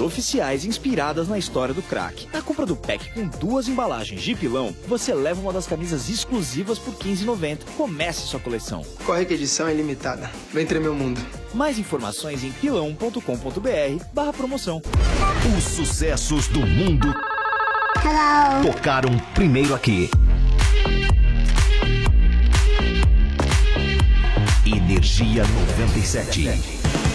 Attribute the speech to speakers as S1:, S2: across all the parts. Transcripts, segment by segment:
S1: oficiais inspiradas na história do crack. Na compra do pack com duas embalagens de pilão, você leva uma das camisas exclusivas por R$15,90. Comece sua coleção.
S2: Corre que a edição é limitada. Vem tremer o mundo.
S1: Mais informações em pilão.com.br barra promoção.
S3: Os sucessos do mundo tocaram primeiro aqui. Energia 97.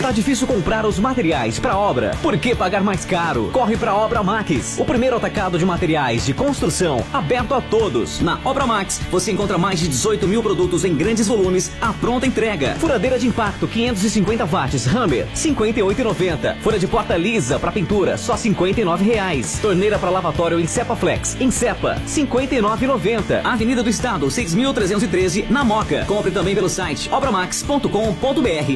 S4: Tá difícil comprar os materiais para obra. Por que pagar mais caro? Corre para Obra Max, o primeiro atacado de materiais de construção aberto a todos. Na Obra Max, você encontra mais de 18 mil produtos em grandes volumes à pronta entrega. Furadeira de impacto 550 watts Hammer 58,90. Folha de porta lisa para pintura só 59 reais. Torneira para lavatório em Cepa Flex em Cepa 59,90. Avenida do Estado 6.313 na Moca. Compre também pelo site obramax.com.br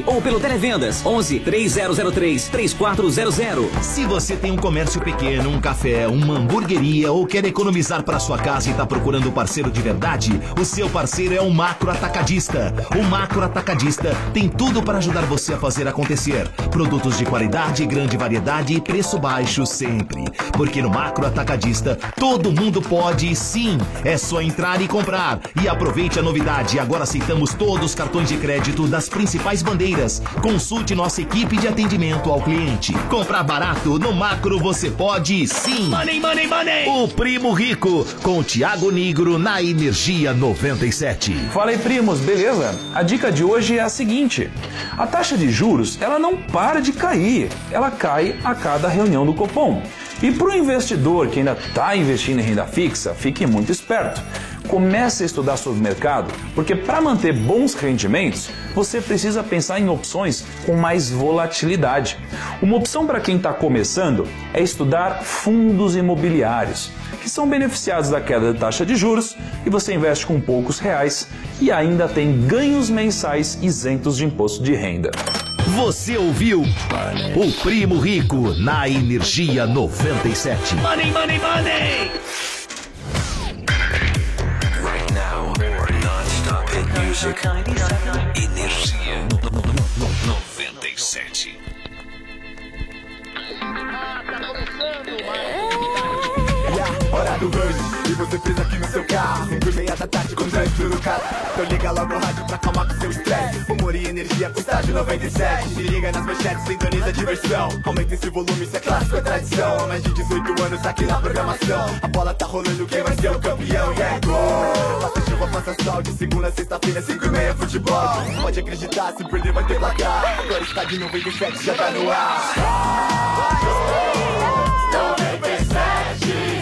S4: ou pelo televendas 11 3003 3400.
S3: Se você tem um comércio pequeno, um café, uma hamburgueria ou quer economizar para sua casa e está procurando um parceiro de verdade, o seu parceiro é o Macro Atacadista. O Macro Atacadista tem tudo para ajudar você a fazer acontecer. Produtos de qualidade, grande variedade e preço baixo sempre. Porque no Macro Atacadista todo mundo pode sim. É só entrar e comprar. E aproveite a novidade. Agora aceitamos todos os cartões de crédito das principais bandeiras. Consulte nossa equipe de atendimento ao cliente. Comprar barato no macro você pode sim.
S5: Money, money, money!
S3: O Primo Rico, com Tiago Nigro na Energia 97.
S6: Fala aí, primos, beleza? A dica de hoje é a seguinte: a taxa de juros ela não para de cair, ela cai a cada reunião do Copom. E para o investidor que ainda está investindo em renda fixa, fique muito esperto. Comece a estudar sobre o mercado, porque para manter bons rendimentos, você precisa pensar em opções com mais volatilidade. Uma opção para quem está começando é estudar fundos imobiliários, que são beneficiados da queda da taxa de juros e você investe com poucos reais e ainda tem ganhos mensais isentos de imposto de renda.
S3: Você ouviu o Primo Rico na Energia 97.
S5: Money, money, money!
S7: Right now, we're not stopping music. Energia 97.
S8: Hora do rush, e você presa aqui no seu carro Cinco e meia da tarde com trânsito no carro Então liga logo o rádio pra acalmar com seu estresse Humor e energia com estágio 97 Se liga nas manchetes, sintoniza a diversão Aumenta esse volume, isso é clássico, é tradição Há mais de 18 anos aqui na programação A bola tá rolando, quem vai ser o campeão? E é gol! Faça chuva, faça sol, de segunda a sexta-feira, cinco e meia futebol Pode acreditar, se perder vai ter placar Agora está de 97, já tá no ar Rádio 97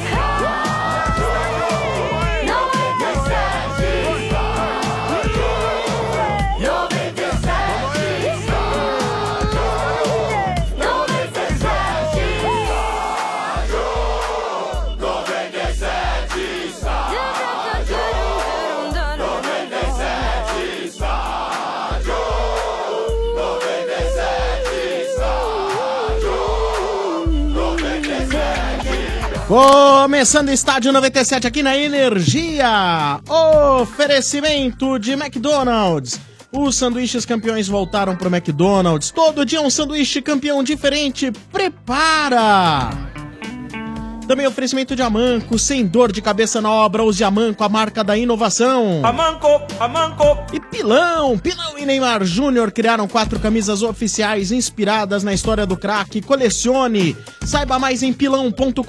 S9: Começando o estádio 97 aqui na Energia. Oferecimento de McDonald's. Os sanduíches campeões voltaram pro McDonald's. Todo dia um sanduíche campeão diferente. Prepara! Também oferecimento de Amanco, sem dor de cabeça na obra, use Amanco, a marca da inovação.
S6: Amanco, Amanco.
S9: E Pilão, Pilão e Neymar Júnior criaram quatro camisas oficiais inspiradas na história do craque. Colecione. Saiba mais em pilão.com.br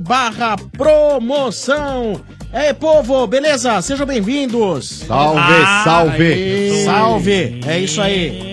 S9: barra promoção. É, povo, beleza? Sejam bem-vindos.
S10: Salve,
S6: Ah,
S11: Ah,
S10: salve.
S9: Salve. É isso aí.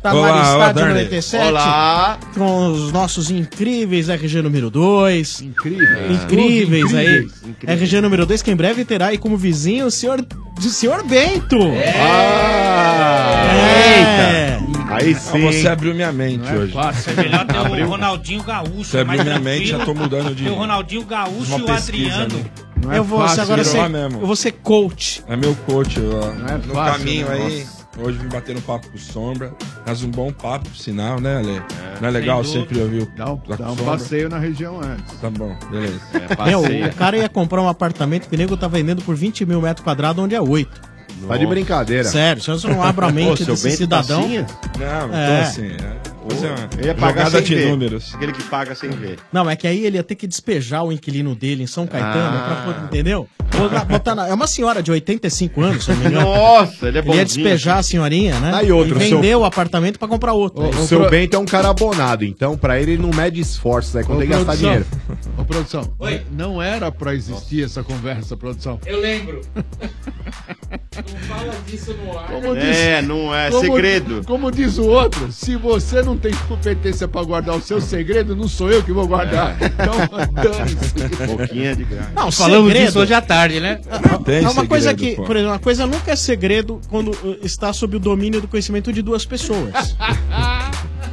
S9: Tá no
S10: Olá,
S9: ar,
S10: boa
S9: Estádio
S10: tarde.
S9: 97.
S10: Olá.
S9: Com os nossos incríveis RG número 2.
S10: Incrível.
S9: Incríveis aí.
S10: Incríveis.
S9: RG número 2, que em breve terá aí como vizinho o senhor, o senhor Bento.
S11: Ah!
S9: É.
S10: Aí sim.
S12: Então Você abriu minha mente hoje.
S11: Fácil, é melhor ter o Ronaldinho Gaúcho.
S12: Você abriu
S11: mais
S12: minha mente,
S11: tranquilo.
S12: já tô mudando de-
S11: Ter o Ronaldinho Gaúcho
S12: uma
S11: e o
S12: pesquisa,
S11: Adriano.
S12: né? Não é
S9: eu vou
S12: fácil,
S9: agora
S12: virou
S9: ser,
S12: lá mesmo.
S9: eu vou ser coach.
S12: É meu coach ó.
S10: é
S12: no
S10: fácil,
S12: caminho
S10: né?
S12: aí. Hoje vim bater um papo com o Sombra. Mas um bom papo, por sinal, né, Ale? Não é legal
S11: sem
S12: sempre ouvir o
S10: Dá um,
S12: tá com
S10: dá um
S12: Sombra?
S10: passeio na região antes.
S12: Tá bom, beleza.
S8: É,
S9: Meu, o cara ia comprar um apartamento que o nego tá vendendo por 20 mil metros quadrados, onde é 8.
S10: Tá de brincadeira.
S9: Sério, se você não abre a mente
S10: seu
S9: desse
S10: Bento tá assim?
S9: cidadão.
S10: Passinha?
S12: Não,
S9: É.
S13: né?
S12: então assim, tá é, Fazer uma
S8: Eu ia pagar
S12: jogada
S8: sem
S12: de
S8: ver.
S12: números.
S8: Aquele que paga sem ver.
S9: Não, é que aí ele ia ter que despejar o inquilino dele em São Caetano,
S8: Ah.
S9: pra poder- entendeu? Botar- botar na- é uma senhora de 85 anos, se não me engano.
S8: Nossa, ele é
S9: Ele
S8: bonzinho.
S9: ia despejar a senhorinha, né?
S8: Tá Aí outro,
S9: e vendeu
S8: seu-
S9: o apartamento pra comprar outro.
S8: O seu Bento é um cara abonado, então pra ele ele não mede esforços, aí quando
S10: Ô,
S8: ele gastar
S10: produção.
S8: dinheiro.
S10: Ô, produção, não era pra existir essa conversa, produção.
S14: Eu lembro. Não fala disso no ar.
S10: Como
S8: É, não é segredo.
S10: Como diz o outro, se você não tem competência pra guardar o seu segredo, não sou eu que vou guardar.
S8: É.
S10: Então, dane-se.
S8: Boquinha de graça.
S9: Não,
S11: Falamos
S9: segredo-
S11: disso hoje à tarde, né?
S9: é uma coisa que, por exemplo, uma coisa nunca é segredo quando uh, está sob o domínio do conhecimento de duas pessoas.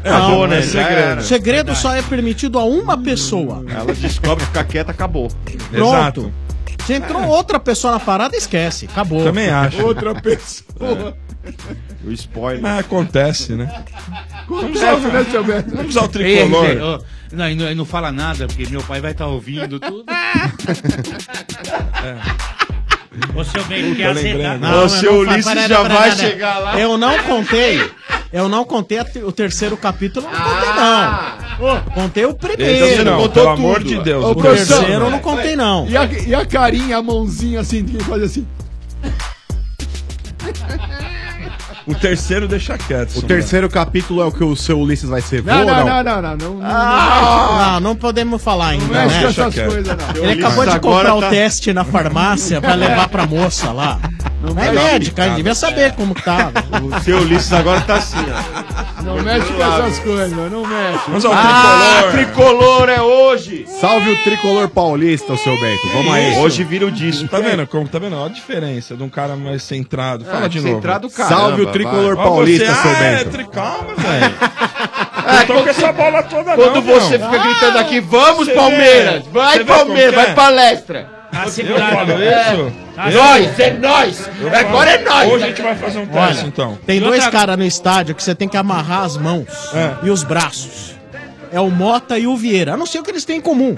S8: É, acabou, né? Já era.
S9: segredo só é permitido a uma pessoa.
S8: Ela descobre que ficar quieta, acabou.
S9: Pronto. Se entrou outra pessoa na parada, esquece. Acabou.
S12: Também acho. Outra
S9: pessoa.
S8: O spoiler.
S12: Mas acontece, né?
S10: Acontece, né, seu Beto?
S12: Vamos usar o tricolor.
S11: Ei, ô, Não, e não, e não fala nada, porque meu pai vai estar ouvindo tudo. Ô, seu bem,
S10: Puta,
S11: quer azedar.
S10: lembrando. Ô, seu
S9: fa-
S10: Ulisses
S9: para-
S10: já
S9: para-
S10: vai
S9: para-
S10: chegar lá.
S9: Eu não contei. Eu não contei a te- o terceiro capítulo, eu não contei,
S10: Ah.
S9: não. contei o primeiro.
S10: Esse Então não, pelo amor
S9: tudo.
S10: de Deus.
S9: O
S10: Ô, produção,
S9: terceiro eu
S10: vai,
S9: não contei, não.
S10: E a, e a carinha, a mãozinha assim, que faz assim.
S12: O terceiro deixa quieto.
S8: O terceiro capítulo é o que o seu Ulisses vai ser.
S10: Não,
S8: Vou ou
S10: não, não, não, não. não,
S9: Ah. não, não podemos falar ainda.
S10: mexe
S9: né?
S10: com essas Deixa coisas, quieto. não.
S9: Ele acabou
S10: Mas
S9: de
S10: agora
S9: comprar o
S10: tá-
S9: teste na farmácia
S13: É.
S9: pra levar pra moça lá. Não é
S13: tá
S10: mexe.
S9: médica, ele devia saber como que tá.
S8: O seu Ulisses agora tá assim,
S10: ó. Não mexe com essas coisas, não mexe.
S8: ah, tricolor é hoje! Salve o tricolor paulista, o seu Bento. Vamos aí.
S12: Hoje
S8: vira o disco.
S12: Tá vendo? Como, tá vendo? Olha a diferença de um cara mais centrado.
S9: É,
S12: Fala
S8: Ah,
S12: de novo.
S8: centrado, caramba, Salve o tricolor vai. paulista,
S12: Ó,
S8: seu
S12: ah, é,
S8: Bento.
S12: tri- calma, velho. Não tô com essa bola toda,
S10: quando
S12: não,
S10: você
S12: não.
S10: fica gritando aqui, vamos,
S12: você
S10: Palmeiras!
S12: vê-
S10: Vai,
S12: você vê
S10: Palmeiras!
S12: como que
S10: Vai,
S12: é?
S10: palestra!
S11: Tá
S12: segurado. falo
S10: É,
S12: isso?
S10: tá
S12: Eu-
S10: Nós, é nós!
S12: Eu
S10: Agora é
S12: falo.
S10: nós!
S12: Hoje a gente vai fazer um teste, então.
S9: Tem
S12: E
S9: dois
S12: outra-
S9: caras no estádio que você tem que amarrar as mãos e os braços. É o Mota e o Vieira. A não ser o que eles têm em comum.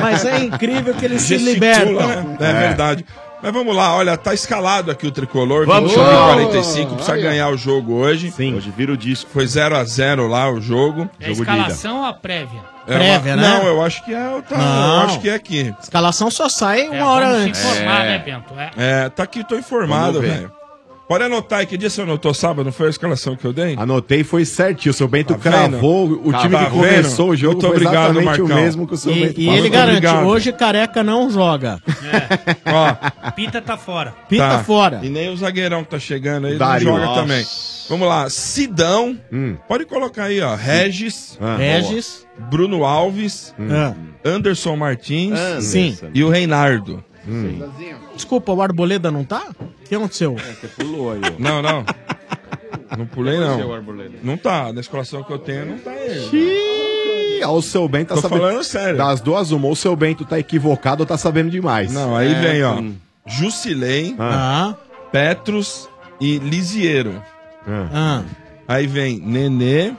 S9: Mas é incrível que eles se
S12: Gesticula,
S9: libertam.
S12: né? É, verdade. Mas vamos lá, olha, tá escalado aqui o tricolor.
S9: Vamos.
S12: 21 e 45, precisa
S9: Olha.
S12: ganhar o jogo hoje. Sim. Hoje vira o disco. Foi 0x0 lá o jogo.
S11: É a escalação ou a prévia?
S12: É uma-
S9: Prévia, né?
S12: Não, eu acho que é outra.
S9: Não.
S12: Eu acho que é aqui.
S9: Escalação só sai uma
S11: É,
S9: hora
S11: vamos se
S9: antes.
S11: informar, né, Bento? É.
S12: É, tá aqui, tô informado,
S8: Vamos ver.
S12: velho. Pode anotar aí, que dia você anotou sábado? Não foi a escalação que eu dei?
S8: Anotei, foi certinho. O seu Bento
S12: Tá
S8: cravou
S12: vendo?
S8: o
S12: Tá
S8: time que
S12: vendo?
S8: começou o jogo.
S12: Muito
S8: foi
S12: obrigado,
S8: exatamente o
S12: Marcão.
S8: mesmo que o seu
S9: E,
S8: Bento
S9: e
S8: falou.
S9: ele garante,
S8: Obrigado.
S9: hoje careca não joga.
S11: Pita tá fora.
S9: Pita fora.
S12: E nem o zagueirão que tá chegando aí,
S8: Dário.
S12: não joga
S8: Nossa. Hum.
S12: também. Vamos lá, Sidão. Pode colocar aí, ó. Regis.
S8: Ah, Hum.
S9: Regis.
S12: Bruno Alves.
S9: Ah.
S12: Anderson Martins.
S9: Anderson. Sim.
S12: E o Reinardo.
S8: Hum.
S9: Desculpa, o Arboleda não tá? O que aconteceu?
S12: Pulou aí, Não, não. Não pulei, não. Não tá. Na escolação que eu tenho, não tá
S8: ele. Ih, ó, o seu Bento tá
S12: Tô
S8: sabendo.
S12: falando sério.
S8: Das duas, uma, ou o seu Bento tá equivocado ou tá sabendo demais.
S12: Não, aí vem, ó. Jusilei,
S8: Ah.
S12: Petros e Lisiero.
S9: Ah.
S12: Aí vem Nenê,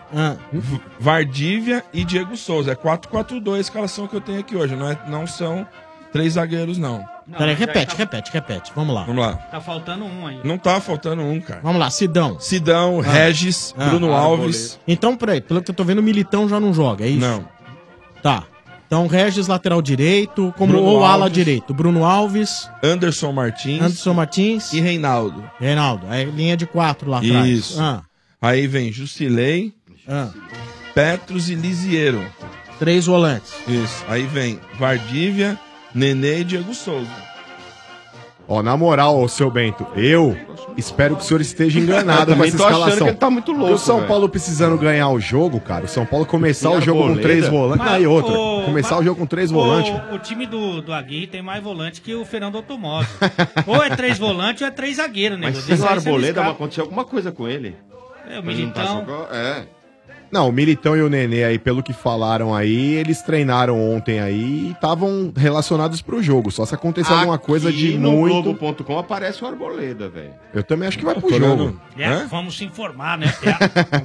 S12: V- Vardívia e Diego Souza. É 4-4-2 a escalação que eu tenho aqui hoje. Não, é- não são três zagueiros, não.
S9: Peraí, repete, repete, repete. Vamos lá.
S12: Vamos lá.
S11: Tá faltando um aí.
S12: Não tá faltando um, cara.
S9: Vamos lá, Sidão.
S12: Sidão, Regis, Bruno Alves.
S9: Então, peraí, pelo que eu tô vendo, o Militão já não joga, é isso?
S12: Não.
S9: Tá. Então, Regis, lateral direito, como
S12: Bruno
S9: ou ala
S12: Alves.
S9: direito. Bruno Alves,
S12: Anderson Martins.
S9: Anderson Martins
S12: e Reinaldo.
S9: Reinaldo, é linha de quatro lá atrás.
S12: Isso.
S9: Ah,
S12: Aí vem Jusilei,
S9: ah.
S12: Petros e Lisiero.
S9: Três volantes.
S12: Isso. Aí vem Vardívia, Nenê e Diego Souza.
S8: Ó, na moral, ô, seu Bento, eu espero que o senhor esteja enganado
S12: Eu
S8: com
S12: também
S8: essa
S12: tô achando
S8: escalação.
S12: que ele tá muito
S8: Porque
S12: louco,
S8: o São
S12: velho.
S8: Paulo precisando ganhar o jogo, cara. O São Paulo começar
S12: Tem
S8: o jogo com
S12: arboleda?
S8: três volantes.
S12: Mas,
S8: Aí outra.
S11: ô,
S8: começar
S11: mas-
S8: o jogo com três volantes.
S11: O, o time do, do Aguirre tem mais volante que o Fernando Automóvel. ou é três volantes ou é três zagueiros, né?
S15: Mas se o Arboleda aconteceu alguma coisa com ele.
S11: É, o
S15: Ele não tá
S11: Militão.
S15: jogando- É.
S8: Não, o Militão e o Nenê aí, pelo que falaram aí, eles treinaram ontem aí e estavam relacionados pro jogo. Só se acontecer alguma coisa de
S15: Aqui no
S8: muito...
S15: Globo.com aparece o Arboleda, velho.
S8: Eu também acho que vai pro
S15: Tô
S8: jogo.
S15: olhando.
S11: É,
S8: Hã?
S11: vamos se informar, né?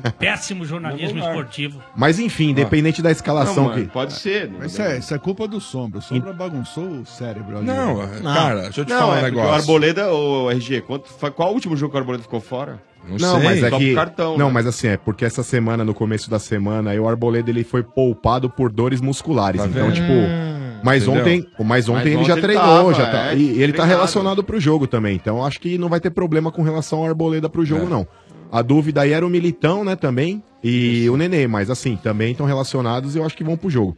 S11: É um péssimo jornalismo esportivo.
S8: Mas
S12: Ah.
S8: enfim, independente da escalação
S10: Não, mano,
S8: que...
S15: Pode ser. né?
S10: Mas isso é, isso é culpa do Sombra. O Sombra bagunçou o cérebro ali.
S8: Não,
S10: né?
S8: cara, deixa eu te falar um
S15: é, porque
S8: negócio.
S15: O Arboleda, o RG, quanto, fa- qual o último jogo que o Arboleda ficou fora?
S12: Não,
S8: Não,
S12: sei,
S8: mas é
S12: só
S8: que.
S12: pro cartão.
S8: não,
S12: né?
S8: mas assim, é porque essa semana, no começo da semana, aí o Arboleda ele foi poupado por dores musculares. então,
S12: Tá vendo? Hum.
S8: tipo. Mas
S12: Entendeu?
S8: ontem, mas ontem
S12: Mas
S8: ele
S12: ontem
S8: já
S12: ele
S8: treinou,
S12: tava,
S8: já tá.
S12: é,
S8: e ele tá
S12: treinado.
S8: relacionado pro jogo também. Então acho que não vai ter problema com relação ao Arboleda pro
S15: É.
S8: jogo, não. A dúvida aí era o Militão, né, também. E o Nenê, mas assim, também estão relacionados e eu acho que vão pro jogo.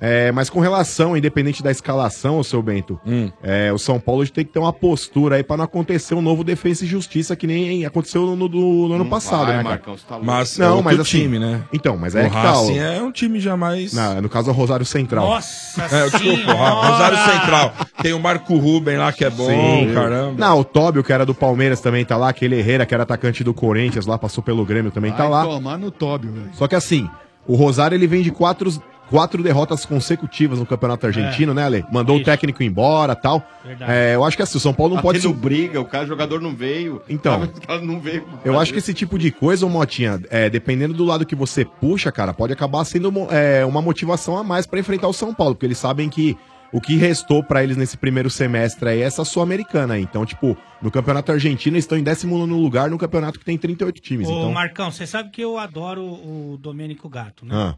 S8: É, mas com relação, independente da escalação, ô seu Bento,
S15: Hum.
S8: é, o São Paulo tem que ter uma postura aí pra não acontecer um novo defesa e justiça que nem aconteceu no, no- no ano passado,
S15: Hum, vai,
S8: né, cara?
S15: Marcão, você tá louco.
S12: Mas é
S8: não,
S12: outro
S8: mas assim,
S12: time, né?
S8: Então, mas é que
S12: o
S8: tal.
S12: Racing é um time jamais.
S8: no caso, é o Rosário Central.
S11: Nossa
S12: É, desculpa, Ra- Rosário Central. Tem o Marco Ruben lá que é bom,
S8: Sim.
S12: caramba.
S8: Não, o Tóbio, que era do Palmeiras, também tá lá. Aquele Herrera, que era atacante do Corinthians, lá passou pelo Grêmio, também tá lá.
S10: Tomar no Tóbio, velho.
S8: Só que assim, o Rosário ele vem de quatro, quatro derrotas consecutivas no Campeonato Argentino, né, Ale? Mandou o técnico embora tal.
S15: Verdade.
S8: É, eu acho que assim, o São Paulo
S13: Tá
S8: não pode.
S15: Batendo
S8: su-
S15: briga, o cara o jogador não veio.
S8: Então.
S15: Tava- não veio.
S8: Eu acho que esse tipo de coisa, ô Motinha, é, dependendo do lado que você puxa, cara, pode acabar sendo mo- é, uma motivação a mais pra enfrentar o São Paulo, porque eles sabem que o que restou pra eles nesse primeiro semestre aí é essa Sul-Americana. aí. Então, tipo, no Campeonato Argentino eles estão em 19 lugar no campeonato que tem 38 times.
S11: Ô,
S8: então,
S11: Marcão, você sabe que eu adoro o Domênico Gato, né?
S8: Ah.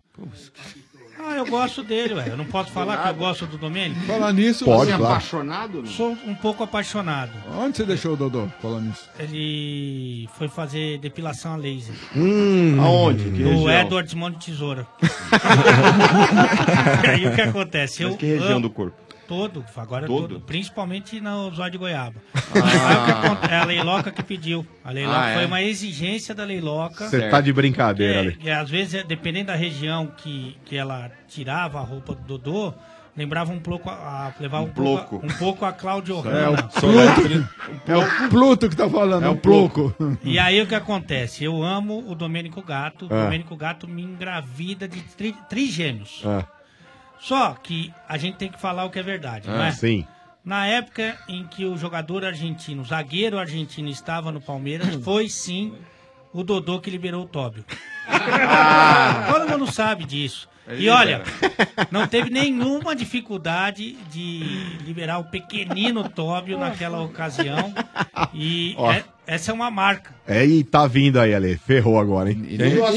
S11: Ah, eu gosto dele, ué. Eu não posso falar que eu gosto do Domênico?
S10: Falar nisso,
S8: Pode,
S10: você é
S8: claro.
S10: apaixonado?
S11: Sou um pouco apaixonado.
S10: Onde você deixou o Dodô falando nisso?
S11: Ele foi fazer depilação a laser.
S10: Hum. Aonde? Que
S11: no
S10: região?
S11: Edwards Monte Tesoura. e aí o que acontece?
S15: Mas que região
S11: amo
S15: do corpo?
S11: Todo, agora todo.
S15: Todo?
S11: principalmente no zóio de goiaba. Aí o que acontece? É a Leiloca que pediu. A Leiloca
S8: Ah, é?
S11: foi uma exigência da Leiloca.
S8: Você tá de brincadeira,
S11: É,
S8: Ale.
S11: e às vezes, é, dependendo da região que, que ela tirava a roupa do Dodô, lembrava um pouco a, a- levava um, pouco,
S10: bloco.
S11: a- um pouco a Cláudio
S10: É o
S11: Hanna.
S8: um
S10: Pluto. É o Pluto que tá falando, é o Ploco.
S11: E aí o que acontece? Eu amo o Domênico Gato. O
S10: Ah.
S11: Domênico Gato me engravida de tri, trigêmeos.
S8: Ah.
S11: Só que a gente tem que falar o que é
S15: Ah.
S11: verdade,
S13: Ah,
S11: não é?
S8: Ah, Sim.
S11: Na época em que o jogador argentino, o zagueiro argentino estava no Palmeiras, foi sim o Dodô que liberou o Tóbio.
S10: Ah.
S11: Todo mundo sabe disso.
S3: Ele
S11: e olha,
S3: libera.
S11: não teve nenhuma dificuldade de liberar o pequenino Tóbio naquela ocasião. E
S8: Ó.
S11: é- essa é uma marca.
S8: É, e tá vindo aí, Ale. Ferrou agora, hein?
S11: é Ih,
S8: Ferrou.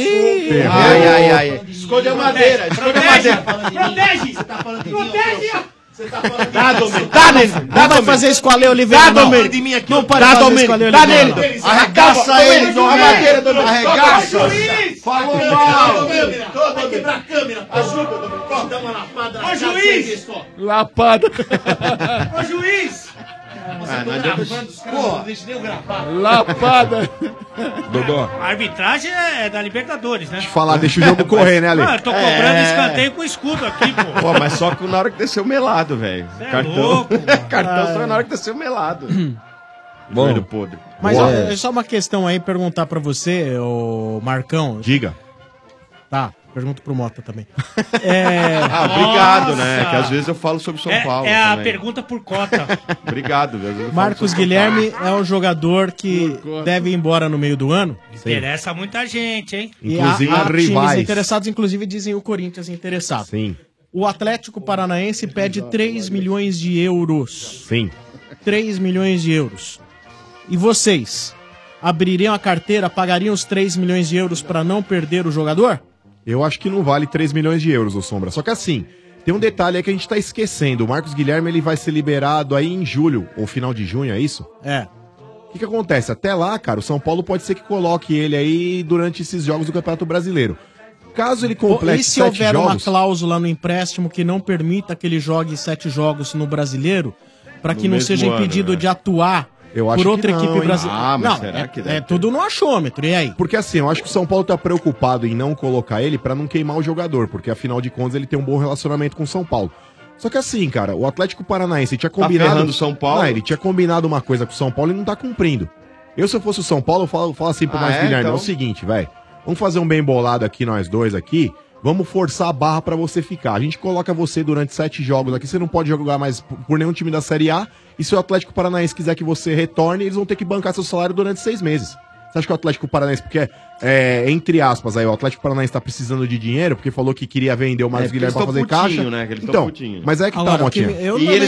S11: ai, ai,
S3: Escolha a
S11: madeira,
S3: escolha
S11: a madeira.
S3: Protege! Você tá falando de mim? Protege! Você tá falando de
S16: Dá, Domênico. Dá nele. Dá, Domênico. fazer isso com a Lei Oliveira,
S3: Dá,
S16: não.
S3: Domênico.
S16: de mim aqui.
S3: Não
S16: Não
S3: pode
S16: pode dá,
S3: fazer
S16: Domênico.
S3: isso com a Lei
S16: Dá
S3: Oliveira,
S16: nele.
S3: não.
S16: Arregaça
S3: Acaba,
S16: ele,
S3: juiz.
S16: Dom. Arregaça, Domênico. Arregaça.
S3: Toca, juiz.
S16: Falou
S3: Toca,
S16: mal.
S3: Domênico.
S16: Vai quebrar a câmera. Ajuda, Domênico. Corta uma lapada.
S3: Ô, juiz.
S10: Lapada.
S3: Ô, juiz!
S10: Ah,
S3: Você
S10: não
S3: tá
S10: adianta-
S3: gravando os caras,
S10: Pô.
S3: não deixa nem eu gravar.
S10: Lapada.
S12: Dodô.
S11: A arbitragem é é da Libertadores, né? Deixa
S8: eu falar, deixa o jogo correr, né, Ale?
S11: Ah, eu tô cobrando
S15: É.
S11: escanteio com escudo aqui, pô.
S15: Pô, mas só que na hora que desceu melado, velho.
S11: Cê é
S15: Cartão.
S11: louco,
S12: Então,
S15: Cartão só
S9: Ah.
S15: na hora que desceu melado.
S9: Bom.
S15: Joelho podre.
S9: Mas
S15: Boa.
S9: ó, é só uma questão aí perguntar pra você, ô Marcão.
S8: Diga.
S9: Tá, pergunto pro Mota também. É...
S15: Ah, obrigado, né? Que às vezes eu falo sobre São Paulo.
S11: é a
S15: também.
S11: pergunta por cota.
S15: Obrigado, velho. às vezes eu falo
S9: Marcos
S15: sobre São
S9: Guilherme é um jogador que deve ir embora no meio do ano.
S11: Interessa muita gente, hein?
S9: E há- há, times interessados, inclusive dizem o Corinthians interessado.
S8: Sim.
S9: O Atlético Paranaense pede 3 milhões de euros.
S8: Sim.
S9: 3 milhões de euros. E vocês abririam a carteira, pagariam os 3 milhões de euros para não perder o jogador?
S8: Eu acho que não vale 3 milhões de euros, o Sombra. Só que assim, tem um detalhe aí que a gente tá esquecendo. O Marcos Guilherme ele vai ser liberado aí em julho, ou final de junho, é isso?
S9: É.
S8: O que, que acontece? Até lá, cara, o São Paulo pode ser que coloque ele aí durante esses jogos do Campeonato Brasileiro. Caso ele complete
S9: e se
S8: sete
S9: houver uma
S8: jogos...
S9: cláusula no empréstimo que não permita que ele jogue sete jogos no brasileiro, para
S8: No
S9: que não
S8: mesmo
S9: seja
S8: ano,
S9: impedido
S8: né?
S9: de atuar
S8: Eu acho
S9: por
S8: que
S9: outra
S8: não,
S9: equipe
S8: hein?
S9: brasileira.
S8: Ah, mas
S9: não,
S8: será
S9: é,
S8: que deve
S9: é tudo no achômetro, e aí?
S8: Porque assim, eu acho que o São Paulo tá preocupado em não colocar ele pra não queimar o jogador, porque afinal de contas ele tem um bom relacionamento com o São Paulo. Só que assim, cara, o Atlético Paranaense tinha combinado.
S15: Tá ferrando o São Paulo?
S8: Não, ele tinha combinado uma coisa com o São Paulo e não tá cumprindo. Eu, se eu fosse o São Paulo, eu falo, falo assim pro
S15: Ah,
S8: Marcos
S15: é?
S8: Guilherme:
S15: Então?
S8: é o seguinte, velho. Vamos fazer um bem bolado aqui, nós dois aqui. Vamos forçar a barra pra você ficar. A gente coloca você durante sete jogos aqui. Você não pode jogar mais por por nenhum time da Série A. E se o Atlético Paranaense quiser que você retorne, eles vão ter que bancar seu salário durante seis meses. Você acha que o Atlético Paranaense, porque, é, é, entre aspas, aí, o Atlético Paranaense tá precisando de dinheiro, porque falou que queria vender o Marcos
S15: É, porque
S8: Guilherme pra fazer
S15: eles tão
S8: caixa.
S15: putinho, né, que eles tão
S8: então,
S15: putinho.
S8: mas é que tá,
S9: Agora, o que
S8: Motinha.
S9: eu também acho- Aí,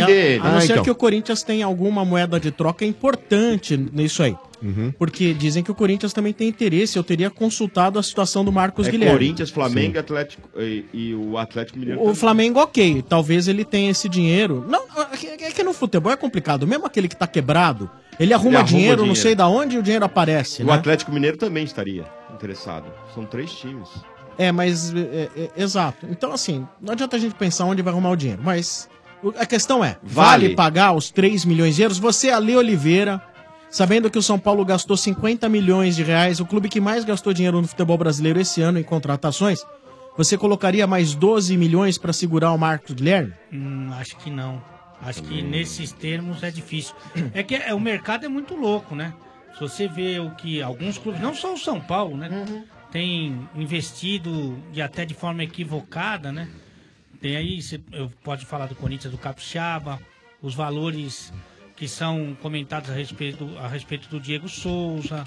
S9: a- A, não
S8: Ah,
S9: ser
S8: então.
S9: que o Corinthians tenha alguma moeda de troca importante nisso aí.
S8: Uhum.
S9: Porque dizem que o Corinthians também tem interesse. Eu teria consultado a situação do Marcos
S15: É
S9: Guilherme.
S15: Corinthians, Flamengo Atlético, e, e o Atlético Mineiro.
S9: O Flamengo, ok. Talvez ele tenha esse dinheiro. Não, é é que no futebol é complicado. Mesmo aquele que tá quebrado, ele arruma,
S15: Ele arruma
S9: dinheiro, não
S15: dinheiro.
S9: sei da onde, e o dinheiro aparece,
S15: O
S9: né?
S15: Atlético Mineiro também estaria interessado. São três times.
S9: É, mas. é, é, exato. Então, assim, não adianta a gente pensar onde vai arrumar o dinheiro. Mas o- a questão é: vale,
S15: Vale.
S9: pagar os 3 milhões de euros? Você, Ale Oliveira, sabendo que o São Paulo gastou 50 milhões de reais, o clube que mais gastou dinheiro no futebol brasileiro esse ano em contratações, você colocaria mais 12 milhões pra segurar o Marcos Guilherme?
S11: Hum, acho que não. Acho que nesses termos é difícil. É que é, o mercado é muito louco, né? Se você vê o que alguns clubes, não só o São Paulo, né?
S15: Uhum.
S11: Tem investido e até de forma equivocada, né? Tem aí, você- eu pode falar do Corinthians, do Capixaba, os valores que são comentados a respeito, a respeito do Diego Souza.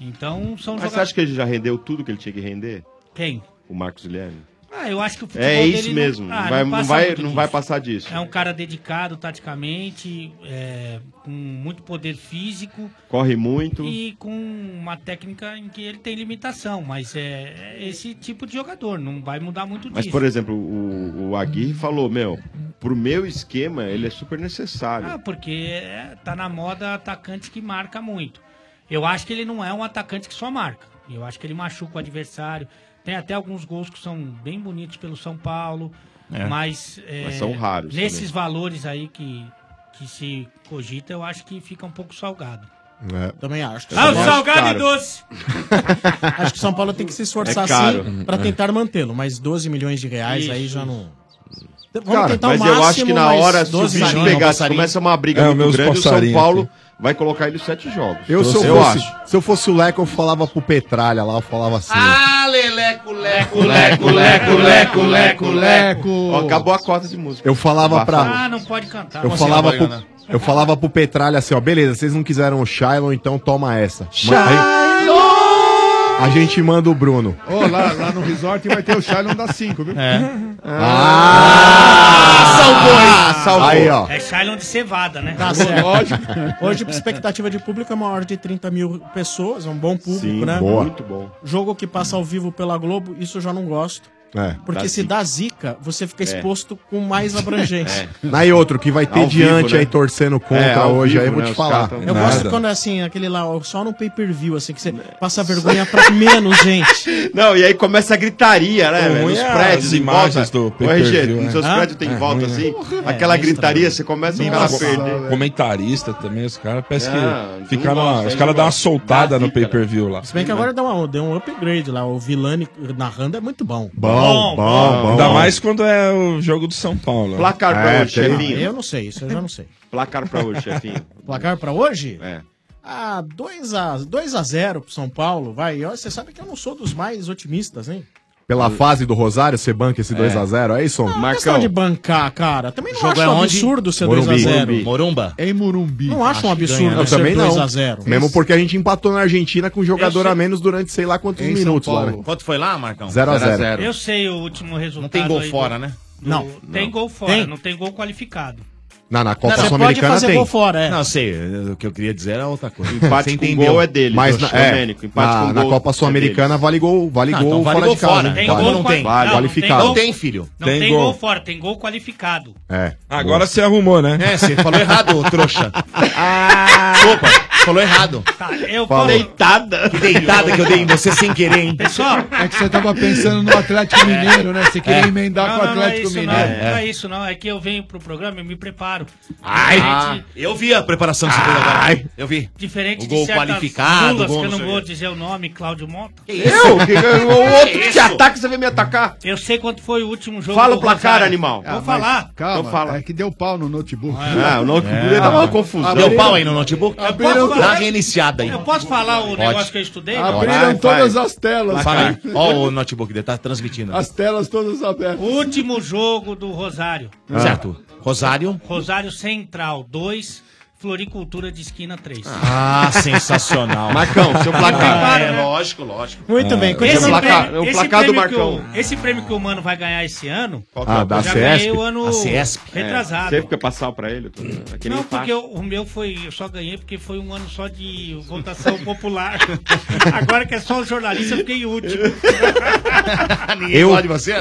S11: Então, são
S15: Mas você acha que ele já rendeu tudo que ele tinha que render?
S11: Quem?
S15: O Marcos Guilherme.
S11: Ah, eu acho que o futebol
S15: É isso
S11: dele
S15: mesmo. Não,
S11: ah,
S15: vai, não,
S11: passa
S15: vai,
S11: muito
S15: não vai passar disso.
S11: É um cara dedicado taticamente, é, com muito poder físico
S15: Corre muito.
S11: e com uma técnica em que ele tem limitação, mas é é esse tipo de jogador, não vai mudar muito
S15: Mas,
S11: disso.
S15: por exemplo, o, o Aguirre falou, meu, pro meu esquema ele é super necessário.
S11: Ah, porque é, tá na moda atacante que marca muito. Eu acho que ele não é um atacante que só marca. Eu acho que ele machuca o adversário. Tem até alguns gols que são bem bonitos pelo São Paulo.
S15: É.
S11: Mas, é,
S15: Mas são raros
S11: Nesses
S15: também.
S11: valores aí que, que se cogita, eu acho que fica um pouco salgado.
S15: É.
S9: Também acho.
S11: Ah, o
S9: São Paulo-
S11: salgado e doce!
S9: acho que o São Paulo tem que se esforçar
S11: É caro.
S9: sim pra tentar mantê-lo, mas 12 milhões de reais aí já não. Vamos
S15: Cara,
S9: tentar o
S15: mas eu acho
S9: máximo,
S15: que na
S9: mas
S15: hora, se o
S9: 12
S15: bicho
S9: milhões,
S15: pegar, se
S9: passarinho.
S15: começa uma briga
S8: É,
S15: muito
S8: meus
S15: grande, o São
S8: passarinhos
S15: Paulo vai colocar ele os sete jogos. Então,
S8: Eu, se eu,
S15: acho.
S8: fosse, se eu fosse o Leco, eu falava pro Petralha lá, eu falava assim.
S3: Ah, leleco, leco,
S8: leco, leco, leco, leco, leco.
S15: Ó, acabou a cota de música.
S8: Eu falava pra.
S11: Ah, não pode
S13: Tá
S11: cantar.
S8: Eu falava,
S15: é
S8: pro, eu falava pro Petralha assim, ó, beleza, vocês não quiseram o Shailon, então toma essa. Ma- aí- a gente manda o Bruno.
S10: Ô, lá, lá no resort vai ter o Shailon das 5, viu?
S8: É.
S11: Ah,
S10: salvou, hein?
S8: salvou. Aí, ó.
S11: É Shailon de cevada, né?
S9: Tá certo. Hoje a expectativa de público é maior de 30 mil pessoas, é um bom público,
S8: Sim,
S9: né?
S8: boa. Muito bom.
S9: Jogo que passa ao vivo pela Globo, isso eu já não gosto.
S8: É.
S9: Porque
S8: Dá
S9: se
S8: zica.
S9: dá zica, você fica
S8: É.
S9: exposto com mais
S13: É.
S9: abrangência.
S8: Aí outro que vai ter
S9: Ao vivo,
S8: diante
S9: né?
S8: aí torcendo contra
S15: É, ao
S8: hoje,
S15: vivo,
S8: aí eu vou
S15: né,
S8: te
S15: os
S8: falar.
S15: caras tão-
S9: Eu gosto quando é assim, aquele lá, ó, só no pay-per-view, assim, que você passa vergonha pra menos gente.
S15: Não, e aí começa a gritaria, né,
S9: O
S15: velho?
S9: ruim
S15: Os
S9: é
S15: prédios
S9: as
S15: em volta.
S9: imagens do
S15: Ô, RG,
S12: pay-per-view,
S15: nos seus
S12: né?
S15: prédios tem
S12: Ah,
S15: em volta,
S12: é
S15: assim,
S12: ruim, né?
S15: aquela
S12: É,
S15: gritaria, você começa o cara a
S12: Nossa,
S15: perder.
S12: Comentarista também, os caras parece
S15: Ah,
S12: que fica
S15: não
S12: numa-
S15: gosta,
S12: os
S15: não
S12: caras dão uma
S15: gosta.
S12: soltada
S15: Dá
S12: no
S15: zica,
S12: pay-per-view lá.
S9: Se bem que agora deu, uma, deu um upgrade lá, o Vilani narrando é muito bom.
S12: Bom,
S9: Bom,
S12: bom, bom. Ainda mais quando é o jogo do São Paulo.
S9: Placar
S15: pra hoje, chefinho.
S9: Eu não sei, isso eu já não sei.
S15: Placar pra hoje, chefinho.
S9: Placar pra hoje?
S15: É.
S9: Ah, 2 a 2 a 0 pro São Paulo, vai. E olha, Você sabe que eu não sou dos mais otimistas, hein?
S8: Pela fase do Rosário, você banca esse 2x0, é isso?
S9: Não é questão de bancar, cara. Também não
S8: Jogo
S9: acho
S8: é
S9: um
S8: onde?
S9: absurdo ser
S8: Morumbi.
S9: 2x0.
S8: Morumbi.
S9: Morumba?
S10: É em Morumbi.
S9: Não acho, um absurdo
S8: Eu
S9: ser
S8: também não.
S9: 2x0.
S8: Mesmo porque a gente empatou na Argentina com um jogador
S9: sei.
S8: a menos durante sei lá quantos
S9: Em São
S8: minutos lá, né?
S9: Paulo.
S3: Quanto foi lá, Marcão?
S8: 0 a 0.
S11: Eu sei o último resultado.
S3: tem gol
S11: aí do-
S3: fora, né?
S11: do-
S3: Não.
S11: Tem
S3: Não.
S11: gol fora,
S3: Tem?
S11: não tem gol qualificado.
S8: Na, na Copa
S3: Não, você
S8: Sul-Americana
S3: pode fazer
S8: tem.
S3: gol
S9: fora, é.
S3: Não, sei. O que eu queria dizer era outra coisa.
S8: Empate
S3: Você
S8: com
S3: entendeu.
S8: gol é dele, Mas na, é, na, na Copa Sul-Americana vale gol, vale
S3: Não,
S8: gol
S3: então vale
S8: fora
S3: gol
S8: de casa.
S3: fora.
S8: né?
S3: Tem
S8: Vale.
S3: gol, não tem.
S8: Vale,
S11: Não,
S8: qualificado.
S11: Não
S3: tem, filho.
S11: Não tem, gol. fora, tem gol qualificado.
S8: É.
S12: Ah, Agora você arrumou, né?
S3: É, você falou errado, ô trouxa. Desculpa, falou errado.
S11: Tá, eu
S3: Falou.
S11: Deitada.
S3: Que deitada que eu dei em você sem querer, hein?
S11: Pessoal. É.
S10: É que você tava pensando no Atlético Mineiro, né? Você queria
S3: É.
S10: emendar
S11: Não,
S10: com o
S11: não, não é
S10: Atlético
S11: isso não,
S10: Mineiro.
S11: não é isso não, é que eu venho pro programa e me preparo.
S3: Ai,
S11: Gente,
S3: Ah, eu vi a preparação que você fez agora. Eu vi.
S11: Diferente
S3: o gol
S11: de certas
S3: qualificado,
S11: lulas,
S3: gol
S11: que eu não
S3: sei o
S11: vou
S3: quê.
S11: dizer o nome, Cláudio Mota.
S15: Eu? Que- o outro que te
S11: Isso.
S15: ataca, você vem me atacar?
S11: Eu sei quanto foi o último jogo.
S15: Fala
S11: do
S15: o placar,
S11: Rosário.
S15: animal.
S11: Vou
S10: Ah, mas
S11: falar.
S10: Calma,
S11: Então fala.
S10: é que deu pau no notebook.
S15: Ah, o notebook É.
S12: tá
S15: tava uma confusão.
S3: Deu pau aí no notebook?
S10: Abriram-
S3: Dá uma reiniciada aí.
S11: Eu posso falar o
S3: Pode.
S11: negócio que eu estudei?
S10: Abriram todas as telas.
S3: Fala aí.
S10: cara.
S3: Ó, o notebook dele, tá transmitindo.
S10: As telas todas abertas.
S11: Último jogo do Rosário.
S3: Certo. Rosário.
S11: Rosário Central 2, Floricultura de Esquina 3.
S3: Ah, sensacional. Marcão, seu placar.
S11: né?
S3: é, lógico, lógico.
S9: Muito bem,
S11: É. Esse
S9: continua.
S11: prêmio-
S3: placar- o
S11: esse
S3: placar do
S11: prêmio que
S3: Marcão.
S11: o- esse prêmio que o Mano vai ganhar esse ano.
S15: Qual
S8: Ah, da
S11: eu já ganhei
S8: CESP?
S11: o ano
S8: A CESP?
S11: é. retrasado.
S15: Você fica passar pra ele? É que nem
S11: Não,
S15: faixa.
S11: porque eu- o meu foi. Eu só ganhei porque foi um ano só de votação popular. Agora que é só o jornalista, eu fiquei último.
S8: Eu,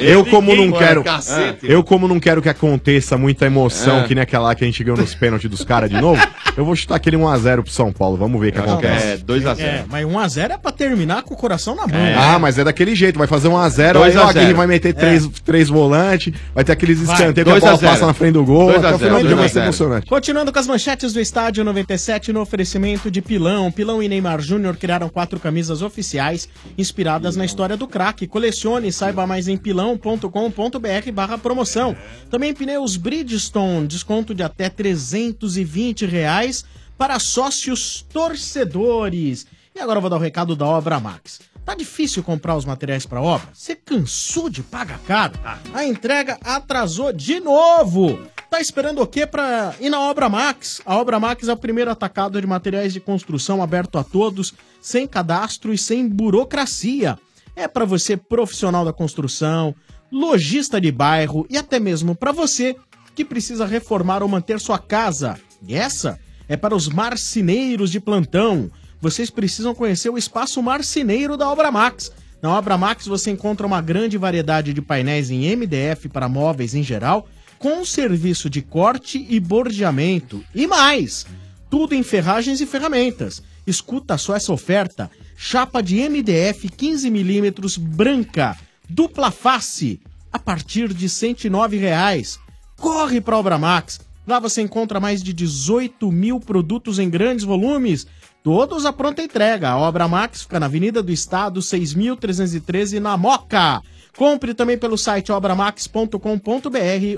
S8: eu como não quero,
S11: Cacete.
S8: eu como não quero que aconteça muita emoção
S15: É.
S8: que nem aquela lá que a gente ganhou nos pênaltis dos caras de novo, eu vou chutar aquele 1 a 0 pro São Paulo. Vamos ver o que
S15: Eu acho que
S8: acontece.
S15: é 2 a 0.
S9: É, mas 1x0 é pra terminar com o coração na mão.
S8: Ah, mas é daquele jeito, vai fazer 1 a 0, aí
S9: 2 a
S8: o Aguirre
S9: 0.
S8: vai meter três, três volantes, vai ter aqueles
S9: Vai,
S8: escanteios que a
S9: 2 a
S8: bola
S9: 0.
S8: passa na frente do gol,
S9: 2 a
S8: até o
S9: 0,
S8: final do jogo vai
S9: 2 a
S8: ser
S9: 0.
S8: emocionante.
S9: Continuando com as manchetes do estádio 97 no oferecimento de Pilão. Pilão e Neymar Júnior criaram quatro camisas oficiais inspiradas na história do craque. Colecione e saiba mais em pilão.com.br barra promoção. Também pneus Bridgestone, desconto de até 320 reais para sócios torcedores. E agora eu vou dar o recado da Obra Max. Tá difícil comprar os materiais para obra? Você cansou de pagar caro? A entrega atrasou de novo. Tá esperando o quê para ir na Obra Max? A Obra Max é o primeiro atacado de materiais de construção aberto a todos, sem cadastro e sem burocracia. É para você profissional da construção, lojista de bairro e até mesmo para você que precisa reformar ou manter sua casa. E essa é para os marceneiros de plantão. Vocês precisam conhecer o espaço marceneiro da Obra Max. Na Obra Max você encontra uma grande variedade de painéis em MDF para móveis em geral, com serviço de corte e bordeamento. E mais! Tudo em ferragens e ferramentas. Escuta só essa oferta: chapa de MDF 15mm branca, dupla face, a partir de R$ 109 reais. Corre para Obra Max. Lá você encontra mais de 18 mil produtos em grandes volumes, todos à pronta entrega. A Obra Max fica na Avenida do Estado, 6.313, na Moca. Compre também pelo site obramax.com.br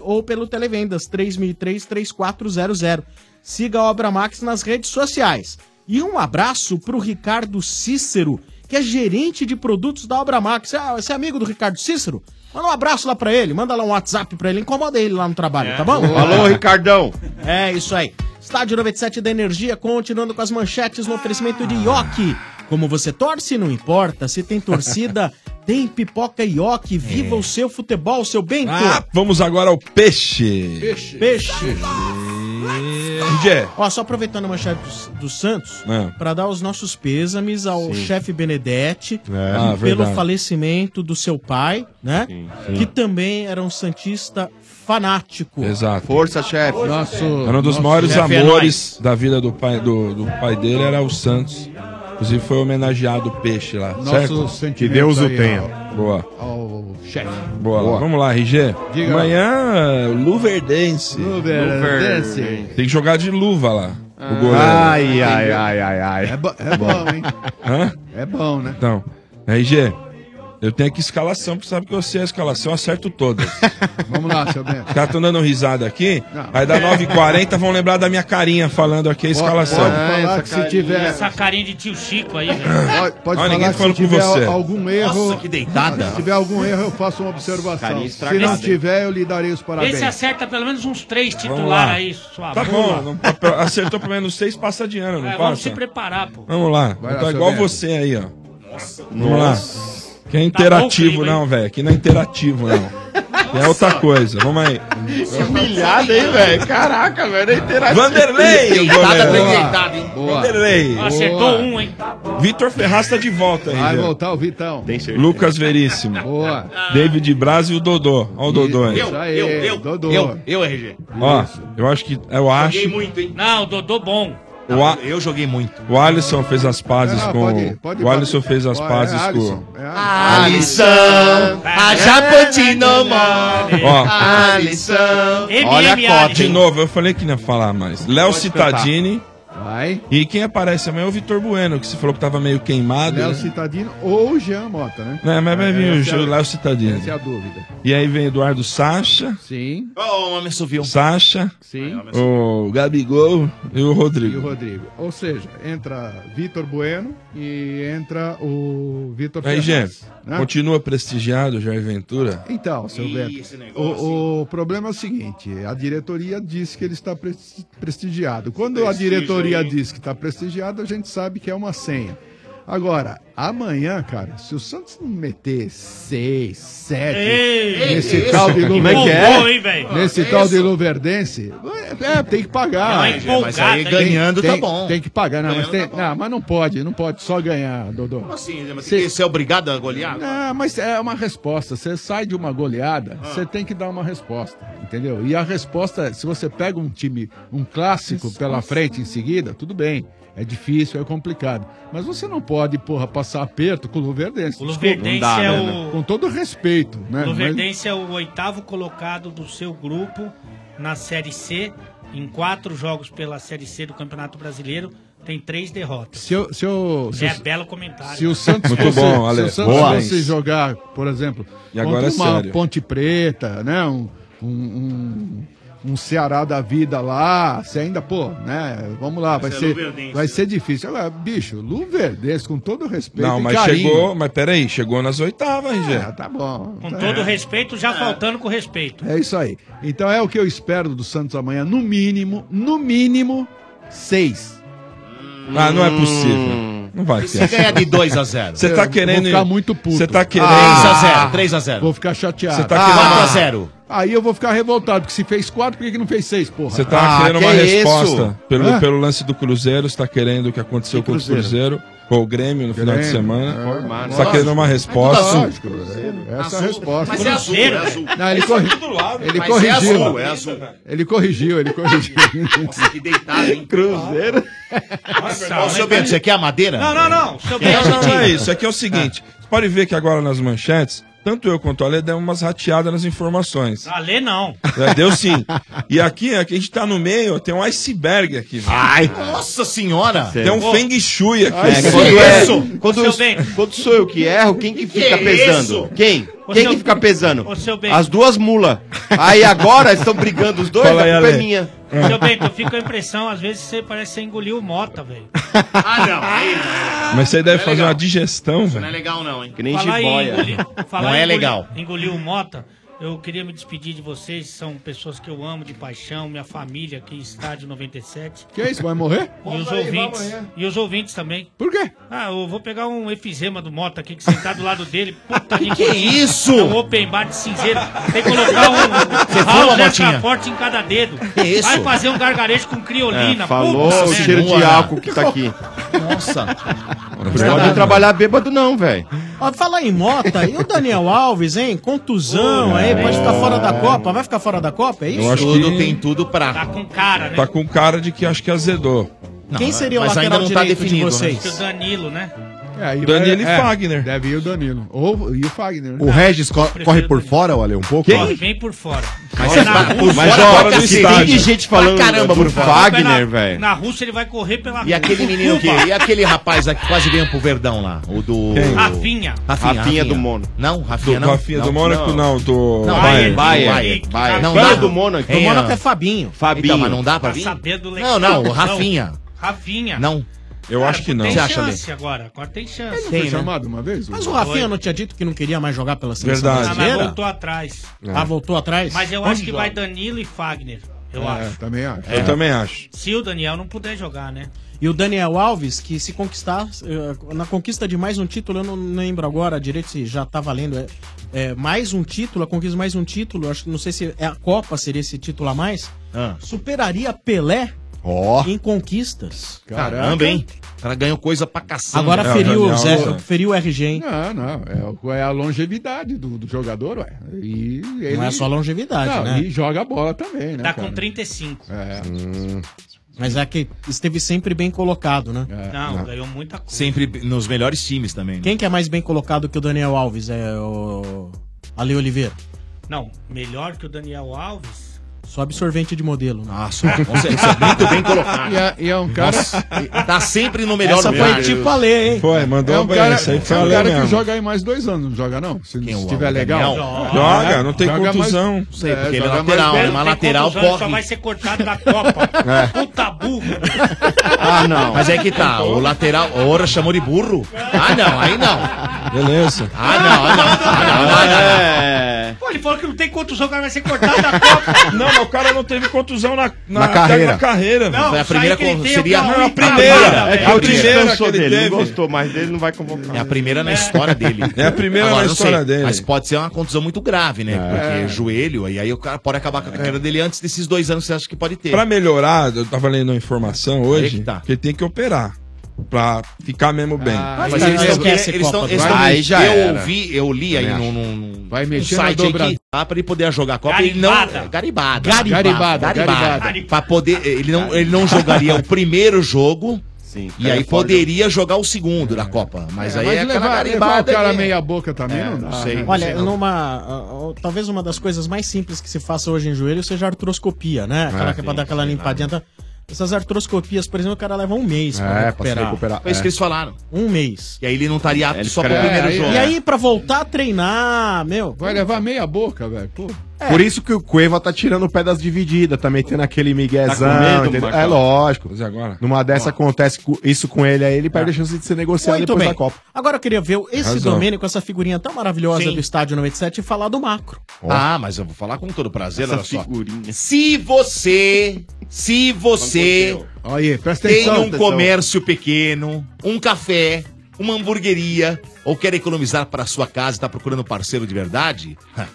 S9: ou pelo Televendas 3003-3400. Siga a Obra Max nas redes sociais. E um abraço para o Ricardo Cícero, que é gerente de produtos da Obra Max. Ah, você é amigo do Ricardo Cícero? Manda um abraço lá para ele, manda lá um WhatsApp para ele, incomoda ele lá no trabalho, tá bom?
S15: Alô, Ricardão.
S9: É isso aí. Estádio 97 da Energia, continuando com as manchetes no oferecimento de Ioki. Como você torce, não importa. Se tem torcida, tem pipoca Ioki. Viva o seu futebol, seu Bento.
S12: É. Ah, vamos agora ao peixe.
S9: peixe. Peixe.
S12: DJ.
S9: Ó, só aproveitando a manchete do, do Santos,
S12: É.
S9: pra dar os nossos pêsames ao chefe Benedetti
S12: Ah,
S9: e pelo
S12: verdade.
S9: falecimento do seu pai, né?
S12: sim.
S9: Que também era um santista fanático.
S12: Exato.
S9: Força, chefe. Nosso,
S12: Era um dos
S9: nosso
S12: maiores
S9: chefe é
S12: amores da vida do pai, do, do pai dele, era o Santos. Inclusive foi homenageado o peixe lá,
S10: Nossos
S12: certo?
S10: sentimentos Que Deus o aí, tenha. ó.
S12: Boa.
S10: Ao chefe.
S12: Boa, lá.
S10: Boa.
S12: Vamos lá, RG.
S10: Diga.
S12: Amanhã, Luverdense.
S10: Luverdense.
S12: Tem que jogar de luva lá.
S10: Ah.
S12: o goleiro.
S10: Ai, ai, ai,
S8: ai, ai.
S10: É bo- é bom, hein?
S12: Hã?
S10: É bom, né?
S12: Então, RG, eu tenho aqui escalação, porque sabe que eu sei a escalação, eu acerto todas.
S10: Vamos lá, seu Bento.
S12: Os caras estão dando risada aqui.
S10: Não.
S12: Aí dá 9h40, vão lembrar da minha carinha falando aqui a escalação.
S10: pode falar que se tiver-
S11: Essa carinha de tio Chico aí, velho.
S10: Pode, pode
S12: Olha,
S10: falar
S12: ninguém
S10: que
S12: falou
S10: se
S12: com
S10: tiver
S12: você.
S10: algum erro.
S12: Nossa, que deitada.
S10: Se tiver algum erro, eu faço uma observação.
S12: Carinha
S10: Se
S12: estragada,
S10: não
S12: hein?
S10: tiver, eu lhe darei os
S11: Vê
S10: parabéns.
S11: se acerta pelo menos uns três
S12: Vamos lá.
S11: titulares aí, sua
S12: tá
S11: boca.
S12: bom, não- papel- acertou pelo menos seis, passa de ano, não
S11: É, vamos
S12: passa?
S11: se preparar, pô.
S12: Vamos lá,
S11: Vai lá,
S12: tá
S11: seu
S12: igual
S11: Beto.
S12: você aí, ó. Vamos
S11: Nossa. Tá
S12: lá. Que é interativo, não, velho. Aqui não é interativo, não. Aqui É outra coisa. Vamos aí.
S15: Humilhado, hein, velho? Caraca, velho, é interativo.
S10: Tá
S12: Vanderlei! o goleiro. Vamos lá.
S15: hein?
S12: Vanderlei. Boa.
S11: um, hein?
S12: Vitor Ferraz tá de volta aí.
S10: Vai
S12: velho.
S10: voltar o Vitão.
S15: Tem
S12: Lucas Veríssimo.
S10: Boa.
S12: David Braz e o Dodô. Ó o Dodô aí.
S10: Isso aí,
S12: eu,
S10: Dodô.
S3: eu, eu, RG.
S12: Ó, eu acho que. é Eu acho.
S3: muito, hein?
S11: Não, Dodô bom.
S12: O A-
S3: Eu joguei muito.
S12: O Alisson fez as pazes com. o Alisson fez as pazes com.
S3: Alisson,
S11: É.
S12: a Ó.
S3: Alisson.
S12: De novo, eu falei que não ia falar mais. Léo
S3: Pode cantar.
S12: Cittadini, Vai. E quem aparece também é o Vitor Bueno, que você falou que tava meio queimado.
S10: Léo
S12: né?
S10: Citadino ou Jean Mota, né?
S12: É, mas vai vir o
S10: essa é a-
S12: Ju- Léo Citadino.
S10: Essa é a dúvida.
S12: E aí vem Eduardo Sacha.
S10: Sim.
S3: Ó, o homem subiu.
S12: Sacha.
S10: Sim.
S12: O Gabigol e o
S10: E o
S12: Rodrigo.
S10: Rodrigo. Ou seja, entra Vitor Bueno e entra o Vitor
S12: Aí, Gê,
S10: Fernandes. né?
S12: continua prestigiado o Jair Ventura?
S10: Então, seu
S3: Ih,
S10: Beto,
S3: esse negócio,
S10: o, o problema é o seguinte: a diretoria diz que ele está pres- prestigiado. Quando a
S3: Prestígio,
S10: diretoria
S3: hein?
S10: diz que está prestigiado, a gente sabe que é uma senha. Agora, amanhã, cara, se o Santos não meter seis, sete
S16: Ei,
S10: nesse
S16: ei,
S10: tal de
S16: isso.
S10: Luverdense,
S16: Como é que é? Empolgou, hein, velho?
S10: nesse
S16: Ah,
S10: tal de
S16: isso.
S10: Luverdense, é, tem que pagar.
S16: Dá uma Mas aí empolgada, hein? ganhando
S10: Tem-
S16: tá bom.
S10: Tem que pagar, não, mas,
S3: Ganhando
S10: tem-
S3: tá
S10: não, mas não pode, não pode só ganhar, Dodô.
S3: Como assim? Mas
S10: Sim.
S3: Você é obrigado a golear?
S10: Não, mas é uma resposta. Você sai de uma goleada,
S11: Ah.
S10: você tem que dar uma resposta, entendeu? E a resposta, se você pega um time, um clássico pela frente em seguida, tudo bem. É difícil, é complicado. Mas você não pode, porra, passar aperto com o Luverdense.
S11: O
S10: Desculpa.
S11: Luverdense
S10: Não
S11: é
S10: né?
S11: o-
S10: Com todo respeito, né?
S11: O Verdense é o oitavo colocado do seu grupo na Série C, em quatro jogos pela Série C do Campeonato Brasileiro, tem três derrotas.
S10: Mas se eu, se eu, se
S11: é
S10: o-
S11: belo comentário.
S10: se o Santos
S11: Muito
S10: fosse,
S11: bom, Ale.
S10: se o Santos
S11: Boa.
S10: fosse jogar, por exemplo,
S12: E agora é
S10: contra uma
S12: sério.
S10: Ponte Preta, né? Um, um, um, um Ceará da vida lá, você ainda, pô, né? Vamos lá, vai
S11: é
S12: Vai ser
S10: ser,
S12: Luverdense.
S11: né?
S10: vai ser difícil. Agora, bicho, Luverdense, com todo respeito
S12: Não,
S10: e
S12: mas
S10: carinho.
S12: chegou. Mas peraí, chegou nas oitavas, hein, Gê?
S10: Ah, tá bom.
S11: Com todo respeito, já faltando com respeito.
S10: É isso aí. Então é o que eu espero do Santos amanhã, no mínimo, no mínimo, seis.
S12: Ah, não é
S3: Hum.
S12: possível. Não vai
S10: Hum. E
S12: ter.
S10: se ganhar de 2 a 0?
S12: Você tá
S10: Eu
S12: querendo.
S10: vou ficar muito puto.
S12: Você tá querendo.
S10: 3 a
S3: 0, 3 Ah. a Ah. 0.
S10: Vou ficar chateado.
S12: Você tá querendo-
S3: 4 a 0.
S10: Aí eu vou ficar revoltado, porque se fez 4, por que que não fez 6, porra?
S12: Você tá querendo
S10: é
S12: uma resposta pelo,
S10: Hã?
S12: pelo lance do Cruzeiro, você tá querendo o que aconteceu com o Cruzeiro, com o Grêmio no final de
S10: Grêmio,
S12: semana.
S10: é,
S12: você
S10: lógico.
S12: tá querendo uma
S10: É tudo
S12: resposta.
S10: lógico,
S15: né?
S10: é, Essa é a resposta.
S16: Mas é azul, é azul.
S10: Não,
S16: Mas
S10: ele,
S1: tá
S10: corri-
S16: é tudo lado,
S10: ele
S16: mas é
S10: corrigiu.
S16: azul, é azul.
S10: Ele corrigiu, ele corrigiu. Nossa,
S3: que deitado, hein?
S10: Cruzeiro.
S3: Ó,
S1: é
S3: seu Bento, você quer a madeira?
S12: Não,
S11: não, não.
S12: Não, não, não é isso. Aqui é o seguinte: você pode ver que agora nas manchetes, tanto eu quanto o Ale demos umas rateadas nas informações.
S11: Alê não.
S12: É, deu sim. E aqui, aqui a gente tá no meio, ó, tem um iceberg aqui. velho.
S3: Ai, nossa senhora!
S12: Tem um feng shui aqui.
S15: Ai,
S12: velho.
S15: quando, é- quando, eu- quando sou eu que erro, quem que
S12: Que
S15: fica
S12: que é
S15: pesando?
S12: isso?
S15: Quem?
S12: Ô,
S15: quem
S12: seu-
S15: que fica pesando?
S11: Ô, seu Bento.
S15: As duas mulas. Aí agora estão brigando os dois,
S11: Fala
S15: a
S11: aí,
S15: culpa é
S11: Ale.
S15: minha.
S11: Seu Bento, eu fico com a impressão, às vezes você parece que você engoliu o Mota, velho.
S12: Mas você deve fazer uma digestão, velho.
S3: é legal, não, hein?
S15: Que nem
S11: Falar em
S15: jiboia.
S11: engolir- falar
S12: Não
S11: em
S12: é
S11: engolir-
S12: legal.
S11: Engolir o Mota, eu queria me despedir de vocês, são pessoas que eu amo de paixão, minha família aqui, Estádio 97.
S10: Que é isso, vai morrer?
S11: E os ouvintes. E os ouvintes também.
S10: Por quê?
S11: Ah, eu vou pegar um efizema do Mota aqui, que sentar do lado dele. Puta que,
S3: isso?
S11: É um open bar de cinzeiro. Tem que colocar um
S3: Você
S11: Raul
S3: fuma,
S11: Zé
S3: Motinha?
S11: Caforte em cada dedo.
S3: Que isso?
S11: Vai fazer um gargarejo com criolina.
S15: É, falou
S11: puta
S15: o
S11: merda.
S15: cheiro de álcool que tá aqui.
S3: Nossa.
S15: Não
S9: é,
S15: pode trabalhar bêbado não, velho.
S9: Ó, falar em Mota, e o Daniel Alves, hein? Contusão aí, pode ficar fora da Copa. Vai ficar fora da Copa, é isso?
S12: é. Eu acho que-
S3: tudo pra.
S11: Tá com cara, né?
S12: Tá com cara de que acho que azedou.
S9: Quem seria o lateral
S12: tá
S11: tá
S9: direito de
S12: né?
S11: né?
S9: vocês?
S11: O Danilo, né?
S10: um
S12: Danilo e
S10: Fagner. É, Deve ir o Danilo. Ou e o Fagner. né?
S8: O Regis co- corre por fora, olha, um pouco.
S11: Corre bem por fora.
S8: Mas
S11: Corre
S8: você fala por
S11: Rússia.
S8: fora, Mas, ó, pra cacete, tem gente falando
S11: Pra caramba,
S8: do
S11: por fora.
S8: Fagner,
S11: Vai na-
S8: velho.
S11: Na Rússia ele vai correr pela
S3: E aquele menino que. E aquele rapaz lá que quase veio pro Verdão lá? O do.
S12: Quem?
S11: Rafinha.
S3: Rafinha,
S12: Rafinha do
S3: Mônaco. Não, Rafinha
S12: Do
S3: não.
S12: Rafinha do
S3: Não,
S12: Mônaco, não. Do
S3: Não,
S12: Bayern.
S3: Bayern. Bayern. Bayern. Não, dá.
S9: Do
S3: Hein,
S9: Mônaco
S3: ó.
S9: é Fabinho.
S3: Fabinho. Então, mas não dá pra
S11: Tá
S3: vir?
S11: sabendo
S3: Não, não, o Rafinha.
S11: Rafinha.
S3: Não.
S12: Eu acho que
S11: Tem
S9: Você acha,
S11: chance agora. Agora tem chance.
S9: Ele não foi Tem, né? chamado
S10: uma vez?
S9: Mas o Rafinha não tinha dito que não queria mais jogar pela seleção
S11: Verdade. Ah, mas
S9: brasileira?
S11: voltou atrás.
S9: Ah, voltou atrás?
S11: Mas eu
S9: Onde
S11: acho que
S9: joga?
S11: vai Danilo e Fagner. Eu
S9: É,
S11: acho.
S10: Também acho.
S12: Eu também acho.
S11: Se o Daniel não puder jogar, né?
S9: E o Daniel Alves, que se conquistar, eh, na conquista de mais um título, eu não lembro agora direito se já tá valendo, é, é, mais um título, a conquista de mais um título, acho que não sei se é a Copa seria esse título a mais,
S10: Ah.
S9: superaria Pelé em conquistas.
S3: Caramba, hein? O cara ganhou coisa pra cacete.
S9: Agora
S12: é,
S9: feriu, o Zé, feriu o RG, hein?
S10: Não, não. É, o- é a longevidade do, do jogador, ué. E ele...
S9: Não é só a longevidade,
S10: Não,
S9: né?
S10: E joga bola também, né?
S11: Tá
S10: cara?
S11: com 35.
S10: É.
S9: Mas é que esteve sempre bem colocado, né?
S10: É.
S11: Não, ganhou muita coisa.
S3: Sempre nos melhores times também.
S9: Quem que é mais bem colocado que o Daniel Alves? É o Ale Oliveira.
S11: Não, melhor que o Daniel Alves.
S9: Só absorvente de modelo.
S3: Ah, Nossa, muito bem colocado.
S10: E é, e é um cara.
S3: Nossa, tá sempre no melhor
S10: Essa
S3: lugar.
S10: foi tipo a lei, hein?
S12: Foi, mandou
S10: é um
S12: bem,
S10: cara,
S12: isso aí foi
S10: é
S12: a
S10: um
S12: lei
S10: cara
S12: mesmo.
S10: que joga aí mais dois anos, não joga não? Se não estiver
S3: o
S10: legal.
S3: Daniel? Joga, não tem contusão.
S10: mais-
S3: Não sei, porque ele é
S10: joga mais
S3: lateral,
S10: bem.
S3: né? Mas
S10: Não tem
S3: lateral
S10: contusão, ele
S3: corre.
S10: só vai
S11: ser cortado da Copa.
S3: É. Ah, não. Mas é que tá. O lateral. Ora, chamou de burro. Ah, não. Aí não.
S12: Beleza.
S3: Ah, não. Ah, não. Ah, não. Ah, não.
S12: É.
S11: Pô, ele falou que não tem contusão, o cara vai ser cortado da
S12: Não, mas o cara não teve contusão na,
S3: Na carreira.
S12: Na carreira
S3: Não, Foi a primeira
S12: que ele
S3: con-
S12: tem,
S3: seria
S12: não,
S3: a
S12: a primeira.
S3: primeira, velho.
S12: É a primeira que
S15: Cansou
S12: ele
S15: dele,
S12: teve.
S15: não gostou mais dele, não vai convocar.
S3: É a primeira na história dele.
S12: É a primeira na
S3: não
S12: história dele.
S3: Mas pode ser uma contusão muito grave, né?
S12: É.
S3: Porque joelho, e aí o cara pode acabar com a carreira dele antes desses dois anos que você acha que pode ter.
S12: Pra melhorar, eu tava lendo uma informação hoje que, ele tem que operar. Pra ficar mesmo bem.
S3: Ah, mas eles não querem- eles estão- eles estão- eu ouvi, eu li aí num, num, num-
S12: Vai
S3: num
S12: mexer na
S3: site aí que
S12: dobrada.
S3: dá pra ele poder jogar a Copa. Ele
S12: Garibada.
S3: não, garibada.
S12: Garibada,
S3: garibada.
S12: garibada.
S3: Pra poder, ele não, ele não jogaria o primeiro jogo. E
S10: cara,
S3: aí
S10: pode-
S3: poderia jogar o segundo da Copa. Mas aí é aquela
S10: levar, levar o
S3: garibada.
S10: cara
S3: que-
S10: meia boca também
S3: É,
S10: não dá.
S3: não sei.
S10: né?
S9: Olha, numa, ah, oh, talvez uma das coisas mais simples que se faça hoje em joelho seja a artroscopia, né?
S3: Ah,
S9: Aquela
S10: É,
S9: que
S10: sim,
S9: é pra dar aquela
S10: sim,
S9: limpadinha. tá? Essas artroscopias, por exemplo, o cara leva um mês pra
S3: É, pra se
S9: recuperar.
S3: recuperar, Foi isso é. que eles falaram.
S9: Um mês.
S3: E aí ele não estaria apto
S9: Ele
S3: só pro
S9: ficaria-
S3: primeiro
S9: é,
S3: jogo.
S9: E aí, pra voltar a treinar, meu. É,
S10: Vai levar meia boca, velho.
S8: Por isso que o Cueva tá tirando o pé das divididas, também tendo aquele miguezão.
S10: Tá com medo,
S8: entendeu?
S10: Marcão?
S8: é lógico.
S12: Mas agora?
S8: Numa dessa acontece co- isso com ele aí, ele perde a chance de ser negociado
S9: É. Muito
S8: depois
S9: bem.
S8: da Copa.
S9: Agora eu queria ver esse
S8: Razão.
S9: Domênico, essa figurinha tão maravilhosa
S3: Sim.
S9: do Estádio 97 e falar do macro.
S3: Ah, mas eu vou falar com todo prazer,
S9: Essa
S3: olha só. Se você, se você
S10: Olha aí, presta
S3: tem
S10: atenção.
S3: um comércio pequeno, um café, uma hamburgueria ou quer economizar para sua casa e está procurando um parceiro de verdade, Ha,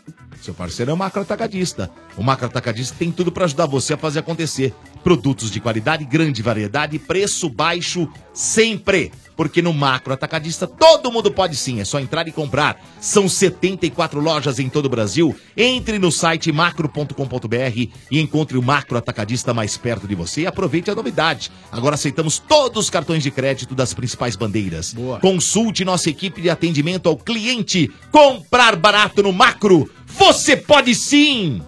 S3: seu parceiro é o Macro Atacadista. O Macro Atacadista tem tudo para ajudar você a fazer acontecer. Produtos de qualidade, grande variedade, preço baixo sempre. Porque no Macro Atacadista todo mundo pode sim, é só entrar e comprar. São 74 lojas em todo o Brasil. Entre no site macro.com.br e encontre o Macro Atacadista mais perto de você e aproveite a novidade. Agora aceitamos todos os cartões de crédito das principais bandeiras. Consulte nossa equipe de atendimento ao cliente. Comprar barato no Macro, você pode sim!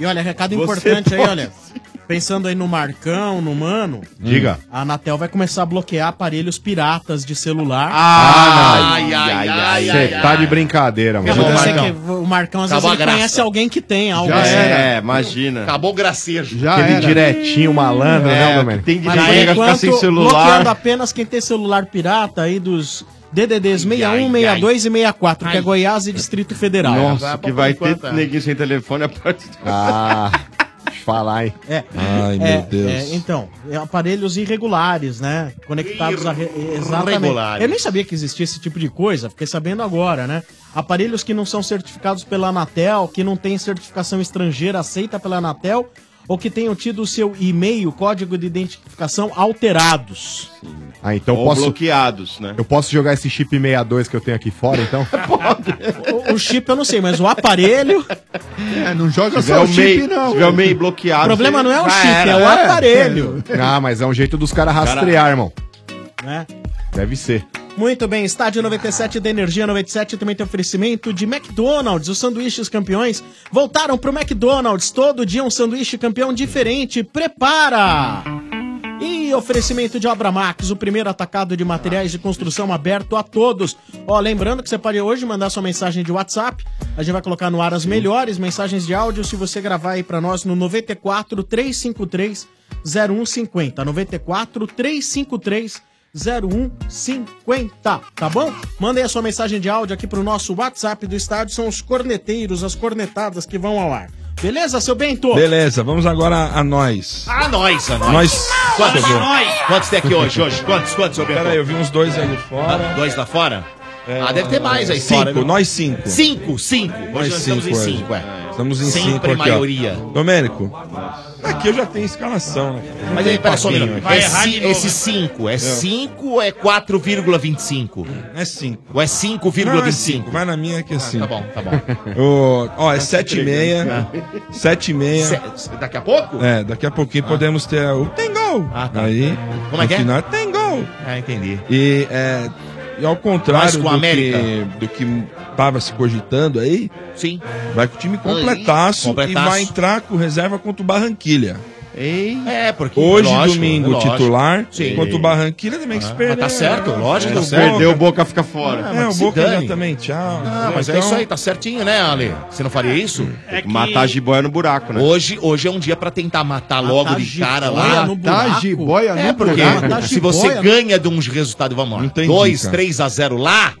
S9: E olha, recado
S3: Você
S9: importante aí,
S3: pode
S9: olha. Pensando aí no Marcão, no Mano.
S3: Diga.
S9: A Anatel vai começar a bloquear aparelhos piratas de celular.
S8: Ah,
S9: Ai, ai, ai,
S8: Você tá de brincadeira, mano. tá
S9: Acabou, você que o Marcão às
S8: Acabou
S9: vezes
S8: a
S9: ele
S8: graça.
S9: conhece alguém que tem algo
S8: Já
S9: assim.
S8: era.
S15: É, imagina.
S3: Acabou o gracejo.
S8: Aquele direitinho malandro,
S15: É,
S8: né,
S15: que
S8: Domênico?
S15: tem
S9: Mas por enquanto, bloqueando apenas quem tem celular pirata aí dos DDDs 61, 62 e 64, que é Goiás e Distrito Federal.
S15: Nossa, que vai ter
S9: enquanto, é.
S15: neguinho sem telefone a partir do...
S8: Ah, falar, hein?
S9: É.
S15: Ai,
S9: É, é, então, é aparelhos irregulares, né? Conectados a. re- Exatamente.
S3: Irregulares.
S9: Eu nem sabia que existia esse tipo de coisa, fiquei sabendo agora, né? Aparelhos que não são certificados pela Anatel, que não têm certificação estrangeira aceita pela Anatel, ou que tenham tido o seu e-mail, código de identificação alterados.
S8: Ah, então
S9: Ou
S8: posso.
S15: bloqueados, né?
S8: Eu posso jogar esse chip 62 que eu tenho aqui fora, então?
S9: O, o chip eu não sei, mas o aparelho.
S10: É, não joga
S8: Se tiver só o o chip, MEI- não. se tiver o MEI
S9: O
S8: bloqueado,
S9: problema
S8: você-
S9: não é o
S8: Já
S9: chip,
S8: era,
S9: é o
S8: é.
S9: aparelho.
S8: Ah, mas é um jeito dos caras
S9: Cara-
S8: rastrear, irmão.
S9: Né?
S8: Deve ser.
S9: Muito bem, estádio 97 da Energia 97 também tem oferecimento de McDonald's. Os sanduíches campeões voltaram pro McDonald's. Todo dia um sanduíche campeão diferente. Prepara! E oferecimento de Obra Max, o primeiro atacado de materiais de construção aberto a todos. Ó, lembrando que você pode hoje mandar sua mensagem de WhatsApp. A gente vai colocar no ar as melhores mensagens de áudio se você gravar aí pra nós no 94 353 0150. 94 353 0150, tá bom? Mandei a sua mensagem de áudio aqui pro nosso WhatsApp do estádio, são os corneteiros, as cornetadas que vão ao ar. Beleza, seu Bento?
S12: Beleza, vamos agora a nós.
S3: A nós, a nós.
S12: Nós.
S3: Quantos,
S12: Chegou.
S3: quantos tem aqui hoje? hoje? Quantos, quantos, ô Peraí,
S12: eu vi uns dois ali fora.
S3: dois lá fora? ah, deve ter mais aí
S12: cinco,
S3: fora. viu?
S12: nós cinco.
S3: Cinco, cinco. Hoje nós,
S12: Nós
S3: estamos em
S12: cinco hoje.
S3: cinco, é.
S12: Estamos em
S3: Sempre
S12: cinco aqui, ó.
S3: maioria.
S12: Domênico, aqui eu já tenho escalação, né?
S3: Mas aí, pera só um minuto.
S12: Vai
S3: É
S12: errar
S3: ci-
S12: de novo,
S3: esse
S12: né?
S3: 5 é
S12: É.
S3: 5 ou é 4,25?
S12: É 5.
S3: Ou é 5,25?
S12: Não, é cinco. Vai na minha que é 5.
S3: tá bom, tá bom.
S12: Ô, ó, é
S3: Tá se
S12: 7 e meia.
S3: entregando.
S12: 7 e meia.
S3: Se- Daqui a pouco? Ah.
S12: É, daqui a pouquinho podemos ter o Tem Gol. Aí,
S3: Como é
S12: no
S3: que é?
S12: final, Tem Gol.
S3: Ah, entendi.
S12: E é, E ao contrário
S3: Mas com a
S12: do,
S3: América.
S12: que, do que tava se cogitando aí,
S3: Sim.
S12: vai com o time completaço,
S3: Completaço.
S12: e vai entrar com reserva contra o Barranquilha.
S3: É, porque
S12: Hoje,
S3: lógico, é
S12: domingo,
S3: lógico.
S12: titular
S3: Sim.
S12: contra o Barranquilha também que se
S3: Ah,
S12: perder.
S3: mas tá certo, lógico,
S12: É,
S3: tá certo.
S12: Boca.
S3: Perdeu, o Boca fica fora.
S12: É,
S3: Ah,
S12: o
S3: mas que
S12: Boca
S3: se
S12: já
S3: dane.
S12: também, tchau.
S3: Ah, mas é
S12: Então-
S3: isso aí, tá certinho, né, Ale? Você não faria isso?
S15: que- matar a
S3: jiboia no buraco, né? Hoje, hoje é um dia pra tentar matar logo de cara
S15: jiboia
S3: lá.
S15: no Matar buraco? jiboia no
S3: É, porque
S15: buraco? Matar
S3: se você
S15: jiboia no-
S3: ganha de um resultado, vamos lá,
S15: entendi,
S3: 2,
S15: cara.
S3: 3 a 0 lá,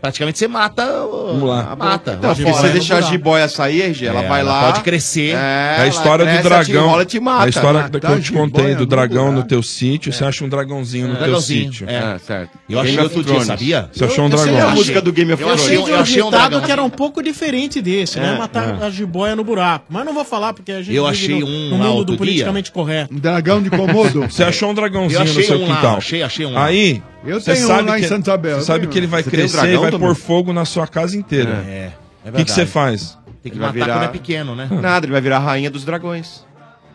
S3: praticamente você mata. Vamos
S12: lá.
S3: Mata.
S15: Então,
S3: Lá
S15: se
S3: fora,
S15: você
S3: né,
S15: deixar a
S3: no buraco.
S15: jiboia sair, RG, ela
S3: É,
S15: vai
S3: ela
S15: lá.
S3: pode crescer.
S15: É,
S12: a história
S15: ela
S12: do
S15: cresce,
S12: dragão. É
S15: ela te mata.
S12: a história que eu
S15: Matar
S12: te
S15: jiboia
S12: contei do
S15: no
S12: dragão no teu sítio, você acha um dragãozinho no teu
S15: Dragãozinho,
S12: sítio.
S15: é. É, certo.
S3: Eu achei
S12: Game
S3: outro
S12: of
S3: dia,
S12: Thrones.
S3: sabia?
S12: Você achou um
S9: Eu- eu sei
S12: dragão.
S9: a música do
S3: Game of
S9: Eu achei,
S3: Eu
S9: eu
S3: achei um
S9: ditado
S3: dragão.
S9: que era um pouco diferente desse,
S3: É,
S9: né? Matar
S3: é.
S9: a jiboia no buraco. Mas não vou falar, porque a gente
S3: Eu
S9: vive
S3: achei
S9: no,
S3: um
S9: no
S3: lá
S9: mundo
S3: outro
S9: do
S3: dia.
S9: politicamente correto.
S10: Um dragão de Komodo.
S12: Você achou um dragãozinho
S3: é. Eu achei
S12: no seu
S3: um lá,
S12: quintal?
S3: achei- achei um lá.
S12: Aí,
S10: Eu
S12: você
S10: tenho um
S12: sabe
S10: lá em
S12: que-
S10: Santa Isabel, eu
S12: Você sabe
S10: tenho
S12: que ele
S10: um.
S12: vai
S10: Você tem
S12: crescer
S10: dragão
S12: e vai
S10: também?
S12: pôr fogo na sua casa inteira.
S15: É,
S12: O
S15: é
S12: que que você
S15: verdade.
S12: faz?
S3: Tem
S15: Ele
S3: que
S15: vai
S3: matar quando é
S15: virar-
S3: pequeno, né?
S15: Nada, ele vai virar a rainha dos dragões.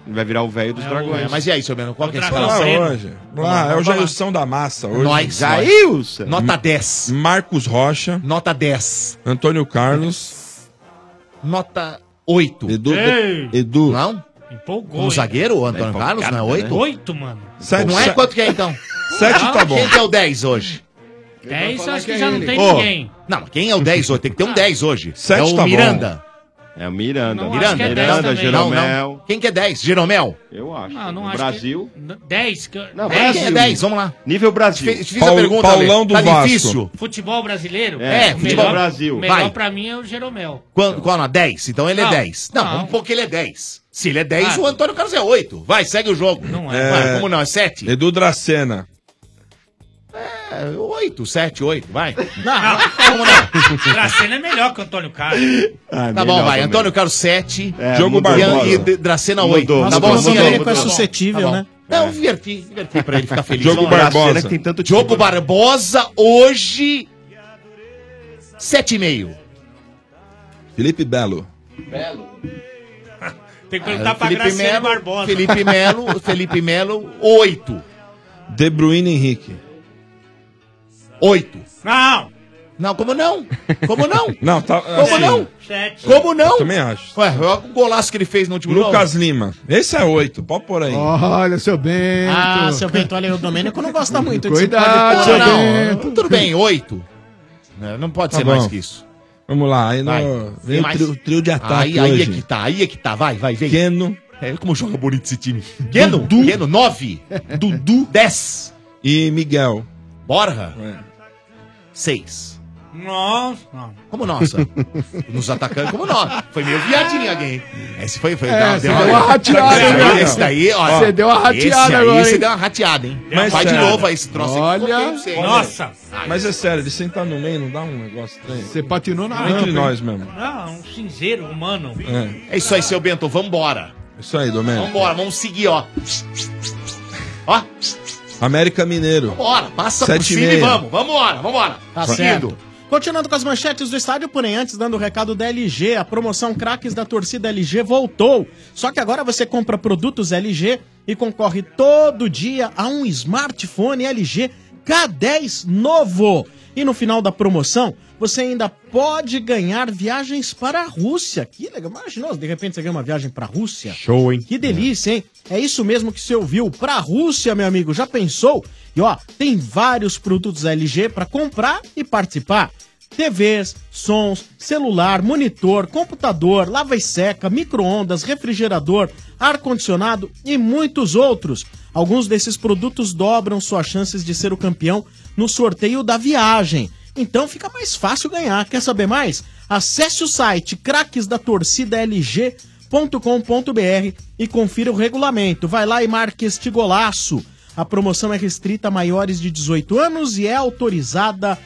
S15: Ele vai virar o velho dos dragões. Ah,
S3: É, mas e aí, seu Beno? Qual que é a
S12: Vamos lá
S3: escalação?
S12: hoje. Vamos lá, é o Jailson da Massa hoje.
S3: Nós.
S12: Jailson.
S3: Nota 10.
S12: Marcos Rocha.
S3: Nota 10.
S12: Antônio Carlos.
S3: Nota 8.
S12: Edu.
S3: Ei!
S12: Edu.
S3: Não?
S11: Empolgou.
S3: Como zagueiro, o Antônio
S12: Empolgado,
S3: Carlos, não é
S12: né?
S3: 8?
S11: Oito, mano.
S12: Sete,
S3: não é
S12: sete.
S3: quanto que é então?
S12: Sete
S3: Não,
S12: tá bom.
S3: Quem que é o 10 hoje?
S11: É isso, acho que já Ah, não tem
S3: Ô,
S11: ninguém. Ah.
S3: Não, quem é o 10 hoje? Tem que ter um 10 hoje.
S15: Sete tá
S3: é o
S15: bom.
S3: Miranda.
S15: É o Miranda.
S3: Miranda. Miranda,
S15: Miranda,
S3: é Não,
S15: Jeromel.
S3: não. Quem que é 10? Jeromel?
S15: Eu acho.
S11: Ah, não
S15: No
S11: acho
S15: Brasil.
S11: Que... Dez. Que...
S15: Não,
S3: É, quem é 10? Vamos lá.
S15: Nível Brasil.
S3: Difí- difícil a pergunta, Ale. Tá difícil.
S11: Futebol brasileiro?
S3: É,
S11: o
S3: futebol
S11: melhor-
S3: Brasil.
S11: O melhor
S3: Vai.
S11: pra mim é o Jeromel.
S3: Qual, qual nota? 10? Então ele
S11: Não,
S3: é 10. Não,
S11: não.
S3: vamos pôr que ele é 10. Se ele é 10,
S11: Ah.
S3: o Antônio Carlos é 8. Vai, segue o jogo. Não Vai, como não? É 7?
S12: Edu Dracena.
S3: É, 8, 7, 8, vai.
S11: Dracena é melhor que o Antônio Carlos.
S3: tá bom, vai. Antônio Carlos 7.
S11: É, mudou.
S3: E D- Dracena 8.
S15: Mudou,
S3: tá
S15: mudou,
S3: bom, assim,
S15: mudou,
S3: Ale?
S15: mudou.
S3: Tá bom,
S15: suscetível,
S3: tá bom.
S15: né?
S3: Não, diverti, diverti pra ele ficar feliz.
S15: Diogo
S3: Vamos lá.
S15: Barbosa.
S3: Dracena que tem tanto Diogo time, né? Barbosa hoje 7,5.
S12: Felipe Belo.
S11: Tem que
S3: Ah,
S11: perguntar pra
S3: Felipe
S11: Dracena
S3: Melo,
S11: Barbosa.
S3: Felipe Melo, Felipe Melo 8.
S12: De Bruyne Henrique.
S3: 8.
S11: Não!
S3: Não, como não? Como não?
S12: Não, tá.
S3: Como
S12: assim,
S3: não?
S11: Sete.
S3: Como não?
S12: Eu também acho.
S3: Ué, olha o golaço que ele fez no último
S12: Lucas
S3: jogo.
S12: Lima. Esse é 8. Pode pôr aí.
S10: Olha, seu Bento.
S9: Ah, seu Bento, olha, o Domênico não gosta muito
S10: Cuidado,
S9: disso.
S10: seu
S9: Não,
S3: É,
S10: Bento.
S9: não.
S3: Tudo bem, 8. É, Não pode
S12: Tá
S3: ser mais
S12: bom.
S3: que isso.
S12: Vamos lá. Aí
S3: Vai.
S12: no...
S3: Tem
S12: vem o
S3: mais?
S12: trio, trio de ataque
S3: Aí, aí é
S12: hoje.
S3: que tá, aí é que tá. Vai, vai, vem.
S12: Keno.
S3: É, como joga bonito esse time. Keno, Keno, 9. Dudu, 10.
S12: E Miguel. É.
S3: Borra, 6.
S11: Nossa. Não.
S3: Como nossa? Nos atacando como nós. Foi meio viadinho alguém. Esse foi... foi
S10: É, você deu uma rateada,
S3: esse, daí-
S10: né?
S3: esse daí, ó.
S10: Você deu uma rateada
S3: esse aí,
S10: Tá agora,
S3: Você
S10: hein?
S3: deu uma rateada, hein?
S12: Mas é.
S3: Vai
S12: sério.
S3: de novo aí esse troço aqui. Coloquei pra você, hein?
S12: Mas é sério, ele sentar no meio não dá um negócio estranho. Você
S10: patinou
S3: na
S12: Entre
S3: rampa, hein?
S12: nós mesmo.
S11: Ah, um cinzeiro humano.
S3: É isso aí, seu Bento. Vambora.
S12: Isso aí, Domênico.
S3: Vambora, vamos seguir, ó. Ó,
S12: América Mineiro.
S3: bora, passa
S12: Sete
S3: por
S12: e
S3: cima e,
S12: meia.
S3: vamos. Vambora, vambora.
S9: Tá certo. Continuando com as manchetes do estádio, porém antes dando o recado da LG, a promoção Craques da Torcida LG voltou. Só que agora você compra produtos LG e concorre todo dia a um smartphone LG K10 novo. E no final da promoção, você ainda pode ganhar viagens para a Rússia. Que legal, imaginou, de repente você ganha uma viagem para a Rússia.
S8: Show, hein?
S9: Que delícia, hein? É isso mesmo que você ouviu. Pra Rússia, meu amigo, já pensou? E ó, tem vários produtos LG pra comprar e participar. TVs, sons, celular, monitor, computador, lava e seca, micro-ondas, refrigerador, ar-condicionado e muitos outros. Alguns desses produtos dobram suas chances de ser o campeão no sorteio da viagem. Então fica mais fácil ganhar. Quer saber mais? Acesse o site craquesdatorcidalg.com.br e confira o regulamento. Vai lá e marque este golaço. A promoção é restrita a maiores de 18 anos e é autorizada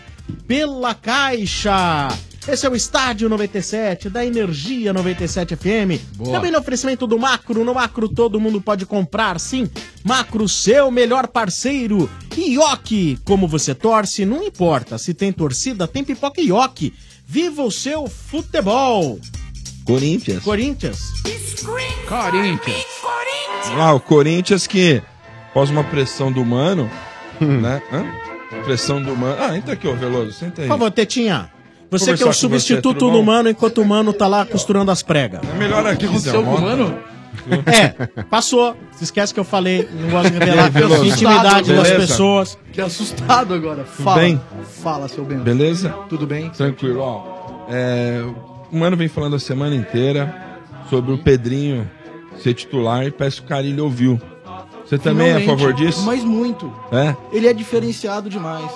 S9: pela Caixa. Esse é o Estádio 97 da Energia 97 FM.
S10: Boa.
S9: Também no oferecimento do Macro. No Macro todo mundo pode comprar, sim. Macro, seu melhor parceiro. Ioki, como você torce, não importa. Se tem torcida, tem pipoca Ioki. Viva o seu futebol.
S12: Corinthians.
S9: Corinthians.
S10: Corinthians.
S14: Hum.
S12: Vamos lá, o Corinthians que, após uma pressão do Mano, né? hã? Pressão do mano. Ah, entra aqui, ô Veloso, senta aí.
S9: Por favor, Tetinha. Você
S12: Conversar
S9: que é o
S12: com você,
S9: substituto
S12: tudo bom?
S9: do humano enquanto o humano tá lá costurando as pregas.
S12: É melhor aqui que
S9: Aconteceu com o
S12: mano.
S9: É, passou. Se esquece que eu falei, É, não gosto de revelar
S12: E aí, Veloso?
S9: intimidade das
S12: Beleza?
S9: pessoas.
S14: Que assustado agora. Fala.
S12: bem?
S14: Fala, seu bem.
S12: Beleza?
S14: Tudo bem?
S12: Tranquilo, ó. É, o Mano vem falando a semana inteira sobre o Pedrinho ser titular e parece que o Carilho ouviu. Você também é a
S14: Finalmente,
S12: favor disso?
S14: Mas muito.
S12: É?
S14: Ele é diferenciado demais.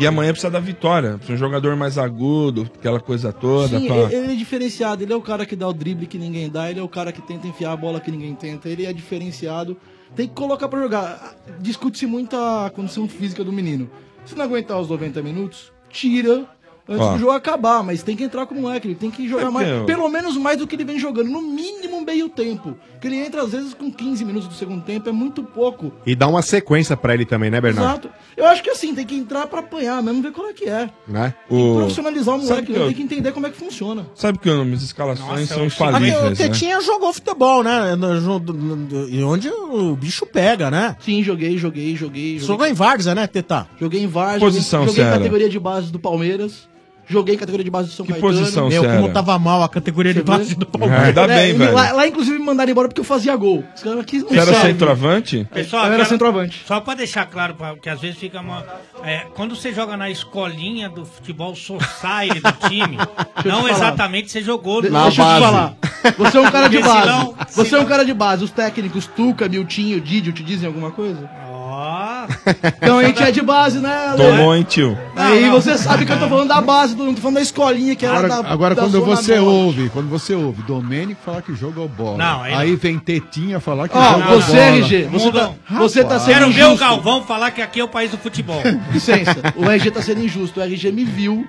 S12: E amanhã precisa da vitória. Precisa de um jogador mais agudo, aquela coisa toda.
S14: Sim,
S12: pra-
S14: ele ele é diferenciado. Ele é o cara que dá o drible que ninguém dá. Ele é o cara que tenta enfiar a bola que ninguém tenta. Ele é diferenciado. Tem que colocar pra jogar. Discute-se muito a condição física do menino. Se não aguentar os 90 minutos, tira antes
S12: Ó. É
S14: do jogo acabar. Mas tem que entrar com o moleque. Ele tem que jogar mais.
S12: meu.
S14: Pelo menos mais do que ele vem jogando. No mínimo meio tempo. Porque ele entra às vezes com 15 minutos do segundo tempo. É muito pouco.
S8: E dá uma sequência pra ele também, né, Bernardo?
S14: Exato. Eu acho que assim, tem que entrar pra apanhar mesmo, ver qual é que é.
S8: Né?
S14: Profissionalizar o
S12: Sabe
S14: moleque,
S12: que eu-
S14: ele tem que entender como é que funciona.
S12: Sabe que as escalações são infalíveis,
S9: Até
S12: né?
S9: o Tetinha é jogou futebol, né? No- no- no- no- E onde o bicho pega, né?
S14: Sim, joguei, joguei, joguei.
S9: Jogou em Várzea, né, Tetá?
S14: Joguei em Várzea.
S9: Posição,
S14: joguei, joguei
S9: Ceará.
S14: em categoria de base do Palmeiras. Joguei em categoria de base do São Caetano.
S9: Meu, como tava mal a categoria de base do Palmeiras.
S12: Ainda
S14: É,
S12: bem,
S14: e
S12: velho.
S14: Lá, lá, inclusive, me mandaram embora porque eu fazia gol. Os caras aqui não
S12: Você era
S14: sabem.
S12: centroavante?
S14: Eu era
S11: quero-
S14: centroavante.
S11: Só pra deixar claro, pra- porque às vezes fica uma. é, quando você joga na escolinha do futebol society do time,
S14: eu te
S11: não
S14: falar.
S11: exatamente você jogou
S14: De-
S11: no-
S14: Deixa eu te falar. Você é um cara de
S11: Porque
S14: base.
S11: senão-
S14: Você é um cara de base. Os técnicos, Tuca, Miltinho, Didio, te dizem alguma coisa? Ó. Então a gente é de base, né? Ale?
S12: Tomou, hein, tio?
S14: Aí você sabe que eu tô falando da base, não tô falando da escolinha que era
S10: Agora,
S14: da
S10: agora
S14: da
S10: quando
S14: zona
S10: você
S14: norte.
S10: ouve, quando você ouve Domênico falar que joga bola,
S11: Não, aí
S10: aí, vem Tetinha falar que
S14: Ó,
S10: joga
S14: você,
S10: bola.
S14: RG, você tá, você tá sendo
S11: Quero ver o
S14: injusto.
S11: Galvão falar que aqui é o país do futebol.
S14: Licença, o RG tá sendo injusto. O RG me viu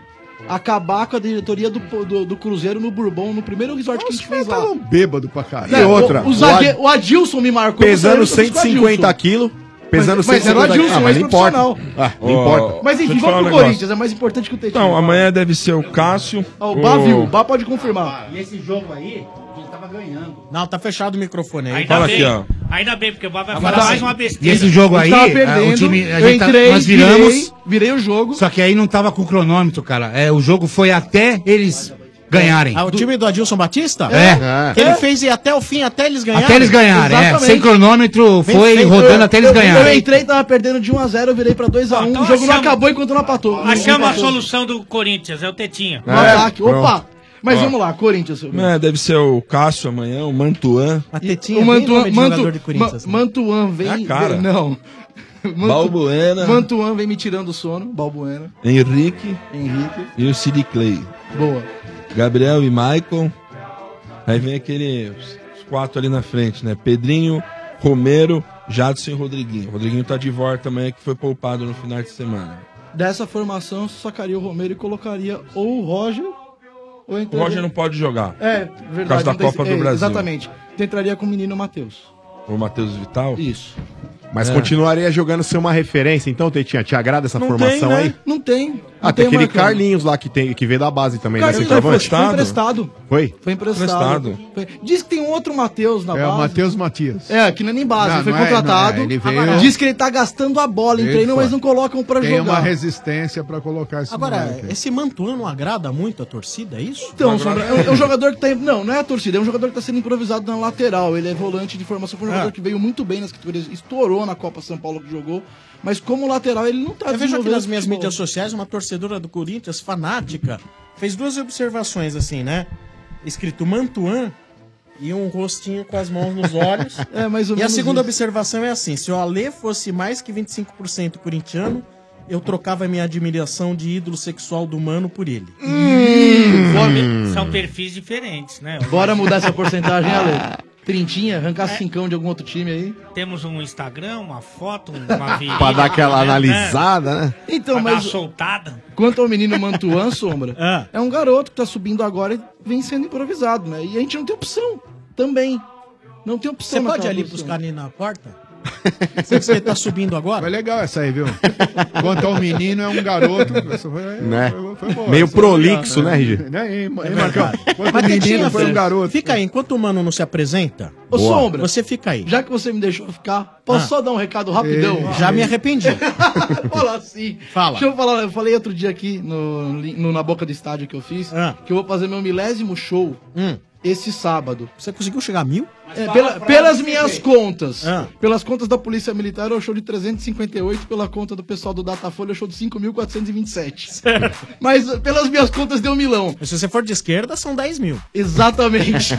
S14: acabar com a diretoria do, do, do Cruzeiro no Bourbon, no primeiro resort que a gente fez lá.
S10: Bêbado pra caralho.
S14: tá Não, O, o, zague- o Adilson me marcou.
S8: Pesando
S14: o zagueiro, eu fiz com o
S8: 150
S14: Adilson.
S8: quilos. Pesando
S14: Mas- mas era o
S8: 150
S14: Adilson,
S8: Ah, mas não importa.
S14: ex-profissional.
S8: Ah, não importa.
S14: Mas
S12: Deixa eu
S14: enfim,
S12: te falar
S14: vamos pro
S12: um negócio.
S14: Corinthians, é mais importante que o Tetinho.
S12: Não, amanhã deve ser o Cássio.
S14: Ó, o Bá viu, o Bá pode confirmar.
S11: E esse jogo aí, a gente tava ganhando.
S9: Não, tá fechado o microfone aí.
S11: Ainda bem, Ainda bem, porque o
S14: Ah,
S11: Bá vai falar
S17: tá-
S11: mais uma
S17: E
S11: besteira.
S17: esse jogo aí,
S11: Tava
S17: a- o
S11: perdendo,
S17: time, a
S11: eu
S17: gente tá-
S11: entrei,
S17: nós viramos.
S11: virei,
S14: o jogo.
S17: Só que aí não tava com cronômetro, cara. É, o jogo foi até eles ganharem.
S9: Ah, o time do Adilson Batista?
S17: É.
S3: Ah.
S9: Que ele fez ir até o fim, até eles ganharem.
S17: Até eles ganharem, é.
S9: Exatamente.
S17: Sem cronômetro,
S9: Bem
S17: foi
S9: feito.
S17: rodando até eles
S9: Eu- eu-
S14: Eu
S17: ganharem.
S14: entrei, tava perdendo de 1x0, eu virei pra 2x1.
S11: então
S14: o jogo não
S11: achamos-
S14: acabou enquanto não empatou.
S11: Achamos a
S14: Não empatou.
S11: solução do Corinthians, é o Tetinha.
S14: No ataque. Opa!
S12: pronto.
S14: Mas
S12: Ó.
S14: vamos lá, Corinthians. seu
S12: É, deve ser o Cássio amanhã, o Mantuan.
S9: A
S14: O Mantuan, Mantu, Ma-
S17: né?
S14: Mantuan vem.
S12: É a cara.
S14: vem- não. Mantu-
S12: Balbuena.
S14: Mantuan vem me tirando o sono. Balbuena.
S12: Henrique
S14: Henrique.
S12: e o Sid Clay.
S14: Boa.
S12: Gabriel e Michael. Aí vem aquele. os- Os quatro ali na frente, né? Pedrinho, Romero, Jadson e Rodriguinho. Rodriguinho tá de volta amanhã que foi poupado no final de semana.
S14: Dessa formação, sacaria o Romero e colocaria ou o Roger. Ou
S12: O Roger não pode jogar.
S14: É,
S12: Por
S14: verdade.
S12: causa da
S14: não tem-
S12: Copa do
S14: é,
S12: Brasil.
S14: Exatamente. Entraria com o menino Matheus.
S12: O Matheus Vital?
S14: Isso.
S8: Mas
S12: É.
S8: continuaria jogando ser uma referência, então, Tetinha? Te agrada essa formação aí?
S14: Não tem. né? Não
S8: Ah, tem
S14: tem
S8: aquele
S14: Marcão.
S8: Carlinhos lá que, tem, que veio da base também, né?
S14: Carlinhos
S8: centroavante?
S14: foi emprestado.
S8: Foi?
S14: Foi emprestado. Foi- Diz que tem um outro Matheus na
S10: É o
S14: base.
S10: Matheus Matias.
S14: É, que não é nem base,
S10: Não,
S14: ele foi
S10: não é,
S14: contratado.
S10: não é, ele veio-
S14: Diz que ele tá gastando a bola em
S10: Ele
S14: treino,
S10: foi.
S14: mas não colocam pra
S10: Tem
S14: jogar.
S10: uma resistência pra colocar esse
S9: Agora,
S10: moleque.
S9: esse Mantuan não agrada muito a torcida, é isso?
S14: Então, Sombra, é um, é um jogador que tá. em- Não, não é a torcida, é um jogador que tá sendo improvisado na lateral. Ele é volante de formação, foi um jogador que veio muito bem nas categorias, estourou na Copa São Paulo que jogou, mas como lateral ele não tá
S9: Eu vejo aqui nas
S14: desenvolvendo
S9: minhas
S14: futebol.
S9: mídias sociais uma torcedora do Corinthians, fanática, fez duas observações assim, né? Escrito Mantuan e um rostinho com as mãos nos olhos.
S14: É, mais ou
S9: e a
S14: menos
S9: segunda
S14: isso.
S9: observação é assim: se o Alê fosse mais que 25% corintiano, eu trocava minha admiração de ídolo sexual do mano por ele.
S14: Hum.
S9: Hum.
S10: Hum.
S11: São- São perfis diferentes, né?
S14: Bora mudar essa porcentagem, Ale. Trintinha, arrancar
S9: É.
S14: cincão de algum outro time aí.
S11: Temos um Instagram, uma foto, uma virilha.
S14: Pra dar
S15: é
S14: aquela
S11: né?
S14: analisada, né? Então,
S11: Pra dar
S14: mas-
S11: uma soltada. Ah.
S14: Quanto ao menino Mantuan, Sombra, é um garoto que tá subindo agora e vem sendo improvisado, né? E a gente não tem opção também. Não tem opção.
S9: Você
S14: naquela
S9: pode ir ali
S14: posição.
S9: buscar ali na porta? Você tá subindo agora?
S10: Foi é legal essa aí, viu? Quanto ao menino, é um garoto. é, Essa foi,
S8: Né?
S10: foi- foi boa,
S8: Meio
S10: essa foi
S8: prolixo,
S10: legal,
S8: né, RG?
S10: Né, hein, hein, Marcão? Quanto
S9: É Mas
S10: ao menino,
S9: Tetinha,
S10: foi um
S9: filho,
S10: garoto.
S9: Fica aí, enquanto o mano não se apresenta.
S14: Ô,
S9: boa,
S14: Sombra.
S9: Você fica aí.
S14: Já que você me deixou ficar, posso
S9: Ah.
S14: só dar um recado rapidão?
S9: Eh, já me arrependi.
S14: Fala assim.
S9: Fala.
S14: Deixa eu falar, eu falei outro dia aqui no, no- na boca do estádio que eu fiz
S9: Ah.
S14: que eu vou fazer meu milésimo show esse sábado.
S9: Hum. Você conseguiu chegar a mil?
S14: É,
S9: fala
S14: pela-
S9: pra
S14: pelas
S9: onde
S14: minhas
S9: vem.
S14: contas.
S9: Ah.
S14: Pelas contas da Polícia Militar, é o show de 358. Pela conta do pessoal do Datafolha, é o show de 5.427. Mas eh, pelas minhas contas deu um milão.
S9: Se você for de esquerda, são 10 mil.
S14: Exatamente.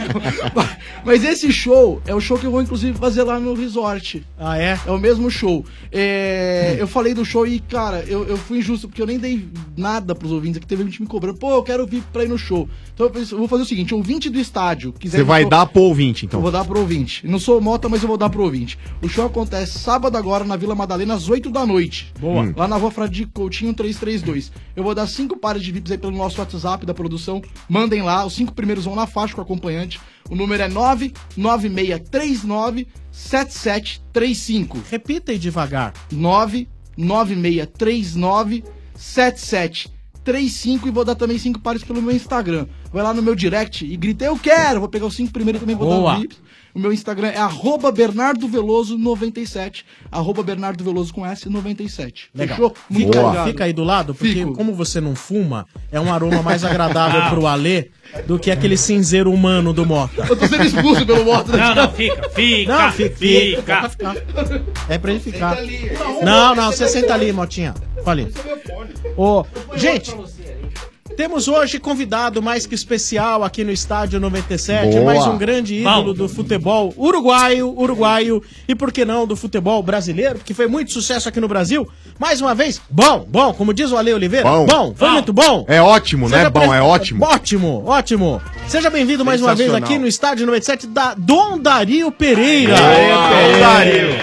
S14: Mas esse show é o show que eu vou, inclusive, fazer lá no resort.
S9: Ah, é? Hum.
S14: É o mesmo show. É, Eu falei do show e, cara, eu, eu fui injusto, porque eu nem dei nada pros ouvintes aqui. Teve gente me cobrando, pô, eu quero vir pra ir no show. Então eu fiz- eu vou fazer o seguinte: ouvinte do estádio. quiser
S8: Você
S14: ir
S8: vai
S14: no-
S8: dar pro ouvinte, então.
S14: Eu vou dar pro ouvinte. Não sou mota, mas eu vou dar pro ouvinte. O show acontece sábado agora na Vila Madalena, às 8 da noite.
S8: Boa. Hum.
S14: Lá na Rua Fradique Coutinho 332. Eu vou dar cinco pares de VIPs aí pelo nosso WhatsApp da produção. Mandem lá. Os cinco primeiros vão na faixa com o acompanhante. O número é 99639 7735.
S9: Repita aí devagar.
S14: 99639 7735 e vou dar também cinco pares pelo meu Instagram. Vai lá no meu direct e grita eu quero. Vou pegar os cinco primeiros e também vou
S9: Boa.
S14: dar um VIP. O meu Instagram é arroba bernardoveloso97. Arroba bernardoveloso com S97.
S9: Legal.
S14: Fechou? Muito
S9: Fica,
S14: obrigado.
S9: fica aí do lado, porque como você não fuma, é um aroma mais
S14: Ah.
S9: agradável pro Alê do que aquele cinzeiro humano do Mota.
S14: Eu tô sendo expulso pelo né? Mota.
S11: Não, não, fica, fica,
S9: Não, fica,
S11: fica.
S9: É pra ele ficar. Não, não, você senta ali, Motinha. Falei. Ô, gente, temos hoje convidado mais que especial aqui no Estádio 97,
S13: Boa.
S9: mais um grande ídolo do futebol uruguaio, uruguaio e por que não do futebol brasileiro, que foi muito sucesso aqui no Brasil. Mais uma vez, bom, bom, como diz o Ale Oliveira, bom,
S8: Bom.
S9: foi muito bom.
S8: É ótimo, né?
S9: Seja
S8: Bom,
S9: pres-
S8: é ótimo.
S9: Ótimo, ótimo. Seja bem-vindo mais uma vez
S8: Sensacional.
S9: aqui no Estádio 97 da Dondario Pereira.
S15: Aê, Dario!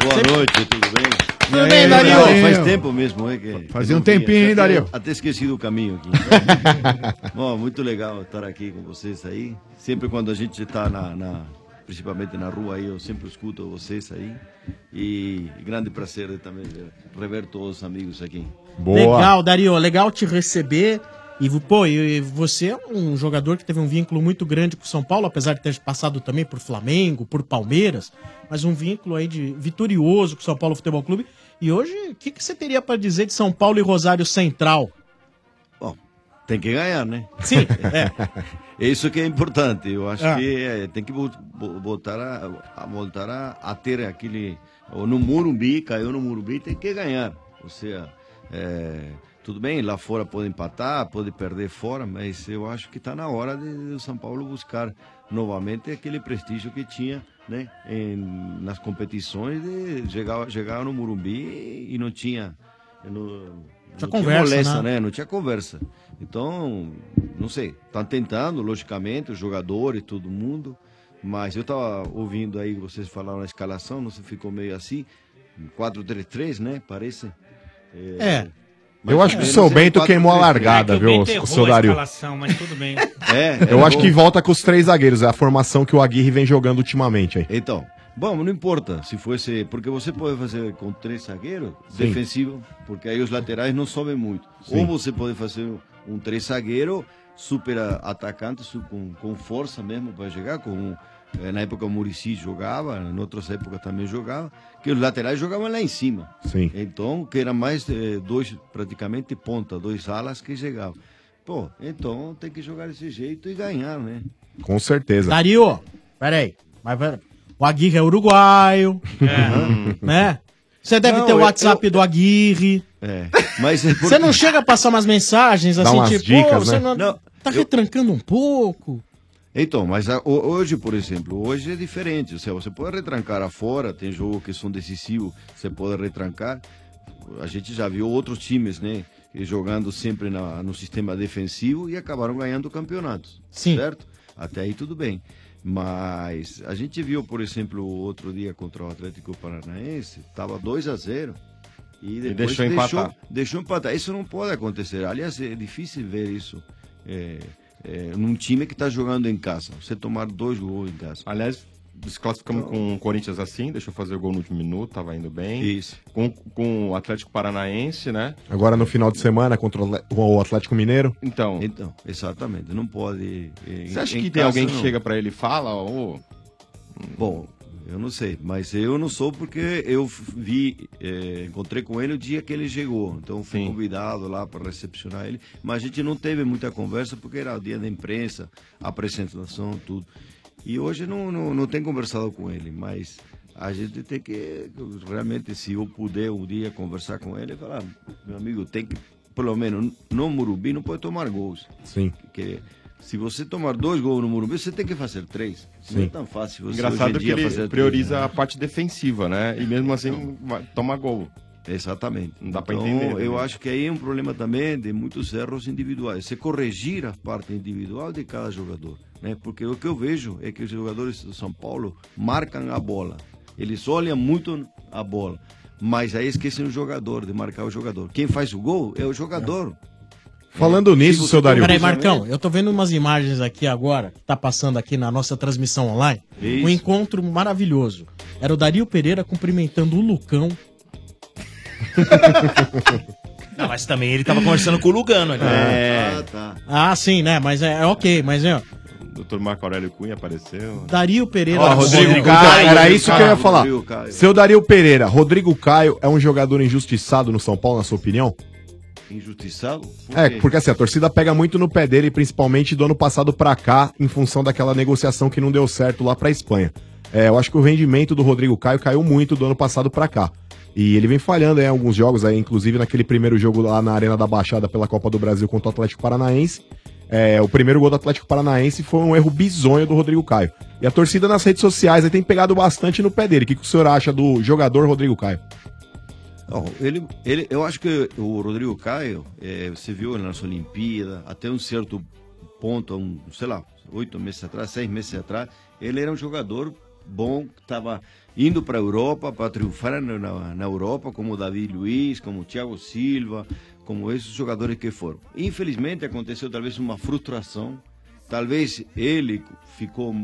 S15: Boa noite, tudo bem?
S9: Tudo bem, Dario?
S15: Faz tempo mesmo, hein? que-
S10: Fazia um
S15: que não
S10: tempinho, hein,
S15: vinha. Até-
S10: Dario?
S15: Até esqueci do caminho aqui. Bom, muito legal estar aqui com vocês aí. Sempre quando a gente está na, na- principalmente na rua aí, eu sempre escuto vocês aí. E grande prazer também ver- rever todos os amigos aqui.
S9: Legal, Dario, legal te receber. E, pô, e você é um jogador que teve um vínculo muito grande com o São Paulo, apesar de ter passado também por Flamengo, por Palmeiras, mas um vínculo aí de vitorioso com o São Paulo Futebol Clube. E hoje, o que, que você teria pra dizer de São Paulo e Rosário Central?
S15: Tem que ganhar, né?
S9: Sim,
S15: é. Isso que é importante. Eu acho
S9: Ah.
S15: que eh, tem que vo- vo- voltar, a, a voltar a, a ter aquele. ou No Murumbi, caiu no Murumbi, tem que ganhar. Ou seja, eh, tudo bem, lá fora pode empatar, pode perder fora, mas eu acho que está na hora de, de o São Paulo buscar novamente aquele prestígio que tinha né, em- nas competições de chegar, chegar no Murumbi e não tinha. no-
S9: Tinha
S15: não
S9: conversa,
S15: tinha moléstia,
S9: né?
S15: né? Não tinha conversa. Então, não sei. Tá tentando, logicamente, os jogadores, todo mundo. Mas eu tava ouvindo aí vocês falaram na escalação, não se ficou meio assim. 4-3-3, né? Parece.
S9: É.
S8: Eu acho que o
S15: é
S8: seu Bento queimou a largada,
S11: Eu
S8: viu,
S11: bem enterrou
S8: seu
S11: a
S8: Dario?
S11: escalação, mas tudo bem.
S15: É,
S8: Eu acho
S15: errou.
S8: que volta com os três zagueiros, é a formação que o Aguirre vem jogando ultimamente aí.
S15: Então, bom, não importa se fosse, porque você pode fazer com três zagueiros,
S8: Sim.
S15: defensivo, porque aí os laterais não sobem muito.
S8: Sim.
S15: Ou você pode fazer um três zagueiro, super a- atacante, su- com, com força mesmo para chegar, com eh, na época o Murici jogava, em outras épocas também jogava, que os laterais jogavam lá em cima.
S8: Sim.
S15: Então, que era mais eh, dois, praticamente ponta, dois alas que chegavam. Pô, então tem que jogar desse jeito e ganhar, né?
S8: Com certeza.
S9: Dario, peraí. Mas pera- o Aguirre é uruguaio,
S15: É.
S9: né? Você deve
S15: Não,
S9: ter o
S15: eu-
S9: WhatsApp do Aguirre.
S15: É. Mas é
S9: Você não chega a passar umas mensagens
S15: Dá
S9: assim,
S15: umas
S9: tipo,
S15: dicas,
S9: "Ô, você
S15: né?
S9: não,
S15: Não,
S9: tá retrancando um pouco.
S15: Então, mas a- ho- hoje, por exemplo, hoje é diferente. Ou seja, você pode retrancar afora, tem jogos que são decisivos, você pode retrancar. A gente já viu outros times, né? que Jogando sempre na- no sistema defensivo e acabaram ganhando campeonatos.
S9: Sim.
S15: Certo? Até aí tudo bem. Mas a gente viu, por exemplo, outro dia contra o Atlético Paranaense, estava 2 a 0 e depois
S16: deixou empatar.
S15: deixou empatar. Isso não pode acontecer. Aliás, é difícil ver isso tá é, é, num time que está jogando em casa. Você tomar dois gols em casa.
S16: Aliás,
S13: desclassificamos com o Corinthians assim, deixou fazer o gol no último minuto, tava indo bem. Isso. Com, com o Atlético Paranaense, né?
S8: Agora no final de semana contra o Le- o Atlético Mineiro.
S13: Então.
S15: Então, exatamente. Não pode. eh,
S13: Você acha que tem alguém que chega pra ele e fala? Ô,
S15: Bom, eu não sei, mas eu não sou porque eu f- vi, eh, encontrei com ele o dia que ele chegou, então fui convidado lá para recepcionar ele, mas a gente não teve muita conversa porque era o dia da imprensa, apresentação, tudo. E hoje não, não, não tenho conversado com ele, mas a gente tem que, realmente, se eu puder um dia conversar com ele, falar, meu amigo, tem que, pelo menos, no Murubi não pode tomar gols.
S8: Sim.
S15: Porque se você tomar dois gols no Murubi, você tem que fazer três. Não é tão fácil você hoje
S13: Engraçado
S15: em
S13: que
S15: dia
S13: ele
S15: fazer né?
S13: prioriza
S15: três,
S13: a parte defensiva, né? E mesmo assim vai- toma gol.
S15: Exatamente.
S13: Não dá pra
S15: Então,
S13: entender.
S15: eu
S13: né?
S15: acho que aí é um problema também de muitos erros individuais. Se corrigir a parte individual de cada jogador, né? Porque o que eu vejo é que os jogadores do São Paulo marcam a bola. Eles olham muito a bola, mas aí esquecem o jogador, de marcar o jogador. Quem faz o gol é o jogador.
S9: É.
S8: Falando nisso, seu Dario.
S9: um Peraí, Marcão, eu tô vendo umas imagens aqui agora, que tá passando aqui na nossa transmissão online.
S15: Isso.
S9: Um encontro maravilhoso. Era o Dario Pereira cumprimentando o Lucão.
S3: Não, mas também ele tava
S18: Tá
S3: conversando com o Lugano ali.
S9: É.
S15: Ah, tá.
S9: Ah, sim, né? Mas é, é ok, mas é. ó,
S13: Dr. Marco Aurélio Cunha apareceu.
S9: Dario Pereira.
S8: Ó, Rodrigo Caio, era isso que eu ia falar. Seu Dario Pereira, Rodrigo Caio é um jogador injustiçado no São Paulo, na sua opinião?
S13: É.
S15: Injustiçado? Por
S8: É,
S15: quê?
S8: porque assim, a torcida pega muito no pé dele, principalmente do ano passado pra cá, em função daquela negociação que não deu certo lá pra Espanha. É, eu acho que o rendimento do Rodrigo Caio caiu muito do ano passado pra cá. E ele vem falhando é, em alguns jogos, aí, inclusive naquele primeiro jogo lá na Arena da Baixada pela Copa do Brasil contra o Atlético Paranaense. É, o primeiro gol do Atlético Paranaense foi um erro bizonho do Rodrigo Caio. E a torcida nas redes sociais aí tem pegado bastante no pé dele. O que, que o senhor acha do jogador Rodrigo Caio?
S15: Não, ele, ele, eu acho que o Rodrigo Caio, eh, você viu ele nas Olimpíadas, até um certo ponto, um, sei lá, oito meses atrás, seis meses atrás, ele era um jogador bom, que estava indo para a Europa, para triunfar na, na- na Europa, como o Davi Luiz, como o Thiago Silva, como esses jogadores que foram. Infelizmente aconteceu talvez uma frustração, talvez ele ficou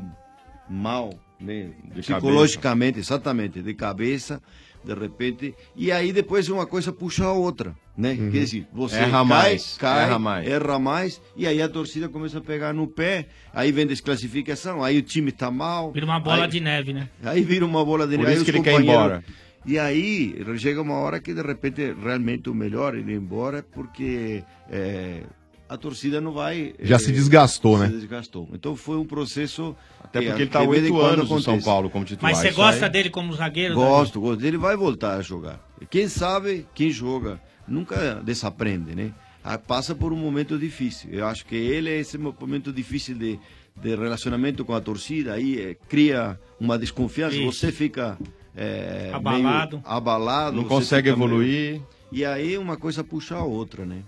S15: mal, né, psicologicamente psicologicamente, exatamente, de cabeça, de repente, e aí depois uma coisa puxa a outra, né? Quer dizer, você
S13: Uhum. Erra
S15: cai,
S13: mais,
S15: cai,
S13: erra mais.
S15: erra mais, e aí a torcida começa a pegar no pé, aí vem desclassificação, aí o time tá mal.
S11: Vira uma bola
S15: aí,
S11: de neve, né?
S15: Aí vira uma bola de
S13: Por
S15: neve.
S13: isso que
S15: aí os
S13: ele quer ir
S15: companheiros-
S13: embora.
S15: E aí chega uma hora que de repente realmente o melhor é ir embora, porque é, a torcida não vai...
S8: Já
S15: é,
S8: se desgastou, né?
S15: Se desgastou. Então foi um processo...
S13: Até
S15: que,
S13: porque ele
S15: de
S13: tá
S15: vez em
S13: oito
S15: quando,
S13: anos no São
S15: acontece.
S13: Paulo como titular.
S11: Mas você
S13: isso
S11: gosta
S13: aí-
S11: dele como zagueiro?
S15: Gosto, gosto. Ele vai voltar a jogar. Quem sabe, quem joga, nunca desaprende, né? Ah, Passa por um momento difícil. Eu acho que ele é esse momento difícil de, de relacionamento com a torcida. Aí eh, cria uma desconfiança.
S13: Isso.
S15: Você fica eh, meio
S13: Abalado.
S15: abalado.
S13: Não
S15: você
S13: consegue
S15: fica meio-
S13: evoluir.
S15: E aí uma coisa puxa a outra, né?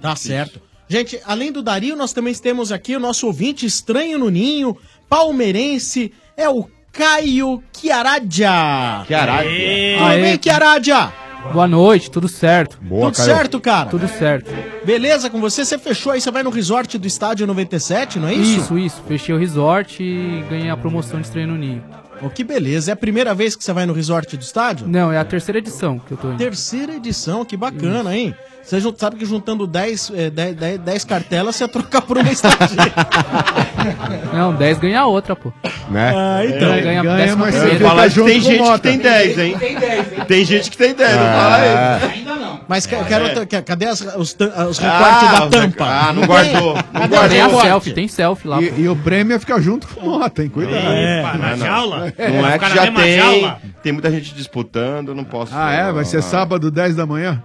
S9: tá certo. Gente, além do Dario, nós também temos aqui o nosso ouvinte estranho no ninho, palmeirense, é o Caio Chiaradia.
S18: Chiaradia.
S9: Tudo bem,
S18: Aê.
S9: Chiaradia?
S18: Boa noite, tudo certo. Boa,
S9: Tudo certo, cara?
S18: Tudo certo.
S9: Beleza com você? Você fechou aí, você vai no resort do estádio 97, não é isso?
S18: Isso, isso. Fechei o resort e ganhei a promoção de treino no ninho.
S9: Oh, que beleza. É a primeira vez que você vai no resort do estádio?
S18: Não, é a terceira edição que eu tô indo.
S9: Terceira edição, que bacana, hein? Você jun- sabe que juntando 10, eh, 10, 10, 10 cartelas, você troca por uma estadia.
S18: Não, 10 ganha outra, pô.
S8: Né?
S9: Ah,
S18: então.
S9: É,
S18: ganha,
S9: ganha,
S18: décima
S9: mas
S18: primeira.
S9: fica Fala, junto tem com gente que Mota.
S8: tem 10, hein?
S18: Tem 10, hein?
S8: Tem gente que tem 10,
S9: não
S8: Ah.
S9: vai?
S18: Ainda não.
S9: Mas que- eu quero. outra- que- Cadê as- os, tan- os recortes
S18: Ah,
S9: da tampa?
S18: ah, não
S9: tem?
S18: guardou, não
S9: Cadê
S18: guardou. Tem a
S9: o recorte?
S18: selfie, tem selfie lá, pô.
S10: E, e o prêmio é ficar junto com o Mota, hein? Cuidado.
S13: É,
S10: Não
S13: não é não. Não
S10: Vai
S13: é
S10: ficar
S13: que
S10: na
S13: já
S10: mesma
S13: tem.
S10: jaula?
S13: Tem muita gente disputando, não posso.
S10: Ah, é? Vai ser sábado, 10 da manhã?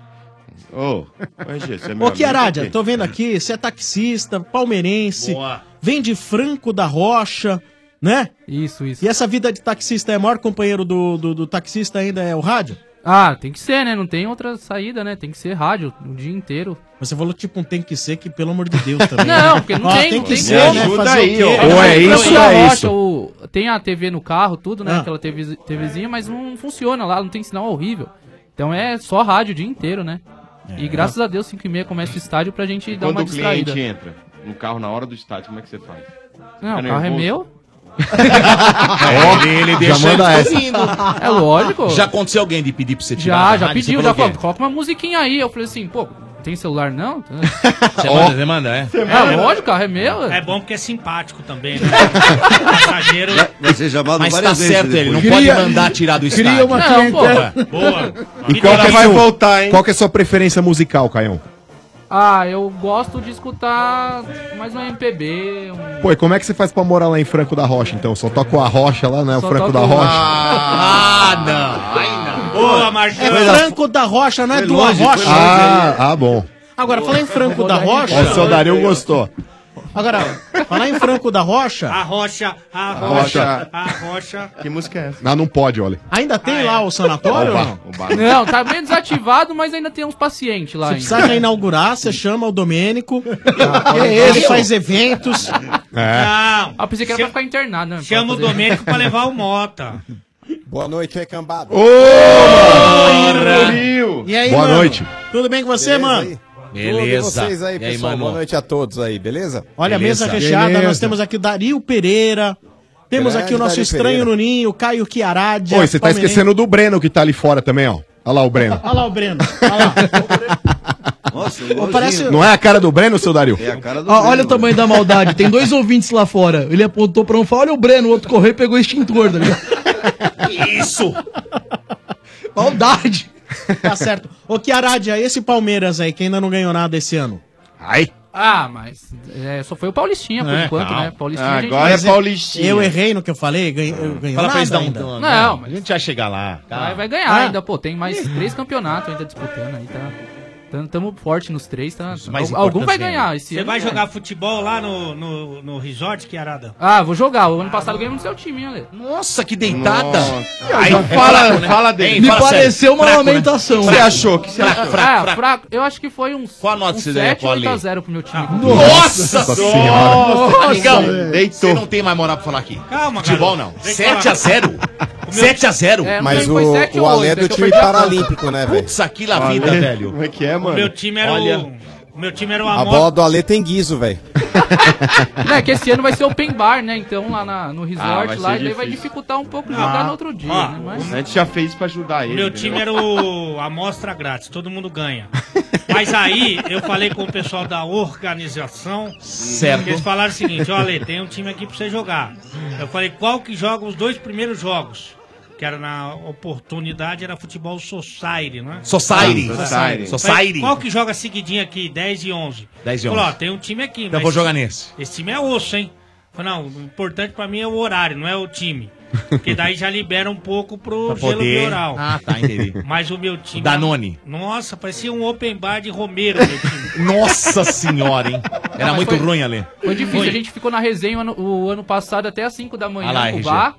S13: Ô, mas, gente, você é meu
S9: Ô,
S13: amigo,
S9: Kiaradia,
S13: tem-
S9: tô vendo aqui, você é taxista, palmeirense, vem de Franco da Rocha, né?
S18: Isso, isso.
S9: E essa vida de taxista é o maior companheiro do, do, do taxista ainda é o rádio?
S18: Ah, tem que ser, né? Não tem outra saída, né? Tem que ser rádio o dia inteiro.
S9: Você falou tipo um tem que ser que, pelo amor de Deus, também.
S18: Não, porque não
S9: Ó,
S18: tem,
S9: tem
S18: não
S9: que
S18: tem
S9: ser,
S18: como.
S9: né? Fazer o quê?
S18: Não,
S9: é
S18: não,
S9: isso,
S18: tem a
S9: é
S18: rocha,
S9: isso.
S18: o- tem a TV no carro, tudo, né?
S9: Ah.
S18: Aquela TV, TVzinha, mas não funciona lá, não tem sinal é horrível. Então é só rádio o dia inteiro, né?
S9: É.
S18: E graças a Deus, 5 e meia começa o estádio pra gente dar
S13: Quando
S18: uma
S13: o cliente
S18: distraída.
S13: entra no carro na hora do estádio, como é que você faz?
S18: Não,
S13: Fica
S18: o carro é
S13: nervoso?
S18: meu.
S3: É, ele, ele
S18: Já
S3: deixa
S18: manda
S3: ele
S18: essa.
S3: dormindo.
S18: É lógico.
S3: Já aconteceu alguém de pedir pra você tirar?
S18: Já,
S3: da
S18: já
S3: rádio? Você
S18: pediu, já
S3: falou
S18: falou,
S3: o quê?
S18: coloca uma musiquinha aí. Eu falei assim, pô, tem celular não?
S17: Você manda, você manda, é?
S18: É lógico, carro é meu.
S11: É bom porque é simpático também, né? O passageiro.
S15: Vai ser chamado
S3: Mas tá
S15: várias vezes
S3: certo, ele não
S15: depois.
S3: pode mandar tirar do
S15: cria
S3: estádio.
S15: uma
S18: Não, pô.
S11: Boa.
S8: E qual que, é
S3: vai
S8: seu-
S3: voltar, hein?
S8: qual que é a sua preferência musical, Caião?
S18: Ah, eu gosto de escutar mais um MPB. Um...
S8: Pô, e como é que você faz pra morar lá em Franco da Rocha, então? Só toca o a rocha lá, né? O
S18: Só
S8: Franco
S18: toco-
S8: da Rocha.
S3: Ah, não. Ai, não.
S11: Boa, Marcão.
S9: É Franco da Rocha, não é
S8: Foi
S9: do
S8: longe,
S9: Rocha.
S8: foi longe Ah, aí. ah, bom.
S9: Agora, falar em Franco da Rocha.
S8: Ó, o seu Dario gostou.
S9: Agora, falar em Franco da Rocha.
S11: A Rocha, a
S8: Rocha.
S11: Rocha, a Rocha.
S8: Que música é essa? Não, não pode, olha.
S9: Ainda tem
S11: Ah, é.
S9: lá o sanatório?
S8: Oba,
S9: ou não?
S18: Não, tá meio desativado, mas ainda tem uns pacientes lá
S9: Se
S18: ainda.
S9: precisar já inaugurar, você chama o Domênico.
S8: Ah,
S9: ele, ele faz eventos.
S8: É.
S11: Não.
S18: Ah, pensei que era pra ficar internado, né?
S11: Chama o
S18: Pra fazer-
S11: Domênico pra levar o Mota.
S19: Boa noite, é recambado.
S9: E aí,
S19: Boa
S9: mano?
S19: noite.
S9: Tudo bem com você,
S19: Beleza
S9: mano?
S19: aí?
S9: Beleza.
S19: Tudo, e vocês aí,
S9: E aí,
S19: pessoal.
S9: mano?
S19: Boa noite a todos aí, beleza?
S9: Olha a mesa recheada, nós temos aqui Dario Pereira. Temos
S19: Grande
S9: aqui o nosso
S19: Dario
S9: estranho
S19: Pereira.
S9: no ninho, Caio Chiaradia.
S8: Pô, e você tá
S9: palmeirense.
S8: esquecendo do Breno que tá ali fora também, ó. Olha lá o Breno.
S9: Olha lá o Breno. Olha lá.
S15: Nossa,
S9: Ô, parece...
S8: Não é a cara do Breno, seu Dario?
S15: É a cara
S14: Ó, olha o
S9: né?
S14: tamanho da maldade. Tem dois ouvintes lá fora. Ele apontou pra um e falou: Olha o Breno, o outro correu e pegou o extintor. Tá ligado?
S3: Isso!
S9: Maldade. Tá certo. Ô, Chiaradia, esse Palmeiras aí, que ainda não ganhou nada esse ano.
S8: Ai.
S18: Ah, mas é, só foi o Paulistinha por
S9: É,
S18: enquanto,
S9: calma.
S18: né? Paulistinha.
S8: Ah,
S18: a gente
S8: é
S3: é
S9: Mas eu- Eu errei no que eu falei, ganhei,
S3: Ah.
S9: eu ganhei
S18: Fala pra
S9: nada
S18: eles dar um-
S9: ainda.
S18: Não, Não, mas-
S3: A gente vai chegar lá.
S18: Vai, vai ganhar
S3: Ah.
S18: ainda, pô. Tem mais três campeonatos ainda disputando aí, tá? Tamo, tamo forte nos três, tá?
S11: é mais
S18: Al- Algum vai
S11: importantes
S18: ganhar esse
S11: Você
S18: ano. né?
S11: vai jogar futebol lá no, no, no resort, Kiarada?
S18: Ah, vou jogar. O ano passado eu ganhei no seu time, hein, Ale?
S3: Nossa, que deitada!
S18: Aí
S3: fala- fala dele. Me pareceu uma lamentação.
S14: Você achou? O que você
S3: Fraco,
S14: achou?
S3: fraco,
S18: Ah,
S3: fraco.
S18: fraco. Eu acho que foi um uns, Qual a nota
S3: que
S18: uns
S3: você deu,
S18: 7,
S3: Paulinho?
S18: 8 a 0 pro meu time.
S3: Nossa,
S18: Nossa
S3: senhora!
S18: Nossa.
S3: Amigão,
S19: Deitou.
S3: você não tem mais moral pra falar aqui.
S11: Calma,
S3: Futebol não. 7x0? 7x0?
S19: Mas o, o Ale é do time paralímpico, né, velho?
S3: Putz, aqui lá vida, velho.
S19: Como é que é,
S11: O meu time era o. O meu time era o
S3: Ah,
S19: A
S11: Amor.
S19: bola do Ale tem guiso, velho.
S18: É que esse ano vai ser open bar, né? Então lá na- no
S19: Ah, vai
S18: resort,
S19: ser
S18: lá, e daí vai
S19: difícil.
S18: dificultar um pouco
S11: Ah.
S18: jogar no outro dia,
S11: Ó,
S18: né? Mas...
S13: A gente já fez pra ajudar
S11: O
S13: ele. né?
S11: meu time era o amostra grátis, todo mundo ganha. Mas aí eu falei com o pessoal da organização.
S3: Certo.
S11: Eles falaram o seguinte: olha, tem um time aqui pra você jogar. Eu falei, qual que joga os dois primeiros jogos? Que era na oportunidade, era futebol Society, né?
S3: Society.
S11: Society.
S3: Society.
S11: Qual que joga seguidinho aqui, 10 e 11?
S3: 10 e
S11: Falou,
S3: 11.
S11: ó, tem um time aqui.
S3: Então eu vou jogar nesse.
S11: Esse time é osso, hein? Falei, não, o importante pra mim é o horário, não é o time. Porque daí já libera um pouco pro
S3: Pra
S11: gelo
S3: poder-
S11: bioral.
S3: Ah, tá, entendi.
S11: Mas o meu time. é-
S3: O Danone.
S11: Nossa, parecia um open bar de Romero, meu time.
S3: Nossa senhora, hein? Era
S18: mas
S3: muito
S18: foi-
S3: ruim, Ale.
S18: Foi difícil,
S11: Foi.
S18: a gente ficou na resenha o ano, o ano passado até as 5 da manhã
S3: Ah lá,
S18: no
S3: RG.
S18: bar.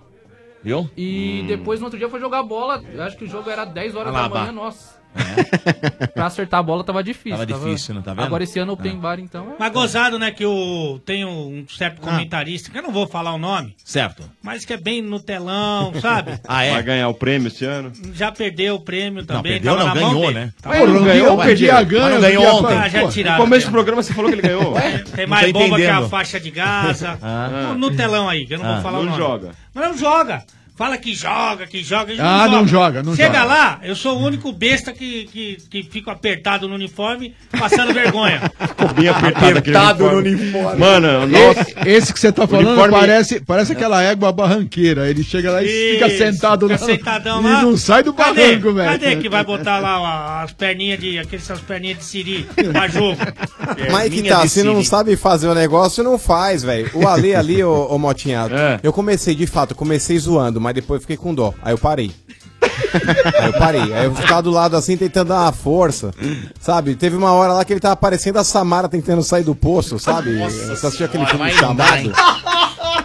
S3: Viu?
S10: Hum.
S18: E depois no outro dia foi jogar bola. Eu acho que o jogo era 10 horas
S3: Ah lá,
S18: da manhã,
S3: bah.
S18: nossa. pra acertar a bola tava difícil.
S3: Tava difícil, não tá vendo?
S18: Agora esse ano open bar, então.
S11: Mas gozado, né? Que o, tem um
S3: Ah.
S11: certo comentarista, que eu não vou falar o nome,
S3: Certo.
S11: mas que é bem no telão, sabe?
S3: Ah, é?
S13: Vai ganhar o prêmio esse ano?
S11: Já perdeu o prêmio também.
S13: perdeu
S11: tava
S13: não,
S11: na mão
S13: ganhou,
S11: dele.
S13: né?
S11: Tava-
S13: Pô, não ganhou,
S11: Ué,
S13: perdi a ganha,
S11: mas Não
S13: perdi
S11: ganhou
S13: a
S11: ontem.
S13: ganha.
S11: Ah, já
S13: Pô,
S11: tiraram.
S13: no começo do programa você falou que ele ganhou. Ué,
S11: Tem
S13: não
S11: mais
S13: tô
S11: bomba que a
S13: entendendo.
S11: faixa de Gaza.
S13: Ah.
S11: No telão aí, que eu não
S13: Ah.
S11: vou falar o
S13: Não
S11: nome.
S13: joga.
S11: Mas não joga. Fala que joga, que joga. e
S10: Ah, não joga, não
S11: Chega
S10: joga.
S11: lá, eu sou o único besta que, que, que fico apertado no uniforme, passando vergonha.
S13: Ficou bem apertado, aquele
S10: Apertado
S11: no uniforme.
S13: Mano, nossa.
S10: Esse, esse que você tá falando
S13: Uniforme-
S10: parece, parece aquela égua barranqueira. Ele chega lá e fica sentado
S11: fica
S10: lá
S11: sentadão
S10: e
S11: lá.
S10: não sai do
S11: Cadê?
S10: barranco, velho.
S11: Cadê que vai botar lá ó, as perninhas de. aqueles as perninhas de siri pra jogo? É,
S19: Mas aí que tá, se não sabe fazer o negócio, não faz, velho. O Ale ali, ô, ô Motinha, eu comecei, de fato, comecei zoando, mas depois eu fiquei com dó. Aí eu parei. aí eu parei. Aí eu ficava do lado assim, tentando dar uma força, sabe? Teve uma hora lá que ele tava parecendo a Samara tentando sair do poço, sabe? Você assistiu aquele filme chamado?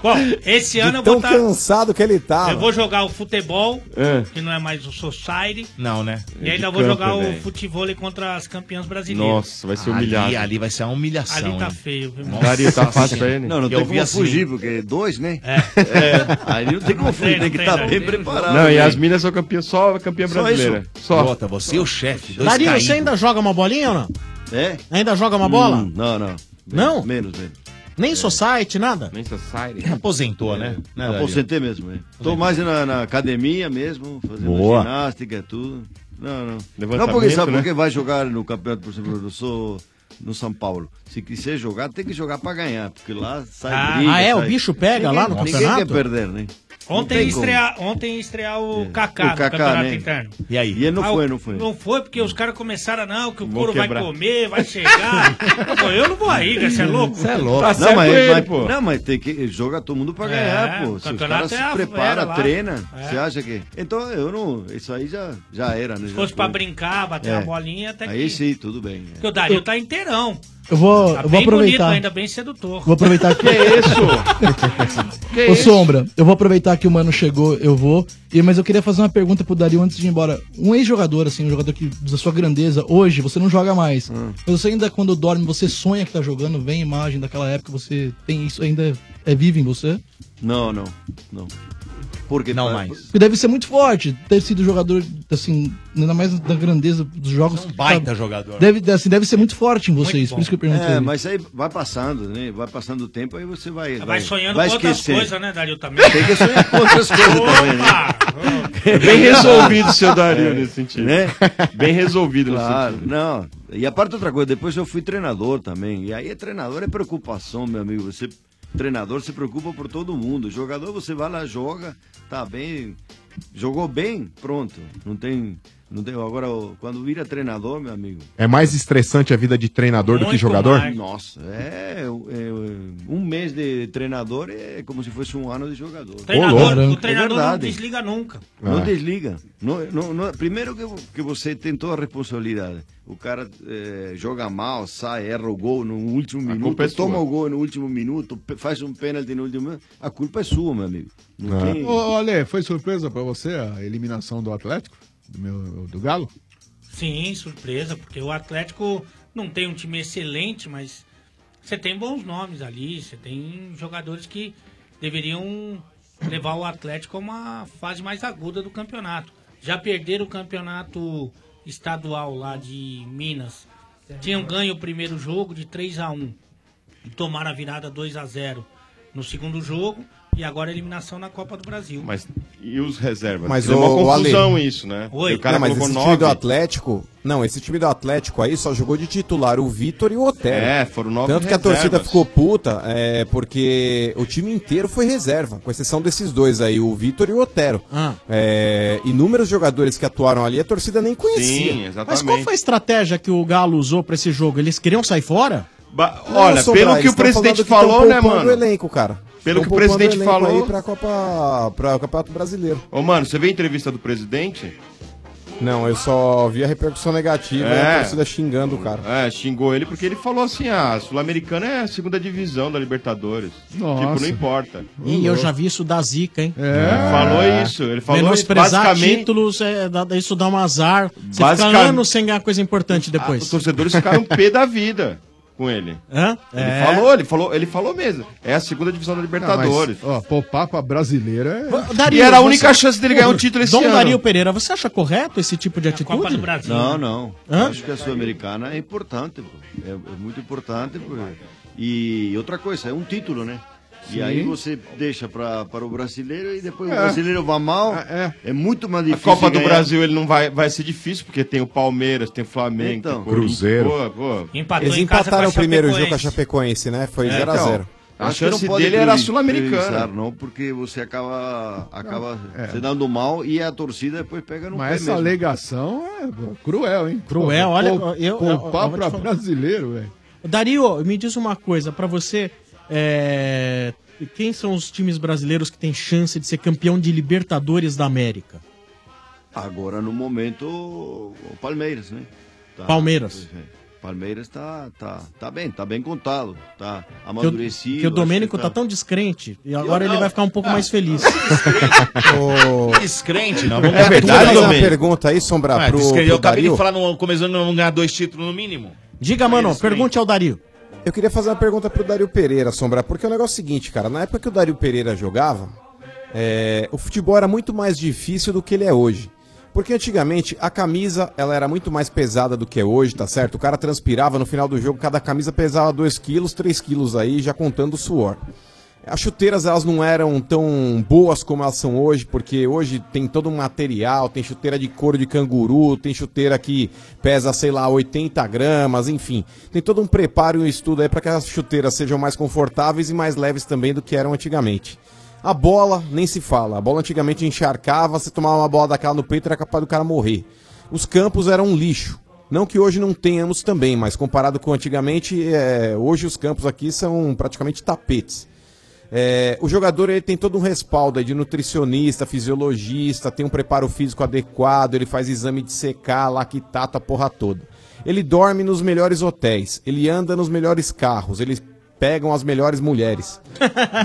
S11: Bom, esse ano
S19: De
S11: eu vou tá
S19: tão
S13: tá-
S11: estar.
S19: cansado que ele
S15: Ah,
S19: tava.
S11: Eu vou jogar o futebol,
S19: É.
S11: que não é mais o Society.
S3: Não, né?
S11: E ainda vou jogar
S15: né?
S11: o futebol contra as campeãs brasileiras.
S3: Nossa, vai
S13: ser
S3: Ali,
S13: humilhado.
S3: ali vai ser uma humilhação.
S11: Ali tá
S3: hein?
S11: feio, viu?
S3: Nossa
S13: Daria, tá fácil pra
S3: senhora.
S13: ele?
S15: Não, não
S3: Eu
S15: tem
S3: vi
S15: como
S3: assim.
S15: fugir, porque é dois, né? É. Aí não tem como fugir, tem que estar bem preparado.
S13: Não, e
S15: né?
S13: as minas são campeã, só campeã
S15: Só
S13: brasileira.
S15: isso.
S13: Só.
S3: Jota, você é o chefe. dois
S9: Dario,
S3: caídos.
S9: você ainda joga uma bolinha ou não?
S15: É?
S9: Ainda joga uma bola?
S15: Hum, não, não.
S9: Não?
S15: Menos, É. menos.
S9: Nem society, nada?
S13: Nem society.
S3: Aposentou, né?
S15: Não, aposentei mesmo. É. Tô mais na, na academia mesmo, fazendo
S3: Boa.
S15: ginástica, tudo. Não, não. Não
S13: Levantamento,
S15: porque sabe
S13: né?
S15: porque vai jogar no Campeonato Brasileiro do Sul no São Paulo. Se quiser jogar, tem que jogar pra ganhar, porque lá sai
S11: Ah,
S15: briga.
S11: ah, é? O
S15: sai-
S11: bicho pega lá no
S15: ninguém
S11: campeonato?
S15: quer perder, né? Não
S11: Ontem
S15: tem
S11: ia
S15: como. É.
S11: estrear, ontem ia estrear o Kaká
S15: O
S11: no
S15: Kaká,
S11: campeonato
S15: né?
S11: interno.
S15: E aí? E ele não
S11: Ah,
S15: foi,
S11: o-
S15: não foi.
S11: Não foi porque os caras começaram a não, que o
S15: Vou
S11: couro vai
S15: quebrar.
S11: comer, vai chegar. Pô, eu não vou aí, cara, você é louco?
S15: Você é louco. não, mas, mas- não, mas tem que jogar todo mundo pra
S11: É,
S15: ganhar,
S11: o
S15: pô. Se os
S11: campeonato
S15: caras
S11: é
S15: se
S11: a fera
S15: prepara,
S11: lá.
S15: treina,
S11: É.
S15: você acha que... Então, eu não... Isso aí já, já era, né?
S11: Se
S15: Já
S11: fosse pra
S15: foi.
S11: brincar, bater
S15: É.
S11: uma bolinha, até
S15: Aí
S11: que.
S15: sim, tudo bem. é.
S11: Porque o Dario tá inteirão.
S9: Eu vou,
S11: Tá
S9: eu vou
S11: bem bonito,
S9: aproveitar.
S11: ainda bem sedutor.
S9: Vou aproveitar que-
S11: Que
S14: Ô
S11: isso?
S14: Sombra, eu vou aproveitar que o mano chegou, eu vou. E, mas eu queria fazer uma pergunta pro Dario antes de ir embora. Um ex-jogador, assim, um jogador que da sua grandeza, hoje você não joga mais.
S15: Hum.
S14: Mas você ainda, quando dorme, você sonha que tá jogando, vem a imagem daquela época, você tem isso ainda é, é vivo em você?
S15: Não, não, não. Porque não mais.
S14: Porque deve ser muito forte ter sido jogador, assim, ainda mais da grandeza dos jogos. Um
S15: é baita jogador.
S14: Deve, assim, deve ser muito forte em vocês,
S15: Muito
S14: por
S15: bom.
S14: isso que eu perguntei.
S15: É, mas aí vai passando, né? Vai passando o tempo, aí você vai.
S11: Vai sonhando com outras coisas, né, Dario? Também.
S15: Tem que sonhar com outras coisas também, né?
S13: É Bem resolvido, seu Dario, nesse sentido.
S15: Né?
S13: Bem resolvido nesse
S15: claro,
S13: sentido.
S15: Não, e a parte outra coisa, depois eu fui treinador também. E aí treinador é preocupação, meu amigo. Você, treinador, se preocupa por todo mundo. Jogador, você vai lá, joga, tá bem, jogou bem, pronto. Não tem. Não tem agora, o- quando vira treinador, meu amigo.
S8: É mais estressante a vida de treinador do que jogador?
S15: Nossa, é, é, um mês de treinador é como se fosse um ano de jogador.
S11: Treinador-
S15: É
S11: o treinador não
S15: verdade.
S11: desliga nunca.
S15: Não
S8: Ah.
S11: É.
S15: desliga. Não- não- não- primeiro que, vo- que você tem toda a responsabilidade. O cara eh, joga mal, sai, erra o gol no último minuto,
S13: culpa é
S15: toma
S13: sua.
S15: o gol no último minuto, pe- faz um pênalti no último minuto. A culpa é sua, meu amigo. Não
S8: Ah.
S13: Ah.
S15: tem-
S10: Ô, Ale, foi surpresa pra você a eliminação do Atlético? Do, meu, do Galo?
S11: Sim, surpresa, porque o Atlético não tem um time excelente, mas você tem bons nomes ali, você tem jogadores que deveriam levar o Atlético a uma fase mais aguda do campeonato. Já perderam o campeonato estadual lá de Minas. Tinham ganho o primeiro jogo de 3 a 1 e tomaram a virada 2 a 0 no segundo jogo e agora a eliminação na Copa do Brasil.
S13: Mas e os reservas?
S19: Mas
S13: Porque é
S19: o- o
S13: uma
S19: Ale-
S13: confusão isso, né? Porque O cara
S19: não, mas
S13: colocou
S19: esse time
S13: nove.
S19: do Atlético. Não, esse time do Atlético aí só jogou de titular o Vitor e o Otero.
S13: É, foram nove
S19: Tanto que a
S13: reservas.
S19: torcida ficou puta, é, porque o time inteiro foi reserva, com exceção desses dois aí, o Vitor e o Otero. É, inúmeros jogadores que atuaram ali, a torcida nem conhecia.
S9: Mas qual foi a estratégia que o Galo usou pra esse jogo? Eles queriam sair fora?
S13: Ba-
S19: Não,
S13: Olha,
S19: Sombra,
S13: pelo que
S19: eles tão falando
S13: o presidente
S19: que tão
S13: falou, né,
S19: poupando
S13: mano?
S19: o elenco, cara.
S13: Pelo
S19: Tão
S13: que o
S19: poupando
S13: presidente
S19: elenco
S13: falou-
S19: aí pra Copa, pra Campeonato Brasileiro.
S13: Ô, mano, você vê a entrevista do presidente?
S19: Não, eu só vi a repercussão negativa,
S13: É.
S19: né, a torcida xingando o cara.
S13: É, xingou ele porque ele falou assim: ah, a Sul-Americana é a segunda divisão da Libertadores. Tipo, não
S9: Nossa.
S13: importa.
S9: Ih, eu já vi isso da zica, hein?
S13: É. Falou isso, ele falou
S9: Menosprezar
S13: basicamente-
S9: títulos, é, dá- isso dá um azar. Você
S13: Basicamente- Ah,
S9: fica anos sem ganhar coisa importante depois.
S13: Os torcedores ficaram um pé da vida com ele.
S9: Hã?
S13: Ele
S9: É.
S13: falou, ele falou, ele falou mesmo. É a segunda divisão da Libertadores.
S10: Não, Ah, mas, ó, poupar pra brasileira é.
S13: E era a única chance dele ganhar um título esse
S9: Dom
S13: ano.
S9: Dario Pereira, você acha correto esse tipo de atitude?
S11: É Copa do Brasil.
S15: Não, não.
S9: Hã?
S15: Acho que a Sul-Americana é importante, pô. É, é muito importante. pô. E outra coisa, é um título, né?
S13: Sim.
S15: E aí você deixa pra- para o brasileiro e depois
S13: É.
S15: o brasileiro vai mal. É, muito mais
S13: A
S15: difícil.
S13: Copa do
S15: ganhar.
S13: Brasil ele não vai, vai ser difícil, porque tem o Palmeiras, tem o Flamengo,
S15: Então.
S13: tem o Corinthians.
S19: Cruzeiro.
S13: Pô, pô.
S3: Ah,
S19: Eles empataram o primeiro jogo com a Chapecoense, né? Foi
S13: É,
S19: 0x0.
S13: então. A
S15: Acho que
S13: chance
S15: não pode
S13: dele era a
S15: privi-
S13: Sul-Americana. é.
S15: priorizar, Não, porque você acaba, acaba se dando mal e a torcida depois pega no
S10: Mas
S15: pé
S10: essa
S15: mesmo.
S10: alegação é cruel, hein?
S9: Cruel, olha, eu- eu-
S10: Poupar
S9: eu vou te
S10: pra
S9: falar.
S10: brasileiro, velho.
S9: Dario, me diz uma coisa, pra você, é, quem são os times brasileiros que têm chance de ser campeão de Libertadores da América?
S15: Agora, no momento, o Palmeiras, né? Tá-
S9: Palmeiras.
S15: É, Palmeiras tá, tá, tá bem, tá bem contado, tá
S9: Que o-
S15: amadurecido.
S9: que o
S15: acho
S9: Domênico tá tão descrente e agora
S15: Eu
S9: ele
S15: não.
S9: vai ficar um pouco
S13: Ah.
S9: mais feliz.
S3: Descrente, não.
S19: É verdade, fazer uma
S3: Domênico?
S19: pergunta aí, Sombra,
S3: Ah,
S19: pro,
S3: descrente.
S19: pro
S3: eu acabei
S19: Dario.
S3: de falar no começo eu não ganhar dois títulos no mínimo.
S9: Diga, mano, pergunte ao Dario.
S19: Eu queria fazer uma pergunta pro Dario Pereira, Sombra, porque o negócio é o seguinte, cara, na época que o Dario Pereira jogava, é, o futebol era muito mais difícil do que ele é hoje. Porque antigamente a camisa ela era muito mais pesada do que é hoje, tá certo? O cara transpirava no final do jogo, cada camisa pesava 2 quilos, 3 quilos aí, já contando o suor. As chuteiras elas não eram tão boas como elas são hoje, porque hoje tem todo um material, tem chuteira de couro de canguru, tem chuteira que pesa, sei lá, 80 gramas, enfim. Tem todo um preparo e um estudo aí para que as chuteiras sejam mais confortáveis e mais leves também do que eram antigamente. A bola, nem se fala. A bola antigamente encharcava, você tomava uma bola daquela no peito era capaz do cara morrer. Os campos eram um lixo. Não que hoje não tenhamos também, mas comparado com antigamente, é, hoje os campos aqui são praticamente tapetes. É, o jogador ele tem todo um respaldo aí de nutricionista, fisiologista, tem um preparo físico adequado, ele faz exame de secar, lactato, a porra toda. Ele dorme nos melhores hotéis, ele anda nos melhores carros, ele pegam as melhores mulheres.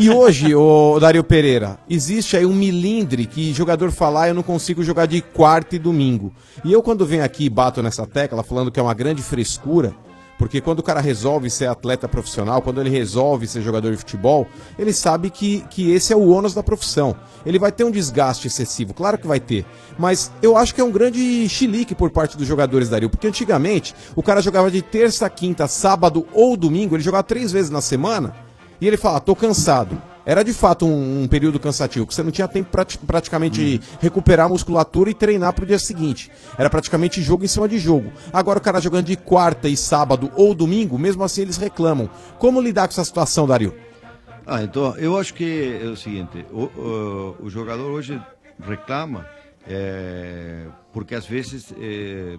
S19: E hoje, o Dario Pereira, existe aí um milindre que jogador falar eu não consigo jogar de quarta e domingo. E eu quando venho aqui e bato nessa tecla falando que é uma grande frescura, porque quando o cara resolve ser atleta profissional, quando ele resolve ser jogador de futebol, ele sabe que, que esse é o ônus da profissão. Ele vai ter um desgaste excessivo, claro que vai ter. Mas eu acho que é um grande chilique por parte dos jogadores, Dario. Porque antigamente, o cara jogava de terça, quinta, sábado ou domingo, ele jogava três vezes na semana, e ele fala, "Ah, tô cansado. Era de fato um, um período cansativo, que você não tinha tempo pra praticamente recuperar a musculatura e treinar pro dia seguinte. Era praticamente jogo em cima de jogo. Agora o cara jogando de quarta e sábado ou domingo, mesmo assim eles reclamam. Como lidar com essa situação, Dario?
S15: Ah, então, eu acho que é o seguinte, o, o, o jogador hoje reclama eh, porque às vezes, eh,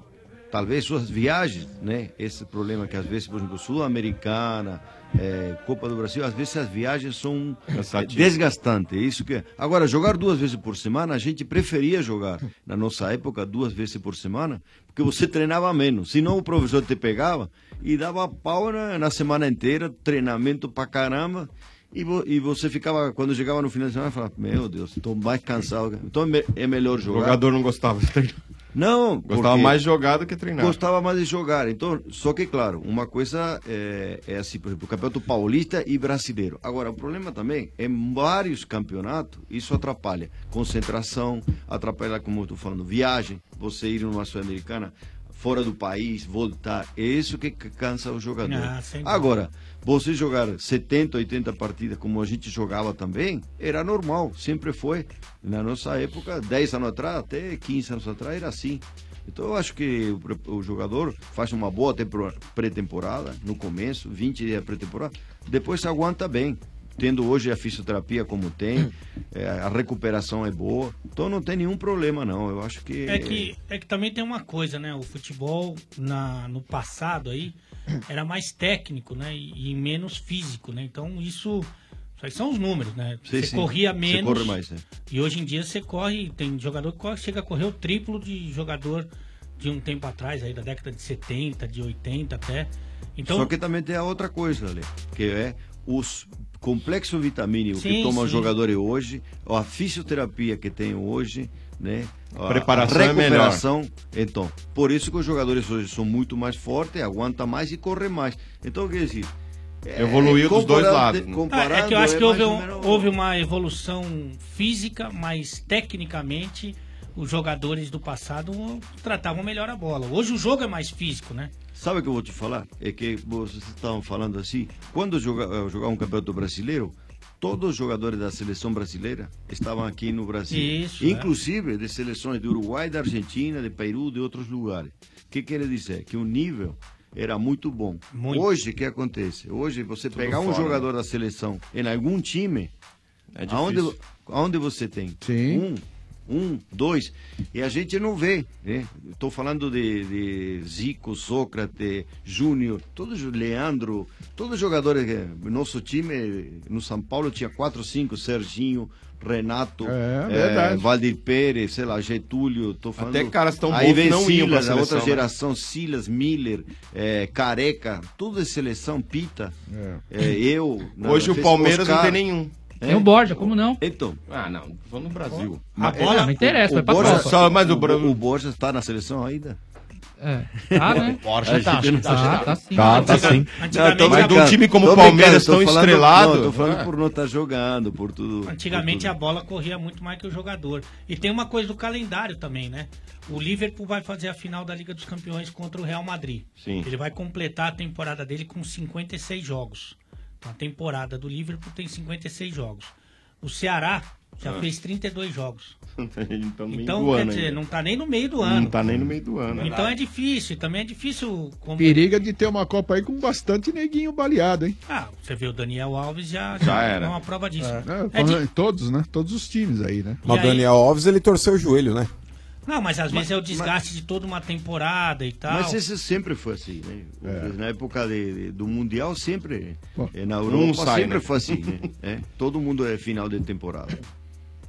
S15: talvez suas viagens, né? Esse problema que às vezes, por exemplo, Sul-Americana, eh, Copa do Brasil, às vezes as viagens são é,
S13: Cansativo.
S15: desgastante, isso que é. Agora, jogar duas vezes por semana, a gente preferia jogar, na nossa época, duas vezes por semana, porque você treinava menos. Senão o professor te pegava e dava pau na, na semana inteira, treinamento pra caramba. E, vo- e você ficava, quando chegava no final de semana, falava, meu Deus, tô mais cansado. Então é, me- é melhor
S13: O
S15: jogar.
S13: jogador não gostava de treinar.
S15: Não,
S13: Gostava
S15: porque
S13: mais de jogar do que treinar.
S15: Gostava mais de jogar. Então, só que, claro, uma coisa é, é assim, por exemplo, o campeonato paulista e brasileiro. Agora, o problema também é em vários campeonatos, isso atrapalha. Concentração, atrapalha, como eu estou falando, viagem, você ir numa Sul-Americana fora do país, voltar. É isso que c- cansa o jogador.
S11: Ah, sem dúvida.
S15: Agora, você jogar 70, 80 partidas como a gente jogava também, era normal, sempre foi. Na nossa época, 10 anos atrás, até 15 anos atrás, era assim. Então eu acho que o, pre- o jogador faz uma boa tempora- pré-temporada, no começo, 20 dias pré-temporada, depois se aguenta bem. Tendo hoje a fisioterapia como
S11: Hum.
S15: tem, eh, a recuperação é boa. Então não tem nenhum problema, não. Eu acho que.
S11: É que, é que também tem uma coisa, né? O futebol na, no passado aí era mais técnico, né? E, e menos físico, né? Então isso, isso aí são os números, né?
S15: Sim,
S11: você
S15: sim.
S11: corria
S15: Você
S11: menos.
S15: corre mais, né?
S11: E hoje em dia você corre, tem jogador que corre- chega a correr o triplo de jogador de um tempo atrás, aí da década de 70, de 80 até. Então,
S15: Só que também tem a outra coisa ali, que é os complexo vitamínico
S11: Sim,
S15: que tomam os
S11: sim.
S15: jogadores hoje, a fisioterapia que tem hoje, né? A
S13: preparação é melhor.
S15: recuperação. Então, por isso que os jogadores hoje são muito mais fortes, aguentam mais e correm mais. Então, quer dizer, é,
S13: Evoluiu dos dois
S15: comparando-
S13: lados, né?
S15: comparando,
S11: Ah, é que eu acho
S15: é
S11: que houve,
S15: mais ou
S11: um- houve uma evolução física, mas tecnicamente os jogadores do passado tratavam melhor a bola. Hoje o jogo é mais físico, né?
S15: Sabe o que eu vou te falar? É que vocês estavam falando assim, quando eu joga- eu jogava um campeonato brasileiro, todos os jogadores da seleção brasileira estavam aqui no Brasil.
S13: é.
S11: Isso,
S15: Inclusive de seleções do Uruguai, da Argentina, de Peru, de outros lugares. O que quer dizer? Que o nível era muito bom. Hoje, o que acontece? Hoje, você pegar um
S13: fora, né?
S15: jogador da seleção em algum time,
S13: É difícil.
S15: aonde, aonde você tem um, um, dois, e a gente não vê. Né? Estou falando de, de Zico, Sócrates, Júnior, todos os- Leandro, todos os jogadores. eh, Nosso time eh, no São Paulo tinha quatro, cinco, Serginho, Renato,
S13: É,
S15: eh,
S13: verdade.
S15: Valdir Pérez, sei lá, Getúlio, tô falando.
S13: Até caras tão
S15: Aí
S13: bons
S15: vem
S13: não iam pra
S15: Silas, a
S13: seleção,
S15: outra
S13: né?
S15: geração, Silas, Miller, eh, Careca, toda seleção, Pita,
S13: É.
S15: eh, eu. na-
S13: Hoje o
S15: fez
S13: Palmeiras não
S15: Oscar.
S13: tem nenhum.
S15: É?
S18: Tem o Borja, como não?
S15: Então.
S13: Ah, não. Vou no Brasil. é,
S15: Mas-
S18: bola- não interessa, vai pra
S15: Borja-
S18: Copa.
S15: Só, mas o, Bra-
S18: O-
S15: o Borja está na seleção ainda?
S18: É. Tá, né?
S15: Borja tá, acho que tá.
S18: tá sim.
S15: Tá, tá sim.
S13: Não, tô brincando. de um time como o
S15: Tô
S13: Palmeiras
S15: brincando, tô
S13: tão
S15: falando-
S13: estrelado.
S15: não, tô falando
S13: Ah.
S15: por não estar jogando, por tudo.
S11: Antigamente a bola corria muito mais que o jogador. E tem uma coisa do calendário também, né? O Liverpool vai fazer a final da Liga dos Campeões contra o Real Madrid.
S13: Sim.
S11: Ele vai completar a temporada dele com 56 jogos. Então, a temporada do Liverpool tem 56 jogos. O Ceará já
S13: Ah.
S11: fez 32 jogos.
S13: então, nem
S11: Então,
S13: do
S11: quer
S13: ano
S11: dizer,
S13: ainda.
S11: não tá nem no meio do
S13: Não
S11: ano.
S13: tá nem no meio do ano.
S11: Então é difícil, também é difícil. Como...
S10: Periga de ter uma Copa aí com bastante neguinho baleado, hein?
S11: Ah, você vê o Daniel Alves já,
S10: Já era.
S11: é uma prova disso.
S10: É,
S11: É di-
S10: Todos, né? Todos os times aí, né?
S11: Mas o E aí- Daniel
S19: Alves, ele torceu o joelho, né?
S11: Não, mas às
S15: Mas-
S11: vezes é o desgaste de toda uma temporada e tal.
S15: Mas esse sempre foi assim, né? Na época de- de- do Mundial, sempre. eh, na
S13: É. um
S15: Europa,
S13: sai,
S15: sempre
S13: né?
S15: foi assim, né? É, todo mundo é final de temporada. É.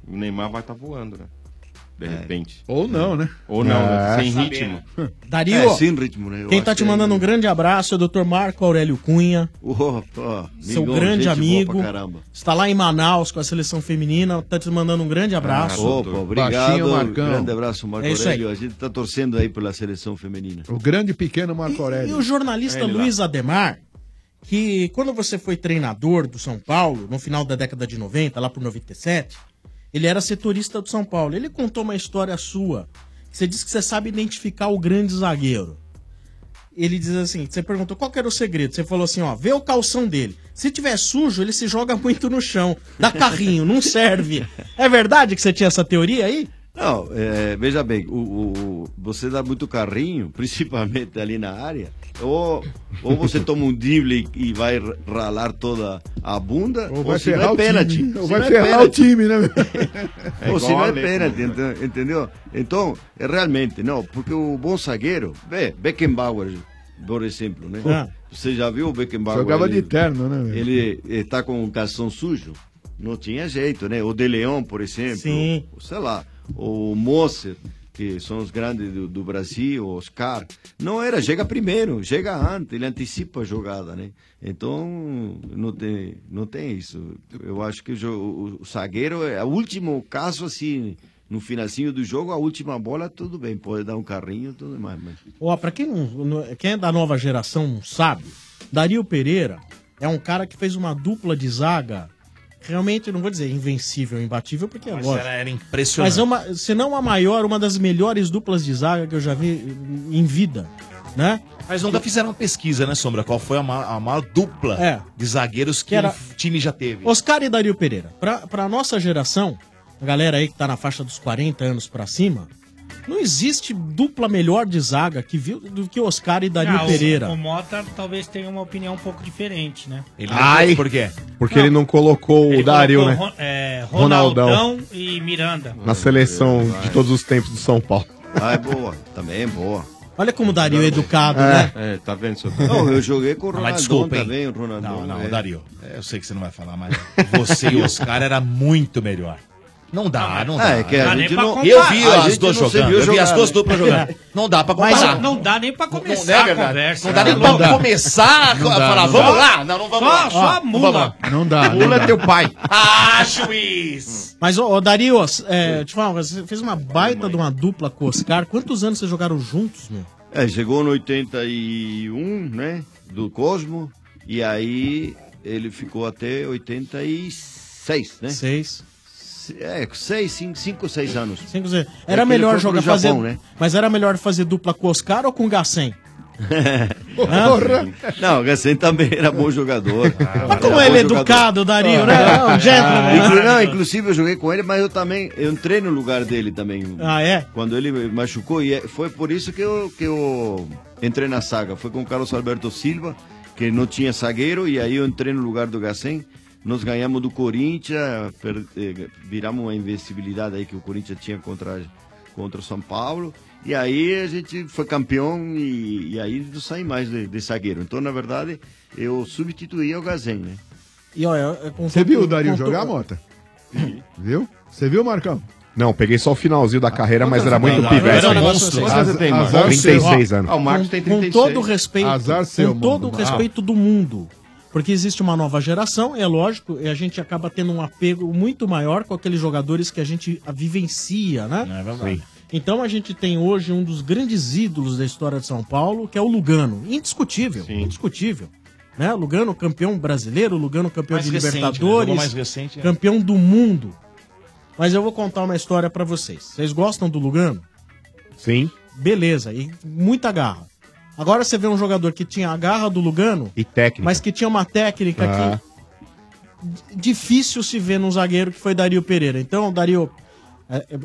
S13: O Neymar vai estar voando, né? De repente.
S10: Ou não, né?
S13: Ou não, né?
S10: É.
S13: Sem
S10: Sabendo.
S13: ritmo.
S9: Dario,
S15: É, né?
S9: quem tá te mandando um grande abraço é o Dr. Marco Aurélio Cunha, seu grande amigo. Está lá em Manaus com a seleção feminina, tá te mandando um grande abraço.
S15: Abraço. Opa, Ah, obrigado. Grande abraço, Marco
S9: É isso aí.
S15: Aurélio. A gente tá torcendo aí pela seleção feminina.
S10: O grande e pequeno Marco Aurélio.
S9: E o jornalista
S13: É,
S15: Ele lá.
S9: Luiz Ademar, que quando você foi treinador do São Paulo, no final da década de 90, lá por 97, ele era setorista do São Paulo. Ele contou uma história sua. Você disse que você sabe identificar o grande zagueiro. Ele diz assim, você perguntou qual que era o segredo. Você falou assim, ó, vê o calção dele. Se tiver sujo, ele se joga muito no chão. Dá carrinho, não serve. É verdade que você tinha essa teoria aí?
S15: Não, é, veja bem, o, o- o- você dá muito carrinho, principalmente ali na área, ou, ou você toma um drible e vai ralar toda a bunda, ou,
S10: vai
S15: se não
S10: ferrar
S15: é
S10: o
S15: pênalti.
S10: time. Ou
S15: Se
S10: vai
S15: não é
S10: ferrar
S15: pênalti.
S10: o time, né? meu?
S15: É Ou se não é pênalti, ente- entendeu? Então, é realmente, não, porque o bom zagueiro, vê, Beckenbauer, por exemplo, né?
S10: Ah.
S15: Você já viu o Beckenbauer?
S10: Jogava
S15: ele-
S10: de terno, né? meu?
S15: ele está com o calção sujo, não tinha jeito, né? O De Leão, por exemplo,
S9: Sim.
S15: ou, sei lá, o Moser, que são os grandes do, do Brasil, Oscar, não era, chega primeiro, chega antes, ele antecipa a jogada, né? Então, não tem, não tem isso. Eu acho que o, jo- o, o zagueiro é o último caso, assim, no finalzinho do jogo, a última bola, tudo bem, pode dar um carrinho e tudo mais, mas...
S9: Ó, pra quem, não, não- quem é da nova geração não sabe, Dario Pereira é um cara que fez uma dupla de zaga. Realmente, eu não vou dizer invencível, imbatível, porque é
S3: Mas
S9: lógico.
S3: era- era impressionante.
S9: Mas é uma, se não a maior, uma das melhores duplas de zaga que eu já vi em vida, né?
S3: Mas nunca fizeram uma pesquisa, né, Sombra? Qual foi a ma- a maior, dupla
S9: É.
S3: de zagueiros que,
S9: Que era-
S3: o time já teve?
S9: Oscar e Dario Pereira. Pra, pra nossa geração, a galera aí que tá na faixa dos 40 anos pra cima, não existe dupla melhor de zaga que viu do que Oscar e Dario
S11: Ah, o-
S9: Pereira.
S11: O, Mota talvez tenha uma opinião um pouco diferente, né?
S8: Ai,
S3: por quê?
S8: Porque ele não colocou o Dario, né?
S11: Ron- é,
S8: Ronaldão.
S11: Ronaldão, e Miranda.
S8: Na seleção de todos os tempos do São Paulo.
S15: Ah, é boa, também é boa.
S9: Olha como o Dario é educado, né?
S13: É, tá vendo, seu
S15: Não, eu joguei com o
S3: Ah,
S15: Ronaldão
S3: mas desculpa, hein?
S15: também, o Ronaldão.
S3: Não, não,
S15: é.
S3: Dario. né? Eu sei que você não vai falar, mas você e o Oscar era muito melhor. Não dá, não,
S15: mas-
S3: dá.
S15: Ah, é que a Dá gente nem pra não-
S3: Eu
S15: comparar.
S3: vi
S15: A
S3: as
S15: gente
S3: duas
S15: não se
S3: jogando.
S15: viu
S3: Eu vi as
S15: jogar,
S3: duas
S15: né?
S3: duplas jogando. Não dá pra comparar.
S11: Mas não dá nem pra
S3: Não,
S11: começar
S3: não é
S11: a
S3: verdade.
S11: conversa.
S3: Não dá nem
S11: né?
S3: pra começar a
S11: Não dá,
S3: falar,
S11: não
S3: vamos
S11: dá.
S3: lá? Não, não vamos
S11: Só-
S3: lá.
S11: só a
S3: Não
S11: mula.
S3: vamos lá.
S10: Não dá.
S3: Pula
S10: não dá.
S3: teu pai. Ah, juiz!
S9: Mas, ô, ô Dario, é, deixa eu falar, uma coisa, você fez uma baita de uma dupla com o Oscar. Quantos anos vocês jogaram juntos, meu?
S15: É, chegou no 81, né? Do Cosmo. E aí ele ficou até 86, né?
S9: 6.
S15: É, 6, 5, 6 anos.
S9: Cinco, seis. Era melhor jogar fazer.
S15: né?
S9: Mas era melhor fazer dupla com o Oscar ou com o Gassen? Ah,
S15: Não, o Gassen também era bom jogador. Ah,
S9: Mas como ele é educado, Dario, né? É um gentleman, né?
S15: Inclu- não, inclusive eu joguei com ele, mas eu também, eu entrei no lugar dele também.
S9: Ah, é?
S15: Quando ele machucou, e é- foi por isso que eu, que eu entrei na saga. Foi com o Carlos Alberto Silva, que não tinha zagueiro, e aí eu entrei no lugar do Gacem. Nós ganhamos do Corinthians, per- eh, viramos uma invencibilidade aí que o Corinthians tinha contra, contra o São Paulo. E aí a gente foi campeão e, e aí não saí mais de, de zagueiro. Então, na verdade, eu substituía o Gazem, né?
S9: E olha, eu- eu-
S10: Você viu o Dario
S9: contou-
S10: jogar, Mota? Viu? Você viu, Marcão?
S8: Não, peguei só o finalzinho da carreira, mas
S10: Quantas
S8: era
S10: você
S8: muito
S10: tem?
S8: pivete.
S10: Era um monstro. Quantas você tem, Marcos?
S8: Azar 36
S10: seu.
S8: anos.
S10: Ah, o Marcos tem
S9: Com
S10: 36.
S9: todo o respeito,
S10: Azar
S9: com
S10: seu,
S9: todo o
S10: mano.
S9: respeito do mundo. Porque existe uma nova geração, é lógico, e a gente acaba tendo um apego muito maior com aqueles jogadores que a gente vivencia, né?
S3: É verdade.
S9: Então a gente tem hoje um dos grandes ídolos da história de São Paulo, que é o Lugano. Indiscutível, indiscutível. Né? Lugano campeão brasileiro, Lugano campeão
S3: Mais
S9: de
S3: recente, né?
S9: Libertadores,
S3: Jogou mais recente, é.
S9: campeão do mundo. Mas eu vou contar uma história pra vocês. Vocês gostam do Lugano?
S8: Sim.
S9: Beleza, e muita garra. Agora você vê um jogador que tinha a garra do Lugano,
S8: E técnica.
S9: mas que tinha uma técnica
S8: Ah.
S9: que d- difícil se ver num zagueiro que foi Dario Pereira. Então, Dario, é, é,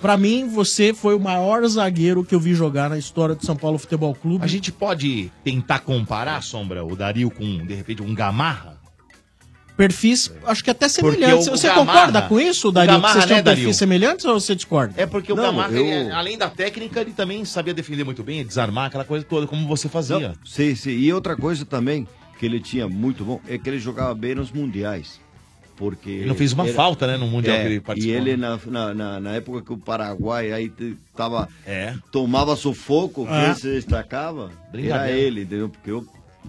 S9: pra mim você foi o maior zagueiro que eu vi jogar na história do São Paulo Futebol Clube.
S3: A gente pode tentar comparar, Sombra, o Dario com, de repente, um Gamarra?
S9: Perfis, acho que até
S3: Porque
S9: semelhantes.
S3: o- o
S9: Você
S3: Gamarra-
S9: concorda com isso,
S3: o
S9: Dario? que
S3: Gamarra,
S9: vocês um
S3: né,
S9: tinham
S3: Dario?
S9: perfis semelhantes ou você discorda?
S3: É porque o
S9: Não,
S3: Gamarra,
S9: eu-
S3: ele, além da técnica, ele também sabia defender muito bem, desarmar aquela coisa toda, como você fazia.
S15: Não, sim, sim. E outra coisa também que ele tinha muito bom é que ele jogava bem nos mundiais. Porque
S3: Ele não fez uma falta, né, no mundial que ele participou.
S15: é,
S3: né?
S15: E ele, na, na, na- na época que o Paraguai aí te- tava, tomava sufoco,
S3: É.
S15: quem se destacava era
S3: Brincadeira.
S15: ele, entendeu? Porque eu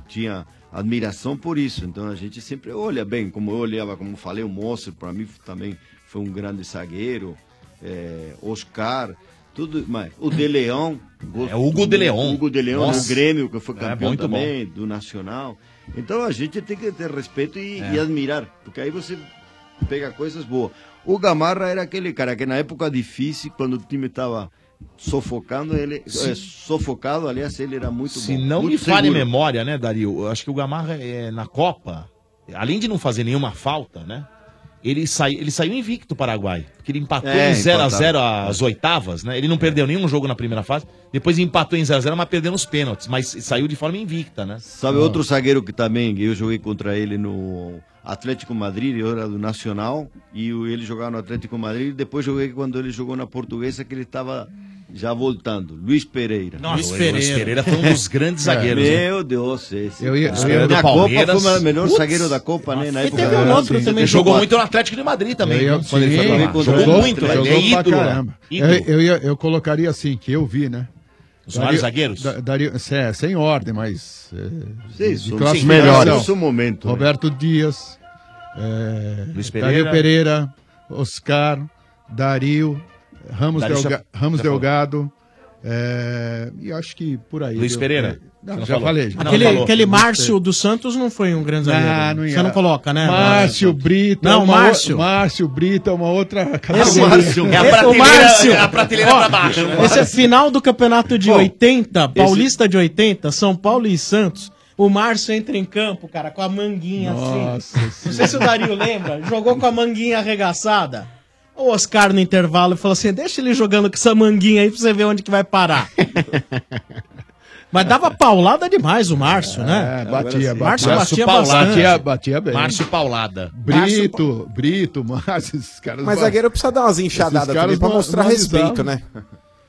S15: tinha admiração por isso. Então a gente sempre olha bem, como eu olhava, como eu falei, o Monstro, para mim também foi um grande zagueiro, é, Oscar, tudo mais. O De Leão.
S3: É, Hugo De Leão.
S15: Hugo De Leão,
S3: Nossa.
S15: no Grêmio, que foi
S3: É,
S15: campeão
S3: muito
S15: também, do Nacional. Então a gente tem que ter respeito e,
S3: É.
S15: e admirar, porque aí você pega coisas boas. O Gamarra era aquele cara que na época difícil, quando o time estava sofocando, ele
S3: Se-
S15: eh, sofocado, aliás, ele era muito
S3: Se
S15: bom.
S3: não
S15: muito
S3: me falha a
S15: seguro.
S3: memória, né, Dario? Eu acho que o Gamarra é, na Copa, além de não fazer nenhuma falta, né? Ele, sai, ele saiu invicto do Paraguai. Porque ele empatou
S15: É,
S3: em 0x0
S15: empatado. É.
S3: as oitavas, né? Ele não perdeu nenhum jogo na primeira fase. Depois empatou em 0x0, mas perdeu nos pênaltis. Mas saiu de forma invicta, né?
S15: Sabe, outro zagueiro que também, eu joguei contra ele no Atlético Madrid, eu era do Nacional, e o- ele jogava no Atlético Madrid, e depois joguei quando ele jogou na Portuguesa, que ele estava já voltando, Luiz Pereira.
S3: Nossa, Luiz Pereira. Luiz Pereira foi um dos grandes zagueiros, né?
S15: Meu Deus, esse.
S3: Eu ia-
S15: cara.
S3: eu ia-
S15: na
S3: do
S15: Copa
S3: Palmeiras.
S15: foi o melhor
S3: Putz.
S15: zagueiro da Copa, né? Na
S3: E
S15: época
S3: teve um
S15: da-
S3: outro
S15: Sim.
S3: também. Ele jogou muito no Atlético de Madrid também.
S10: Eu ia-
S3: quando ele foi
S10: Sim,
S3: pra lá. Jogou, muito,
S10: jogou
S3: ele é
S10: pra
S3: ídolo.
S10: caramba.
S3: ídolo.
S10: Eu, eu, ia- eu colocaria assim, que eu vi, né?
S3: Os maiores zagueiros?
S10: Da- Dario, é, sem, sem ordem, mas. É,
S15: Sim,
S10: de
S15: são
S10: classe
S15: os
S10: melhor.
S15: melhores do momento, né?
S10: Roberto Dias, é,
S3: Luiz
S10: Dario
S3: Pereira.
S10: Pereira, Oscar, Dario, Ramos,
S3: Dario
S10: Delga-
S3: já-
S10: Ramos
S3: já falou.
S10: Delgado. é, e acho que por aí.
S3: Luiz
S10: viu? É,
S3: Pereira?
S10: Não,
S3: Você não
S10: já
S3: falou.
S10: falei. já.
S9: aquele aquele Márcio dos Santos não foi um grande zagueiro.
S10: Ah, não ia.
S9: Você não coloca, né?
S10: Márcio Brito.
S9: Não,
S10: é uma o-
S9: Márcio.
S10: Márcio Brito é uma outra
S9: Esse-
S10: categoria.
S9: é a prateleira- é a prateleira pra
S3: baixo.
S9: Esse é final do campeonato de
S10: Bom,
S9: 80,
S10: né? esse-
S9: Paulista de 80, São Paulo e Santos. O Márcio entra em campo, cara, com a manguinha
S10: Nossa
S9: assim. Não sei se o Dario lembra. Jogou com a manguinha arregaçada. O Oscar no intervalo falou assim: deixa ele jogando com essa manguinha aí pra você ver onde que vai parar. Mas dava paulada demais o Márcio, né?
S10: É, batia, batia.
S9: Márcio
S10: Márcio
S9: batia
S10: Paulada.
S9: bastante.
S10: Batia- batia bem.
S3: Márcio Paulada.
S10: Brito, Brito, Márcio, esses caras.
S9: Mas
S10: zagueiro
S9: zagueiro
S10: precisa
S19: dar umas enxadadas também pra mostrar respeito, né?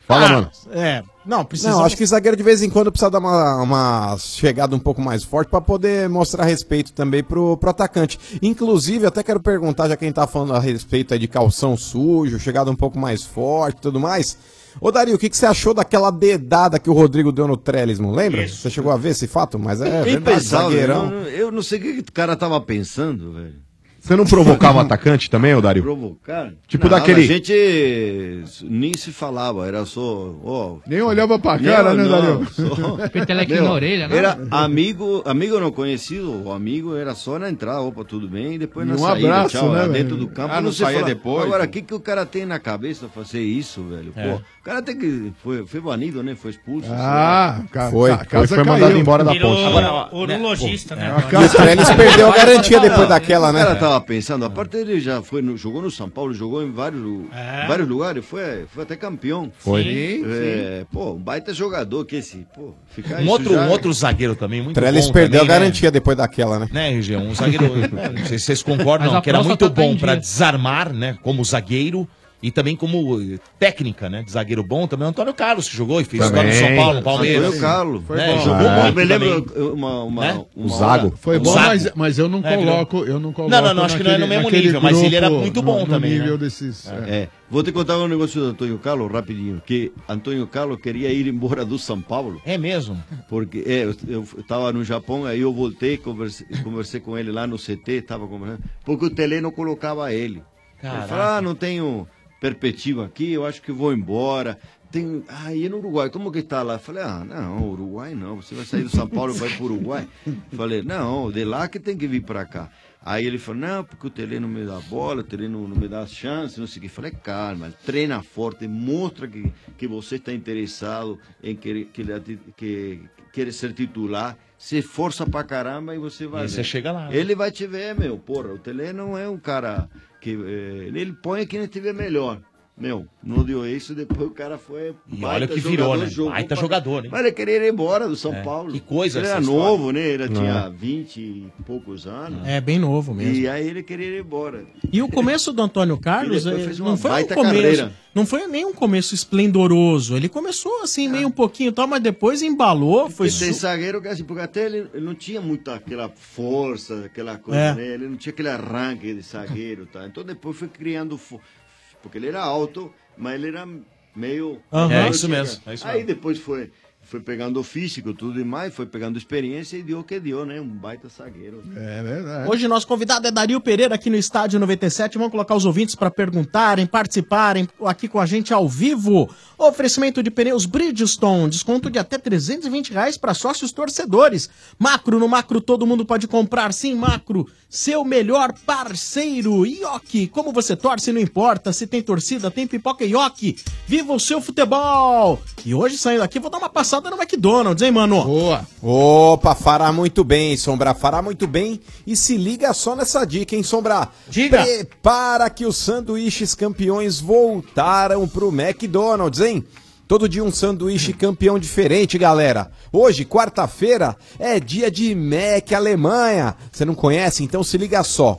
S10: Fala,
S19: mano.
S9: É. Não, precisa.
S19: Não, acho que zagueiro de vez em quando precisa dar uma, uma chegada um pouco mais forte pra poder mostrar respeito também pro, pro atacante. Inclusive, até quero perguntar, já quem tá falando a respeito aí de calção sujo, chegada um pouco mais forte e tudo mais. Ô Dario, o que, que você achou daquela dedada que o Rodrigo deu no Trellis, não lembra? Você chegou a ver esse fato? Mas é
S15: Bem né?
S19: verdade,
S15: pensado,
S19: zagueirão.
S15: eu não- eu não sei o que que o cara tava pensando, velho.
S8: Você não provocava o atacante também, ô Dario?
S15: Provocar?
S8: Tipo
S15: Não,
S8: daquele-
S15: A gente nem se falava, era só. ó,
S10: Nem olhava pra
S15: Não,
S10: cara, né,
S15: não,
S10: Dario?
S15: só-
S18: Petelequinho
S15: Meu,
S18: na orelha, né?
S15: Era amigo, amigo não conhecido, o amigo era só na entrada, opa, tudo bem, e depois
S10: E
S15: na
S10: um
S15: saída,
S10: abraço,
S15: tchau,
S10: né,
S15: lá
S10: velho?
S15: dentro do campo.
S10: Ah, não
S15: se
S10: saía
S15: fala-
S10: depois,
S15: Agora, o
S10: pô.
S15: que, que o cara tem na cabeça pra fazer isso, velho? Pô,
S10: É.
S15: o cara tem que... Foi, foi banido, né? Foi expulso.
S10: Ah,
S15: sei lá.
S10: ca- Foi, ca- foi, casa foi mandado caiu. embora da Virou ponte. urologista,
S15: É,
S10: né? A casa-
S19: Trellis perdeu a garantia depois daquela, né?
S15: O cara tava pensando, a parte dele já foi no- jogou no São Paulo, jogou em vários, lu-
S10: É.
S15: vários lugares, foi, foi até campeão.
S3: Foi.
S15: Sim,
S3: Sim,
S15: é, Pô, um baita jogador que esse, pô, ficar
S3: Um
S15: isso
S3: outro,
S15: já- é.
S3: um outro zagueiro também, muito
S19: Trellis
S3: bom
S19: perdeu
S3: também,
S19: a
S3: né?
S19: garantia depois daquela, né?
S3: Né, RG? Um zagueiro. né, não sei se vocês concordam,
S19: Mas a
S3: que era
S19: próstata
S3: muito
S19: tá em
S3: bom pra
S19: dia.
S3: desarmar, né? Como zagueiro e também como eh, técnica, né? De zagueiro bom também. O Antônio Carlos que jogou e fez
S15: Também.
S3: história no São Paulo, no Palmeiras.
S15: Antônio Carlos. Foi
S3: né?
S15: bom.
S3: Jogou
S15: Ah.
S3: muito.
S15: Eu me lembro
S3: também. Né?
S15: uma- uma- uma
S3: O
S15: Zago. hora-
S10: Foi
S15: O
S10: bom,
S15: Zago.
S10: mas, mas eu não
S15: É, virou-
S10: coloco. Eu não coloco
S3: Não, não, não, acho que não é no mesmo
S10: naquele
S3: nível, mas ele era muito bom
S10: no,
S3: também,
S10: No nível
S3: né?
S10: desses. é.
S15: É. Vou te contar um negócio do Antônio Carlos rapidinho, que Antônio Carlos queria ir embora do São Paulo.
S3: É mesmo?
S15: Porque é, eu, eu tava no Japão, aí eu voltei, conversei, conversei com ele lá no CT, tava conversando, porque o Tele não colocava ele. Ele
S3: Caraca.
S15: falou, ah, não tenho perspectiva aqui, eu acho que vou embora. Tem, ah, e no Uruguai, como que tá lá? Eu falei, ah, não, Uruguai não, você vai sair do São Paulo e vai pro Uruguai. Eu Falei, não, de lá que tem que vir para cá. Aí ele falou, não, porque o Tele não me dá bola, o Tele não, não me dá chance, não sei o que. Eu falei, calma, treina forte, mostra que, que você está interessado em querer, que, ele ati- que, querer ser titular, se força pra caramba e você vai.
S3: E você
S15: ver.
S3: chega lá, né?
S15: é. Ele vai te ver, meu, porra, o Tele não é um cara que. eh, ele- ele põe quem estiver melhor. Meu, não deu isso, depois o cara foi.
S3: E
S15: baita
S3: olha o que virou,
S15: jogador,
S3: né?
S15: jogou
S3: Baita
S15: pra-
S3: jogador, hein?
S15: Mas ele queria ir embora do São
S3: É.
S15: Paulo.
S3: Que coisa
S15: Ele
S3: essa
S15: era
S3: história. É.
S15: novo, né? Ele
S9: Não.
S15: tinha 20 e poucos anos.
S9: É, bem novo mesmo.
S15: E aí ele queria ir embora.
S9: E o começo do Antônio Carlos
S15: Ele depois
S9: eh,
S15: fez uma
S9: não foi um
S15: baita
S9: começo,
S15: carreira.
S9: não foi nem um começo esplendoroso. Ele começou assim meio um pouquinho, e tal, mas depois embalou, foi
S15: Porque tem
S9: su...
S15: zagueiro que assim, porque até ele, ele não tinha muita aquela força, aquela coisa,
S9: É.
S15: né? Ele não tinha aquele arranque de zagueiro, tá? Então depois foi criando, fo- porque ele era alto, mas ele era meio...
S16: Aham. É,
S15: meio
S16: isso
S15: chega.
S16: mesmo, é isso
S15: Aí
S16: mesmo.
S15: depois foi, foi pegando o físico, tudo e mais, foi pegando experiência e deu o que deu, né? Um baita zagueiro.
S9: É verdade. Hoje nosso convidado é Dario Pereira aqui no Estádio 97. Vamos colocar os ouvintes para perguntarem, participarem aqui com a gente ao vivo. Oferecimento de pneus Bridgestone, desconto de até 320 reais para sócios torcedores. Macro, no Macro todo mundo pode comprar, sim, Macro, seu melhor parceiro. Ioki, como você torce, não importa, se tem torcida, tem pipoca Ioki. Viva o seu futebol! E hoje saindo aqui, vou dar uma passada no McDonald's, hein, mano?
S10: Boa!
S19: Opa, fará muito bem, Sombra. Fará muito bem. E se liga só nessa dica, hein, Sombra? Diga! Prepara que os sanduíches campeões voltaram pro McDonald's, hein? Todo dia um sanduíche campeão diferente, galera. Hoje, quarta-feira, é dia de Mac Alemanha. Você não conhece? Então se liga só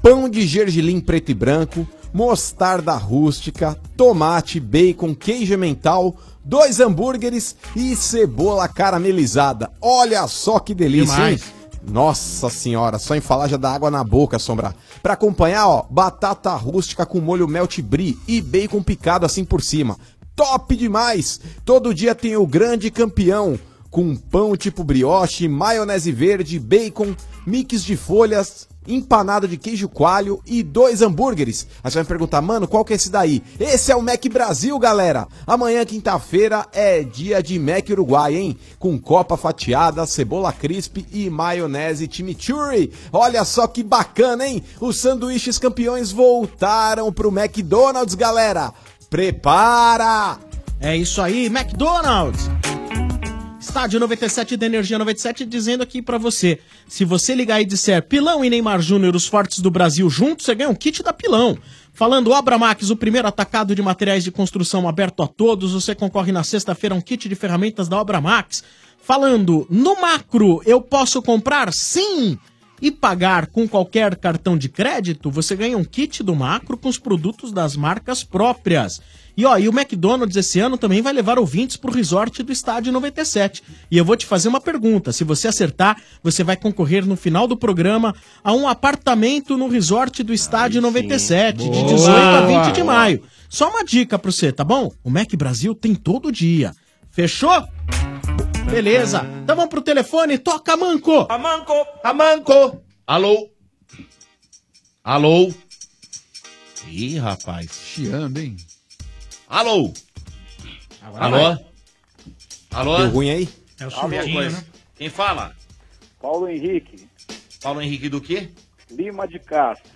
S19: pão de gergelim preto e branco, mostarda rústica, tomate, bacon, queijo mental, dois hambúrgueres e cebola caramelizada. Olha só que delícia,
S10: Demais.
S19: hein? Nossa senhora, só em falar já dá água na boca, Sombra. Pra acompanhar, ó, batata rústica com molho melt brie e bacon picado assim por cima. Top demais! Todo dia tem o grande campeão, com pão tipo brioche, maionese verde, bacon, mix de folhas, empanada de queijo coalho e dois hambúrgueres. Aí você vai me perguntar, mano, qual que é esse daí? Esse é o Mac Brasil, galera! Amanhã, quinta-feira, é dia de Mac Uruguai, hein? Com copa fatiada, cebola crisp e maionese chimichurri. Olha só que bacana, hein? Os sanduíches campeões voltaram pro McDonald's, galera! Prepara!
S9: É isso aí, McDonald's! Estádio 97 da Energia 97 dizendo aqui pra você, se você ligar e disser Pilão e Neymar Júnior, os fortes do Brasil juntos, você ganha um kit da Pilão. Falando Obra Max, o primeiro atacado de materiais de construção aberto a todos, você concorre na sexta-feira a um kit de ferramentas da Obra Max. Falando no macro, eu posso comprar sim e pagar com qualquer cartão de crédito, você ganha um kit do macro com os produtos das marcas próprias. E ó, e o McDonald's esse ano também vai levar ouvintes pro resort do estádio 97. E eu vou te fazer uma pergunta, se você acertar, você vai concorrer no final do programa a um apartamento no resort do estádio 97, de
S16: Boa!
S9: 18 a 20 de
S16: Boa!
S9: maio. Só uma dica pra você, tá bom? O Mac Brasil tem todo dia. Fechou? Beleza. Então vamos pro telefone, toca manco.
S3: Amanco, amanco. Alô? Alô? Ih, rapaz.
S10: Chiando, hein?
S3: Alô?
S10: vai.
S3: Alô? Alô?
S10: Deu ruim aí?
S3: É
S20: o surdinho, né?
S3: Quem fala?
S20: Paulo Henrique,
S3: Paulo Henrique do quê?
S20: Lima de Castro,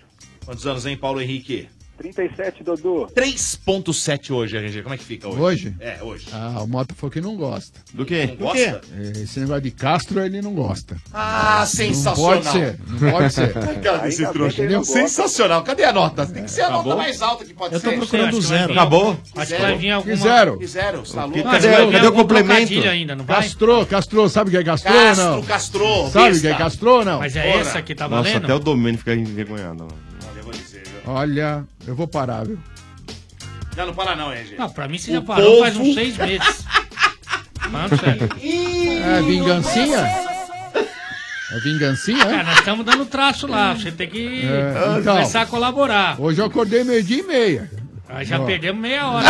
S3: Quantos anos, hein, Paulo Henrique?
S20: 37 Dodô.
S3: 3.7 hoje, RG. Como é que fica hoje?
S10: Hoje?
S3: É, hoje.
S10: Ah, o Mota falou que não gosta.
S3: Do quê? Não gosta?
S10: É, Esse negócio de Castro ele não gosta.
S3: Ah, sensacional.
S10: pode ser, não pode ser.
S3: Cara desse
S10: Ainda bem
S3: trouxa.
S10: que ele não
S3: Sensacional. Cadê a nota? Tem que ser a
S10: Acabou?
S3: nota mais alta que pode
S10: Eu
S3: ser.
S10: tô procurando
S3: Acho que vai
S10: zero.
S3: vir. Acabou?
S10: Acho que
S3: Zero.
S10: vai vir alguma- Que zero?
S3: Que zero. Salud.
S10: Cadê- cadê o complemento? Castrou, castrou, sabe o que é castrou
S3: Castro,
S10: ou não?
S3: castrou,
S10: Sabe o que
S3: besta.
S10: é castrou ou não?
S11: Mas
S3: é essa que tá
S13: Nossa,
S3: valendo?
S13: até o domínio fica envergonhado.
S10: Olha, eu vou parar, viu?
S3: Não, não para não, RG.
S11: Não, pra mim você
S3: O
S11: já parou faz
S3: povo-
S11: uns seis meses. Mano, sério.
S10: É vingancinha? É vingancinha?
S11: Cara,
S10: é?
S11: nós estamos dando traço lá. Você tem que
S10: É, então.
S11: começar a colaborar.
S10: Hoje eu acordei meio dia e meia.
S11: Aí já
S10: Ó.
S11: perdemos meia hora.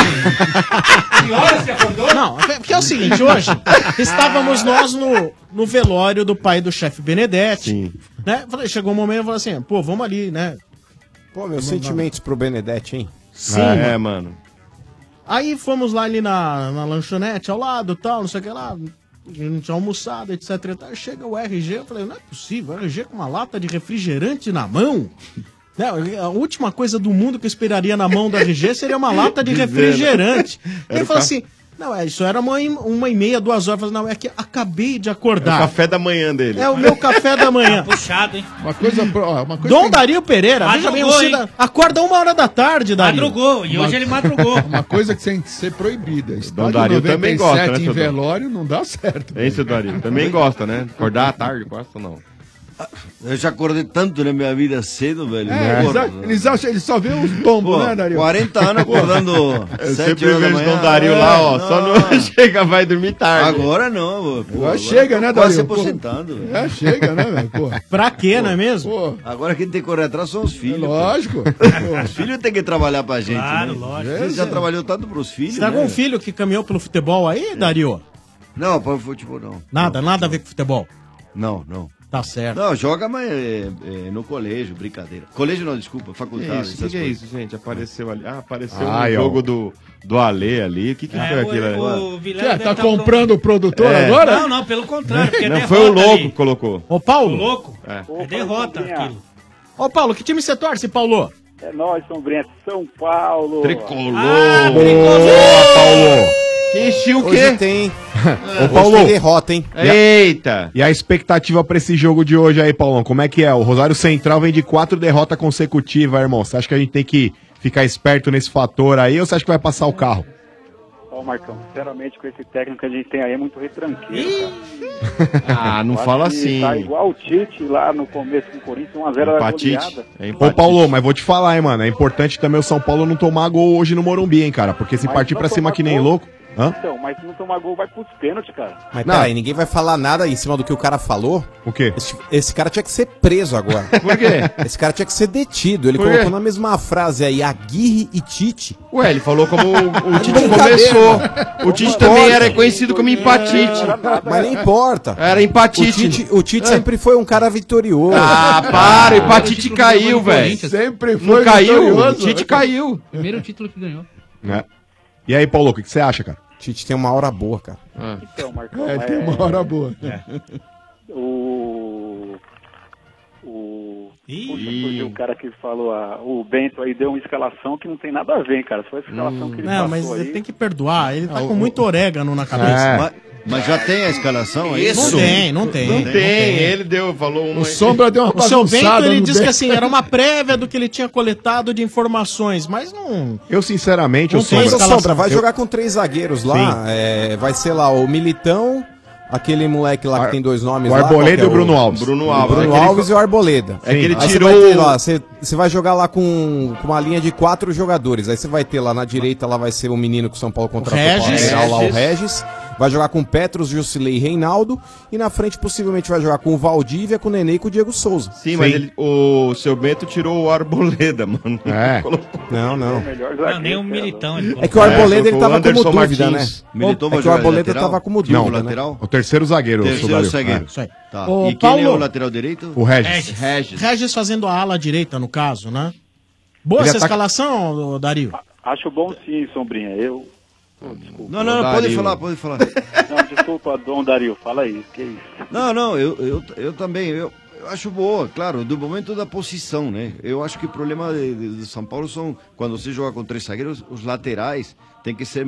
S11: que horas você acordou?
S9: Não, é porque é o seguinte, hoje estávamos nós no, no velório do pai do chefe Benedetti. Né? Falei, Chegou um momento e falou assim, pô, vamos ali, né?
S19: Pô, meus sentimentos pro Benedetti, hein?
S9: Sim, Ah, é,
S13: mano.
S9: Aí fomos lá ali na, na lanchonete ao lado tal, não sei o que lá. Eu não tinha almoçado, etc. e tal. Chega o RG, eu falei, não é possível, RG com uma lata de refrigerante na mão? Né, a última coisa do mundo que eu esperaria na mão do RG seria uma lata de
S13: né?
S1: Dizendo.
S9: refrigerante.
S1: Era
S9: Ele
S1: o
S9: falou
S1: ca-
S9: assim, não, é, isso era uma, e- uma e meia, duas horas. Eu falei, não, é que acabei de acordar.
S13: É o café da manhã dele.
S9: É o meu café da manhã.
S11: Puxado, hein?
S10: Uma coisa. pro- ó, uma coisa
S9: Dom Dario Pereira, veja bem, o
S10: Madrugou,
S9: Cida, acorda uma hora da tarde, Dario.
S10: Uma coisa que tem que ser proibida. Estádio
S13: Dario
S10: 97
S13: também gosta, né,
S10: em
S13: seu Dom?
S10: velório não dá certo. É,
S13: Hein, seu Dario? Também gosta, né? Acordar à tarde, gosta ou não?
S15: Eu já acordei tanto na minha vida cedo, velho.
S10: É,
S15: Meu
S10: eles,
S15: corpo.
S10: acham- eles acham, eles só vê os tombos,
S15: Pô,
S13: é,
S10: né, Dario?
S15: 40 anos acordando. sete
S10: Eu sempre
S15: horas da
S10: vejo
S15: manhã. É,
S10: Dom Dario lá, ó, só
S13: não chega, vai dormir tarde.
S15: Agora não, pô. Pô,
S13: Agora chega, né,
S15: Quase se
S13: Dario? Pô.
S15: aposentando. velho.
S10: É, chega, né, velho? Pô.
S9: Pra quê, não é mesmo?
S15: Agora quem tem que correr atrás são os filhos.
S10: lógico.
S15: os filhos têm que trabalhar pra gente.
S9: Claro,
S15: né?
S9: lógico.
S15: Você já
S9: É.
S15: trabalhou tanto pros filhos.
S9: Você tá
S15: né?
S9: com um filho que caminhou pelo futebol aí, Dario?
S15: Não, para o futebol não.
S9: Nada, nada a ver com futebol.
S15: Não, não.
S9: Tá certo.
S15: Não, joga, mas é, é, no colégio, brincadeira. Colégio não, desculpa, faculdade.
S13: Isso, que que é isso, gente? Apareceu ali. Ah, apareceu
S15: Ai,
S13: um
S15: ó.
S13: jogo do, do Ale ali. O que, que
S15: É,
S13: foi
S15: o-
S13: aquilo ali?
S11: o Vilela
S10: Quer,
S11: deve
S10: tá
S11: tá
S10: comprando o produtor
S13: É.
S10: agora?
S11: Não, não, pelo contrário. Porque é
S13: Não,
S11: derrota
S13: foi o louco
S11: ali.
S13: que colocou.
S9: Ô, Paulo.
S11: O louco.
S13: É.
S11: É derrota aquilo.
S9: Ô, Paulo, que time você torce, Paulo?
S20: É nós, Sombrento. São Paulo.
S13: Tricolor.
S20: Ah,
S8: Paulo!
S13: Enchi
S8: o
S19: Hoje tem.
S8: Ô, Paulo.
S19: Hoje tem derrota, hein?
S8: E a- E a expectativa pra esse jogo de hoje aí, Paulão? Como é que é? O Rosário Central vem de quatro derrotas consecutivas, irmão. Você acha que a gente tem que ficar esperto nesse fator aí ou você acha que vai passar o carro?
S20: Ó, Marcão, sinceramente, com esse técnico que a gente tem aí é muito retranqueiro,
S13: Ah, não fala assim.
S20: Tá igual o Tite lá no começo com o Corinthians, 1x0 era goleada.
S13: É
S8: Ô, Paulo, mas vou te falar, hein, mano. É importante também o São Paulo não tomar gol hoje no Morumbi, hein, cara. Porque se
S20: Mas
S8: partir
S20: não
S8: pra cima
S20: tomar
S8: que nem
S20: gol.
S8: louco. Hã?
S20: Então, mas se não tomar gol, vai pros pênaltis, cara.
S19: Mas peraí, ninguém vai falar nada em cima do que o cara falou.
S8: O quê?
S19: Esse, esse cara tinha que ser preso agora.
S13: Por quê?
S19: Esse cara tinha que ser detido. Ele
S13: Por quê?
S19: colocou na mesma frase aí, Aguirre e Tite.
S13: Ué, ele falou como o, o
S19: de
S13: Tite
S19: brincadeira,
S13: começou.
S19: mano.
S13: O Tite
S19: Não
S13: também
S19: importa.
S13: era conhecido como empatite.
S19: Mas não importa.
S13: Era empatite.
S19: O Tite, o Tite sempre foi um cara vitorioso.
S13: Ah, para, o empatite caiu, velho.
S19: Sempre
S13: Não caiu, o Tite caiu.
S18: Primeiro título que ganhou.
S8: Né? E aí, Paulo, o que que você acha, cara?
S19: Tite tem uma hora boa, cara.
S20: Então, Marcão,
S19: É, tem uma hora boa.
S1: É.
S20: O. O. Puxa, surgiu o cara que falou, ah, o Bento aí deu uma escalação que não tem nada a ver, cara. Foi a escalação
S13: Hum.
S20: que ele
S9: Não,
S20: passou
S9: mas
S20: aí.
S9: ele tem que perdoar. Ele tá
S20: Ah,
S9: com
S20: o-
S9: muito orégano na cabeça.
S15: Ah, Mas, mas já tem a escalação aí?
S9: É. Não tem, não tem.
S15: Não tem,
S13: ele deu, falou uma...
S9: O
S10: Sombra deu uma
S9: O seu
S10: bagunçada
S9: Bento, ele
S10: no
S9: disse que
S10: Bento.
S9: assim, era uma prévia do que ele tinha coletado de informações, mas não...
S8: Eu, sinceramente,
S9: Não
S8: eu
S19: Mas, ô,
S8: sombra.
S19: Sombra, vai
S8: eu-
S19: jogar com três zagueiros lá. é, vai ser lá o Militão, aquele moleque lá que tem dois nomes
S8: o
S19: lá,
S8: Arboleda
S19: qual que é
S8: e o Bruno Alves.
S19: Bruno
S8: um. Bruno
S19: Alves, o
S8: Alves.
S19: Bruno
S8: É que ele
S19: Alves
S8: co-
S19: e o Arboleda.
S8: É que ele
S19: Aí você
S8: tirou
S19: vai ter
S8: o-
S19: lá, Você você vai jogar lá com, com uma linha de quatro jogadores. Aí você vai ter lá na direita, lá vai ser o menino que o São Paulo contratou pra
S9: Regis.
S19: lateral lá, o
S9: Regis.
S19: Regis. Vai jogar com Petros, Jusilei e Reinaldo. E na frente, possivelmente, vai jogar com o Valdívia, com o Nenê e com o Diego Souza.
S13: Sim, mas ele- o seu Bento tirou o Arboleda, mano.
S19: É.
S13: Colocou.
S19: Não, não.
S11: Não, nem o Militão. Ele
S19: É que o Arboleda
S13: É,
S19: ele tava
S13: colocou o
S19: como
S13: Anderson
S19: dúvida,
S13: Martins.
S19: né?
S13: Militão
S19: é
S13: vai
S19: que o
S13: jogar de
S19: Arboleda
S13: lateral?
S19: tava como
S8: Não, É
S19: dúvida, né?
S15: lateral?
S8: O terceiro zagueiro, eu sou
S15: Terceiro
S8: Dario.
S15: zagueiro.
S8: É.
S15: Tá.
S9: Ô,
S15: e quem é o
S9: Paulo.
S15: lateral direito?
S8: O Regis.
S15: Regis.
S9: Regis fazendo a ala direita, no caso, né? Boa
S20: Ele
S9: essa
S20: ataca-
S9: escalação, ô, Dario.
S20: Acho bom sim, Sombrinha. Eu. Pô, desculpa.
S15: Não, não, não, pode Dario. falar, pode falar.
S20: Não, desculpa, Dom Dario, fala aí. Que isso?
S15: Não, não, eu, eu, eu também. Eu, eu acho boa, claro, do momento da posição, né? Eu acho que o problema de, de- do São Paulo são quando você joga com três zagueiros, os laterais tem que ser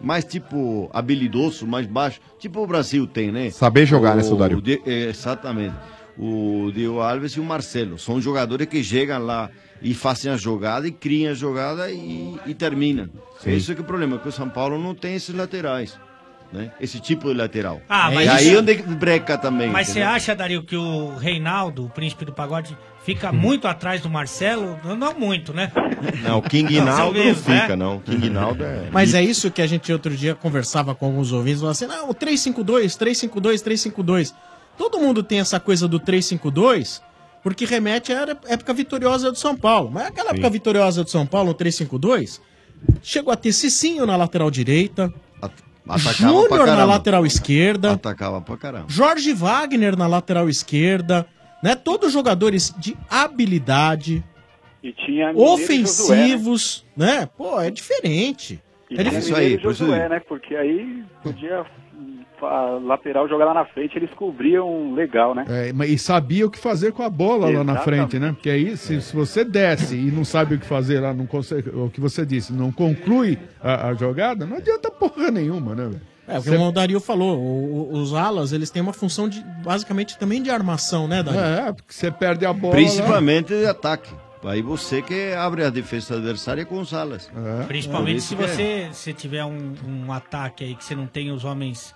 S15: mais tipo habilidoso, mais baixo. Tipo o Brasil tem, né?
S8: Saber jogar, né, seu
S15: O-
S8: Dario?
S15: o Die- é, Exatamente. O Diego Alves e o Marcelo são jogadores que chegam lá e fazem a jogada e criam a jogada e, e terminam.
S8: Sim.
S15: Esse é que é o problema, que o São Paulo não tem esses laterais. Né? Esse tipo de lateral.
S11: Ah, mas
S15: e aí
S11: isso-
S15: onde que breca também.
S11: Mas você
S15: entendeu?
S11: acha, Dario, que o Reinaldo, o príncipe do pagode,
S15: Hum.
S11: fica muito atrás do Marcelo? Não, não muito, né?
S13: Não, o King Naldo não
S11: mesmo,
S13: fica,
S11: né?
S13: não. King Naldo é...
S9: Mas é isso que a gente outro dia conversava com alguns ouvintes, falava assim, não, 352, 352, 352. Todo mundo tem essa coisa do 352, porque remete à era- época vitoriosa do São Paulo. Mas aquela época vitoriosa do São Paulo, o 352, chegou a ter Cicinho na lateral direita,
S15: Atacava pra
S9: Júnior na
S15: caramba.
S9: lateral esquerda,
S15: Atacava pra caramba.
S9: Jorge Wagner na lateral esquerda, né? Todos jogadores de habilidade,
S20: E tinha Mineiro e Josué, né?
S9: ofensivos, né? Pô, é diferente.
S20: E
S9: É
S20: tinha
S9: difícil.
S15: é.
S10: é.
S15: né?
S20: Mineiro e Josué, né? Porque aí podia hum, a lateral jogar lá na frente, eles cobriam legal, né?
S10: É, mas- e sabia o que fazer com a bola lá na
S20: Exatamente.
S10: frente, né? Porque aí, se, se você desce e não sabe o que fazer lá, não consegue, o que você disse, não conclui a, a jogada, não adianta porra nenhuma, né, velho?
S9: É, o que
S10: Você-
S9: o Dario falou, o- o- os alas, eles têm uma função de, basicamente também de armação, né, Dario?
S10: É, porque você perde a bola.
S15: Principalmente de ataque. Aí você que abre a defesa adversária com o Salas.
S8: É.
S11: Principalmente
S15: Por
S11: se
S15: isso que
S11: você
S15: é.
S11: se tiver um, um ataque aí que você não tem os homens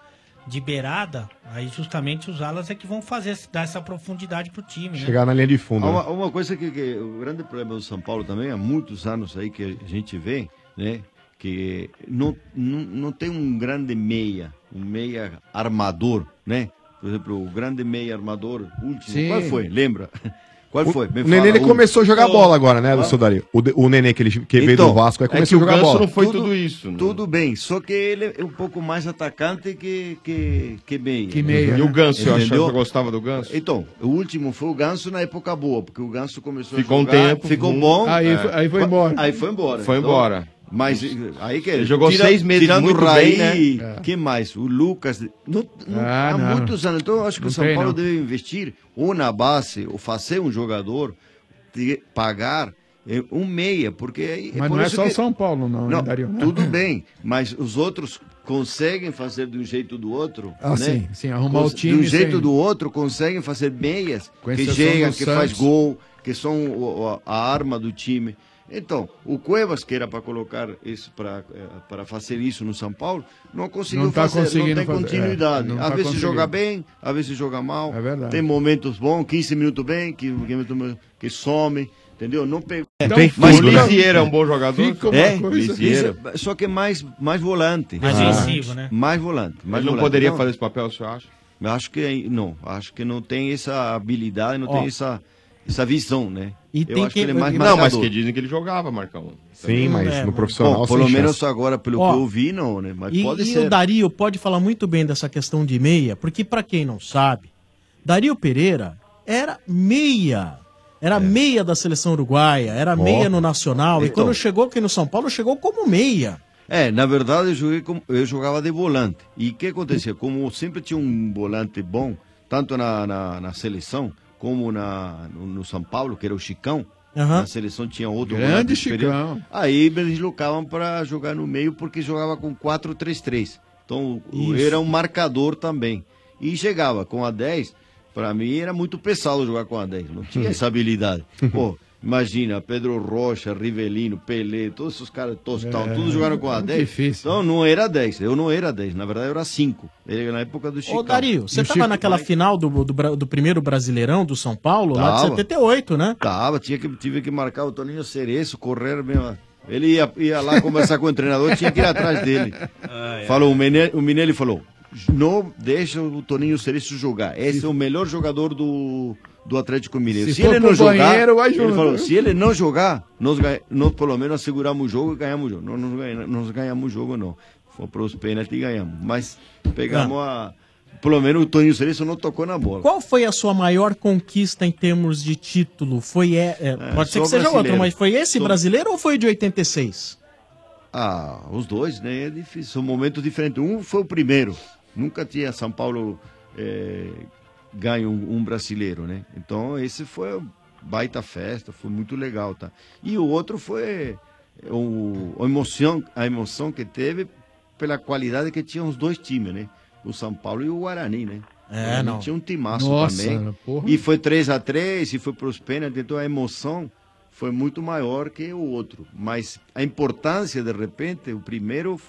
S11: de beirada, aí justamente os alas é que vão fazer dar essa profundidade pro time, né?
S8: Chegar na linha de fundo.
S15: Uma,
S8: né?
S15: uma coisa que, que o grande problema do São Paulo também, há muitos anos aí que a gente vê, né? Que não, não, não tem um grande meia, um meia armador, né? Por exemplo, o grande meia armador último,
S8: Sim.
S15: qual foi? Lembra? Qual foi? Me
S8: O Nenê ele
S15: fala,
S8: começou a jogar
S11: Então,
S15: o-
S8: bola agora, né,
S15: Ah.
S8: seu Dario? O, de- o Nenê que, ele, que veio
S15: Então,
S8: do
S13: é
S8: Vasco, aí começou a jogar bola.
S13: né?
S15: isso. Tudo bem, só que ele é um pouco mais atacante que, que, que meia. né?
S8: Que meia,
S13: E o Ganso, eu achava que eu
S15: Entendeu?
S13: gostava do Ganso.
S15: Então, o último foi o Ganso na época boa, porque o Ganso começou
S13: Ficou
S15: a
S13: um
S15: jogar,
S13: tempo,
S15: ficou
S13: um-
S15: bom.
S13: aí foi- aí foi embora.
S15: Aí foi embora.
S13: Foi embora.
S15: Mas eh, aí que
S13: Ele jogou seis meses
S15: tirando
S13: muito
S15: o Raí,
S13: bem, né?
S15: que mais? O Lucas. não- não-
S13: Ah,
S15: há
S13: não.
S15: muitos anos. Então, eu acho que
S13: Não
S15: o São
S13: tem,
S15: Paulo
S13: não.
S15: deve investir ou na base, ou fazer um jogador te- pagar eh, um meia, porque aí.
S10: Mas
S15: por
S10: não é
S15: isso
S10: só o
S15: que-
S10: São Paulo,
S15: não,
S10: não, né, Dario?
S15: tudo bem, mas os outros conseguem fazer de um jeito ou do outro.
S10: Ah,
S15: né?
S10: sim, sim, arrumar o
S15: Cons-
S10: time
S15: De um jeito
S10: sem-
S15: ou do outro, conseguem fazer meias
S10: Com
S15: que
S10: exceção
S15: chegam,
S10: do
S15: que faz
S10: Santos.
S15: gol, que são o- o- a arma do time. Então, o Cuevas, que era para colocar isso, para fazer isso no São Paulo, não conseguiu
S10: Não tá
S15: fazer,
S10: conseguindo
S15: não tem
S10: fazer, é,
S15: continuidade.
S10: não
S15: às
S10: tá
S15: vezes joga
S10: conseguindo.
S15: bem, às vezes joga mal.
S10: É verdade.
S15: Tem momentos bons, 15 minutos bem, 15 minutos que some, entendeu? Não pegou.
S13: Então, Tem mas tudo, o né? Lisieiro é um bom jogador? Fica uma
S15: É,
S13: coisa.
S15: Lisieiro. Só que é mais, mais volante.
S13: Mais
S15: Ah.
S13: ofensivo, né?
S15: Mais volante. mais
S13: Ele não
S15: volante. Então,
S13: poderia fazer esse papel, você acha?
S15: Acho que aí- não. Acho que não tem essa habilidade, não
S13: Ó.
S15: tem essa, essa visão, né?
S13: E
S15: Eu
S13: tem
S15: acho
S13: quem-
S15: que ele é mais
S13: Não, mas
S15: marcador.
S13: que dizem que ele jogava, Marcão.
S8: Sim, mas
S9: É,
S8: no profissional
S15: Bom,
S8: sem
S15: pelo
S8: chance.
S15: menos agora, pelo
S9: Ó,
S15: que eu vi, não, né? Mas
S9: e,
S15: pode
S9: e
S15: ser.
S9: o Dario pode falar muito bem dessa questão de meia, porque pra quem não sabe, Dario Pereira era meia.
S15: É.
S9: Era meia da seleção uruguaia, era meia no Nacional. E
S15: Então.
S9: quando chegou aqui no São Paulo, chegou como meia.
S15: É, na verdade eu, joguei como- eu jogava de volante. E o que acontecia? Como eu sempre tinha um volante bom, tanto na, na, na seleção como na, no, no São Paulo, que era o Chicão,
S10: Aham.
S15: na seleção tinha outro
S10: Grande
S15: volante experiente.
S10: Chicão.
S15: Aí me deslocavam para jogar no meio porque jogava com 4-3-3. Então eu
S10: Isso.
S15: era um marcador também. E chegava com a 10, para mim era muito pesado jogar com a 10. Não tinha essa habilidade. Pô, imagina, Pedro Rocha, Rivelino, Pelé, todos esses caras, Tostão,
S10: É,
S15: todos jogaram com a
S10: é
S15: 10. Então não era 10, eu não era 10, na verdade eu era 5. Ele na época do Chico.
S9: Ô, Dario, você tava naquela final do, do, Bra- do primeiro Brasileirão do São Paulo, lá de
S15: Tava.
S9: 78, né?
S15: Tava, tinha que, tive que marcar o Toninho Cereço, correr mesmo. Ele ia, ia lá conversar com o treinador, tinha que ir atrás dele. Falou, o Mine- o Minelli falou: não deixa o Toninho Cereço jogar. Esse é o melhor jogador do, do Atlético Mineiro.
S10: Se
S15: Se,
S10: for
S15: ele não
S10: pro
S15: jogar,
S10: banheiro, vai
S15: ele
S10: junto.
S15: falou, se ele não jogar, nós, ganha- nós pelo menos seguramos o jogo e ganhamos o jogo. Nós, não ganha- nós ganhamos o jogo, não. Foi para os pênaltis e ganhamos. Mas pegamos
S10: Ah.
S15: a. Pelo menos o Toninho Cereço não tocou na bola.
S9: Qual foi a sua maior conquista em termos de título? Foi é, é, pode ser
S15: sou
S9: que seja
S15: brasileiro.
S9: outro, mas foi esse
S15: Sou-
S9: brasileiro ou foi de 86?
S15: Ah, os dois, né? É difícil. São momentos diferentes. Um foi o primeiro. Nunca tinha São Paulo eh, ganho um, um brasileiro, né? Então, esse foi uma baita festa, foi muito legal, tá? E o outro foi é, o, a, emoção, a emoção que teve pela qualidade que tinham os dois times, né? O São Paulo e o Guarani, né?
S9: É,
S15: O Guarani
S9: não.
S15: Tinha um timaço
S10: Nossa,
S15: também.
S10: porra.
S15: E foi 3 a 3 e foi para os pênaltis, então a emoção foi muito maior que o outro. Mas a importância, de repente, o primeiro.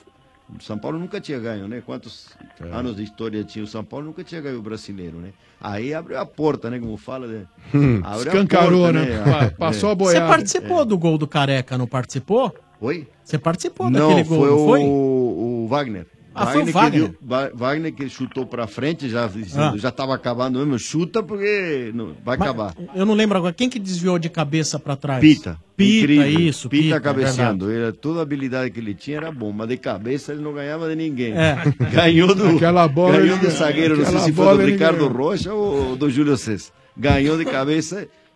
S15: O São Paulo nunca tinha ganho, né? Quantos
S10: É.
S15: anos de história tinha o São Paulo? Nunca tinha ganho o brasileiro, né? Aí abriu a porta, né? Como fala. Né?
S10: Hum.
S15: Abriu a
S10: Escancarou,
S15: porta, É.
S10: né? Pa- Passou a boiada.
S9: Você participou do gol do Careca, não participou?
S15: Oi?
S9: Você participou daquele
S15: Não,
S9: gol,
S15: foi,
S9: não foi?
S15: O, o É. Wagner.
S9: Ah, foi o Wagner.
S15: Que deu- Ba- Wagner que chutou pra frente, já
S9: Ah.
S15: dizendo, já tava acabando mesmo. Chuta porque não, vai
S9: Mas-
S15: acabar.
S9: Eu não lembro agora. Quem que desviou de cabeça pra trás?
S15: Pita.
S9: Pita,
S15: Incrível.
S9: isso.
S15: Pita,
S9: é
S15: cabeceando. Ele, toda a habilidade que ele tinha era bom, mas de cabeça ele não ganhava de ninguém.
S9: É.
S15: Ganhou do,
S10: Aquela bola
S15: ganhou
S10: ele-
S15: do zagueiro, não sei
S10: aquela
S15: se foi
S10: bola
S15: do
S10: ele
S15: Ricardo
S10: ganhou.
S15: Rocha ou do Júlio César. Ganhou de cabeça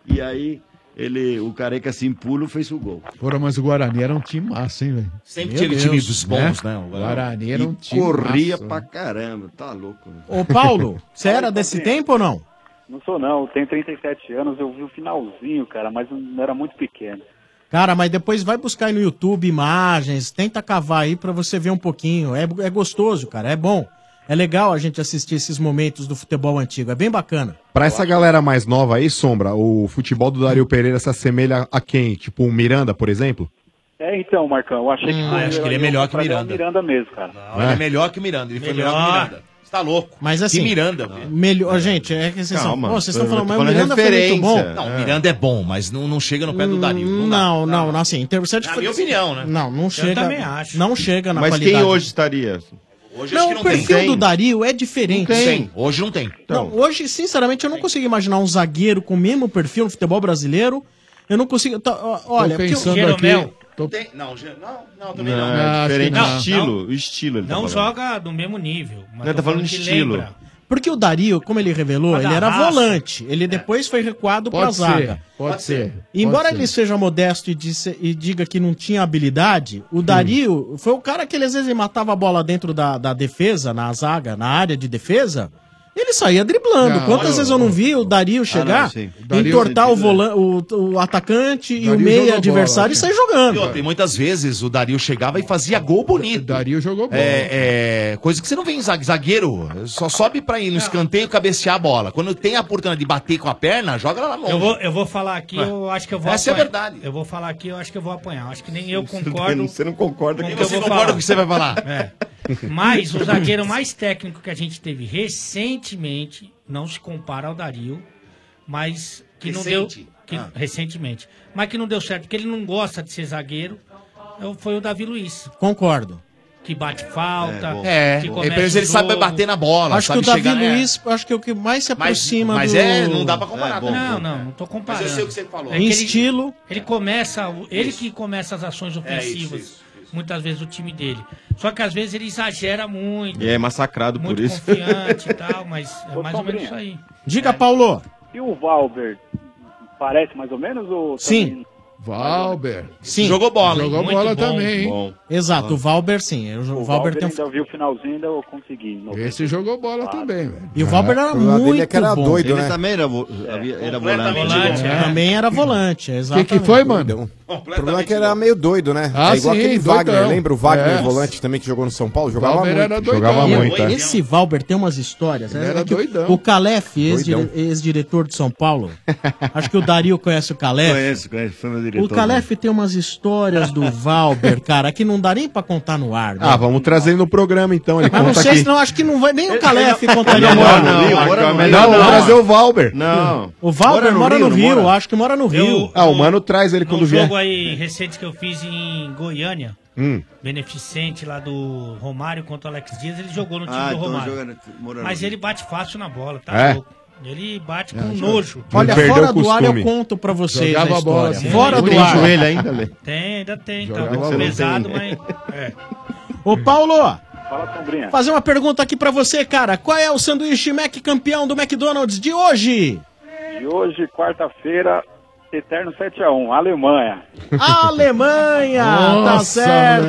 S15: e aí ele, o Careca se empurra fez o gol.
S10: Porra, mas o Guarani era um time massa, hein, velho?
S15: Sempre
S10: Meu
S15: teve
S10: Deus,
S15: times dos
S9: É?
S15: bons, né, o
S10: O
S15: Guarani.
S10: Guarani era
S15: E
S10: um time
S15: corria
S10: massa. né?
S15: pra caramba, tá louco. né?
S9: Ô, Paulo, você era desse tempo ou não?
S20: Não sou não, tenho 37 anos, eu vi o finalzinho, cara, mas não era muito pequeno.
S9: Cara, mas depois vai buscar aí no YouTube imagens, tenta cavar aí pra você ver um pouquinho. É, é gostoso, cara, é bom. É legal a gente assistir esses momentos do futebol antigo, é bem bacana.
S8: Pra essa galera mais nova aí, Sombra, o futebol do Dario Pereira se assemelha a quem? Tipo o Miranda, por exemplo?
S20: É, então, Marcão, eu achei que...
S15: Hum,
S3: Ah,
S20: foi-
S3: acho que ele é
S20: eu-
S3: melhor que
S20: pra mim,
S3: Miranda.
S20: É o Miranda mesmo, cara.
S3: Não, ele é melhor que o Miranda. Ele foi melhor que o Miranda. Você tá louco.
S9: Mas assim.
S3: Que Miranda, velho.
S9: Melhor, gente, é que vocês são.
S3: Calma,
S9: Pô, vocês estão
S3: eu
S9: falando,
S3: tô
S9: mas o
S3: falando
S9: Miranda foi muito bom.
S3: referência. Não, o Miranda é bom, mas não, não chega no pé do Dario.
S9: Não, não, não, assim, em termos de
S3: Na minha opinião, né?
S9: Não, não chega.
S3: também acho.
S9: Não chega Tá na
S13: Mas
S9: qualidade.
S13: quem hoje estaria?
S3: Hoje
S9: Não, o perfil do Dario é diferente.
S3: Não tem. Hoje não tem. Então,
S9: Não, hoje, sinceramente, eu não consigo imaginar um zagueiro com o mesmo perfil no futebol brasileiro. Eu não consigo. tá, ó, olha, porque o-
S10: pensando
S9: Jeromel-
S10: aqui, tô-
S3: Tem- Não, Ge- não, não, também
S13: Não,
S3: não.
S13: é
S10: acho
S13: diferente.
S10: que não.
S13: Estilo, o estilo ele tá
S11: Não
S13: falando.
S11: joga do mesmo nível.
S13: Não, tá falando
S11: que
S13: estilo.
S11: lembra.
S9: Porque o Dario, como ele revelou,
S11: Mas
S9: ele
S11: da
S9: era
S11: raça.
S9: volante. Ele depois foi recuado pra
S10: É. Pode
S9: zaga.
S10: ser, pode ser.
S9: E Embora
S10: pode
S9: ele
S10: ser.
S9: seja modesto e, disse- e diga que não tinha habilidade, o Dario foi o cara que ele, às vezes ele matava a bola dentro da, da defesa, na zaga, na área de defesa. Ele saía driblando.
S10: Não,
S9: Quantas
S10: olha,
S9: vezes eu não vi o Dario chegar,
S3: sim.
S10: Dario-
S9: entortar o, volan- o, o atacante e o
S3: Dario
S9: meio
S3: jogou
S9: adversário e
S3: bola, É.
S9: sair jogando.
S3: E outra, e muitas vezes o Dario chegava e fazia gol bonito.
S10: Dario jogou
S3: bola. É, é, coisa que você não vê em zague- zagueiro. Só sobe pra ir no escanteio cabecear a bola. Quando tem a oportunidade de bater com a perna, joga lá na mão.
S11: Eu vou, eu vou falar aqui,
S3: Ué.
S11: eu acho que eu vou
S3: Essa é a
S11: verdade. Eu vou falar aqui, eu acho que eu vou apanhar. Eu Acho que nem eu
S13: Você não-
S11: concordo.
S13: Você não concorda
S11: com o
S13: que
S11: que eu
S13: você
S11: vou
S13: concorda
S11: falar.
S13: com o que você vai falar.
S11: É. Mas o zagueiro mais técnico que a gente teve recentemente, não se compara ao Dario, mas que não
S3: Recente?
S11: deu. que-
S3: Ah.
S11: Recentemente. Mas que não deu certo, porque ele não gosta de ser zagueiro. é o- Foi o Davi Luiz,
S9: Concordo.
S11: que bate falta.
S3: É,
S11: que
S3: é,
S11: começa
S3: pelo menos
S11: o
S3: ele sabe
S11: jogo.
S3: bater na bola,
S9: acho que
S3: sabe
S9: o Davi
S3: chegar, né?
S9: Luiz, acho que é o que mais se
S3: Mas-
S9: aproxima
S3: mas
S9: do...
S3: é, não dá pra comparar, né?
S11: não, não, não tô comparando. É
S3: Mas eu sei o que você falou.
S11: que
S9: tá Em
S11: ele-
S9: estilo.
S11: Ele começa, o- ele que começa as ações ofensivas,
S3: É, isso,
S11: muitas vezes o time dele. Só que às vezes ele exagera muito.
S13: E é massacrado
S11: muito
S13: por isso.
S11: confiante e tal, mas é
S20: Ô,
S11: mais ou
S20: Sombrinha.
S11: menos isso aí.
S9: Diga, Paulo.
S20: E o Valber, parece mais ou menos? Ou
S9: Sim.
S10: Valber.
S9: Sim.
S10: Jogou bola, hein? Jogou Muito bola bom. também, hein? Bom. Ah.
S9: Exato, o Valber sim. O,
S20: O
S9: Valber,
S20: Valber
S9: tem um
S20: ainda viu o finalzinho, ainda eu consegui.
S10: Esse jogou bola também, velho.
S9: E o Valber era né? muito bom.
S15: ele também era, vo- havia- era tá volante. né?
S9: Volante, é. Também era volante, exatamente.
S15: Que que foi,
S10: mano?
S15: Bom,
S19: O problema é que era meio doido, né?
S9: Ah,
S19: é igual
S9: sim,
S19: aquele
S9: doidão.
S19: Wagner, lembra o Wagner,
S9: É.
S19: volante também que jogou no São Paulo? Jogava
S9: Valber
S19: muito.
S9: era doidão.
S19: jogava
S9: Meu,
S19: muito. é.
S9: Esse Valber tem umas histórias.
S19: Ele
S9: né?
S19: era
S9: É que o-
S19: doidão.
S9: O Calef, ex-dire-
S19: Doidão.
S9: ex-diretor de São Paulo. Acho que o Dario conhece o Calef.
S15: Conheço, conheço, foi meu diretor.
S9: O Calef
S19: né?
S9: tem umas histórias do Valber, cara, que não dá nem pra contar no ar. né?
S8: Ah, vamos trazer ele no programa então. Ele
S9: Mas não
S8: conta
S9: sei
S8: aqui.
S9: se não, acho que não vai nem o Calef
S8: Ele-
S9: contaria
S8: Ele
S9: no
S8: mora
S9: ar.
S8: no Rio, mora no Rio. Não,
S19: um
S9: Não,
S8: vamos trazer
S9: não.
S8: o Valber.
S13: Não.
S9: O Valber mora no Rio, acho que mora no Rio.
S8: Ah, o Mano traz ele
S11: Um
S8: quando vier.
S11: jogo aí recente que eu fiz em Goiânia,
S8: Hum.
S11: beneficente lá do Romário contra o Alex Dias, ele jogou no time
S15: Ah,
S11: do
S15: então
S11: Romário.
S15: joga no- mora no
S11: Mas
S15: Rio.
S11: ele bate fácil na bola, tá
S9: É?
S11: louco. Ele bate com
S9: É, joga.
S11: nojo.
S9: Olha, fora do ar eu conto pra vocês
S11: Jogava
S9: a
S11: a bola,
S9: história.
S11: sim.
S9: fora do
S11: Tem
S9: ar.
S11: joelho ainda, Lê? Tem, ainda tem, tá
S9: né? Jogava bola.
S11: pesado,
S9: Você
S11: mas... é.
S9: Ô, Paulo,
S20: Fala, Sombrinha.
S9: fazer uma pergunta aqui pra você, cara. Qual é o sanduíche Mac campeão do McDonald's de hoje?
S20: E hoje, quarta-feira, Eterno 7x1, Alemanha.
S9: Alemanha, tá
S20: Nossa,
S9: certo.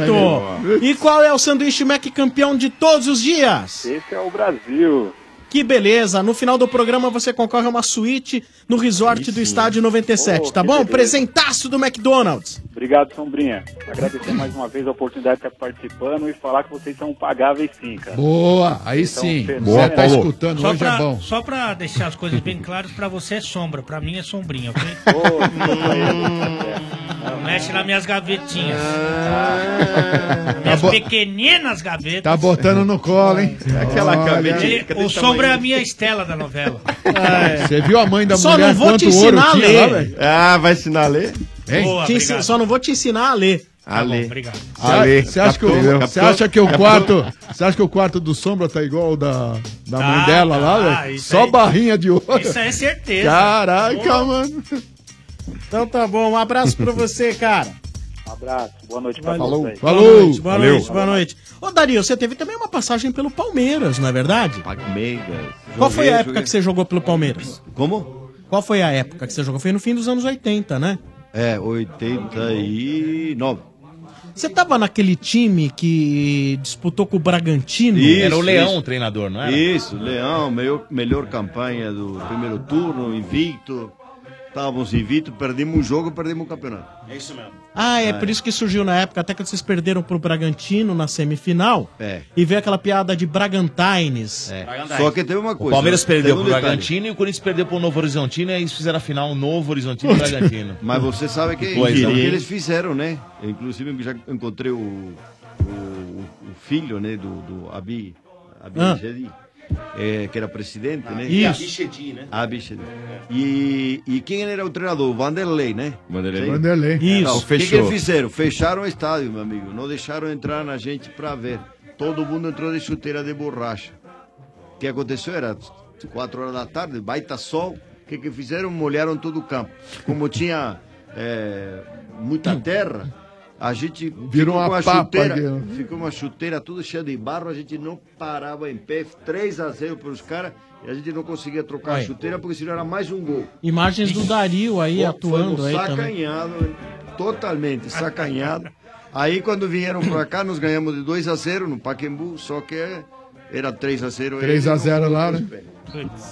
S20: velho.
S9: E qual é o sanduíche Mac campeão de todos os dias?
S20: Esse é o Brasil.
S9: Que beleza! No final do programa você concorre a uma suíte no resort do Estádio
S20: Oh,
S9: 97, tá bom? Presentaço do McDonald's.
S20: Obrigado, Sombrinha. Agradecer mais uma vez a oportunidade de estar participando e falar que vocês são pagáveis sim, cara.
S10: Boa, aí
S20: Então,
S10: sim.
S20: fenomenal.
S10: Você tá escutando,
S11: Só
S10: hoje
S11: pra,
S10: é bom.
S11: Só pra deixar as coisas bem claras, pra você é sombra, pra mim é sombrinha, ok? Não mexe nas minhas gavetinhas. Nas minhas
S10: Ah. Tá bo-
S11: pequeninas gavetas.
S10: Tá botando no colo, hein? É Aquela
S11: Ele- o sombra é a minha estela da novela.
S10: Você viu a mãe da
S9: Só
S10: mulher
S9: não vou te
S10: quanto ouro
S9: ensinar a
S10: tinha
S9: ler.
S10: lá, velho?
S13: Ah, vai ensinar a ler?
S10: Boa,
S9: Te ensi-
S10: obrigado.
S9: Só não vou te ensinar a ler.
S13: A ler.
S11: obrigado.
S10: Ale, você acha, que o,
S13: Capitão,
S10: você acha que o
S13: capitão.
S10: quarto, você acha que o quarto do Sombra tá igual ao da, da mãe
S11: Tá,
S9: Ah,
S10: dela lá,
S11: tá,
S10: velho?
S11: isso
S10: Só
S11: aí-
S10: barrinha de ouro.
S11: Isso é certeza.
S10: Caraca,
S11: Boa.
S10: mano.
S9: Então tá bom, um abraço pra você, cara.
S20: Um abraço, boa noite pra
S9: Valeu.
S20: vocês.
S9: Boa noite, boa
S20: Valeu.
S9: noite, boa noite. Ô Dario, você teve também uma passagem pelo Palmeiras, não é verdade?
S15: Palmeiras.
S9: Qual foi a
S15: Joguei,
S9: época
S15: joguei.
S9: que você jogou pelo Palmeiras?
S15: Como?
S9: Qual foi a época que você jogou? Foi no fim dos anos 80, né?
S15: É, 89.
S9: Você tava naquele time que disputou com o Bragantino?
S15: Isso, isso.
S3: treinador, não era?
S15: Isso, Leão, melhor, melhor campanha do primeiro turno, invicto. Estávamos invicto, perdemos um jogo, perdemos o campeonato.
S3: É isso mesmo.
S9: Ah, é
S15: Ah,
S9: por
S15: é.
S9: isso que surgiu na época, até que vocês perderam pro Bragantino na semifinal.
S15: É.
S9: E veio aquela piada de Bragantines.
S15: Só que teve uma
S3: O
S15: coisa.
S3: Palmeiras perdeu
S15: teve um
S3: pro
S15: detalhe.
S3: Bragantino e o Corinthians perdeu pro Novo Horizontino e aí eles fizeram a final um Novo Horizontino e
S13: né?
S3: Bragantino.
S15: Mas você sabe que,
S3: Que
S15: que,
S13: é.
S3: coisa, hein?
S15: eles fizeram, né? Eu, inclusive, eu já encontrei o, o- o filho né, do, do Abi, Abi
S7: Ah.
S15: Chedi, eh, que era presidente, né?
S7: Isso. Abi Chedi, né?
S15: Abi Chedi. E, e quem era o treinador? Vanderlei, né?
S13: Vanderlei.
S15: Sim.
S13: Vanderlei. Isso.
S15: Então, o que, que
S13: Fechou.
S15: eles fizeram? Fecharam o estádio, meu amigo. Não deixaram entrar na gente pra ver. Todo mundo entrou de chuteira de borracha. O que aconteceu era quatro horas da tarde, baita sol. O que, que fizeram? Molharam todo o campo. Como tinha eh, muita terra, a gente ficou
S10: Virou uma
S15: com a
S10: papa
S15: chuteira,
S10: aqui,
S15: ficou uma chuteira toda cheia de barro, a gente não parava em pé, 3 a 0 para os caras, e a gente não conseguia trocar
S9: Aí.
S15: a chuteira porque senão era mais um gol.
S9: Imagens do Dario aí
S15: Foi-
S9: atuando
S15: fomos
S9: aí também.
S15: sacanhado, totalmente sacanhado. Aí quando vieram para cá, nós ganhamos de 2 a 0 no Pacaembu, só que era 3 a 0
S10: 3 a 0 lá, né?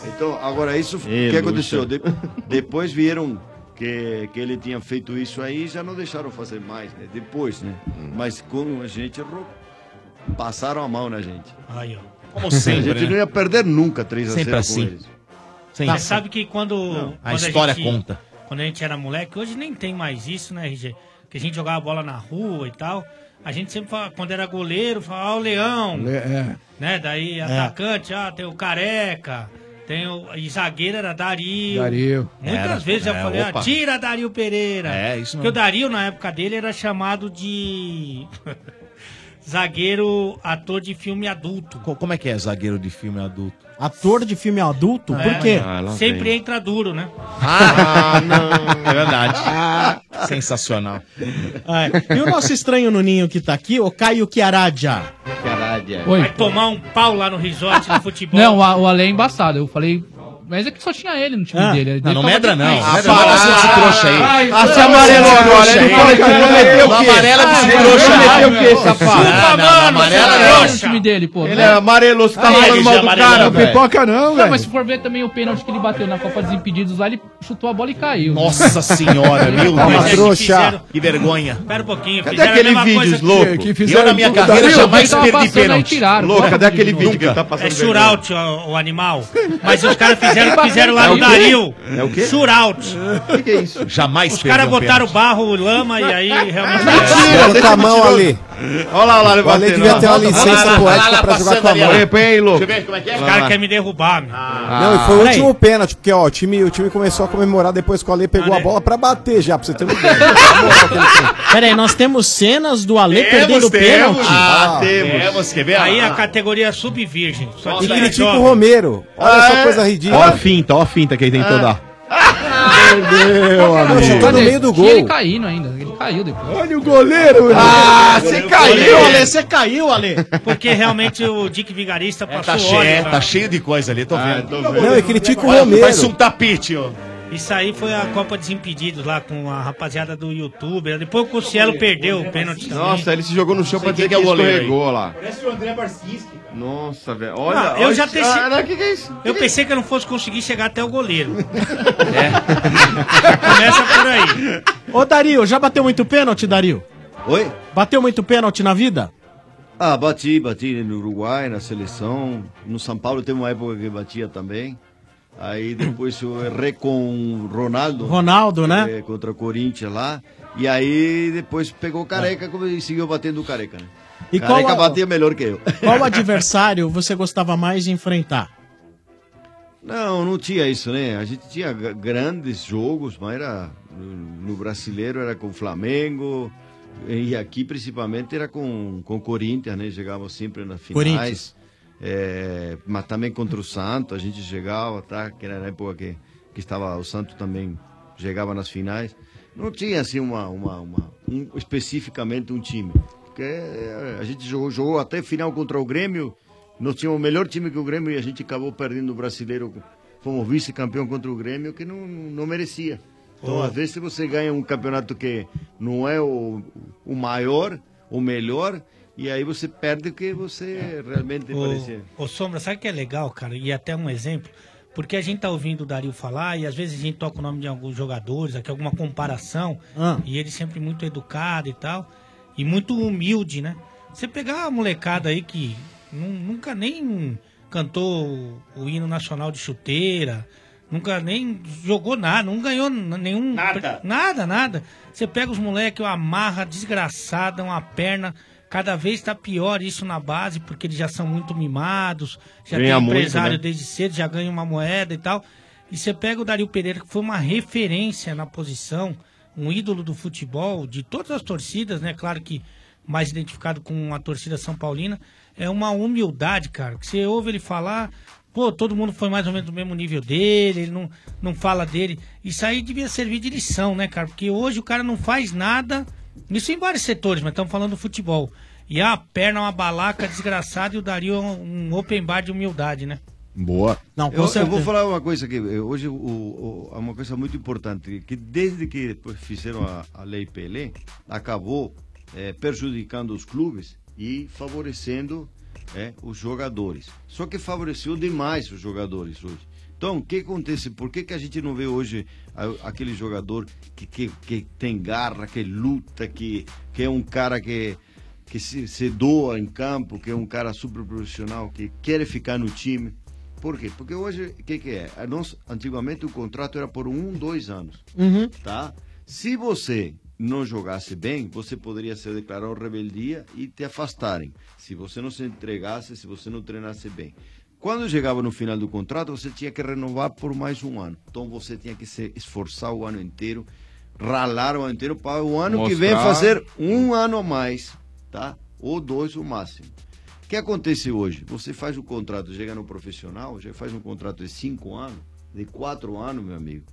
S15: Então, agora isso, o
S10: Ê,
S15: que aconteceu?
S10: Lucha.
S15: De- depois vieram que, que ele tinha feito isso aí, já não deixaram fazer mais, né? Depois, né?
S3: Hum.
S15: Mas como a gente errou, passaram a mão na gente.
S11: Aí, ó.
S15: Como sempre, A gente né? não ia perder nunca 3 a 0
S3: Sempre
S15: com
S3: assim.
S15: eles.
S3: Sim.
S11: Mas Tá, sabe que quando.
S3: Não. A
S11: quando
S3: história
S11: gente-
S3: conta.
S11: Quando a gente era moleque, hoje nem tem mais isso, né, RG? Que a gente jogava bola na rua e tal. A gente sempre falava, quando era goleiro, falava, ah, o leão.
S10: Le- é.
S11: Né? Daí, atacante, ah, tem o careca. Tem o. E zagueiro era Dario.
S10: Dario.
S11: Muitas
S10: Era,
S11: vezes eu
S10: é,
S11: falei, ah,
S10: opa.
S11: tira Dario Pereira.
S10: É, isso
S11: Porque
S10: mesmo.
S11: o Dario, na época dele, era chamado de. zagueiro, ator de filme adulto.
S3: Co- Como é que é zagueiro de filme adulto?
S9: Ator de filme adulto?
S11: É.
S9: Por quê?
S15: Ah,
S11: Sempre entra duro, né?
S3: Ah, não. É verdade. Sensacional.
S9: Ah, é. E o nosso estranho no ninho que tá aqui, o Caio Chiaradia.
S15: Caralho.
S18: Oi.
S11: Vai tomar um pau lá no resort no futebol.
S18: Não, a- o Ale é embaçado. Eu falei. Mas é que só tinha ele no time
S11: Ah.
S18: dele.
S11: Não, não medra não.
S3: Ah, para, seu trouxa aí.
S18: Ah, se amarelou agora, hein? Fala que prometeu o quê?
S3: Amarela
S18: Ah,
S3: desse
S18: mano,
S3: trouxa.
S18: prometeu o quê, safado?
S11: é
S3: Não, não, não, amarela
S18: Ele
S3: não.
S18: no time dele, pô.
S10: né?
S3: Ele é amarelo, você tá falando mal do cara, velho.
S10: não,
S18: velho. Mas se for ver também o pênalti que ele bateu na Copa dos Impedidos lá, ele chutou a bola e caiu. né?
S3: Nossa senhora, meu
S18: Toma,
S3: Deus.
S18: trouxa.
S3: Que vergonha.
S11: Espera um pouquinho.
S3: Cadê
S11: fizeram a
S3: aquele
S11: mesma
S3: vídeo,
S11: coisa
S3: louco? Que- que fizeram Eu, na minha do- carreira,
S11: Dario,
S3: jamais
S11: quem tava
S3: perdi
S11: passando aí
S3: pênalti.
S11: tiraram.
S3: Louco,
S11: Cara,
S3: cadê aquele vídeo que ele
S11: nunca.
S3: tá passando
S11: É
S3: vergonha?
S11: shootout, ó, o animal. Mas os caras fizeram o que fizeram lá
S3: É
S11: no
S3: o quê?
S11: Dario.
S3: É o quê?
S11: Shootout.
S15: O que, é isso?
S3: Jamais um
S11: Os
S19: um
S11: caras botaram barro, lama e aí realmente...
S19: Bota
S3: tá
S19: a mão ali.
S15: Olha lá, olha
S19: O Ale devia ter uma licença poética pra jogar com a mão.
S11: é
S19: Ah.
S11: Os caras querem me derrubar, meu.
S9: Ah.
S19: Não, e foi o último pênalti, porque ó, o time, o time começou a comemorar depois que o Ale pegou a bola pra bater já, pra você ter uma ideia.
S9: Peraí, nós temos cenas do Ale
S3: Temos,
S9: perdendo o
S3: temos.
S9: pênalti.
S3: Ah, temos.
S11: É,
S3: Temos, quer ver?
S11: Aí
S3: Ah.
S11: a categoria é sub-virgem. Só
S19: E
S11: que
S8: é
S19: critica
S8: tipo
S11: jovem.
S19: o Romero. É. Olha
S11: Ah,
S19: só coisa ridícula.
S8: Ó É. a finta, ó a finta que ele tentou
S19: Ah.
S8: dar.
S19: Perdeu,
S8: amigo.
S19: Chutou no meio do
S18: Tinha Ele
S19: gol.
S18: caindo ainda. Ele caiu depois.
S10: Olha o goleiro.
S19: Ah,
S11: você
S9: caiu, Ale, você caiu, Ale.
S11: Porque realmente o Dick
S19: É
S11: Vigarista passou
S3: Tá
S11: óleo,
S3: cheio,
S11: cara.
S3: tá cheio de coisa ali, tô vendo.
S19: Não, e critica o
S3: Olha,
S19: Romero.
S3: Parece um é tapete, ó.
S11: Isso aí foi a Copa dos Impedidos lá com a rapaziada do YouTube. Depois o Cossielo perdeu o pênalti também.
S13: Nossa, ele se jogou no chão pra dizer que, escorregou lá.
S11: Parece o André Barcinski.
S13: Nossa, velho.
S11: Olha,
S13: Olha,
S11: eu
S13: olha
S11: já
S13: esse-
S11: pensei.
S13: Ah, não, que que é isso?
S11: Eu pensei que eu não fosse conseguir chegar até o goleiro. É. Começa por aí.
S9: Ô, Dario, já bateu muito pênalti, Dario?
S15: Oi?
S9: Bateu muito pênalti na vida?
S15: Ah, bati, bati no Uruguai, na seleção. No São Paulo teve uma época que batia também. Aí depois eu errei com o Ronaldo.
S9: Ronaldo, né?
S15: É, contra o Corinthians lá. E aí depois pegou o Careca como- e seguiu batendo o Careca, né?
S9: Ah. E qual
S15: careca
S9: a-
S15: batia melhor que eu.
S9: Qual adversário você gostava mais de enfrentar?
S15: Não, não tinha isso, né? A gente tinha g- grandes jogos, mas era no no brasileiro era com o Flamengo e aqui principalmente era com com o Corinthians, né? Chegava sempre nas finais.
S9: Corinthians.
S15: É, mas também contra o Santo, a gente chegava, tá? Que era na época que, que estava o Santo também chegava nas finais. Não tinha assim uma, uma, uma um, especificamente um time. Porque é, a gente jogou, jogou até final contra o Grêmio. Nós tínhamos o melhor time que o Grêmio e a gente acabou perdendo o brasileiro como vice-campeão contra o Grêmio que não, não merecia. Então,
S1: Oh.
S15: às vezes, se você ganha um campeonato que não é o, o maior, o melhor, e aí você perde o que você realmente merecia.
S11: Ô, ô Sombra, sabe o que é legal, cara? E até um exemplo. Porque a gente tá ouvindo o Dario falar e às vezes a gente toca o nome de alguns jogadores, aqui alguma comparação. E ele sempre muito educado e tal. E muito humilde, né? Você pegar a molecada aí que nu- nunca nem cantou o hino nacional de chuteira, nunca nem jogou nada, não ganhou n- nenhum. Nada. Nada, nada. Você pega os moleques, uma amarra desgraçada, uma perna. Cada vez tá pior isso na base, porque eles já são muito mimados, já
S13: Ganha
S11: tem
S13: muito,
S11: empresário
S13: né?
S11: desde cedo, já ganha uma moeda e tal. E você pega o Dario Pereira, que foi uma referência na posição, um ídolo do futebol, de todas as torcidas, né? Claro que mais identificado com a torcida São Paulina. É uma humildade, cara, que você ouve ele falar, pô, todo mundo foi mais ou menos do mesmo nível dele, ele não, não fala dele. Isso aí devia servir de lição, né, cara? Porque hoje o cara não faz nada, isso em vários setores, mas estamos falando do futebol. E a perna é uma balaca desgraçada e o Dario é um um open bar de humildade, né?
S8: Boa.
S9: Não,
S11: com
S15: eu, eu
S11: certeza.
S15: vou falar uma coisa aqui. eh, Hoje, o, o- há uma coisa muito importante, que desde que depois fizeram a, a Lei Pelé, acabou eh, prejudicando os clubes e favorecendo eh, os jogadores. Só que favoreceu demais os jogadores hoje. Então, o que acontece? Por que, que a gente não vê hoje a- aquele jogador que, que, que tem garra, que luta, que, que é um cara que que se, se doa em campo, que é um cara super profissional, que quer ficar no time. Por quê? Porque hoje, o que, que é? A nós, antigamente o contrato era por um, dois anos,
S9: Uhum.
S15: tá? Se você não jogasse bem, você poderia ser declarado rebeldia e te afastarem. Se você não se entregasse, se você não treinasse bem. Quando chegava no final do contrato, você tinha que renovar por mais um ano. Então você tinha que se esforçar o ano inteiro, ralar o ano inteiro para o ano que vem
S13: Mostrar.
S15: fazer um ano a mais, tá? Ou dois, o máximo. O que acontece hoje? Você faz o contrato, chega no profissional, já faz um contrato de cinco anos, de quatro anos, meu amigo.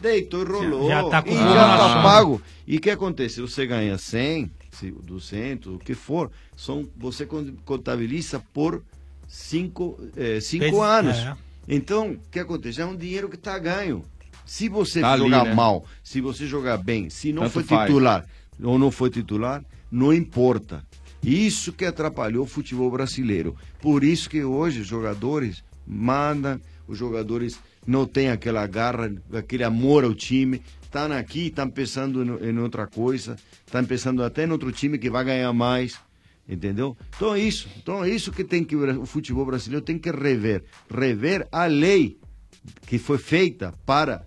S15: Deitou e rolou.
S11: Já tá com
S15: e
S11: tudo
S15: já tá
S11: rachado.
S15: pago. E o que acontece? Você ganha 100, se- 200, o que for, são, você con- contabiliza por cinco, eh, cinco
S13: Vezes-
S15: anos.
S13: é.
S15: Então, o que acontece? É um dinheiro que está ganho. Se você
S13: Tá ali,
S15: jogar
S13: né?
S15: mal, se você jogar bem, se não
S13: Tanto
S15: for
S13: faz.
S15: titular ou não for titular, não importa. Isso que atrapalhou o futebol brasileiro. Por isso que hoje os jogadores mandam, os jogadores não têm aquela garra, aquele amor ao time. Estão aqui, estão pensando no- em outra coisa, estão pensando até em outro time que vai ganhar mais. Entendeu? Então é isso. Então é isso que tem que o Bra- o futebol brasileiro tem que rever. Rever a lei que foi feita para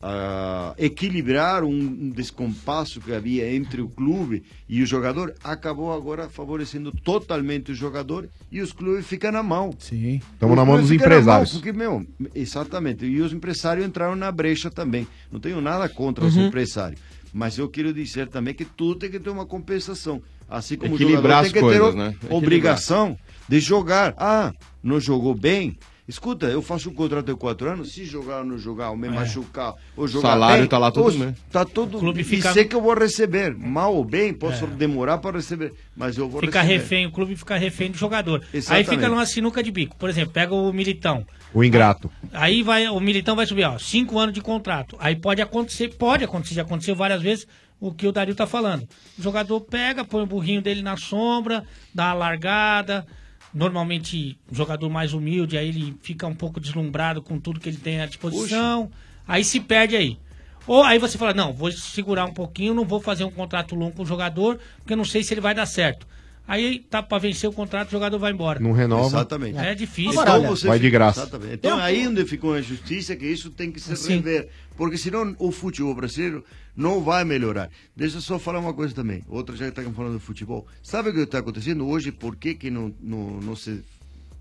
S15: ah, equilibrar um, um descompasso que havia entre o clube e o jogador, acabou agora favorecendo totalmente o jogador e os clubes ficam na mão.
S10: Sim.
S8: Tamo na mão dos empresários.
S15: porque, meu, exatamente. E os empresários entraram na brecha também. Não tenho nada contra os
S13: Uhum.
S15: empresários. Mas eu quero dizer também que tudo tem que ter uma compensação. Assim como
S13: Equilibrar as
S15: o jogador tem que
S13: coisas,
S15: ter o-
S13: né? Equilibrar.
S15: obrigação de jogar. Ah, não jogou bem? Escuta, eu faço um contrato de quatro anos, se jogar ou não jogar, ou
S13: É.
S15: me machucar, ou jogar
S13: Salário
S15: bem,
S13: tá lá tudo,
S15: ou-
S13: né?
S15: Tá tudo.
S13: clube
S15: e
S13: fica- É.
S15: sei que eu vou receber, mal ou bem, posso demorar para receber, mas eu vou
S11: Fica
S15: receber.
S11: refém, o clube fica refém do jogador.
S15: Exatamente.
S11: Aí fica numa sinuca de bico. Por exemplo, pega o Militão.
S8: O ingrato.
S11: Aí vai, o Militão vai subir, ó, cinco anos de contrato. Aí pode acontecer, pode acontecer, já aconteceu várias vezes o que o Dario tá falando. O jogador pega, põe o burrinho dele na sombra, dá a largada. Normalmente, o jogador mais humilde, aí ele fica um pouco deslumbrado com tudo que ele tem à disposição. Aí se perde aí. Ou aí você fala, não, vou segurar um pouquinho, não vou fazer um contrato longo com o jogador, porque eu não sei se ele vai dar certo. Aí tá pra vencer o contrato, o jogador vai embora.
S8: Não renova.
S15: Exatamente.
S11: É difícil.
S15: Então você
S8: Vai de
S15: fica-
S8: graça.
S15: Exatamente. Então
S11: Eu-
S15: aí onde ficou a injustiça, que isso tem que se rever. Porque senão o futebol brasileiro não vai melhorar. Deixa eu só falar uma coisa também. Outra já que está falando do futebol. Sabe o que está acontecendo hoje? Por que, que não, não, não se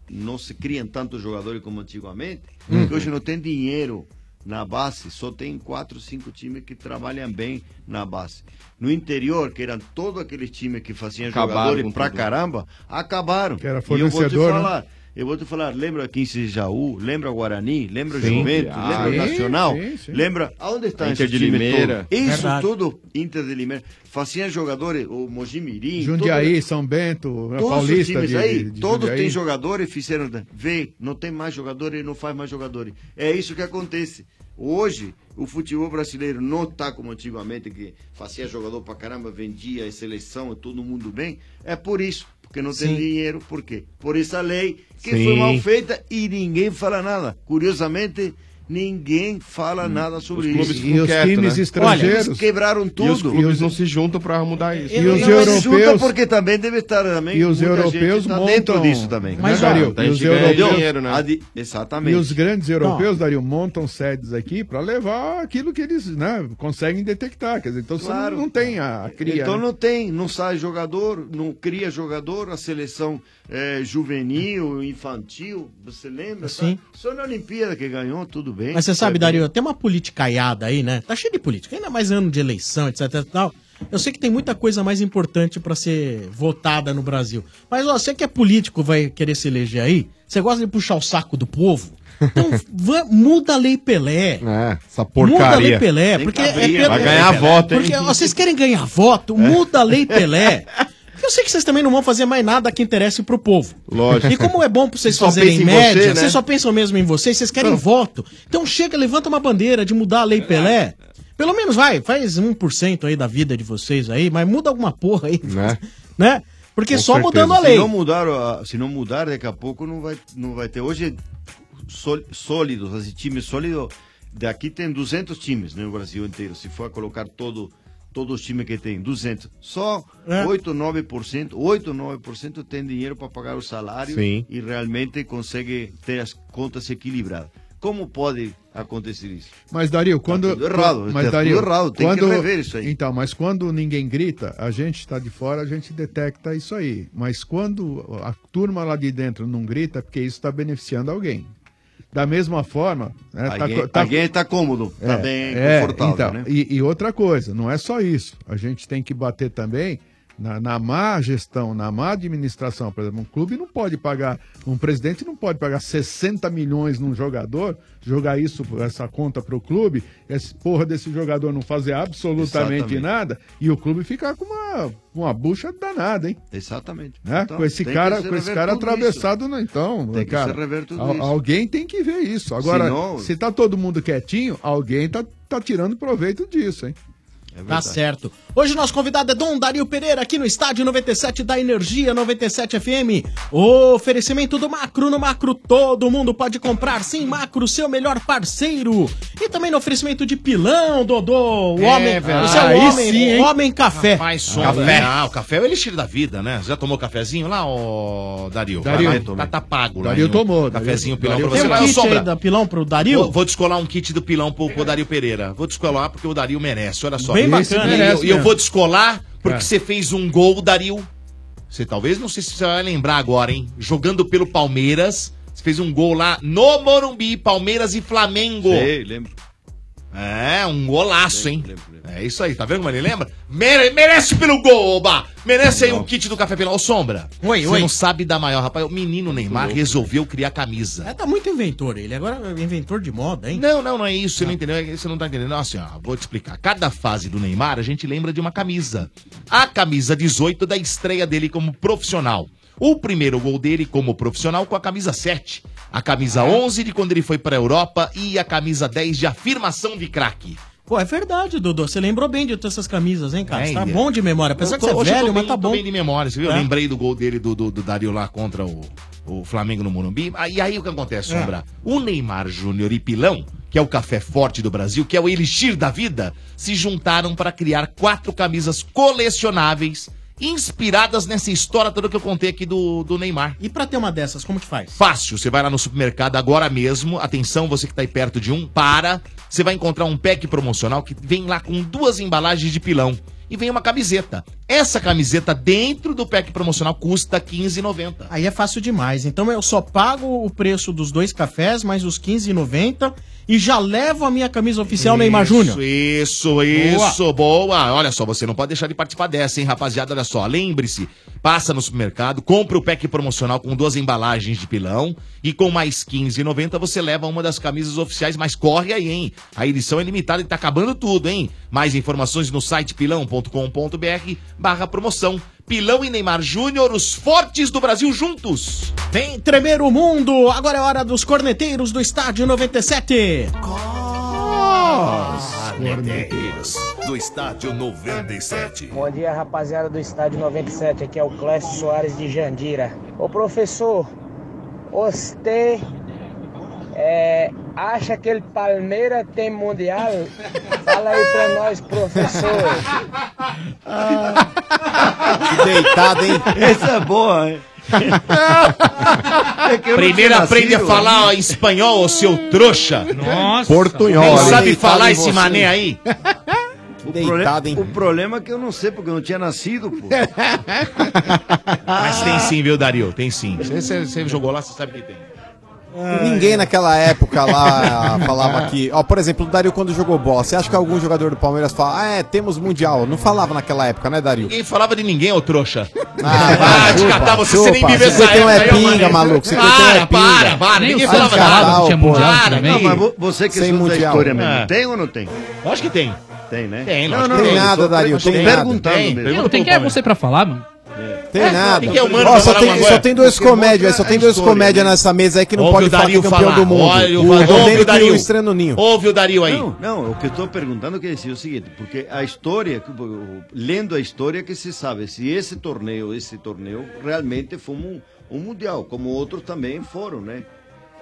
S15: não se criam tantos jogadores como antigamente,
S13: Hum.
S15: porque hoje não tem dinheiro na base, só tem quatro, cinco times que trabalham bem na base. No interior, que eram todos aqueles times que faziam
S13: Acabaram
S15: jogadores
S13: com
S15: pra
S13: tudo.
S15: caramba, acabaram.
S13: Que era
S15: e eu vou te
S13: É, fornecedor, né?
S15: falar, Eu vou te falar, lembra 15 de Jaú, lembra Guarani, lembra
S13: Sim.
S15: Juventus,
S13: Ah,
S15: lembra
S13: sim,
S15: Nacional,
S13: sim, sim.
S15: lembra. Aonde está
S13: Inter
S15: esse
S13: de
S15: time
S13: Limeira.
S15: todo? Isso
S10: Verdade.
S15: tudo, Inter de Limeira. Facinha jogadores, o Mojimirim. né?
S10: Jundiaí, São Bento,
S13: É
S10: né?
S15: Todos os
S10: Paulista.
S15: times
S10: de-
S15: aí,
S10: de- de
S15: todos
S10: Jundiaí.
S15: têm jogadores, fizeram. Vê, não tem mais jogadores, não faz mais jogadores. É isso que acontece. Hoje, o futebol brasileiro não está como antigamente, que fazia jogador pra caramba, vendia em seleção, todo mundo bem. É por isso, porque não tem
S19: Sim.
S15: dinheiro, por quê? Por essa lei que
S19: Sim.
S15: foi mal feita e ninguém fala nada. Curiosamente, ninguém fala nada
S13: Hum.
S15: sobre
S13: Os clubes
S15: isso.
S13: ficam quietos, né?
S15: Olha, eles quebraram tudo.
S13: E os clubes não se juntam para mudar isso.
S15: E os europeus porque também deve estar também
S13: E os
S15: muita
S13: europeus
S15: gente tá
S13: montam-
S15: dentro disso também.
S10: Mas,
S15: Né,
S10: Dario,
S15: Tá,
S10: e os
S15: gente ganha
S10: europeus-
S15: dinheiro, né? Adi- Exatamente.
S10: E os grandes europeus, Dario, montam sedes aqui para levar aquilo que eles né, conseguem detectar. Quer dizer, então você
S15: Claro.
S10: não- não tem a, a cria.
S15: então
S10: né?
S15: não tem, não sai jogador, não cria jogador, a seleção é, juvenil, infantil, você lembra?
S9: Sim.
S15: Tá? Só na Olimpíada que ganhou, tudo bem. É,
S9: Mas você
S15: Foi
S9: sabe,
S15: bem.
S9: Dario, tem uma politicaiada aí, né? Tá cheio de política, ainda mais ano de eleição, etc e tal. Eu sei que tem muita coisa mais importante pra ser votada no Brasil. Mas ó, você que é político vai querer se eleger aí, você gosta de puxar o saco do povo? Então va- muda a Lei Pelé.
S8: É, essa
S9: Muda a Lei
S8: porcaria.
S9: Pelé,
S8: Tem
S9: porque
S8: que
S9: é
S8: abrir,
S9: pelo-
S8: vai ganhar voto, hein? É.
S9: Porque ó, vocês querem ganhar voto, muda a Lei Pelé. Porque Eu sei que vocês também não vão fazer mais nada que interesse pro povo.
S3: Lógico.
S9: E como é bom pra vocês
S3: Só
S9: fazerem
S3: pensa em
S9: média,
S3: você, né?
S9: vocês só pensam mesmo em vocês, vocês querem voto. Então chega, levanta uma bandeira de mudar a Lei Pelé. Pelo menos vai, faz 1% aí da vida de vocês aí, mas muda alguma porra aí, né? Porque
S15: Com
S9: só
S15: certeza.
S9: mudando a
S15: Se
S9: lei.
S15: não mudar, a- se não mudar, daqui a pouco não vai, não vai ter. Hoje, sol- sólidos, esse time sólido, daqui tem 200 times né, no Brasil inteiro. Se for colocar todo todos os times que tem, 200. Só
S10: É.
S15: 8, 9%, 8, 9% tem dinheiro para pagar o salário
S8: Sim.
S15: e realmente consegue ter as contas equilibradas. Como pode acontecer isso?
S10: Mas Dario, quando
S15: Tá tudo errado,
S10: mas
S15: tá
S10: Dario,
S15: tudo errado, tem que
S10: quando
S15: rever isso aí.
S10: Então, mas quando ninguém grita, a gente está de fora, a gente detecta isso aí. Mas quando a turma lá de dentro não grita, é porque isso está beneficiando alguém. Da mesma forma, né, tá
S15: Alguém
S10: co-
S15: está
S10: tá-
S15: cômodo, está
S10: é,
S15: Tá bem
S10: é,
S15: confortável,
S10: então,
S15: né?
S10: E, e outra coisa, não é só isso. A gente tem que bater também na, na má gestão, na má administração. Por exemplo, um clube não pode pagar, um presidente não pode pagar 60 milhões num jogador, jogar isso, essa conta pro clube, esse porra desse jogador não fazer absolutamente
S15: Exatamente.
S10: nada e o clube ficar com uma, uma bucha danada, hein?
S15: Exatamente.
S10: Né?
S15: Então,
S10: com esse
S15: tem
S10: cara,
S15: que se
S10: com esse
S15: rever
S10: cara
S15: tudo
S10: atravessado, né? então,
S15: Tem que
S10: cara,
S15: se rever tudo
S10: al-
S15: isso.
S10: alguém tem que ver isso. Agora,
S15: Senão-
S10: se tá todo mundo quietinho, alguém tá, tá tirando proveito disso, hein?
S9: Tá certo. Hoje nosso convidado é Dom Dario Pereira, aqui no Estádio 97 da Energia 97 FM. oferecimento do Macro. No Macro todo mundo pode comprar. Sim, Macro, seu melhor parceiro. E também no oferecimento de Pilão, Dodô. O
S3: É,
S9: homem,
S3: velho.
S9: você é o
S3: Aí
S9: homem,
S3: sim, hein?
S9: homem café.
S3: Café. Ah, o café é o elixir da vida, né? Já tomou cafezinho lá, ô Dario?
S9: Dario.
S3: Vai lá, tá, tá pago lá.
S9: Dario
S3: hein?
S9: tomou, Dario-
S3: Cafezinho, pilão
S9: Dario
S3: pra você.
S9: tomou.
S3: Vai, ô,
S9: Tem um kit aí
S3: Sombra.
S9: da pilão pro Dario?
S3: Vou, vou descolar um kit do pilão pro, pro Dario Pereira. Vou descolar porque o Dario merece, olha só.
S9: Bem
S3: E-
S9: bacana.
S3: E eu,
S9: Merece
S3: e eu
S9: mesmo.
S3: vou descolar porque
S9: É.
S3: você fez um gol, Dario. Você talvez, não sei se você vai lembrar agora, hein? Jogando pelo Palmeiras. Você fez um gol lá no Morumbi, Palmeiras e Flamengo.
S15: Sei, lembro.
S3: É, um golaço, hein? É isso aí, tá vendo como ele lembra? Mere- merece pelo gol, Oba! Merece aí o kit do Café Pilão. Ô, Sombra,
S9: Oi,
S3: você
S9: oi.
S3: não sabe da maior, rapaz. O menino Neymar
S9: louco.
S3: resolveu criar camisa.
S9: É, tá muito inventor ele. Agora é inventor de moda, hein? Ah.
S3: Não, não, não é isso. Você não entendeu? é- Você não tá entendendo. Não, Assim, ó, vou te explicar. Cada fase do Neymar, a gente lembra de uma camisa. A camisa 18 da estreia dele como profissional. O primeiro gol dele como profissional com a camisa 7. A
S9: É.
S3: camisa 11 de quando ele foi pra Europa e a camisa 10 de afirmação de craque.
S9: Pô, é verdade, Dodô. Você lembrou bem de todas essas camisas, hein, cara? Você tá
S3: Ainda.
S9: bom de memória. Apesar
S3: Eu
S9: que
S3: tô-
S9: você é
S3: hoje eu tô
S9: velho,
S3: bem-
S9: mas tá
S3: tô
S9: bom.
S3: bem de memória, você viu?
S9: É.
S3: Eu lembrei do gol dele, do, do, do Dario lá contra o, o Flamengo no Morumbi. E aí o que acontece,
S9: É.
S3: Sombra? O Neymar Júnior e Pilão, que é o café forte do Brasil, que é o elixir da vida, se juntaram para criar quatro camisas colecionáveis inspiradas nessa história toda que eu contei aqui do, do Neymar.
S9: E pra ter uma dessas, como que faz?
S3: Fácil, você vai lá no supermercado agora mesmo. Atenção, você que tá aí perto de um, para. Você vai encontrar um pack promocional que vem lá com duas embalagens de pilão e vem uma camiseta. Essa camiseta dentro do pack promocional custa R$15,90.
S9: Aí é fácil demais. Então eu só pago o preço dos dois cafés, mais os 15,90 e já levo a minha camisa oficial Neymar Júnior.
S3: Isso, isso, boa. Olha só, você não pode deixar de participar dessa, hein, rapaziada? Olha só, lembre-se, passa no supermercado, compra o pack promocional com duas embalagens de pilão e com mais 15,90 você leva uma das camisas oficiais, mas corre aí, hein? A edição é limitada e tá acabando tudo, hein? Mais informações no site pilão.com.br barra promoção. Pilão e Neymar Júnior, os fortes do Brasil juntos.
S9: Vem tremer o mundo! Agora é hora dos corneteiros do Estádio 97.
S21: Corneteiros do Estádio 97.
S1: Bom dia, rapaziada do Estádio 97. Aqui é o Clécio Soares de Jandira. Ô, professor, você é, acha que o Palmeiras tem Mundial? Fala aí pra nós, professor.
S15: Ah.
S19: Deitado, hein?
S3: Essa é boa, hein?
S15: É
S1: um
S3: Primeiro aprende a
S15: né?
S3: falar ó, espanhol, ô seu trouxa.
S15: Nossa.
S3: Portunhol.
S15: Bem
S3: Quem sabe
S15: deitado
S3: falar
S15: em
S3: esse
S15: você.
S3: mané aí?
S15: O, problema, o problema é que eu não sei, porque eu não tinha nascido, pô.
S3: Mas tem sim, viu, Dario? Tem sim. Você- Você você jogou lá, você sabe que tem.
S19: Ninguém naquela época lá falava que. Ó, por exemplo, o Dario quando jogou bola, você acha que algum jogador do Palmeiras fala, ah, é, temos Mundial? Não falava naquela época, né, Dario?
S3: Ninguém falava de ninguém, ô trouxa. Ah, te catar, você, você nem
S19: chupa.
S3: viveu essa
S19: 51 é
S3: época. aí, ô
S19: pinga,
S3: mané.
S19: maluco, 51 é
S3: Para,
S19: pinga.
S3: para, para.
S19: Nem
S3: Ninguém
S19: o
S3: falava
S19: Santos
S3: nada.
S19: Carral tinha Mundial
S3: Para,
S19: também.
S3: não,
S15: Não, mas vo- você que
S19: Sem
S15: estuda a
S19: mundial.
S15: história mesmo.
S3: É.
S15: Tem ou não tem?
S3: Acho que tem.
S15: Tem, né?
S3: Tem,
S15: não,
S3: lógico
S15: não,
S3: que tem.
S15: eu
S19: nada,
S15: tô-
S19: Dario,
S15: eu tô
S19: tem nada.
S15: perguntando
S19: Tem,
S15: mesmo.
S18: Não tem quem é
S3: né?
S18: você pra falar, mano?
S19: Tem nada.
S18: tem que é humano
S19: Ó,
S18: pra
S19: só
S18: falar
S19: tem,
S18: alguma
S19: só
S18: coisa.
S19: tem dois comédias, só tem dois comédias nessa mesa aí que não
S3: Ouve
S19: pode
S3: o
S19: falar né? que é
S3: Dario
S19: campeão
S3: falar.
S19: do mundo.
S3: Olha,
S10: Tá
S19: o
S3: ouve
S10: é
S19: Domênico
S3: o Dario.
S19: e o Estranho no Ninho.
S3: Ouve o Dario aí.
S15: Não, não, o que eu estou perguntando é que é isso, é o seguinte, porque a história, que- lendo a história que se sabe se esse torneio, esse torneio realmente foi um, um mundial, como outros também foram, né?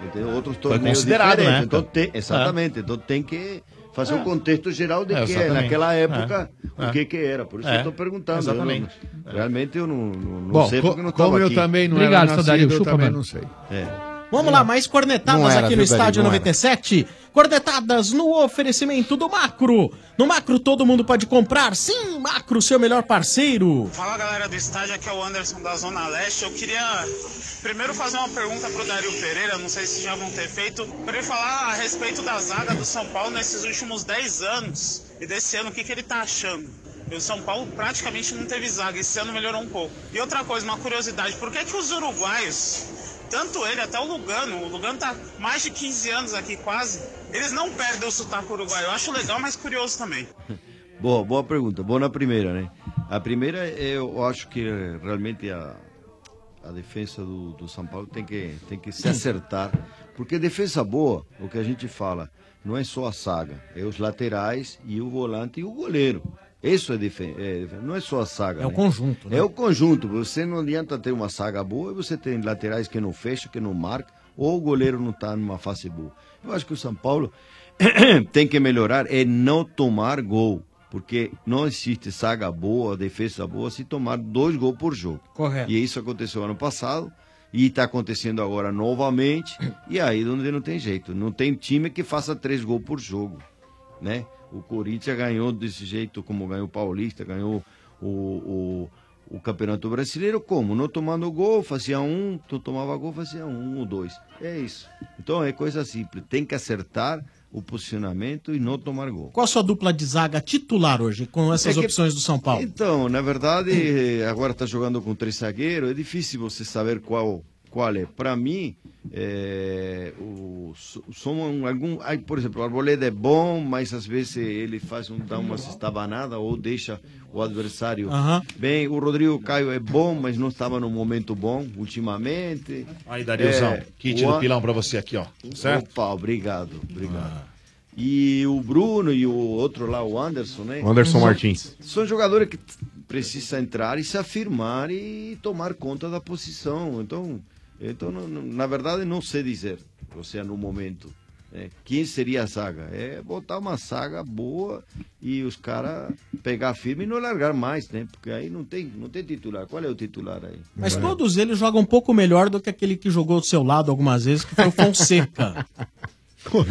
S15: Entendeu? Outros torneios
S3: considerado,
S15: diferentes.
S3: né?
S15: Então, tem- exatamente, então tem que fazer um contexto geral de
S3: É,
S15: que é,
S3: exatamente.
S15: naquela época
S3: É.
S15: o que que era, por isso que
S3: É.
S15: eu estou perguntando.
S3: Exatamente.
S15: Eu não- realmente eu não, não, não
S10: Bom,
S15: sei
S10: co-
S15: porque eu não estava
S10: como eu
S15: aqui. É.
S10: também não era nascido, eu também não sei.
S9: Vamos lá, mais cornetadas
S10: Não era,
S9: aqui no
S10: viu, Dario?
S9: Estádio
S10: Não
S9: 97. Cornetadas no oferecimento do Macro. No Macro todo mundo pode comprar. Sim, Macro, seu melhor parceiro.
S22: Fala galera do estádio, aqui é o Anderson da Zona Leste. Eu queria primeiro fazer uma pergunta pro Dario Pereira, não sei se já vão ter feito. Queria falar a respeito da zaga do São Paulo nesses últimos 10 anos e desse ano, o que, que ele tá achando? E o São Paulo praticamente não teve zaga, esse ano melhorou um pouco. E outra coisa, uma curiosidade, por que, que os uruguaios, tanto ele até o Lugano, o Lugano tá mais de 15 anos aqui quase, eles não perdem o sotaque uruguaio. Eu acho legal, mas curioso também.
S15: Boa, boa pergunta. Boa na primeira, né? A primeira, eu acho que realmente a, a defesa do, do São Paulo tem que, tem que se acertar. Porque defesa boa, o que a gente fala, não é só a saga, é os laterais e o volante e o goleiro. Isso é defesa, não é só a saga.
S9: É o
S15: né?
S9: conjunto, né?
S15: É o conjunto. Você não adianta ter uma saga boa e você tem laterais que não fecham, que não marcam, ou o goleiro não está numa fase boa. Eu acho que o São Paulo tem que melhorar é não tomar gol. Porque não existe saga boa, defesa boa, se tomar dois gols por jogo.
S17: Correto.
S15: E isso aconteceu ano passado e está acontecendo agora novamente. E aí onde não tem jeito. Não tem time que faça três gols por jogo, né? O Corinthians ganhou desse jeito como ganhou o Paulista, ganhou o, o, o Campeonato Brasileiro como? Não tomando gol, fazia um, tu tomava gol, fazia um ou dois. É isso. Então é coisa simples. Tem que acertar o posicionamento e não tomar gol.
S9: Qual a sua dupla de zaga titular hoje com essas
S15: É que-
S9: opções do São Paulo?
S15: Então, na verdade, eh, agora está jogando com três zagueiros, é difícil você saber qual qual é. Para mim, eh, o, so- são algum, ai, por exemplo, o Arboleda é bom, mas às vezes ele faz um dá umas estabanadas ou deixa o adversário
S9: Aham.
S15: bem. O Rodrigo Caio é bom, mas não estava num momento bom ultimamente.
S3: Aí, Dariuzão, kit
S15: É, o
S3: do
S15: An-
S3: pilão pra você aqui, ó. Certo?
S15: Opa, obrigado, obrigado. E o Bruno e o outro lá, o Anderson, né?
S8: O Anderson Martins.
S15: São jogadores que precisam entrar e se afirmar e tomar conta da posição. Então, então não- não- na verdade, não sei dizer, ou seja, no momento. né? Quem seria a saga? É botar uma saga boa e os caras pegar firme e não largar mais, né? Porque aí não tem, não tem titular. Qual é o titular aí?
S9: Mas todos eles jogam um pouco melhor do que aquele que jogou do seu lado algumas vezes, que foi o Fonseca.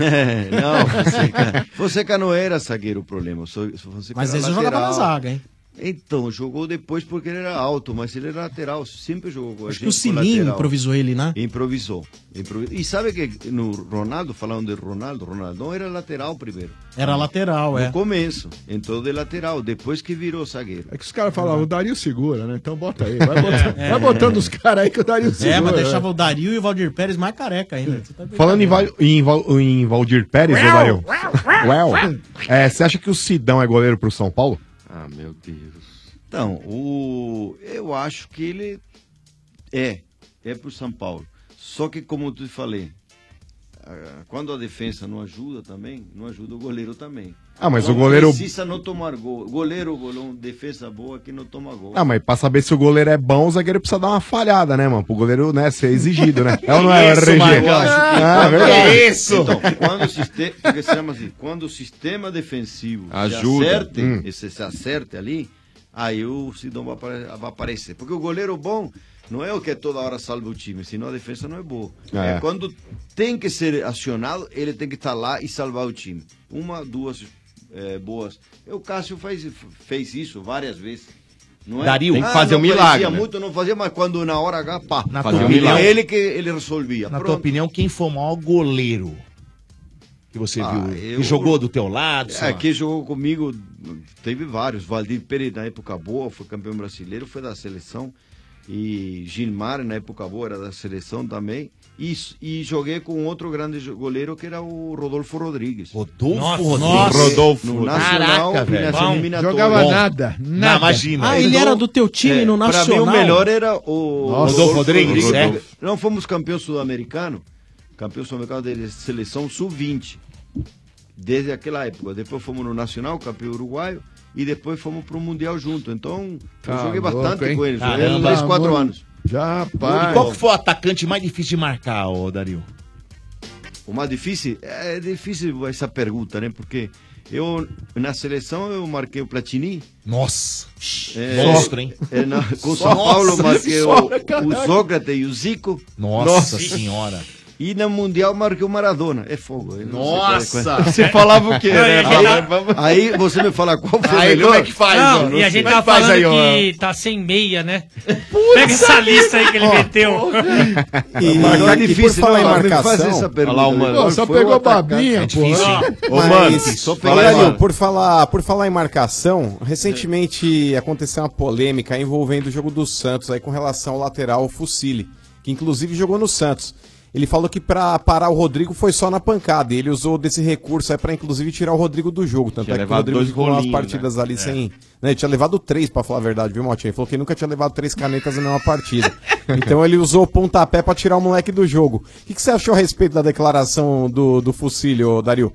S15: É, não, Fonseca, Fonseca não era zagueiro o problema. só- só Fonseca era
S9: Mas às vezes eu jogava na
S15: lateral.
S9: zaga, hein?
S15: Então, jogou depois porque ele era alto, mas ele era lateral, sempre jogou com a
S9: Acho que
S15: gente
S9: o
S15: com
S9: Silinho
S15: lateral.
S9: improvisou ele, né?
S15: Improvisou. Improvi- E sabe que no Ronaldo, falando de Ronaldo, Ronaldão era lateral primeiro. Ah,
S9: Era lateral,
S15: no
S9: é.
S15: começo, entrou de lateral, depois que virou zagueiro.
S10: É que os caras falavam, o Dario segura, né? Então bota aí. Vai botando, vai botando os caras aí que o Dario segura.
S9: É, mas deixava
S10: né?
S9: o Dario e o Valdir Pérez mais careca ainda. Você tá
S8: Falando em, Val- em Val- em Valdir Pérez,
S9: Uau,
S8: ô Dario.
S9: uau,
S8: Uau. É, Você acha que o Sidão é goleiro pro São Paulo?
S15: Ah, meu Deus. Então, o... eu acho que ele é, é pro São Paulo. Só que, como eu te falei, ah, quando a defesa não ajuda também, não ajuda o goleiro também.
S8: Ah, mas
S15: Então,
S8: o goleiro-
S15: Precisa não tomar gol. Goleiro, golão, defesa boa que não toma gol.
S8: Ah, mas pra saber se o goleiro é bom, o zagueiro precisa dar uma falhada, né, mano? Pro goleiro, né, ser exigido, né? É ou não é,
S15: Isso,
S8: RG?
S15: Marcão.
S8: Ah, é
S15: Então,
S8: verdade.
S15: Então, quando o sistema, porque se chama assim, quando o sistema defensivo
S13: Ajuda.
S15: se acerte,
S13: Hum.
S15: esse se acerte ali, aí o Sidão vai, apare- vai aparecer. Porque o goleiro bom não é o que toda hora salva o time, senão a defesa não é boa.
S8: É.
S15: É. quando tem que ser acionado, ele tem que estar lá e salvar o time. Uma, duas eh, boas. O Cássio faz, fez isso várias vezes. Não é?
S16: Dario,
S15: Tem que
S16: Ah, fazer
S15: não
S16: um milagre,
S15: parecia
S16: né?
S15: muito, não fazia, mas quando na hora H, pá,
S3: Na
S15: fazia
S3: tua
S15: um milagre.
S3: opinião-
S15: ele que ele resolvia.
S3: Na tua
S15: Pronto.
S3: opinião, quem foi o maior goleiro que você
S15: Ah,
S3: viu?
S15: eu-
S3: Que jogou do teu lado? sei
S15: É,
S3: lá?
S15: quem jogou comigo teve vários. Valdir Pereira, na época boa, foi campeão brasileiro, foi da seleção. E Gilmar, na época boa, era da seleção também. E, e joguei com outro grande jo- goleiro que era o Rodolfo Rodrigues.
S3: Rodolfo
S10: Nossa, Rodrigues.
S15: Rodolfo.
S10: Rodolfo.
S15: No Nacional,
S10: Caraca,
S15: e
S10: velho.
S15: nessa
S10: Bom.
S15: eliminatória.
S10: Jogava Bom. nada,
S15: Não,
S10: nada. Ah, ele era do teu time no
S15: É, pra mim,
S10: Nacional.
S15: o melhor era o
S10: Nossa. Rodolfo Rodrigues,
S15: é. Não fomos campeão sul-americano, campeão sul-americano da seleção sub-20 desde aquela época. Depois fomos no Nacional, campeão uruguaio, e depois fomos pro Mundial junto. Então,
S8: Tá
S15: eu joguei
S8: louco,
S15: bastante
S8: hein?
S15: com eles. Joguei uns
S3: Caramba.
S15: 3, 4
S3: Muito-
S15: anos.
S10: Já,
S3: E Qual que foi o atacante mais difícil de marcar, ô Dario?
S15: O mais difícil? É difícil essa pergunta, né? Porque eu, na seleção, eu marquei o Platini.
S3: Nossa!
S15: É,
S3: Monstro, hein?
S15: é, na- com o
S3: Nossa
S15: São Paulo, marquei o,
S3: senhora,
S15: o
S3: caraca.
S15: Sócrates e o Zico.
S3: Nossa senhora.
S15: E no Mundial marquei o Maradona. É fogo. eu não sei qual é- qual é.
S3: Nossa.
S15: Você falava o quê?
S3: Não, e a
S15: Né?
S3: gente
S15: Fala-
S3: tá-
S15: Aí você me fala qual foi
S3: Aí,
S15: o melhor.
S3: como é que faz, é
S11: Não,
S15: Não
S11: e a
S15: sei.
S11: gente tava
S15: Faz
S11: falando
S15: aí, ó.
S11: que tá sem meia, né? Pega essa lista aí que ele
S15: Ó,
S11: meteu.
S15: E
S19: Marcar
S15: é
S19: aqui,
S15: difícil,
S19: por falar
S15: não,
S19: em
S15: mas me faz
S19: marcação,
S15: essa
S19: olha
S15: pergunta
S19: lá, o
S15: aí.
S19: Mano. Pô, tá só
S15: Foi o
S19: pegou
S15: atacante.
S19: babinha,
S15: É
S19: pô.
S15: difícil.
S19: Ô, mano, só pegou olha, babinha. por falar, por falar em marcação, recentemente aconteceu uma polêmica envolvendo o jogo do Santos aí com relação ao lateral Fucile, que inclusive jogou no Santos. Ele falou que pra parar o Rodrigo foi só na pancada. E ele usou desse recurso aí pra inclusive tirar o Rodrigo do jogo. Tanto
S13: Tinha
S19: é que o
S13: levado
S19: Rodrigo
S13: dois
S19: ficou umas
S13: golinhos,
S19: partidas
S13: né?
S19: ali
S13: É.
S19: sem. né, ele tinha levado três, pra falar a verdade, viu, Motinha? Ele falou que nunca tinha levado três canetas em nenhuma partida. Então ele usou o pontapé pra tirar o moleque do jogo. O que, que você achou a respeito da declaração do, do Fucílio, Dario?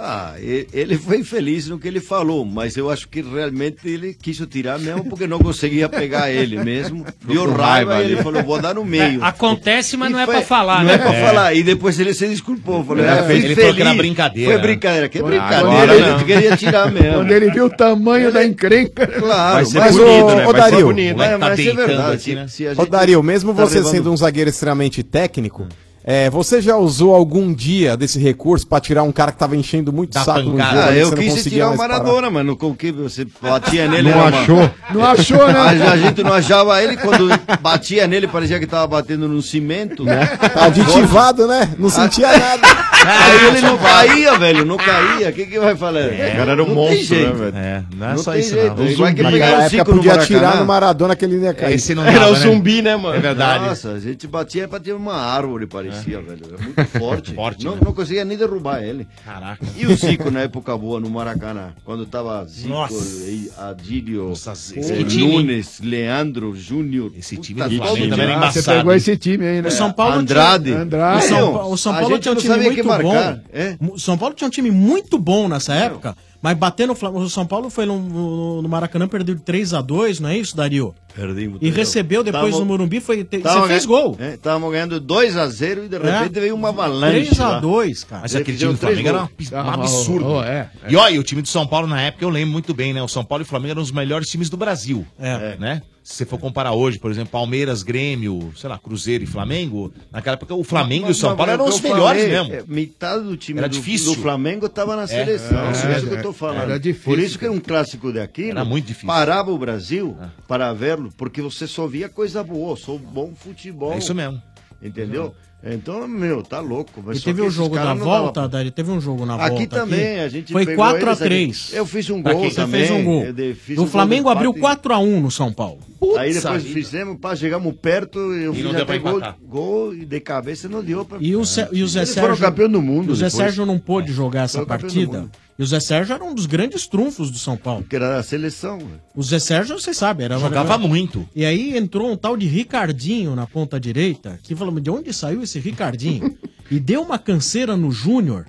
S15: Ah, e- ele foi infeliz no que ele falou, mas eu acho que realmente ele quis tirar mesmo porque não conseguia pegar ele mesmo.
S11: Ficou
S15: Deu
S11: com
S15: raiva
S11: raiva
S15: e ele
S11: ali.
S15: falou, vou dar no meio.
S11: Acontece, mas não é
S15: foi-
S11: pra falar,
S15: não
S11: né?
S15: é pra falar. E depois ele se desculpou. Falou,
S11: É,
S15: "Ah, fui
S11: ele falou que era
S15: feliz.
S11: brincadeira." né?
S15: Foi brincadeira, que
S11: Agora
S15: brincadeira. Ele
S10: não.
S15: queria tirar mesmo.
S10: Quando ele viu o tamanho da encrenca.
S15: Claro,
S19: Vai ser mas bonito, o- né? o Vai ser Dario, bonito.
S15: Mas,
S19: Vai tá
S15: mas é
S19: deitando
S15: verdade.
S19: aqui, né?
S15: se a
S19: Ô
S15: gente
S19: Dario, mesmo
S15: tá
S19: você
S15: levando-
S19: sendo um zagueiro extremamente técnico, é, você já usou algum dia desse recurso pra tirar um cara que tava enchendo muito
S15: Da
S19: saco no jogo?
S15: pancada. Ah,
S19: ali,
S15: eu
S19: você não
S15: quis
S19: conseguia
S15: tirar o
S19: mais parar?
S15: Maradona, mano. Com o que você batia nele.
S19: Não
S15: era uma-
S19: achou. Não achou, né?
S15: A, a gente não achava ele. Quando batia nele, parecia que tava batendo num cimento. Né?
S19: Tá aditivado, né? Não sentia nada.
S15: Aí ele não caía, velho. Não caía. O que, que vai falar?
S19: É, o cara era um
S15: Não tem
S19: monstro,
S15: jeito.
S19: né, velho?
S3: É, não é
S15: Não
S3: só
S15: tem
S3: isso,
S15: jeito,
S3: não.
S15: é igual que
S19: Naquela
S15: pegar o
S19: época
S15: Zico no
S19: podia atirar
S15: Maracanã.
S19: no Maradona que ele não ia cair.
S15: Esse não
S19: Era
S15: dava,
S19: o
S15: né?
S19: zumbi, né, mano?
S15: Nossa, a gente batia pra ter uma árvore, parecia, velho. Era muito forte. não, não conseguia nem derrubar ele.
S3: Caraca.
S15: E o Zico na época boa no Maracanã, quando tava Zico,
S3: Nossa.
S15: e Adílio, eh,
S3: esse time,
S15: Nunes, Leandro, Júnior. Esse time
S3: do Flamengo também era
S10: Ah, você pegou esse time aí, né?
S15: O São Paulo tinha- Andrade. é
S10: Andrade.
S15: O
S9: São
S15: Não,
S9: Pa- o São
S15: a
S9: Paulo
S15: gente
S9: tinha um
S15: não
S9: time
S15: sabia quem
S9: muito
S15: marcar, é?
S9: bom. O São Paulo tinha um time muito bom nessa época, mas batendo o Flamengo. O São Paulo foi no, no- no Maracanã, perdeu de 3 a 2 não é isso, Dario?
S15: Perdemos.
S9: E recebeu depois
S15: Tamo-
S9: no Morumbi, foi, te-
S15: Tava
S9: você fez
S15: ganha-
S9: gol. É.
S15: É, Estávamos ganhando 2x0 e de repente veio uma avalanche.
S3: 3 a
S9: 2, cara.
S3: Mas aquele time do Flamengo era um abs-
S15: Ah,
S3: um absurdo. E
S15: É.
S3: olha, o time do São Paulo na época eu lembro muito bem, né? O São Paulo e o Flamengo eram os melhores times do Brasil. Né? Se você for comparar hoje, por exemplo, Palmeiras, Grêmio, sei lá, Cruzeiro e Flamengo, naquela época o Flamengo e o
S15: Mas,
S3: São
S15: mas,
S3: Paulo
S15: mas
S3: eram
S15: eu
S3: os melhores
S15: falei,
S3: mesmo.
S15: é, Metade do time
S3: Era
S15: do,
S3: difícil.
S15: do Flamengo estava na
S3: É.
S15: seleção.
S3: É,
S15: isso é, isso que eu
S3: é,
S15: tô falando.
S3: era difícil,
S15: Por isso que
S3: cara.
S15: um clássico daquilo
S3: Era muito difícil. É.
S15: parava o Brasil para vê-lo, porque você só via coisa boa, só bom futebol.
S3: É isso mesmo. É.
S15: Entendeu? Então, meu, tá louco. mas
S9: E
S15: só
S9: teve
S15: que
S9: um
S15: esses
S9: jogo na
S15: caras não davam
S9: volta, Dari, teve um jogo na
S15: Aqui
S9: volta.
S15: também, a gente
S9: Foi
S15: pegou
S9: 4 a
S15: eles aqui.
S9: 3
S15: Eu fiz um
S9: Pra
S15: gol
S9: quem você
S15: também,
S9: fez um gol.
S15: eu de- fiz um
S9: o
S15: gol
S9: Flamengo
S15: de
S9: abriu
S15: empate.
S9: 4 a 1 no São Paulo.
S15: aí depois
S9: vida.
S15: fizemos, pá, chegamos perto, eu
S9: E
S15: fiz
S9: não deu
S15: até
S9: pra
S15: gol,
S9: empatar.
S15: gol e de cabeça não deu pra...
S9: E o, Cé- e o Zé
S15: Eles
S9: Sérgio.
S15: foram campeão do mundo
S9: O Zé
S15: depois.
S9: Sérgio não pôde jogar essa
S15: Foram campeão do
S9: partida.
S15: mundo.
S9: E o Zé Sérgio era um dos grandes trunfos do São Paulo.
S15: Porque era a seleção. né?
S9: O Zé Sérgio, vocês sabem, era
S3: Jogava
S9: era-
S3: muito.
S9: E aí entrou um tal de Ricardinho na ponta direita, que falamos de onde saiu esse Ricardinho? e deu uma canseira no Júnior.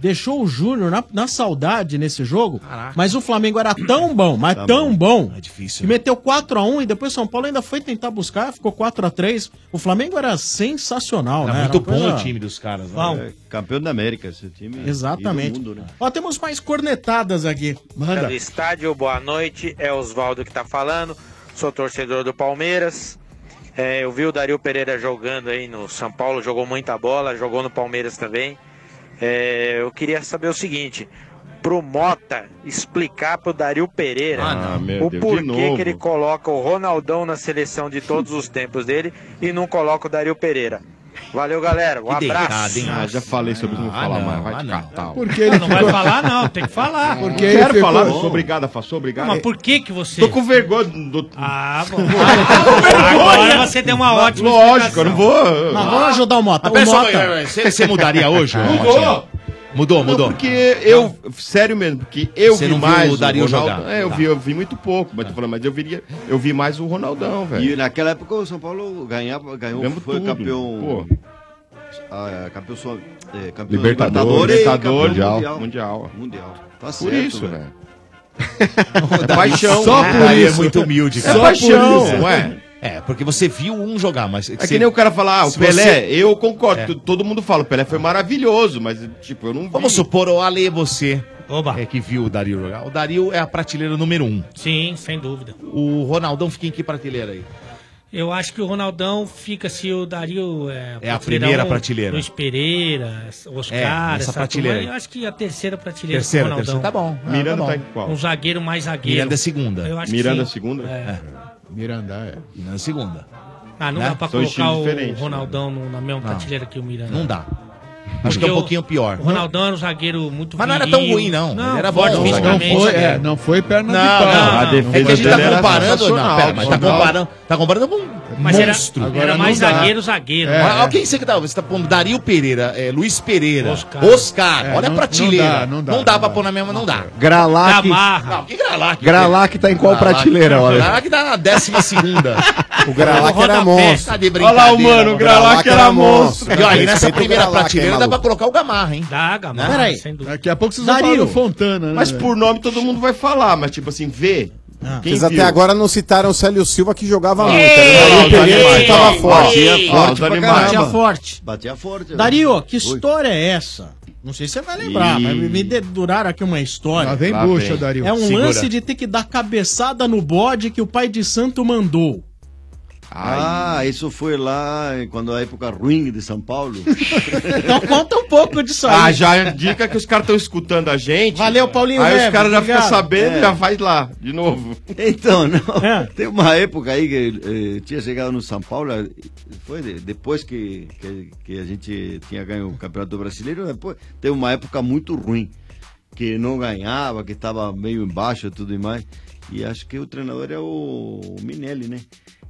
S9: Deixou o Júnior na, na saudade nesse jogo, mas o Flamengo era tão bom, mas
S3: Tá
S9: tão bom,
S3: difícil.
S9: que meteu 4 a 1 e depois São Paulo ainda foi tentar buscar, ficou 4 a 3 O Flamengo era sensacional,
S15: Era
S9: né?
S15: muito
S9: uma coisa-
S15: bom o time dos caras, né?
S9: Uau.
S15: É, campeão da América, esse time. e do
S9: Exatamente.
S15: mundo, né?
S9: Ó, temos mais cornetadas aqui.
S4: Manda.
S9: Manda.
S4: do estádio, boa noite. É Oswaldo que tá falando. Sou torcedor do Palmeiras. É, eu vi o Dario Pereira jogando aí no São Paulo, jogou muita bola, jogou no Palmeiras também. É, eu queria saber o seguinte: pro Mota explicar pro Dario Pereira
S13: Ah, não, meu
S4: o
S13: Deus, de
S4: porquê
S13: novo.
S4: que ele coloca o Ronaldão na seleção de todos os tempos dele e não coloca o Dario Pereira. Valeu, galera. Um
S13: Que
S4: abraço.
S13: deitado, hein? Ah, já falei sobre isso, não vou falar mais. Vai te catar. ó.
S4: Porque ele Não, não vai ficou- falar, não, tem que falar.
S13: Não
S4: Porque ele
S13: quero
S4: ficou-
S15: assim.
S13: falar, sou obrigado a falar, sou obrigado.
S11: Não, mas por que que você...
S13: Tô com vergonha do...
S11: Ah, bom. Agora você deu uma ótima
S13: Lógico, eu não vou...
S9: Mas vamos ajudar o Mota.
S13: A
S9: O
S13: pessoa
S9: Mota...
S13: Ah, vai- vai-
S3: Você, você mudaria hoje? ô,
S13: Mudou.
S3: Motinha? Mudou,
S13: Não,
S3: mudou.
S13: porque eu, sério mesmo, porque eu
S3: Você
S13: vi
S3: não viu
S13: mais
S3: o Dario
S13: Ronaldo-
S3: jogar.
S13: É, eu
S3: Tá.
S13: vi, eu vi muito pouco, mas tô falando, mas eu viria, eu vi mais o Ronaldão,
S15: E
S13: velho.
S15: naquela época o São Paulo ganhava, ganhou,
S13: Ganhamos
S15: foi
S13: tudo,
S15: campeão.
S13: pô.
S15: Ah, é, campeão, só- é, campeão
S13: Libertadores,
S15: e
S13: Libertadores,
S15: campeão
S13: Mundial.
S15: mundial. Mundial. Tá
S13: Por
S15: certo.
S13: isso, né?
S15: velho.
S13: velho. É paixão.
S3: Só
S13: É,
S3: por
S13: daí é
S3: isso.
S13: muito humilde,
S3: né? É
S13: cara.
S3: paixão,
S13: Só por isso.
S3: não é? É, porque você viu um jogar, mas...
S13: É que nem o cara falar, ah, o Pelé, eu concordo,
S3: É.
S13: t- todo mundo fala, o Pelé foi maravilhoso, mas tipo, eu não vi.
S3: Vamos supor, o Ale, você é que viu o Dario jogar. O Dario é a prateleira número um.
S11: Sim, sem dúvida.
S3: O Ronaldão fica em que prateleira aí?
S11: Eu acho que o Ronaldão fica se o Dario. É,
S3: É a primeira prateleira.
S11: Luiz Pereira, Oscar,
S3: É, essa
S11: essa,
S3: prateleira.
S11: turma. Eu acho que a terceira prateleira
S3: Terceira,
S11: do Ronaldão.
S3: terceira, tá bom. Ah, Miranda tá bom. tá em qual?
S11: Um zagueiro mais zagueiro.
S3: Miranda é segunda.
S11: Eu acho
S13: Miranda
S11: que sim.
S13: segunda?
S11: É.
S10: Miranda, é.
S3: Miranda segunda.
S11: Ah, não
S3: Né?
S11: dá pra
S3: São
S11: colocar
S3: estilos
S11: o
S3: diferentes, né?
S11: Ronaldão no- na mesma
S3: Não.
S11: prateleira que o Miranda.
S3: Não dá. Acho que é um
S11: o-
S3: pouquinho pior.
S11: O Ronaldão era um zagueiro muito
S3: Mas não era tão
S11: viril.
S3: ruim, não. Ele era
S11: forte
S3: bom. Não,
S10: Não
S11: fisicamente. né?
S10: foi, é, não foi perna
S3: Não,
S10: de pau.
S3: não, não. É que a gente tá comparando. Não, pera, mas tá comparando, tá comparando com um
S11: Mas era-
S3: monstro.
S11: era Agora mais não dá. zagueiro, zagueiro.
S3: É.
S11: É.
S3: Olha quem você que tá. Você tá pondo Dario Pereira, é, Luiz Pereira, Oscar.
S5: É,
S3: olha
S5: não-
S3: a prateleira.
S5: não
S3: Não
S5: dá,
S3: dá,
S5: não dá,
S3: pra pôr na mesma, não dá.
S5: Gralac.
S3: Gamarra. Não, que Gralac?
S5: Gralac tá em qual
S3: Gralac.
S5: prateleira, olha?
S3: Gralac tá na décima segunda.
S5: O Gralac
S3: Roda
S5: era
S3: pé,
S5: monstro.
S3: tá de
S5: Olha lá o
S3: brincadeira,
S5: mano, o Gralac era monstro.
S3: E olha, nessa
S5: Respeita o
S3: primeira
S5: Gralac, hein,
S3: prateleira dá
S5: maluco.
S3: pra colocar o Gamarra, hein?
S11: Dá,
S3: Gamarra,
S10: Peraí.
S3: sem dúvida.
S10: Daqui a pouco vocês vão falar do Fontana, né?
S13: Mas
S10: velho? Ah.
S13: por nome todo mundo vai falar, mas tipo assim, vê.
S19: Vocês até agora não citaram o Célio Silva que jogava muito.
S13: Ei,
S19: O Pereira
S13: ei,
S19: tava
S13: ei,
S19: forte. forte
S13: ei, ó,
S19: pra
S13: os
S19: caramba.
S13: animais.
S19: Batia
S9: Batia forte.
S15: Batia forte.
S9: Dario, que história é essa? Não sei se você vai lembrar,
S19: Ih.
S9: mas me deduraram aqui uma história.
S10: Lá vem Lá bucha, vem. Dario.
S9: É um
S10: Segura.
S9: lance de ter que dar cabeçada no bode que o pai de santo mandou.
S15: Ah, isso foi lá eh, quando a época ruim de São Paulo.
S9: Então conta um pouco disso aí.
S13: Ah, já indica que os caras estão escutando a gente.
S9: Valeu, Paulinho
S13: Aí os
S9: Weber,
S13: caras já
S9: obrigado.
S13: ficam sabendo
S15: É.
S13: e já vai lá, de novo.
S15: Então, não. Tem uma época aí que eh, tinha chegado no São Paulo, eh, foi de- depois que, que, que a gente tinha ganho o Campeonato Brasileiro, depois teve uma época muito ruim, que não ganhava, que estava meio embaixo e tudo e mais. E acho que o treinador é o Minelli, né?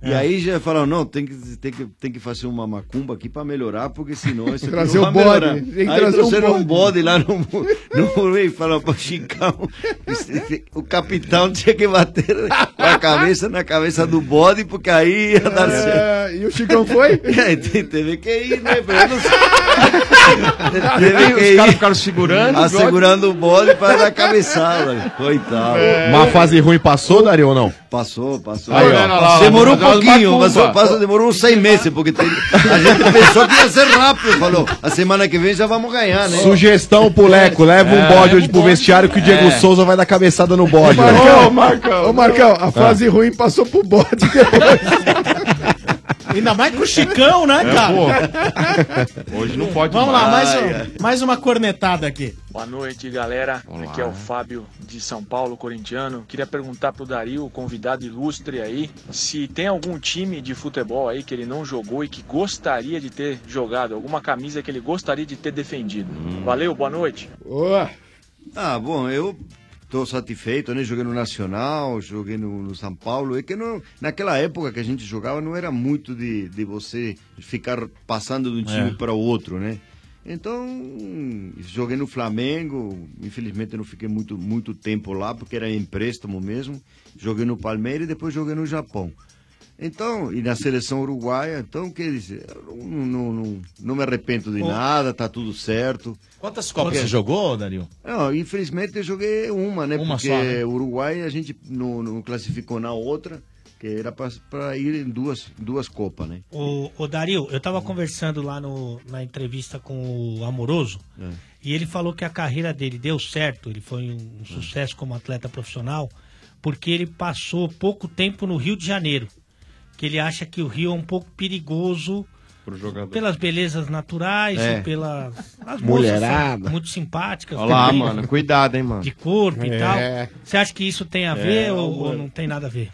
S15: E
S19: É.
S15: aí já falaram, não, tem que, tem, que, tem que fazer uma macumba aqui para melhorar, porque senão esse
S10: Trazer o
S15: não
S10: bode,
S15: vai melhorar.
S10: tem que
S15: Aí
S10: trazer o
S15: trouxeram um
S10: bode.
S15: bode lá no, no meio e falaram pro Chicão, o capitão tinha que bater a cabeça na cabeça do bode, porque aí ia dar certo.
S10: É, e o Chicão foi?
S15: É, te- teve que ir, né? velho? Eu não sei.
S13: Aí os caras ficaram segurando
S15: Ah,
S13: o bode.
S15: segurando o bode para dar cabeçada. Coitado.
S8: É.
S13: É.
S8: Uma fase ruim passou, Dario, ou não?
S15: Passou, passou.
S16: Aí, ó.
S15: demorou um
S16: Passou de
S15: pouquinho,
S16: macumba.
S15: passou, passou, demorou uns seis meses, porque tem- a gente pensou que ia ser rápido, falou. A semana que vem já vamos ganhar, né?
S8: Sugestão pro Leco, leva um
S15: É,
S8: bode
S15: leva
S8: hoje
S15: um
S8: pro
S15: bode.
S8: vestiário que o Diego
S15: É.
S8: Souza vai dar cabeçada no bode.
S5: Marcão,
S8: velho.
S5: Marcão. Ô, Marcão, a fase ruim passou pro bode.
S9: Ainda mais com o Chicão, né,
S5: É,
S9: cara?
S13: Hoje não pode
S9: Vamos lá, mais,
S13: mais.
S9: um-
S13: Ai,
S9: mais uma cornetada aqui.
S6: Boa noite, galera. Aqui é o Fábio de São Paulo, corintiano. Queria perguntar pro Dario, convidado ilustre aí, se tem algum time de futebol aí que ele não jogou e que gostaria de ter jogado, alguma camisa que ele gostaria de ter defendido. Valeu, boa noite.
S15: Ah, bom, eu estou satisfeito, né? Joguei no Nacional, joguei no, no São Paulo. É que não, naquela época que a gente jogava não era muito de, de você ficar passando de um time
S23: É.
S15: para o outro, né? Então, joguei no Flamengo, infelizmente não fiquei muito, muito tempo lá, porque era empréstimo mesmo. Joguei no Palmeiras e depois joguei no Japão. Então, e na seleção uruguaia, então, quer dizer, eu não, não, não, não me arrependo de
S3: Bom.
S15: nada, tá tudo certo.
S3: Quantas Copas você jogou, Danil?
S15: Não, infelizmente eu joguei uma, né?
S3: Uma
S15: porque
S3: só, né?
S15: o Uruguai a gente não, não classificou na outra, que era para ir em duas, duas Copas, né?
S11: O, o Dario, eu tava conversando lá no, na entrevista com o Amoroso e ele falou que a carreira dele deu certo, ele foi um, um sucesso como atleta profissional, porque ele passou pouco tempo no Rio de Janeiro. Que ele acha que o Rio é um pouco perigoso
S13: Pro jogador.
S11: pelas belezas naturais,
S13: É.
S11: pelas as moças
S13: Mulherada.
S11: são muito simpáticas.
S13: Olha lá,
S11: também,
S13: mano. Cuidado, hein, mano.
S11: De corpo e tal.
S13: É.
S11: Você acha que isso tem a ver
S15: É,
S13: um
S11: ou,
S15: mano.
S11: ou não tem nada a ver?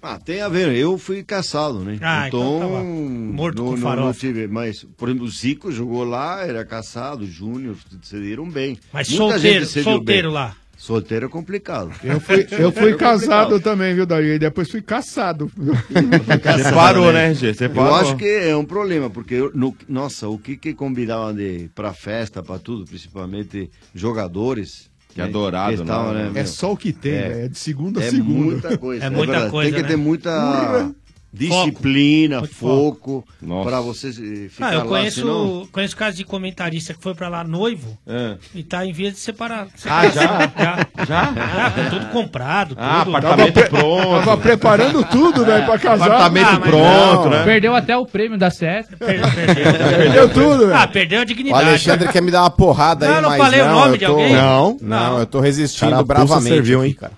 S15: Ah, tem a ver, eu fui caçado, né?
S11: Ah, então tá lá.
S15: Morto
S11: com
S15: não, não
S11: farofa.
S15: tive, mas, por exemplo, o Zico jogou lá, era caçado, o Júnior, se deram bem.
S11: Mas
S15: Muita
S11: solteiro,
S15: gente se deu
S11: solteiro lá.
S15: Solteiro é complicado. É
S10: Eu fui, eu fui casado também, viu, Dario? E depois fui caçado.
S15: Você
S13: parou, né, RG? Você parou.
S15: É Eu acho que é um problema, porque, eu, no- nossa, o que que convidavam de, pra festa, pra tudo, principalmente jogadores.
S13: Que adorado,
S15: que estavam,
S13: né?
S15: meu?
S10: É só o que tem,
S15: É.
S10: velho. É de segunda a
S15: É
S10: segunda.
S15: muita coisa. É verdade. Tem
S11: né?
S15: que ter muita
S10: Urra.
S15: disciplina,
S10: Muito
S15: foco,
S10: Nossa.
S15: pra você eh, ficar
S11: Ah, eu
S15: lá,
S13: assim,
S11: conheço,
S15: senão-
S11: conheço casos de comentarista que foi pra lá noivo
S13: É.
S11: e tá em vias de separar.
S13: Ah, já?
S11: já?
S13: Já?
S11: Ah, tá tudo comprado, tudo.
S13: Ah, apartamento Tava pre- pronto. tava preparando tudo,
S18: né,
S10: né,
S13: velho, pra casar. Apartamento
S11: Ah,
S18: Ah,
S11: mas
S13: pronto,
S11: não.
S13: né?
S18: Perdeu até o prêmio da SES.
S11: Perdeu tudo, velho. Ah, perdeu a
S19: O
S13: né?
S11: dignidade.
S19: Alexandre quer me dar uma porrada
S11: Não,
S19: aí,
S11: não
S19: mas
S11: falei o
S19: não,
S11: nome
S19: eu
S11: de
S19: tô-
S11: alguém?
S19: Não, não, eu tô resistindo
S13: Cara, a pulsa
S19: bravamente.
S13: serviu,
S19: aqui,
S13: hein?
S19: cara.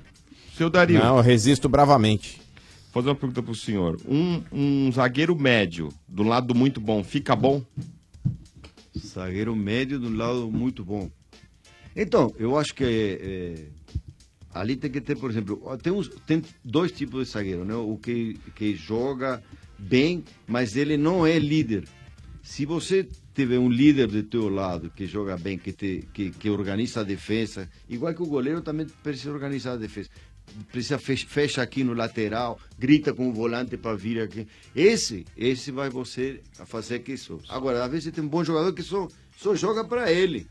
S13: Seu Dario.
S19: Não, eu resisto bravamente.
S13: Vou fazer uma pergunta pro senhor. Um, um zagueiro médio, do lado muito bom, fica bom?
S15: Zagueiro médio do lado muito bom. Então, eu acho que eh, ali tem que ter, por exemplo, ó, tem, uns, tem dois tipos de zagueiro, né? O que, que joga bem, mas ele não é líder. Se você tiver um líder do teu lado que joga bem, que, te, que, que organiza a defesa, igual que o goleiro também precisa organizar a defesa. Precisa fech- fecha aqui no lateral, grita com o volante para vir aqui. Esse, esse vai você fazer que isso. Agora, às vezes tem um bom jogador que só, só joga para ele.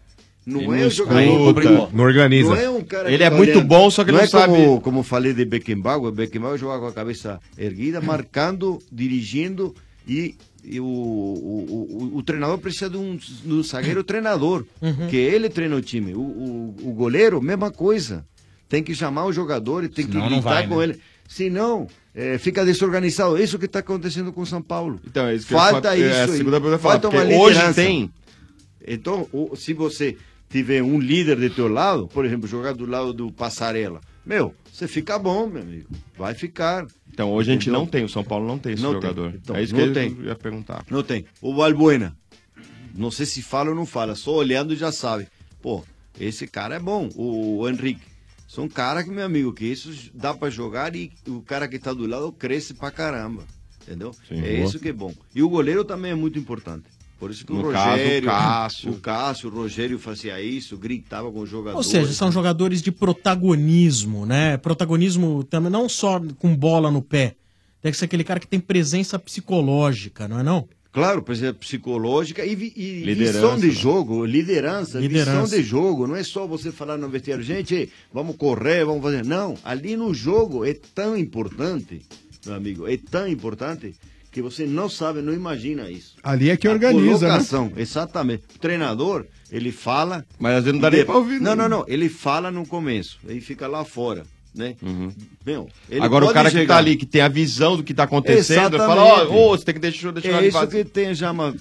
S15: Não
S8: E
S15: é
S8: não
S15: o jogador.
S8: escuta,
S15: Não,
S8: não organiza.
S15: é um cara
S8: Ele
S15: que
S8: é
S15: tá
S8: muito bom, só que
S15: não
S8: não
S15: é como-
S8: sabe-
S15: como falei de Beckenbauer, Beckenbauer jogava com a cabeça erguida, marcando, dirigindo e, e o, o, o, o treinador precisa de um, de um zagueiro treinador,
S24: Uhum.
S15: que ele treina o time. O, o, o goleiro, mesma coisa. Tem que chamar o jogador e tem
S24: Senão
S15: que
S24: não
S15: lidar
S24: vai,
S15: com
S24: né?
S15: ele. Senão, eh, fica desorganizado. Isso que está acontecendo com o São Paulo.
S13: Então, é isso que eu
S15: Falta
S13: ia falar- é,
S15: isso.
S13: a
S15: aí.
S13: segunda pergunta que eu ia falar,
S15: Falta uma
S13: porque hoje
S15: liderança.
S13: tem.
S15: Então, o- se você tiver um líder de teu lado, por exemplo, jogar do lado do Passarela, meu, você fica bom, meu amigo. Vai ficar.
S13: Então, hoje a gente
S15: Entendeu?
S13: não tem, o São Paulo não tem esse
S15: Não tem.
S13: jogador.
S15: Então,
S13: é isso
S15: não
S13: que
S15: tem.
S13: eu ia perguntar.
S15: Não tem. O Balbuena, não sei se fala ou não fala, só olhando já sabe. Pô, esse cara é bom, o, o Henrique. São cara que, meu amigo, que isso dá pra jogar e o cara que tá do lado cresce pra caramba. Entendeu?
S13: Sim,
S15: é
S13: boa.
S15: isso que é bom. E o goleiro também é muito importante. Por isso que o
S13: No caso, o
S15: Rogério,
S13: Cássio.
S15: o Cássio, o Rogério fazia isso, gritava com o jogador.
S9: Ou seja,
S10: né?
S9: são jogadores de protagonismo, né? Protagonismo também não só com bola no pé. Tem que ser aquele cara que tem presença psicológica, não é não?
S15: Claro, presença psicológica e, vi- e
S9: Liderança,
S15: visão de
S9: né?
S15: jogo, liderança,
S9: Liderança.
S15: visão de jogo. Não é só você falar no vestiário, gente, vamos correr, vamos fazer. Não, ali no jogo é tão importante, meu amigo, é tão importante que você não sabe, não imagina isso.
S10: Ali é que organiza, né?
S15: Colocação, exatamente. O treinador, ele fala.
S13: Mas às vezes não
S10: dá nem
S15: de-
S10: pra ouvir,
S15: Não,
S10: né?
S15: não, não. Ele fala no começo, aí fica lá fora. né? Meu, ele
S13: Uhum. Agora o
S15: pode
S13: cara que
S15: chegar-
S13: tá ali, que tem a visão do que tá acontecendo, ele fala, ó,
S15: Exatamente.
S13: ô, você tem que deixar, deixar
S15: É
S13: ele
S15: isso
S13: vazar.
S15: que tem já uma...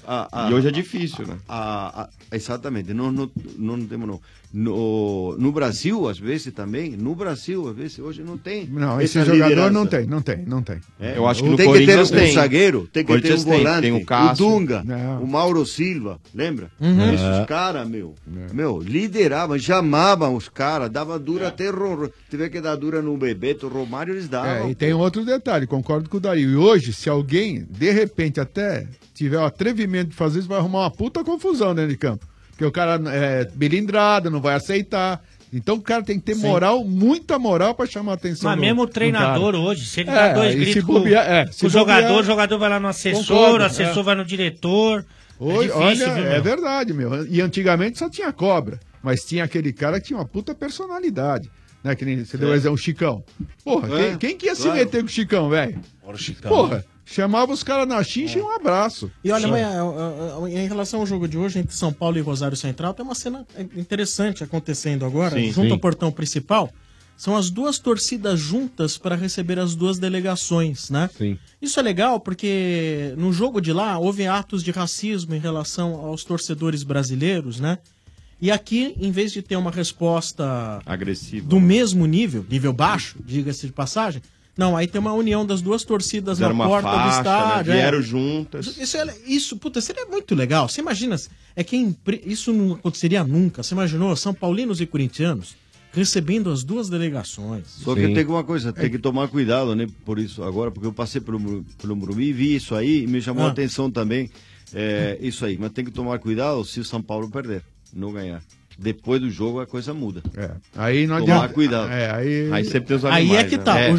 S13: E hoje é difícil, né?
S15: a- a- exatamente, não, não, não, não temos não. No, no Brasil, às vezes também, no Brasil, às vezes, hoje não tem.
S10: Não, esse
S15: essa
S10: jogador
S15: liderança.
S10: não tem, não tem, não tem.
S15: É,
S10: Eu acho que no
S15: tem que ter um
S10: Corinthians tem.
S15: zagueiro, tem que ter um
S10: Corinthians tem,
S15: volante,
S10: tem o
S15: o,
S10: Cássio.
S15: Dunga,
S10: Não.
S15: o Mauro Silva, lembra?
S10: Uhum. É.
S15: Esses caras, meu, meu, lideravam, chamavam os caras, dava dura até Ron, tiver que dar dura no Bebeto, Romário, eles davam.
S10: É, e tem outro detalhe, concordo com o Dario. E hoje, se alguém, de repente, até tiver o atrevimento de fazer isso, vai arrumar uma puta confusão dentro de campo. Porque o cara é bilindrado, não vai aceitar. Então o cara tem que ter
S11: Sim.
S10: moral, muita moral pra chamar a atenção.
S11: Mas
S10: do-
S11: mesmo o
S10: do
S11: treinador
S10: cara.
S11: hoje, se ele
S10: É,
S11: dá dois
S10: e se
S11: gritos com,
S10: bobear- é,
S11: com
S10: se
S11: o jogador,
S10: bobear-
S11: o jogador vai lá no assessor,
S10: Concordo,
S11: o assessor
S10: é.
S11: vai no diretor.
S10: Hoje,
S11: é difícil,
S10: olha,
S11: viu,
S10: é
S11: meu?
S10: verdade, meu. E antigamente só tinha cobra, mas tinha aquele cara que tinha uma puta personalidade. Né, que nem você deu o exemplo, o Chicão.
S16: É,
S10: Porra, quem, quem que ia
S16: claro.
S10: se meter com o Chicão, velho? Porra, chamava os caras na xincha e um abraço.
S9: E olha,
S10: Sim.
S9: mas, é, é, é, em relação ao jogo de hoje entre São Paulo e Rosário Central, tem uma cena interessante acontecendo agora,
S10: Sim,
S9: junto
S10: sim.
S9: ao portão principal. São as duas torcidas juntas para receber as duas delegações, né?
S10: Sim.
S9: Isso é legal porque no jogo de lá houve atos de racismo em relação aos torcedores brasileiros, né? E aqui, em vez de ter uma resposta
S13: Agressivo.
S9: do mesmo nível, nível baixo, diga-se de passagem. Não, aí tem uma união das duas torcidas
S13: Fizeram
S9: na
S13: uma
S9: porta do
S13: faixa,
S9: estádio.
S13: né?
S9: é.
S13: Vieram juntas.
S9: Isso, é, isso, puta, seria muito legal. Você imagina, é que é impre- isso não aconteceria nunca. Você imaginou São Paulinos e corintianos recebendo as duas delegações.
S15: Só que tem uma coisa,
S9: É.
S15: tem que tomar cuidado, né? Por isso agora, porque eu passei pelo, Muru- pelo Morumbi e vi isso aí e me chamou
S9: Ah.
S15: a atenção também é, isso aí. Mas tem que tomar cuidado se o São Paulo perder, não ganhar. Depois do jogo a coisa muda.
S9: É.
S10: Aí não
S15: Tomar
S10: adianta.
S15: cuidado.
S10: É, aí...
S15: animais, né?
S9: tá,
S15: É,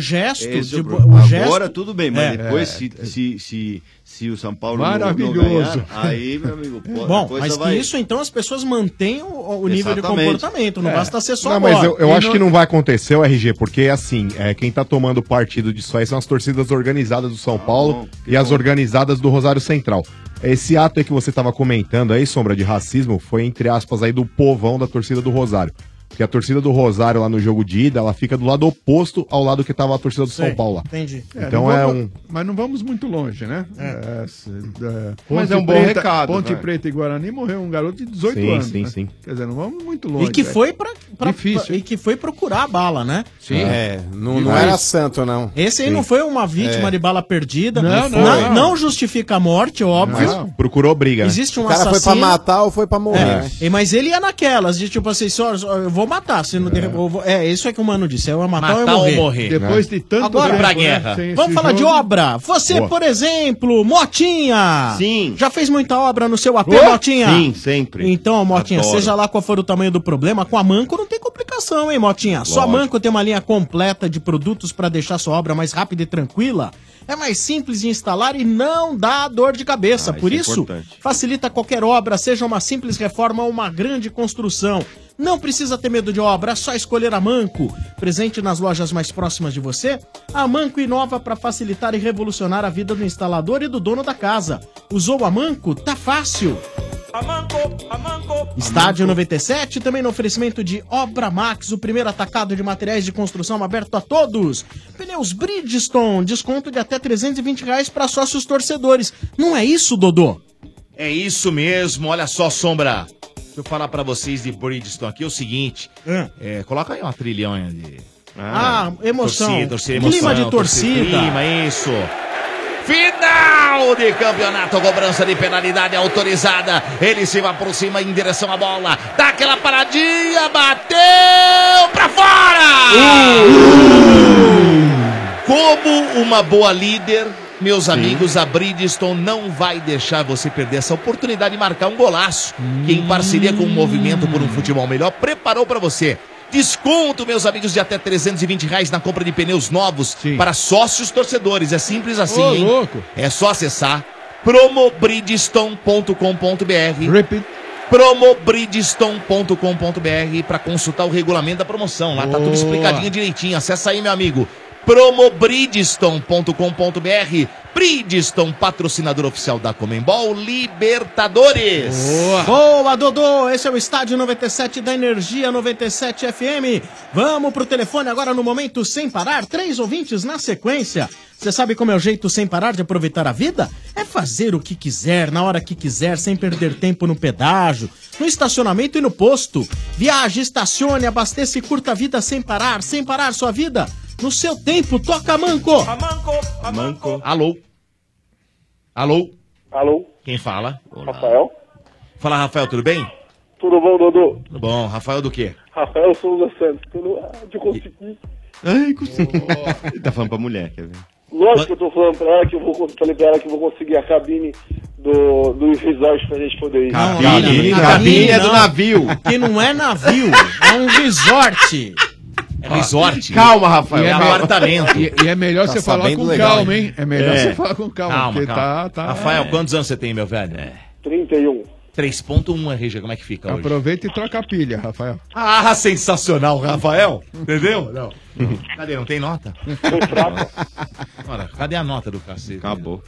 S15: esse é o problema. Agora tudo bem, mas
S9: É.
S15: depois se, se, se, se o São Paulo não- não
S9: Maravilhoso.
S15: ganhar, aí, meu amigo, pô, a
S9: Bom,
S15: coisa
S9: mas
S15: vai...
S9: isso então as pessoas mantêm o, o nível de
S15: Exatamente.
S9: comportamento. Não
S15: É.
S9: basta ser só
S15: Não,
S9: agora.
S15: mas
S8: Tá Eu, eu
S9: Tá E
S8: acho que não vai acontecer o RG, porque assim, é, quem tá tomando partido disso aí são as torcidas organizadas do São Paulo e as organizadas do Rosário Central. Esse ato aí que você tava comentando aí, Sombra, de racismo, foi entre aspas aí do povão da torcida do Rosário. Porque a torcida do Rosário lá no jogo de ida, ela fica do lado oposto ao lado que tava a torcida do São
S10: Sei,
S8: Paulo lá.
S9: Entendi.
S8: Então
S10: não
S8: é
S10: vamos-
S8: um.
S10: Mas não vamos muito longe, né? É, se- é,
S8: Mas
S10: Ponte
S8: é um bom
S10: Preta-
S8: recado,
S10: Ponte
S8: vai.
S10: Preta e Guarani morreu um garoto de 18
S8: Sim,
S10: anos.
S8: sim,
S10: né?
S8: sim.
S10: Quer dizer, não vamos muito longe.
S9: que
S10: velho.
S9: foi pra, pra-
S10: Difícil,
S9: pra- e que foi procurar a bala, né?
S10: Sim.
S19: É, não, não era santo, não.
S9: Esse aí não foi uma vítima
S19: É.
S9: de bala perdida.
S19: Não, não,
S9: não,
S19: não.
S9: não justifica a morte, óbvio.
S8: Mas procurou briga. né?
S9: Existe um
S19: o cara foi
S9: assassino-
S19: pra matar ou foi pra morrer? né?
S9: É, e- mas ele ia naquelas, de tipo assim, só, só- eu vou matar. Se não der- eu vou- é. isso é que o mano disse: é eu ia matar,
S19: Matar
S9: ou eu
S19: ou
S9: morrer.
S19: morrer.
S10: Depois de tanto
S9: Agora,
S10: tempo,
S9: pra
S10: né,
S9: guerra.
S10: sem
S9: Vamos
S10: esse
S9: falar de
S10: jogo.
S9: obra. Você,
S10: Boa.
S9: por exemplo, Motinha.
S13: Sim.
S9: Já fez muita obra no seu AP,
S13: Oh,
S9: Motinha?
S13: Sim, sempre.
S9: Então, Motinha,
S13: Adoro.
S9: seja lá qual for o tamanho do problema, com a Manco não tem complicação, hein, Motinha? Só a
S13: Lógico.
S9: Manco tem uma linha completa de produtos para deixar sua obra mais rápida e tranquila. É mais simples de instalar e não dá dor de cabeça. Por
S13: isso é
S9: isso,
S13: importante.
S9: facilita qualquer obra, seja uma simples reforma ou uma grande construção. Não precisa ter medo de obra, é só escolher a Manco. Presente nas lojas mais próximas de você, a Manco inova para facilitar e revolucionar a vida do instalador e do dono da casa. Usou a Manco? Tá fácil! Estádio 97, também no oferecimento de Obra Max, o primeiro atacado de materiais de construção aberto a todos. Pneus Bridgestone, desconto de até 320 reais para sócios torcedores. Não é isso, Dodô?
S3: É isso mesmo, olha só, Sombra. Deixa eu falar pra vocês de Bridgestone aqui é o seguinte. É, coloca aí uma trilhão aí de...
S9: Ah, emoção.
S3: Torcida, torcida,
S9: Clima
S3: emoção,
S9: de torcida.
S3: Clima, isso. Final de campeonato, cobrança de penalidade autorizada. Ele se aproxima em direção à bola. Dá aquela paradinha, bateu pra
S9: Uh!
S3: fora! Como uma boa líder, meus amigos, a Bridgestone não vai deixar você perder essa oportunidade de marcar um golaço. Que em parceria com o Movimento por um Futebol Melhor preparou pra você. Desconto, meus amigos, de até 320 reais na compra de pneus novos para sócios torcedores. É simples assim,
S10: Ô,
S3: hein?
S10: louco.
S3: É só acessar promobridgestone.com.br. promobridgestone.com.br para consultar o regulamento da promoção. Lá tá tudo
S10: Boa.
S3: explicadinho direitinho. Acessa aí, meu amigo. promobridgestone.com.br.
S21: Bridgestone, patrocinador oficial da Comembol Libertadores.
S9: Boa. Boa, Dodô! Esse é o Estádio 97 da Energia 97 FM. Vamos pro telefone agora no momento sem parar. Três ouvintes na sequência. Você sabe como é o jeito sem parar de aproveitar a vida? É fazer o que quiser, na hora que quiser, sem perder tempo no pedágio, no estacionamento e no posto. Viaje, estacione, abasteça e curta a vida sem parar, sem parar sua vida. No seu tempo, toca manco!
S21: Manco. Alô? Alô?
S23: Alô?
S21: Quem fala?
S23: Rafael?
S21: Fala, Rafael, tudo bem?
S23: Tudo bom, Dodô?
S21: Tudo bom. Rafael do quê?
S23: Rafael Souza Santos. Tudo ah, de conseguir.
S13: Ai, custou. Ele tá falando pra mulher, quer ver?
S23: Lógico que eu tô falando pra ela que eu vou, con- falei pra ela que eu vou conseguir a cabine do, do resort pra gente poder ir.
S9: Cabine, cabine é do navio. Que não é navio, é um resort.
S21: É resort.
S10: Calma, Rafael,
S21: É
S10: calma.
S21: apartamento.
S10: E- e é melhor Tá você falar sabendo com legal, calma, hein? hein? É melhor você falar com calma,
S21: Calma,
S10: porque
S21: calma.
S10: tá- tá-
S21: Rafael,
S10: é.
S21: quantos anos você tem, meu velho? É.
S23: 31.
S21: 3.1 RG, como é que fica hoje?
S10: Aproveita e troca a pilha, Rafael.
S21: Ah, sensacional, Rafael. Entendeu? Uhum. Não. Cadê? Não tem nota? Ora, cadê a nota do cacete?
S13: Acabou.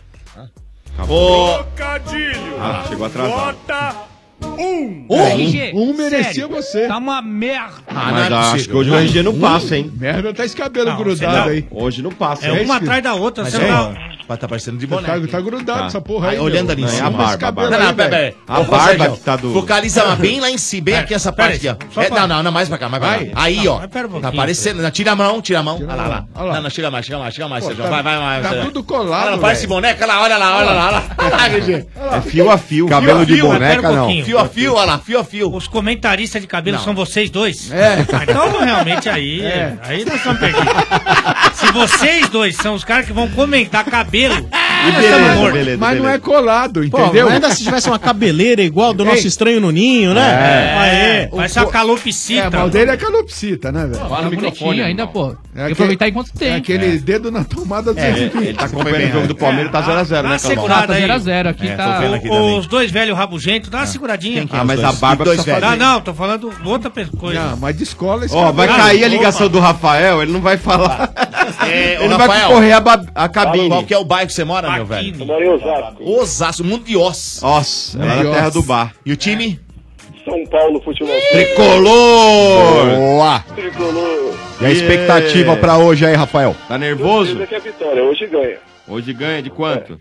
S21: Ô,
S13: Trocadilho!
S21: Ah, chegou atrasado.
S16: Um!
S21: Um?
S16: RG,
S10: Um merecia
S16: sério,
S10: você.
S16: Tá uma merda.
S13: Ah, mas acho que hoje o RG não passa, hein?
S10: Hum. Merda, tá esse cabelo
S16: Não,
S10: grudado
S16: você
S10: aí.
S13: Hoje não passa.
S16: É uma atrás da outra,
S21: Mas
S16: você
S21: é,
S16: não-
S21: Mas tá parecendo de
S10: Tá-
S21: boneco.
S10: tá
S21: hein?
S10: grudado essa porra aí, meu.
S21: Olhando ali em
S10: Não, é
S21: cima.
S10: a barba, a barba.
S21: Não, não, pera, pera.
S10: A
S21: Ô,
S10: barba
S21: Sérgio,
S10: que tá do-
S21: Focaliza lá bem lá em cima, bem aqui essa parte aqui, ó.
S10: só
S21: É,
S10: pra-
S21: não, não, não, mais pra cá, mais pra
S10: Vai.
S21: cá. Aí,
S10: Não,
S21: ó.
S10: mas pera um
S21: tá
S10: pouquinho.
S21: aparecendo. Não, tira a mão, tira a mão. Olha lá, olha
S10: Olha lá.
S21: lá. Não, não, chega mais, chega mais, chega mais,
S10: Pô,
S21: Sérgio.
S10: tá-
S21: Vai, vai, vai.
S10: tá
S21: Sérgio.
S10: tudo colado,
S21: Olha lá, parece
S10: velho.
S21: boneca. Olha lá, olha lá, olha lá, olha lá. Olha lá, RG.
S10: É fio a fio.
S21: Cabelo de boneca,
S11: pera
S21: não.
S11: um pouquinho.
S21: Fio a fio, olha lá, fio a fio.
S11: Os comentaristas de cabelo
S21: Não.
S11: são vocês dois? É. Então, realmente, aí,
S16: É.
S11: aí nós estamos perdidos. Se vocês dois são os caras que vão comentar cabelo, nós estamos mortos.
S10: Mas não é colado,
S11: Pô,
S10: entendeu?
S11: mas ainda se tivesse uma cabeleira igual
S9: É.
S11: do nosso estranho Nuninho, né?
S10: É.
S11: Aê, parece uma calopsita.
S10: É, mas o dele é calopsita, né, velho?
S11: Fala no microfone,
S18: ainda,
S10: irmão.
S18: pô. Tem que aproveitar enquanto tem.
S10: É aquele
S18: É.
S10: dedo na tomada do
S18: É,
S13: ele tá acompanhando o jogo do Palmeiras, tá 0 a 0, né, Calvão?
S11: segurada aí.
S13: Tá 0 a 0 aqui, É, tá- tô vendo aqui também.
S11: Os dois velhos rabugento, dá uma seguradinha.
S13: que é Ah, os mas dois? a barba
S11: Os
S13: precisa
S11: Não,
S13: fazer.
S11: não, tô falando outra pe- coisa.
S10: Não, mas descola esse
S13: Ó, vai
S11: Ah,
S13: cair a
S11: opa.
S13: ligação do Rafael, ele não vai falar.
S21: É, ô,
S13: Ele vai
S21: Rafael.
S13: correr a, ba- a cabine.
S21: Qual que é o bairro que você mora, meu velho? Eu
S23: moro em Osasco.
S21: Osasco, mundo de Os.
S13: Os, ela era a terra do bar.
S21: E o time?
S23: É. São Paulo Futebol
S9: é
S13: Tricolor!
S8: Boa!
S23: Tricolor.
S8: E a expectativa pra hoje aí, Rafael?
S13: É. Tá nervoso?
S23: Precisa que é a vitória. Hoje ganha. É.
S13: Hoje ganha de quanto?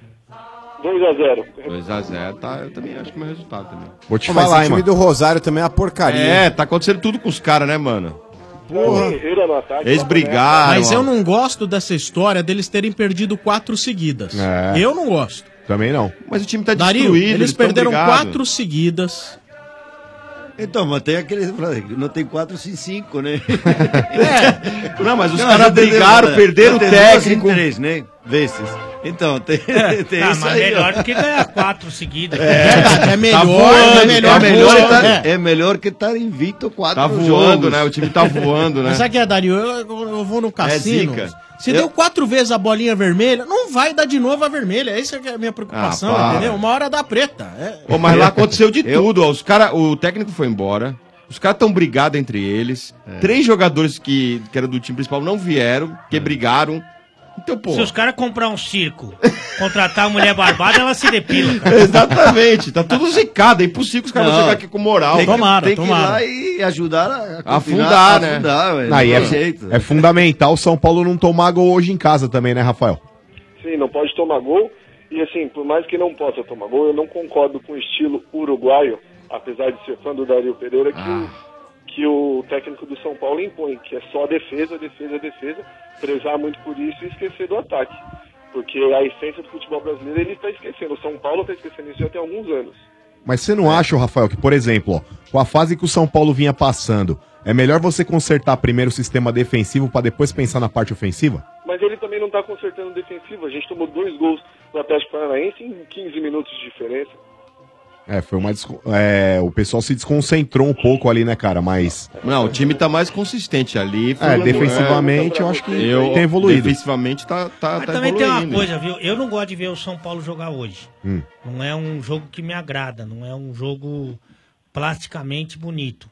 S23: 2x0.
S13: 2x0, tá, eu também acho que é meu resultado também.
S19: Vou te
S13: Ô, mas
S19: falar,
S13: esse
S19: hein, O time do Rosário também é uma porcaria.
S13: É, tá acontecendo tudo com os caras, né, mano?
S23: é
S13: Eles
S21: é?
S13: brigaram.
S9: Mas
S13: ó.
S9: eu não gosto dessa história deles terem perdido quatro seguidas.
S8: É.
S9: Eu não gosto.
S8: Também não.
S13: Mas o time tá
S9: Dario,
S15: destruído,
S9: eles
S15: eles tão
S9: perderam
S15: brigados.
S9: quatro seguidas.
S15: Então, mas tem aquele. Não tem quatro, sim, cinco, né?
S13: Não, mas os
S15: Não,
S13: caras
S15: já perdeu,
S13: brigaram,
S15: né?
S13: perderam o
S15: Já tem duas
S13: técnico.
S15: em três, né? Vezes. Então, tem, tem
S11: Ah,
S15: isso
S11: mas
S15: aí,
S11: melhor
S15: ó.
S11: do que ganhar quatro seguidas.
S15: Tá voando, é melhor estar- é melhor que estar invicto quatro
S13: Tá
S15: jogos.
S13: voando, né? O time tá voando, né? É
S9: Mas sabe o que é, Dario? Eu, eu- eu vou no cassino.
S13: zica.
S9: Se
S13: Eu-
S9: deu quatro vezes a bolinha vermelha, não vai dar de novo a vermelha. Essa que é a minha preocupação,
S13: Ah, para.
S9: entendeu? Uma hora dá preta. É-
S13: Pô, mas lá aconteceu de tudo. Ó. Os cara, o técnico foi embora. Os caras estão brigados entre eles.
S15: É.
S13: Três jogadores que, que eram do time principal não vieram, que brigaram. Então, pô.
S11: Se os caras comprar um circo, contratar uma mulher barbada, ela se depila, cara.
S13: Exatamente. Tá tudo zicado. É impossível que os caras vão
S15: Não.
S13: chegar aqui com moral.
S15: Tem que,
S13: tomara.
S15: tem que ir lá e ajudar a, a
S13: Afundar,
S15: continuar-
S13: né?
S15: afundar, velho.
S8: Aí é,
S15: Não tem jeito.
S8: é fundamental o São Paulo não tomar gol hoje em casa também, né, Rafael?
S23: Sim, não pode tomar gol. E assim, por mais que não possa tomar gol, eu não concordo com o estilo uruguaio, apesar de ser fã do Dario Pereira, que, o, que o técnico do São Paulo impõe, que é só defesa, defesa, defesa, prezar muito por isso e esquecer do ataque. Porque a essência do futebol brasileiro ele está esquecendo. O São Paulo está esquecendo isso já tem alguns anos.
S8: Mas você não acha, Rafael, que, por exemplo, ó, com a fase que o São Paulo vinha passando, é melhor você consertar primeiro o sistema defensivo pra depois pensar na parte ofensiva?
S23: Mas ele também não está consertando o defensivo. A gente tomou dois gols do Atlético Paranaense em 15 minutos de diferença.
S8: É, foi uma. desco- é, o pessoal se desconcentrou um pouco ali, né, cara? Mas.
S13: Não, o time tá mais consistente ali.
S8: É, defensivamente eu acho que
S13: Eu-
S8: tem evoluído.
S13: Defensivamente tá, tá,
S11: Mas
S13: tá
S11: também tem
S13: evoluindo. Hum.
S11: uma coisa, viu? Eu não gosto de ver o São Paulo jogar hoje. Não é um jogo que me agrada, não é um jogo plasticamente bonito.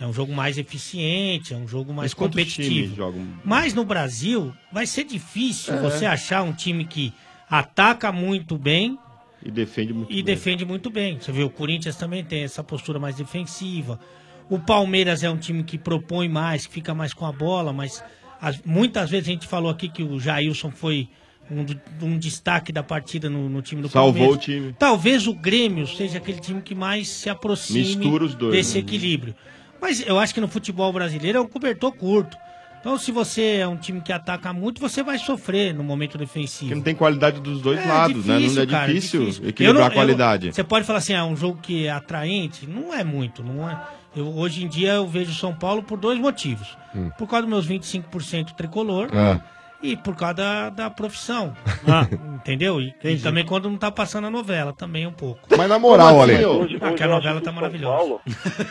S11: É um jogo mais eficiente, é um jogo mais
S13: Mas quantos times
S11: competitivo.
S13: jogam?
S11: Mas no Brasil vai ser difícil
S13: É.
S11: você achar um time que ataca muito bem
S13: E defende muito
S11: e defende muito bem. Você vê, o Corinthians também tem essa postura mais defensiva. O Palmeiras é um time que propõe mais, que fica mais com a bola, mas as- muitas vezes a gente falou aqui que o Jailson foi um, do- um destaque da partida no, no time do
S13: Salvou
S11: Palmeiras.
S13: o time.
S11: Talvez o Grêmio seja aquele time que mais se aproxime
S13: Mistura os dois,
S11: desse
S13: né?
S11: equilíbrio. Mas eu acho que no futebol brasileiro é um cobertor curto. Então, se você é um time que ataca muito, você vai sofrer no momento defensivo.
S13: Não tem qualidade dos dois
S11: É
S13: lados, né? Não é
S11: difícil, cara,
S13: difícil,
S11: Eu não-
S13: equilibrar a
S11: eu-
S13: qualidade.
S11: Você pode falar assim, ah, um jogo que é atraente? Não é muito, não é. Eu, hoje em dia eu vejo São Paulo por dois motivos.
S7: Hum.
S11: Por causa dos meus 25% tricolor
S7: Ah.
S11: e por causa da, da profissão.
S8: Ah.
S11: Entendeu? E, e também quando não tá passando a novela, também um pouco.
S8: Mas na moral, Ale.
S23: Hoje,
S11: Ah,
S23: hoje
S11: que a
S23: eu acho
S11: novela
S23: que
S11: tá
S23: o São
S11: maravilhosa.
S23: Paulo-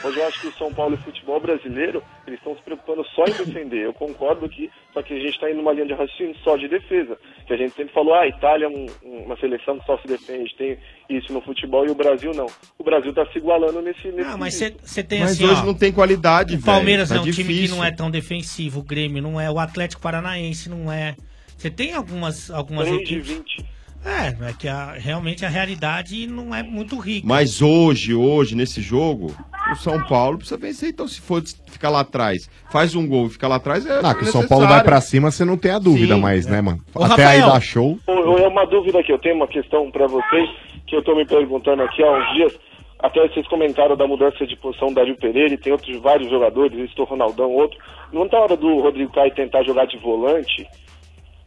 S23: hoje eu acho que o São Paulo e o futebol brasileiro, eles estão se preocupando só em defender. Eu concordo que, só que a gente está indo numa linha de raciocínio só de defesa. Que a gente sempre falou, ah, a Itália é um- uma seleção que só se defende, tem isso no futebol e o Brasil não. O Brasil está se igualando nesse... nesse
S11: Ah, mas você- você tem
S13: Mas
S11: assim,
S13: hoje
S11: ó,
S13: não tem qualidade,
S11: O Palmeiras
S13: velho.
S11: é
S13: Tá
S11: um time que
S13: difícil.
S11: não é tão defensivo, o Grêmio não é, o Atlético Paranaense não é. Você tem algumas algumas
S23: Três de
S11: equipes. É, é que a- realmente a realidade não é muito rica.
S13: Mas hoje, hoje, nesse jogo, o São Paulo precisa vencer. Então, se for ficar lá atrás, faz um gol e ficar lá atrás, é.
S8: Ah, que o São Paulo vai pra cima, você não tem a dúvida
S13: Sim,
S8: mais, né, mano?
S13: Ô,
S8: Até aí
S13: Rafael.
S8: dá show.
S23: Ô, ô, É uma dúvida que eu tenho, uma questão pra vocês, que eu tô me perguntando aqui há uns dias. Até vocês comentaram da mudança de posição do Dario Pereira e tem outros vários jogadores, estou Ronaldão, outro. Não tá a hora do Rodrigo Caio tentar jogar de volante?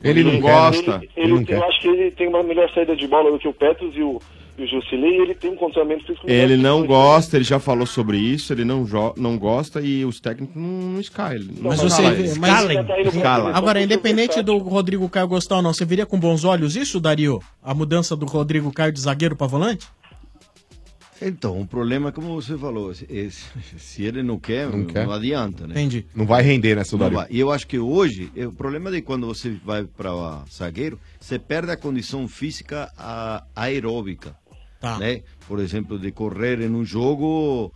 S8: Ele não gosta.
S23: Ele,
S8: Ele não
S23: tem-
S8: quer.
S23: eu acho que ele tem uma melhor saída de bola do que o Petros e o, e o Jusilei, e ele tem um condicionamento físico
S13: Ele não gosta, ele já falou sobre isso, ele não, jo- não gosta e os técnicos não, não escalam. não
S9: Mas
S13: escalam
S9: você
S13: ele. tá
S9: vê, mas...
S13: Escalam.
S9: Agora, independente do Rodrigo Caio gostar ou não, você viria com bons olhos isso, Dario? A mudança do Rodrigo Caio de zagueiro pra volante?
S15: Então, o problema é como você falou, se, se- se ele não quer, não,
S8: quer.
S15: adianta, né?
S9: Entendi.
S8: Não vai render nessa
S15: Não
S8: Dario.
S15: vai. E eu acho que hoje, é, o problema de quando você vai para zagueiro, você perde a condição física a- aeróbica. Né? Por exemplo, de correr em um jogo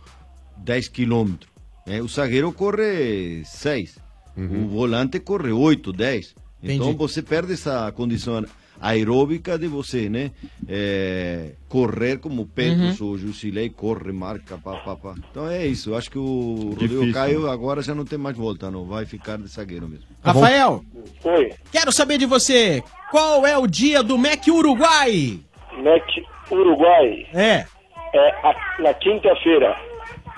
S15: 10 quilômetros. né? O zagueiro corre 6, o volante corre 8, 10. Então
S9: Entendi.
S15: você perde essa condição aeróbica de você, né? É, correr como o Petros, o Jusilei corre, marca, pá, pá, pá. Então é isso, eu acho que o Rodrigo
S9: Difícil,
S15: Caio agora já não tem mais volta, não. Vai ficar de zagueiro mesmo.
S13: Tá
S9: Rafael,
S23: Oi.
S9: quero saber de você, qual é o dia do Mac Uruguai?
S23: Mac Uruguai
S9: É.
S23: é a- na quinta-feira,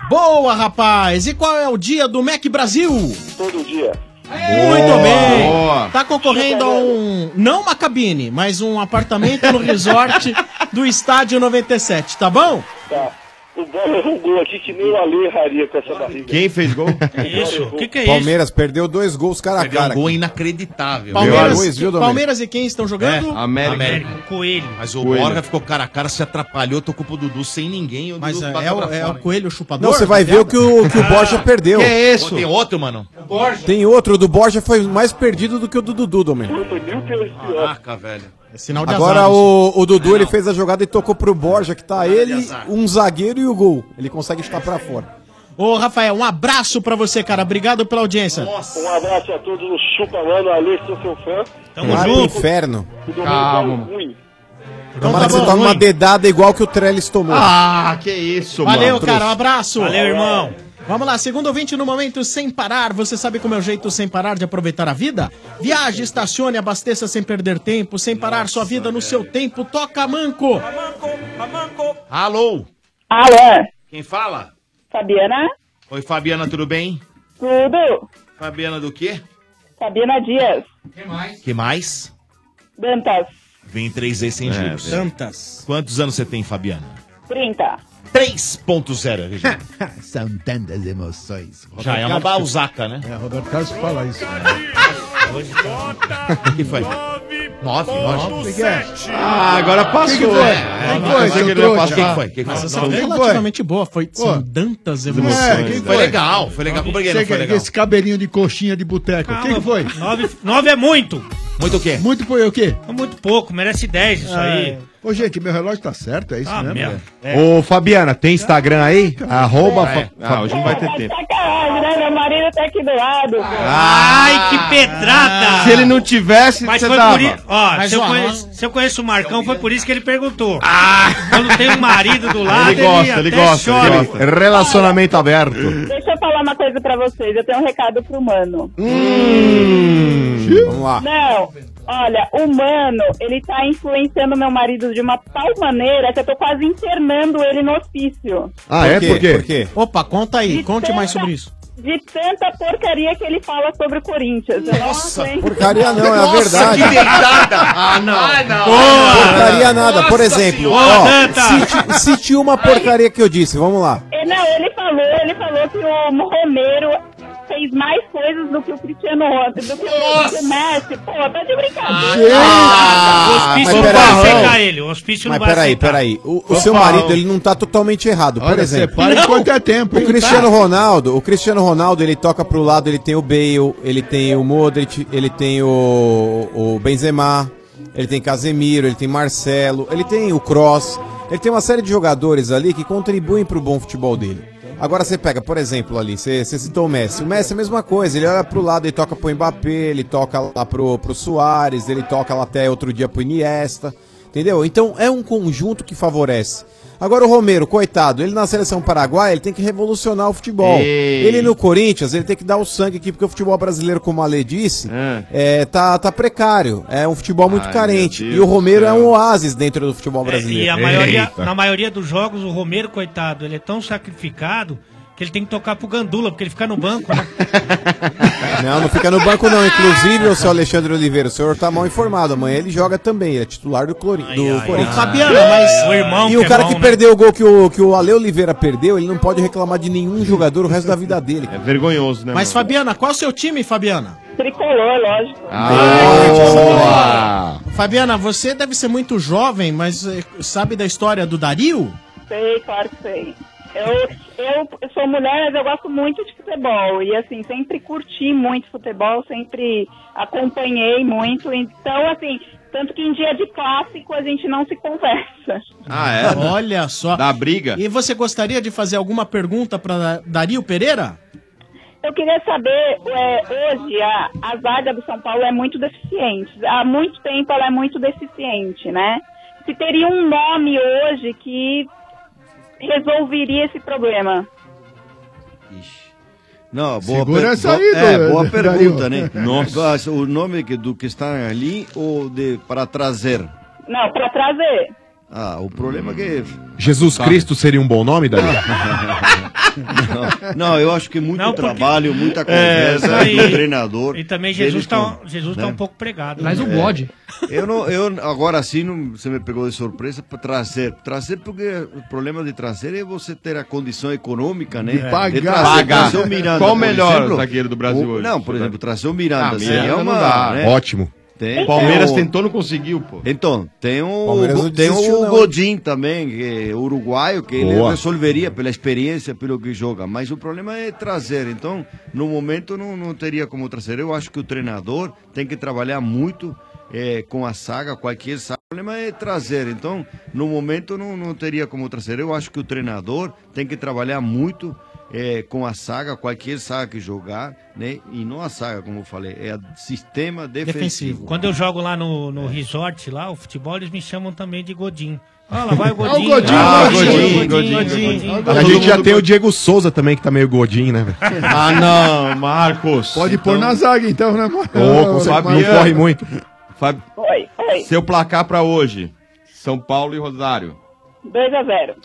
S9: Boa, rapaz! E qual é o dia do Mac Brasil?
S23: todo dia.
S9: Muito bem! Tá concorrendo a um. Não uma cabine, mas um apartamento no resort do Estádio 97, tá bom?
S23: Tá. O Bola errou um gol aqui que nem o Ale erraria com essa barriga.
S13: Quem fez gol?
S11: Isso, o que, que é isso?
S19: Palmeiras perdeu dois gols cara a cara.
S3: gol inacreditável.
S9: Palmeiras,
S19: Dois, viu, Domênico? É,
S9: Palmeiras e quem estão jogando?
S11: Coelho.
S3: Mas o
S9: É, Coelho.
S3: Borja ficou cara a cara, se atrapalhou, tô culpa do Dudu sem ninguém. o
S9: Mas
S3: Dudu
S9: é,
S3: bateu
S9: é o,
S3: pra
S9: é
S3: fora,
S9: o Ah. coelho chupador?
S19: Não, você vai ver o que o, que o Borja perdeu.
S3: Que é isso? Tem outro, mano?
S19: Tem outro, o do Borja foi mais perdido do que o do Dudu, Domênico.
S3: Caraca, velho.
S9: É sinal
S19: Agora o, o Dudu ele fez a jogada e tocou pro Borja, que tá ele,
S9: azar.
S19: um zagueiro e o gol. Ele consegue estar pra fora.
S9: Ô, Rafael, um abraço pra você, cara. Obrigado pela
S11: é
S9: audiência.
S23: Um abraço a todos, um chupa, mano. Ale, sou seu fã.
S19: Vai pro inferno.
S23: O Domingão
S19: Calma.
S23: é ruim.
S19: Tomara
S9: tá
S19: que você
S9: bom,
S19: tome uma
S9: ruim.
S19: dedada igual que o Trellis tomou.
S9: Ah,
S13: que isso,
S9: Valeu, cara. Um abraço.
S19: Valeu,
S9: irmão. Vamos lá, segundo ouvinte no momento sem parar. Você sabe como é o jeito sem parar de aproveitar a vida? Viaje, estacione, abasteça sem perder tempo, sem parar sua vida no seu tempo. Toca manco.
S3: Alô?
S23: É.
S12: Alô?
S3: Quem fala?
S12: Fabiana?
S3: Oi, Fabiana, tudo bem?
S12: Tudo?
S3: Fabiana do quê?
S12: Fabiana Dias.
S3: Que mais?
S12: Dantas.
S3: Vem 3 vezes
S10: É,
S3: sem juros.
S9: Tantas.
S3: Quantos anos você tem, Fabiana?
S12: 30.
S3: 3.0, Regina.
S14: São tantas emoções.
S3: Já é uma balzaca, né?
S10: É, Roberto Carlos fala isso. né?
S3: O que foi? 9,
S10: Nove,
S3: 9.
S10: que é?
S3: Ah, agora passou.
S9: Que que foi?
S3: É,
S9: Que que
S3: é,
S9: foi,
S3: eu sei
S9: seu
S3: que ele ia
S9: trouxa?
S3: passar. Que que foi? Que que
S10: Ah,
S3: foi?
S13: tá
S9: Nossa, essa
S3: Não,
S9: foi
S3: que que foi?
S9: relativamente boa. Foi,
S10: Pô.
S9: são tantas emoções.
S10: É, que que
S9: né?
S10: foi?
S3: legal, foi legal. Hamburgueria,
S10: Você
S3: não foi
S10: que-
S3: legal.
S10: Esse cabelinho de coxinha de boteco. O que, que foi?
S11: Nove, nove é muito.
S3: Muito o quê?
S10: Muito foi o quê? Ah, é.
S11: Muito pouco, merece 10 isso aí.
S10: Ô, gente, meu relógio tá certo, é isso
S11: Ah,
S10: mesmo?
S11: merda.
S10: É.
S8: Ô, Fabiana, tem Instagram aí? Arroba.
S10: É. Ah, hoje não vai ter
S8: tempo.
S12: Sacanagem, né, meu
S25: marido tá aqui do lado.
S3: Ah,
S11: Ai, que pedrada!
S13: Se ele não tivesse,
S11: Mas
S13: você
S11: foi
S13: dava.
S11: por isso. Ó,
S13: Mas,
S11: se, eu
S13: ó,
S11: conheço, se eu conheço o Marcão, foi por isso que ele perguntou. Quando tem um marido do lado,
S8: Ele gosta, ele
S11: até
S8: gosta,
S11: chora.
S8: ele gosta. Relacionamento aberto.
S25: Deixa eu falar uma coisa pra vocês. Eu tenho um recado pro mano.
S19: Hum.
S8: Vamos lá.
S25: Não, olha, o mano, ele tá influenciando meu marido de uma tal maneira que eu tô quase internando ele no hospício.
S9: Ah, é? Por quê?
S19: Por quê?
S9: Opa, conta aí,
S25: De
S9: conte mais
S25: tanta-
S9: sobre isso.
S25: De tanta porcaria que ele fala sobre o Corinthians. Eu Nossa,
S19: porcaria não, é a verdade.
S11: Ah, não.
S19: Porcaria nada. Por exemplo,
S11: Senhora.
S19: ó,
S11: Ô, Tanta.
S19: cite, cite uma porcaria que eu disse, vamos lá.
S25: É, Não, ele falou, ele falou que o Romero fez mais coisas do que o Cristiano Ronaldo, do que o Messi. Pô, tá de brincadeira. Ah,
S11: o hospício
S19: mas
S11: não
S19: peraí.
S11: vai aceitar ele. O hospício
S19: Mas
S11: não vai
S19: peraí,
S11: aceitar.
S19: peraí. O, o
S11: Opa,
S19: seu
S11: o-
S19: marido, ele não tá totalmente errado. Por
S10: Olha,
S19: exemplo.
S10: separa enquanto é tempo,
S19: O
S10: hein?
S19: Cristiano Ronaldo, o Cristiano Ronaldo, ele toca pro lado, ele tem o Bale, ele tem o Modric, ele tem o, o Benzema, ele tem Casemiro, ele tem Marcelo, ele tem o Cross. Ele tem uma série de jogadores ali que contribuem pro bom futebol dele. Agora você pega, por exemplo, ali, você você citou o Messi. O Messi é a mesma coisa, ele olha pro lado, ele toca pro Mbappé, ele toca lá pro, pro Soares, ele toca lá até outro dia pro Iniesta. Entendeu? Então é um conjunto que favorece. Agora o Romero, coitado, ele na seleção paraguaia, ele tem que revolucionar o futebol.
S26: Ei.
S19: Ele no Corinthians, ele tem que dar o sangue aqui, porque o futebol brasileiro, como a Lê disse, é, tá, tá precário. É um futebol muito
S26: Ah. Ai,
S19: carente.
S26: meu Deus
S19: E o
S26: do
S19: Romero é um oásis dentro do futebol brasileiro.
S11: É, E a maioria, na maioria dos jogos, o Romero, coitado, ele é tão sacrificado que ele tem que tocar pro Gandula, porque ele fica no banco, né?
S19: Não, não fica no banco não. Inclusive, o seu Alexandre Oliveira, o senhor tá mal informado. Amanhã ele joga também, ele é titular do, Clori- do Corinthians.
S9: Fabiano, mas-
S11: O irmão
S19: E o
S11: é
S19: cara
S11: bom,
S19: que
S11: né?
S19: perdeu o gol que o, que o Ale Oliveira perdeu, ele não pode reclamar de nenhum jogador o resto da vida dele. É
S13: vergonhoso, né?
S9: Mas, Fabiana, qual é o seu time, Fabiana?
S25: Tricolor, lógico.
S9: Ah, Fabiana, você deve ser muito jovem, mas eh, sabe da história do Dario?
S25: Sei, claro que sei. Eu, eu, eu sou mulher, mas eu gosto muito de futebol. E assim, sempre curti muito futebol, sempre acompanhei muito. Então, assim, tanto que em dia de clássico a gente não se conversa.
S13: Ah, é?
S9: Olha só.
S13: Da briga.
S9: E você gostaria de fazer alguma pergunta para Dario Pereira?
S25: Eu queria saber, é, hoje a, a zaga do São Paulo é muito deficiente. Há muito tempo ela é muito deficiente, né? Se teria um nome hoje que resolveria esse problema.
S15: Não, boa
S10: Segura
S15: per-
S10: essa
S15: boa-
S10: aí,
S15: é,
S10: do-
S15: boa
S10: do-
S15: pergunta,
S10: Dario.
S15: né? Nossa. O nome que- do que está ali ou de para trazer?
S25: Não, para trazer.
S15: Ah, o problema é que.
S8: Jesus
S15: Sabe.
S8: Cristo seria um bom nome, Dario?
S15: Não, não, eu acho que muito trabalho, muita conversa
S11: É, isso
S15: do
S11: aí.
S15: treinador.
S11: E também Jesus
S15: Eles
S11: tá,
S15: com-
S11: Jesus tá
S15: né?
S11: um pouco pregado.
S15: Mas
S11: né?
S15: É. Eu não, eu agora sim não- você me pegou de surpresa para trazer, trazer porque o problema de trazer é você ter a condição econômica, né?
S13: De pagar.
S15: De trazer,
S13: Pagar.
S15: trazer o Miranda.
S13: Qual o
S15: por
S13: melhor
S15: exemplo,
S13: zagueiro do Brasil
S15: o-
S13: hoje?
S15: Não, por exemplo, trazer o Miranda.
S13: Ah,
S15: assim,
S13: Miranda
S15: é
S13: não
S15: uma,
S13: dá.
S15: né?
S8: Ótimo.
S15: Tem,
S13: O Palmeiras
S15: tem o-
S13: tentou, não conseguiu, pô.
S15: Então, tem o,
S13: Palmeiras não
S15: tem
S13: desistiu,
S15: o
S13: não.
S15: Godin também, que é uruguaio, que ele
S13: Boa.
S15: resolveria pela experiência, pelo que joga. Mas o problema é trazer. Então, no momento, não, não teria como trazer. Eu acho que o treinador tem que trabalhar muito eh, com a saga, qualquer saga. O problema é trazer. Então, no momento, não, não teria como trazer. Eu acho que o treinador tem que trabalhar muito. eh, com a saga, qualquer saga que jogar, né? E não a saga, como eu falei, é a sistema defensivo. É.
S11: Quando eu jogo lá no, no resort, lá, o futebol, eles me chamam também de Godinho. Olha lá, vai o Godinho.
S10: Godinho,
S11: Ah,
S10: Godinho,
S11: Godinho,
S10: Godinho,
S11: Godinho.
S10: Godinho.
S8: A gente já tem o Diego Souza também, que tá meio godinho, né, velho?
S13: Ah, não, Marcos.
S10: Pode pôr na zaga, então, né, Marcos?
S8: Ô, com certeza, não corre muito.
S13: Fab... Seu placar pra hoje: São Paulo e Rosário.
S25: 2 a 0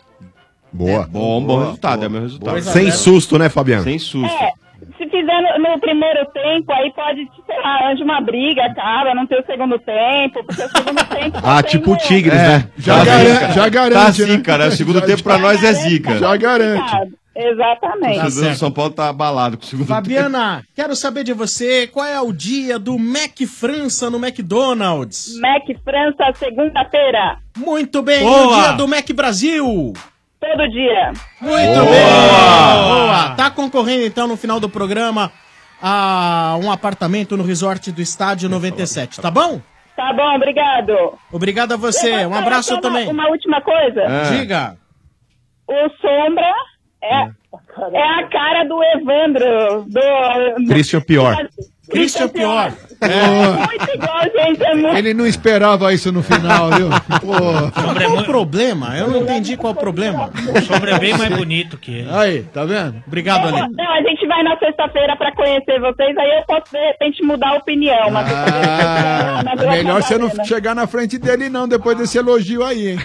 S8: Boa.
S13: Bom, bom resultado, é meu resultado.
S8: Sem susto, né, Fabiano?
S13: Sem susto.
S25: É, se fizer no, no primeiro tempo, aí pode, sei lá, arranja uma briga, acaba, não tem o segundo tempo, porque o segundo tempo.
S8: Ah, tipo o Tigres,
S13: É,
S8: né?
S13: já garan- já garante,
S8: Tá
S13: né?
S8: zica, né? O segundo
S13: Já-
S8: tempo pra nós é zica.
S13: Já
S8: garante.
S25: complicado. Exatamente.
S13: O torcedor do São Paulo tá abalado com o segundo
S9: Fabiana, quero saber de você qual é o dia do Mac França no McDonald's.
S25: Mac França, segunda-feira.
S9: Muito bem, e o
S25: Boa.
S9: dia do Mac Brasil.
S25: Todo dia.
S9: Muito bem! Boa! Tá concorrendo então no final do programa a um apartamento no resort do Estádio 97, tá bom?
S25: Tá bom, obrigado.
S9: Obrigado a você, um abraço
S25: Só uma- É.
S9: também.
S25: Uma última coisa.
S9: Diga.
S25: O Sombra é É a cara do Evandro, do...
S8: Christian Pior.
S25: Christian é Pior.
S10: É.
S25: Muito igual, gente, é muito...
S10: Ele não esperava isso no final, viu?
S9: Qual é o problema? Eu não entendi qual é o problema.
S27: O Sombra é bem mais bonito que ele.
S10: Aí, tá vendo?
S9: Obrigado,
S25: Eu-
S9: Ale.
S25: Não, a gente vai na sexta-feira pra conhecer vocês, aí eu posso de repente mudar a opinião. Mas
S10: Ah, é melhor você não chegar na frente dele, não, depois desse elogio aí, hein?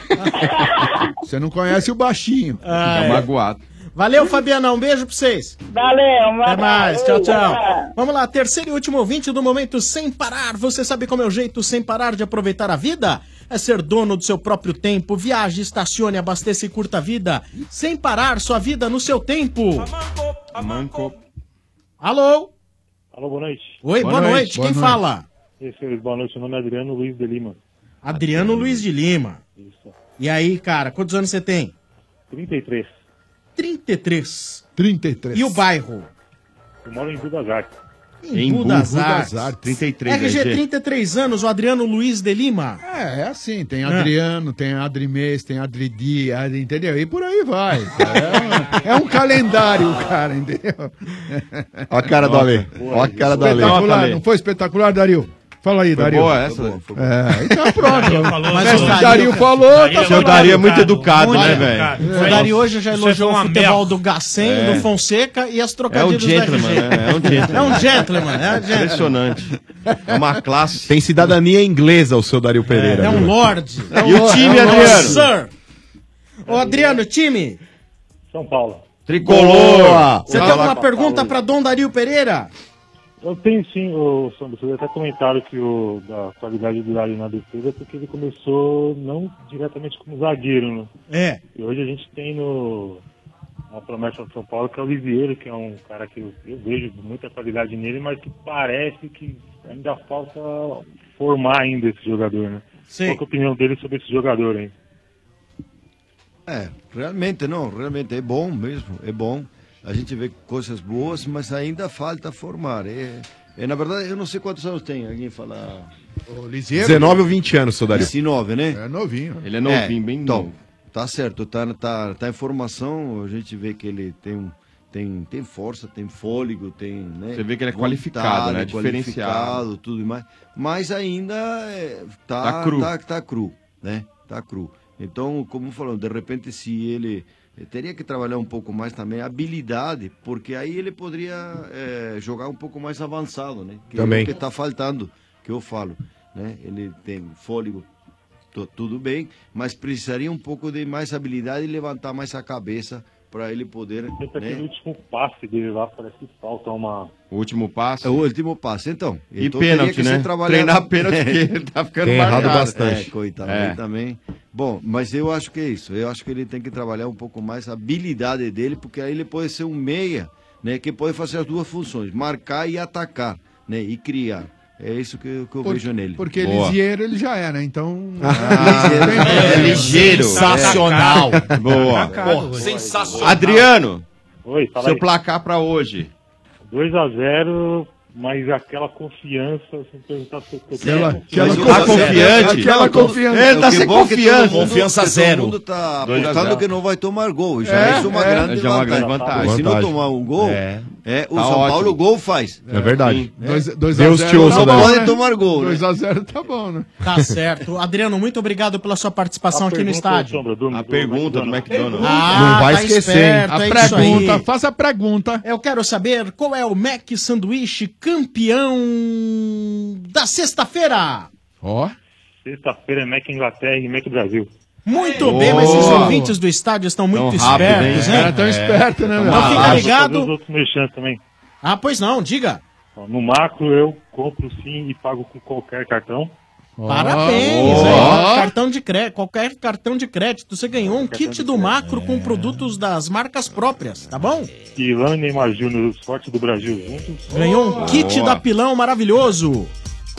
S10: Você não conhece o baixinho.
S13: Tá
S9: Ah,
S10: Fica
S9: é.
S10: magoado.
S9: Valeu, Fabiana. Um beijo pra vocês.
S25: Valeu, um
S9: Até mais. Tchau, tchau.
S25: abraço.
S9: Vamos lá, terceiro e último ouvinte do momento sem parar. Você sabe como é o jeito sem parar de aproveitar a vida? É ser dono do seu próprio tempo. Viaje, estacione, abasteça e curta a vida. Sem parar sua vida no seu tempo.
S13: Manco.
S9: Alô?
S20: Alô, boa noite.
S9: Oi, boa, noite. Quem fala?
S20: E aí, senhores, boa noite. Meu nome é Adriano Luiz de Lima.
S9: Adriano Luiz de Lima. E aí, cara, quantos anos você tem?
S20: 33.
S9: 33.
S10: 33.
S9: E o bairro?
S20: Eu moro em Budazar.
S9: Em É Embu das Embu das Artes. Artes,
S20: 33.
S9: RG, 33 anos, o Adriano Luiz de Lima.
S10: É, é assim, tem
S9: Ah.
S10: Adriano, tem Adrimês, tem Adridi, Adri- entendeu? E por aí vai. É um, é um calendário, cara, entendeu?
S8: Ó a cara do Ale. Ó a cara do Ale.
S10: Espetacular, não foi espetacular, Dario? Fala aí,
S8: Foi
S10: Dario.
S8: boa essa? né? Foi boa.
S10: É, então pronto.
S8: Mas
S10: Mas
S8: o
S10: o
S8: Dario,
S10: Dario
S8: cara,
S10: falou,
S8: Dario-
S10: tá
S8: Seu Dario é muito
S9: educado,
S8: né,
S9: O Dario hoje já elogiou o futebol do Gacem,
S13: É.
S9: do Fonseca e as trocadilhas
S13: É um gentleman,
S9: do RG.
S13: né? É um gentleman.
S9: É um gentleman, é
S13: Tá
S9: um gentleman.
S13: Impressionante. É uma classe.
S8: Tem cidadania inglesa o seu Dario Pereira.
S9: É um
S8: viu?
S9: lorde.
S8: E o time, Adriano?
S9: Sir. Ô, Adriano, time.
S20: São Paulo.
S8: Tricolor.
S9: Você tem alguma pergunta pra Dom Dario Pereira?
S20: Eu tenho sim, o Sandro, vocês até comentaram que o, da qualidade do Dario na defesa é porque ele começou não diretamente como zagueiro, né?
S9: É.
S20: E hoje a gente tem no, uma promessa do São Paulo que é o Lisieiro, que é um cara que eu, eu vejo muita qualidade nele, mas que parece que ainda falta formar ainda esse jogador, né?
S9: Sim.
S20: Qual que é a opinião dele sobre esse jogador, hein?
S15: É, realmente não, realmente é bom mesmo, é bom. A gente vê coisas boas, mas ainda falta formar. É, é, na verdade, eu não sei quantos anos tem, alguém fala.
S10: O
S8: 19 ou 20 anos, seu Dario.
S15: 19, né?
S10: É novinho.
S15: Ele
S8: é novinho,
S15: bem então, Tá certo, tá, tá, tá em formação, a gente vê que ele tem um. Tem, tem força, tem fôlego, tem. né,
S13: Você vê que ele é qualificado, né?
S15: qualificado,
S13: Diferenciado.
S15: tudo mais. Mas ainda é, tá,
S13: Tá cru.
S15: Tá, tá cru, né? Tá cru. Então, como falou, de repente, se ele. ele Teria que trabalhar um pouco mais também a habilidade, porque aí ele poderia é, jogar um pouco mais avançado, né? Que
S8: Também.
S15: É o que está faltando, que eu falo. Né? Ele tem fôlego, tu- tudo bem, mas precisaria um pouco de mais habilidade e levantar mais a cabeça para ele poder.
S20: Sempre
S15: Né?
S20: aquele último passe dele lá, parece que falta uma.
S15: O último passe. É o último passe, então.
S20: E
S15: Então teria
S20: pênalti,
S15: que ser
S20: né?
S15: trabalhado.
S20: Treinar pênalti, que ele tá ficando
S15: Tem
S20: marcado.
S15: bastante.
S20: É,
S15: coitado,
S20: coitado,
S15: né? ele
S20: ele
S15: também. Bom, mas eu acho que é isso. Eu acho que ele tem que trabalhar um pouco mais a habilidade dele, porque aí ele pode ser um meia, né? Que pode fazer as duas funções, marcar e atacar, né? E criar. É isso que, eu- que eu
S10: Por-
S15: vejo nele.
S10: Porque
S15: Boa.
S10: Lisieiro ele já é, né? Então. Tá
S15: Ah,
S10: Tem-
S15: é ligeiro.
S13: Sensacional.
S10: Tá
S15: É.
S13: Boa.
S15: Atacado,
S13: Porra,
S15: hoje.
S13: sensacional. Adriano,
S20: Oi, fala
S13: seu
S20: aí.
S13: placar pra hoje.
S20: 2x0, mas aquela confiança, se me perguntar se eu tô
S13: Aquela-
S20: bem, né?
S13: aquela
S20: mas eu-
S13: Tá confiante? Aquela confiança. É, tá
S15: é que
S13: sem
S15: bom que
S13: confiança.
S15: todo mundo-
S13: Confiança
S15: que
S13: zero.
S15: Todo mundo tá
S13: Dois a
S15: apostando
S13: zero.
S15: que não vai tomar gol. Já
S13: É,
S15: é, isso é uma
S13: é.
S15: grande
S13: Já é uma
S15: vantagem.
S13: grande vantagem.
S15: Se não
S13: Vantagem.
S15: tomar um gol,
S13: É.
S15: é. o
S13: Tá
S15: São Paulo
S13: ótimo.
S15: gol faz.
S8: É verdade.
S15: Sim.
S8: Dois-
S15: É.
S8: dois a Deus zero, te ouça,
S15: Não
S8: Dario.
S15: pode tomar gol. né?
S10: 2x0 tá bom, né?
S9: Tá certo. Adriano, muito obrigado pela sua participação aqui no estádio.
S13: a pergunta do McDonald's.
S9: Ah, tá esperto, é isso aí.
S10: faça a pergunta.
S9: Eu quero saber qual é o Mac Sanduíche campeão da sexta-feira.
S10: Ó.
S20: Sexta-feira é Mac Inglaterra e Mac Brasil.
S9: Muito
S20: Boa.
S9: bem, mas esses ouvintes do estádio estão muito espertos, né? Então fica
S20: Os
S9: ligado.
S20: outros merchan também.
S9: Ah, pois não, diga.
S20: Ó, No macro eu compro sim e pago com qualquer cartão.
S9: Oh. Parabéns,
S10: Oh.
S20: Ó.
S9: hein? cartão de crédito, qualquer cartão de crédito, você ganhou um kit do macro
S10: É.
S9: com produtos das marcas próprias, tá bom?
S20: Silvano e Neymar Júnior, os fortes do Brasil juntos.
S9: Ganhou um kit da Pilão maravilhoso.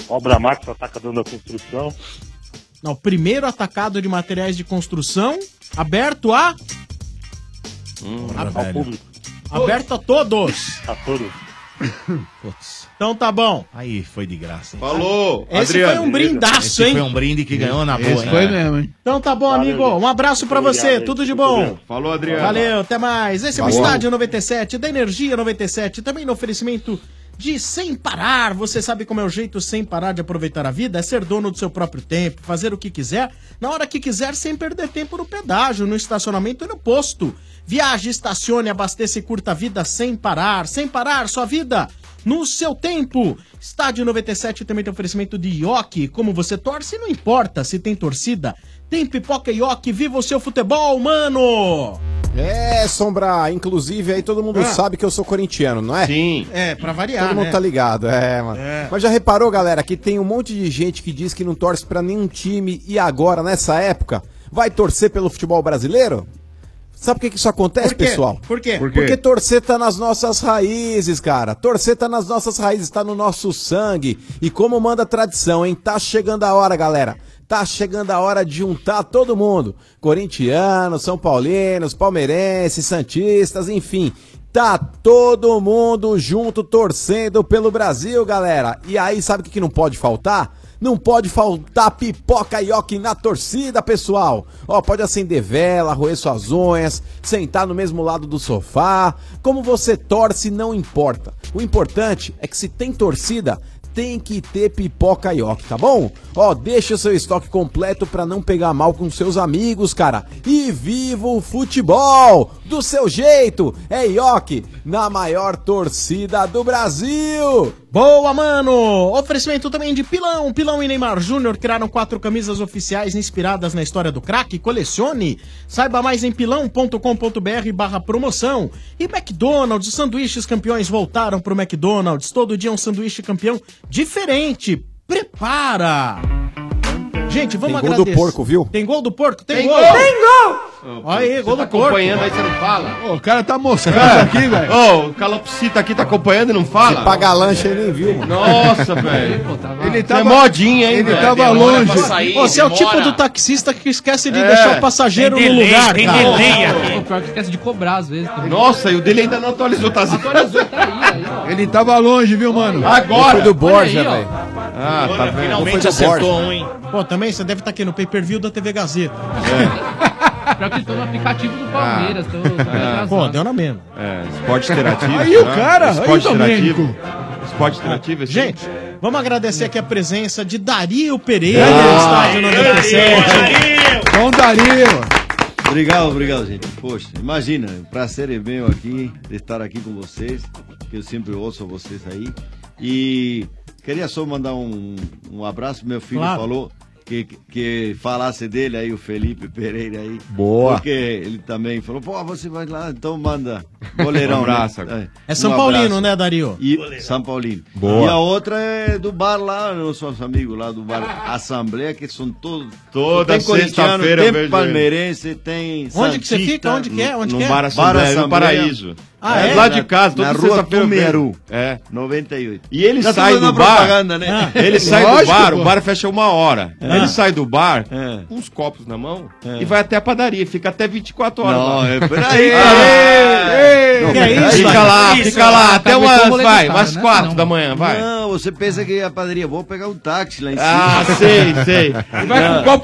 S20: Obra Max, atacadão da construção.
S9: Não, primeiro atacado de materiais de construção, aberto a Hum,
S20: ao público.
S9: aberto a todos.
S20: A todos.
S3: Putz.
S9: Então tá bom.
S3: Aí foi de graça. hein?
S13: Falou,
S9: Esse foi um brindaço,
S3: Esse
S9: hein?
S3: foi um brinde que ganhou na boa,
S10: Esse
S3: hein?
S10: foi mesmo, hein?
S9: Então tá bom, amigo. Um abraço pra
S3: Obrigado,
S9: você.
S3: gente.
S9: Tudo de
S3: Fico
S9: bom.
S3: bem. Falou, Adriano.
S9: Valeu, até mais. Esse é o
S3: Falou.
S9: Estádio 97, da Energia 97, também no oferecimento de Sem Parar. Você sabe como é o jeito sem parar de aproveitar a vida? É ser dono do seu próprio tempo, fazer o que quiser, na hora que quiser, sem perder tempo no pedágio, no estacionamento e no posto. Viaje, estacione, abasteça e curta a vida sem parar. Sem parar, sua vida no seu tempo. Estádio 97 também tem oferecimento de ioki. Como você torce, não importa se tem torcida. Tem pipoca e ioki. Viva o seu futebol, mano!
S19: É, Sombra, inclusive aí todo mundo
S9: Ah.
S19: sabe que eu sou corintiano, não é?
S13: Sim.
S9: É, pra variar,
S19: Todo mundo
S9: né?
S19: tá ligado, é, mano.
S9: É.
S19: Mas já reparou, galera, que tem um monte de gente que diz que não torce pra nenhum time e agora, nessa época, vai torcer pelo futebol brasileiro? Sabe por que, que isso acontece,
S9: Por quê?
S19: pessoal?
S9: Por quê? Por quê?
S19: Porque torcer tá nas nossas raízes, cara. Torcer tá nas nossas raízes, tá no nosso sangue. E como manda a tradição, hein? Tá chegando a hora, galera. Tá chegando a hora de juntar todo mundo. Corintianos, São Paulinos, palmeirenses, santistas, enfim. Tá todo mundo junto torcendo pelo Brasil, galera. E aí, sabe o que, que não pode faltar? Não pode faltar pipoca e oque na torcida, pessoal. Ó, pode acender vela, roer suas unhas, sentar no mesmo lado do sofá. Como você torce, não importa. O importante é que se tem torcida, tem que ter pipoca e oque, tá bom? Ó, deixa o seu estoque completo pra não pegar mal com seus amigos, cara. E viva o futebol! Do seu jeito! É ioki na maior torcida do Brasil!
S9: Boa, mano! Oferecimento também de Pilão. Pilão e Neymar Júnior criaram quatro camisas oficiais inspiradas na história do craque. Colecione! Saiba mais em pilão.com.br barra promoção. E McDonald's, os sanduíches campeões voltaram pro McDonald's. Todo dia um sanduíche campeão diferente. Prepara! Gente, vamos
S19: Tem gol do
S9: agradecer.
S19: porco, viu?
S9: Tem gol do porco? Tem,
S19: Tem
S9: gol!
S19: gol!
S9: Tem gol! Olha aí, gol
S13: tá
S9: do porco.
S13: acompanhando aí, você não fala?
S10: Ô, o cara tá moscando aqui, velho.
S13: Ô, o calopsita aqui tá acompanhando e não fala?
S10: Se pagar
S19: lanche, ele nem viu, mano.
S13: Nossa, velho.
S10: Ele
S13: Você é modinha, hein,
S10: Ele
S13: velho?
S10: tava
S13: Demora pra
S10: longe.
S13: sair, É.
S9: Você é o tipo do taxista que esquece
S19: É.
S9: de deixar o passageiro no lugar, cara.
S18: O pior é que esquece de cobrar às vezes. também.
S13: Nossa, e o dele ainda não atualizou, tá assim.
S18: é
S10: Ele tava longe, viu, mano?
S13: Agora!
S19: Olha aí, ó.
S13: Ah, tá vendo?
S18: Finalmente
S9: Foi do
S18: acertou
S9: Borja.
S18: um, hein?
S9: Pô, também você deve estar aqui no pay-per-view da TV Gazeta.
S18: Pior que tô Tá no aplicativo do Palmeiras. Tô,
S13: tá
S18: tô atrasado.
S9: Pô, deu na mesma.
S13: Ah. É, esporte interativo.
S9: Aí o
S13: né?
S9: cara, aí o
S13: esporte
S9: Domênico.
S13: interativo. Esporte interativo, assim.
S9: Gente, vamos agradecer aqui a presença de Dario Pereira
S15: Ah,
S9: do Estádio 97.
S10: Bom Dario!
S15: Obrigado, obrigado, gente. Poxa, imagina, o prazer é meu aqui, de estar aqui com vocês, que eu sempre ouço vocês aí. E queria só mandar um, um abraço, meu filho
S19: Claro.
S15: falou que, que falasse dele aí, o Felipe Pereira aí.
S19: Boa.
S15: Porque ele também falou, pô, você vai lá, então manda goleirão.
S13: Um abraço
S15: né?
S13: agora.
S9: É São
S15: Um abraço.
S9: Paulino, né, Dario?
S15: E São Paulino.
S9: Boa.
S15: E a outra é do bar lá, nossos amigos lá do bar
S9: Ah.
S15: Assembleia, que são todos.
S13: Toda
S15: tem corintiano,
S13: sexta-feira eu vejo
S15: Tem
S13: ele.
S15: palmeirense, tem.
S9: Onde que você
S15: santista,
S9: fica? Onde que é? Onde
S15: no
S9: que é?
S15: Bar Assembleia,
S13: Bar Assembleia.
S15: no Paraíso.
S13: Ah, é? Lá de casa, toda
S15: Na rua
S13: sexta-feira eu
S15: Tumeru.
S13: vejo. É.
S15: 98.
S13: E ele
S15: Já tô
S13: sai
S15: dando
S13: do bar.
S15: tá
S13: Ah,
S15: propaganda, né?
S13: Ele sai do
S15: Lógico,
S13: bar,
S15: pô.
S13: o bar fecha uma hora.
S15: É.
S13: Ele sai do bar
S15: É.
S13: com uns copos na mão e vai até a padaria, fica até 24 horas.
S15: Não,
S13: lá.
S15: é por aí.
S13: Ah,
S15: Ei,
S13: não,
S15: que
S13: mas
S15: é isso,
S13: Fica
S15: Dario?
S13: lá,
S15: Isso,
S13: fica lá,
S15: cara,
S13: até
S15: acabou
S13: umas,
S15: com o
S13: vai,
S15: moleque,
S13: umas
S15: cara,
S13: 4 da manhã, vai.
S15: Não, você pensa que é a padaria, vou pegar um táxi lá em cima.
S13: Ah, sei, sei. Vai com um copo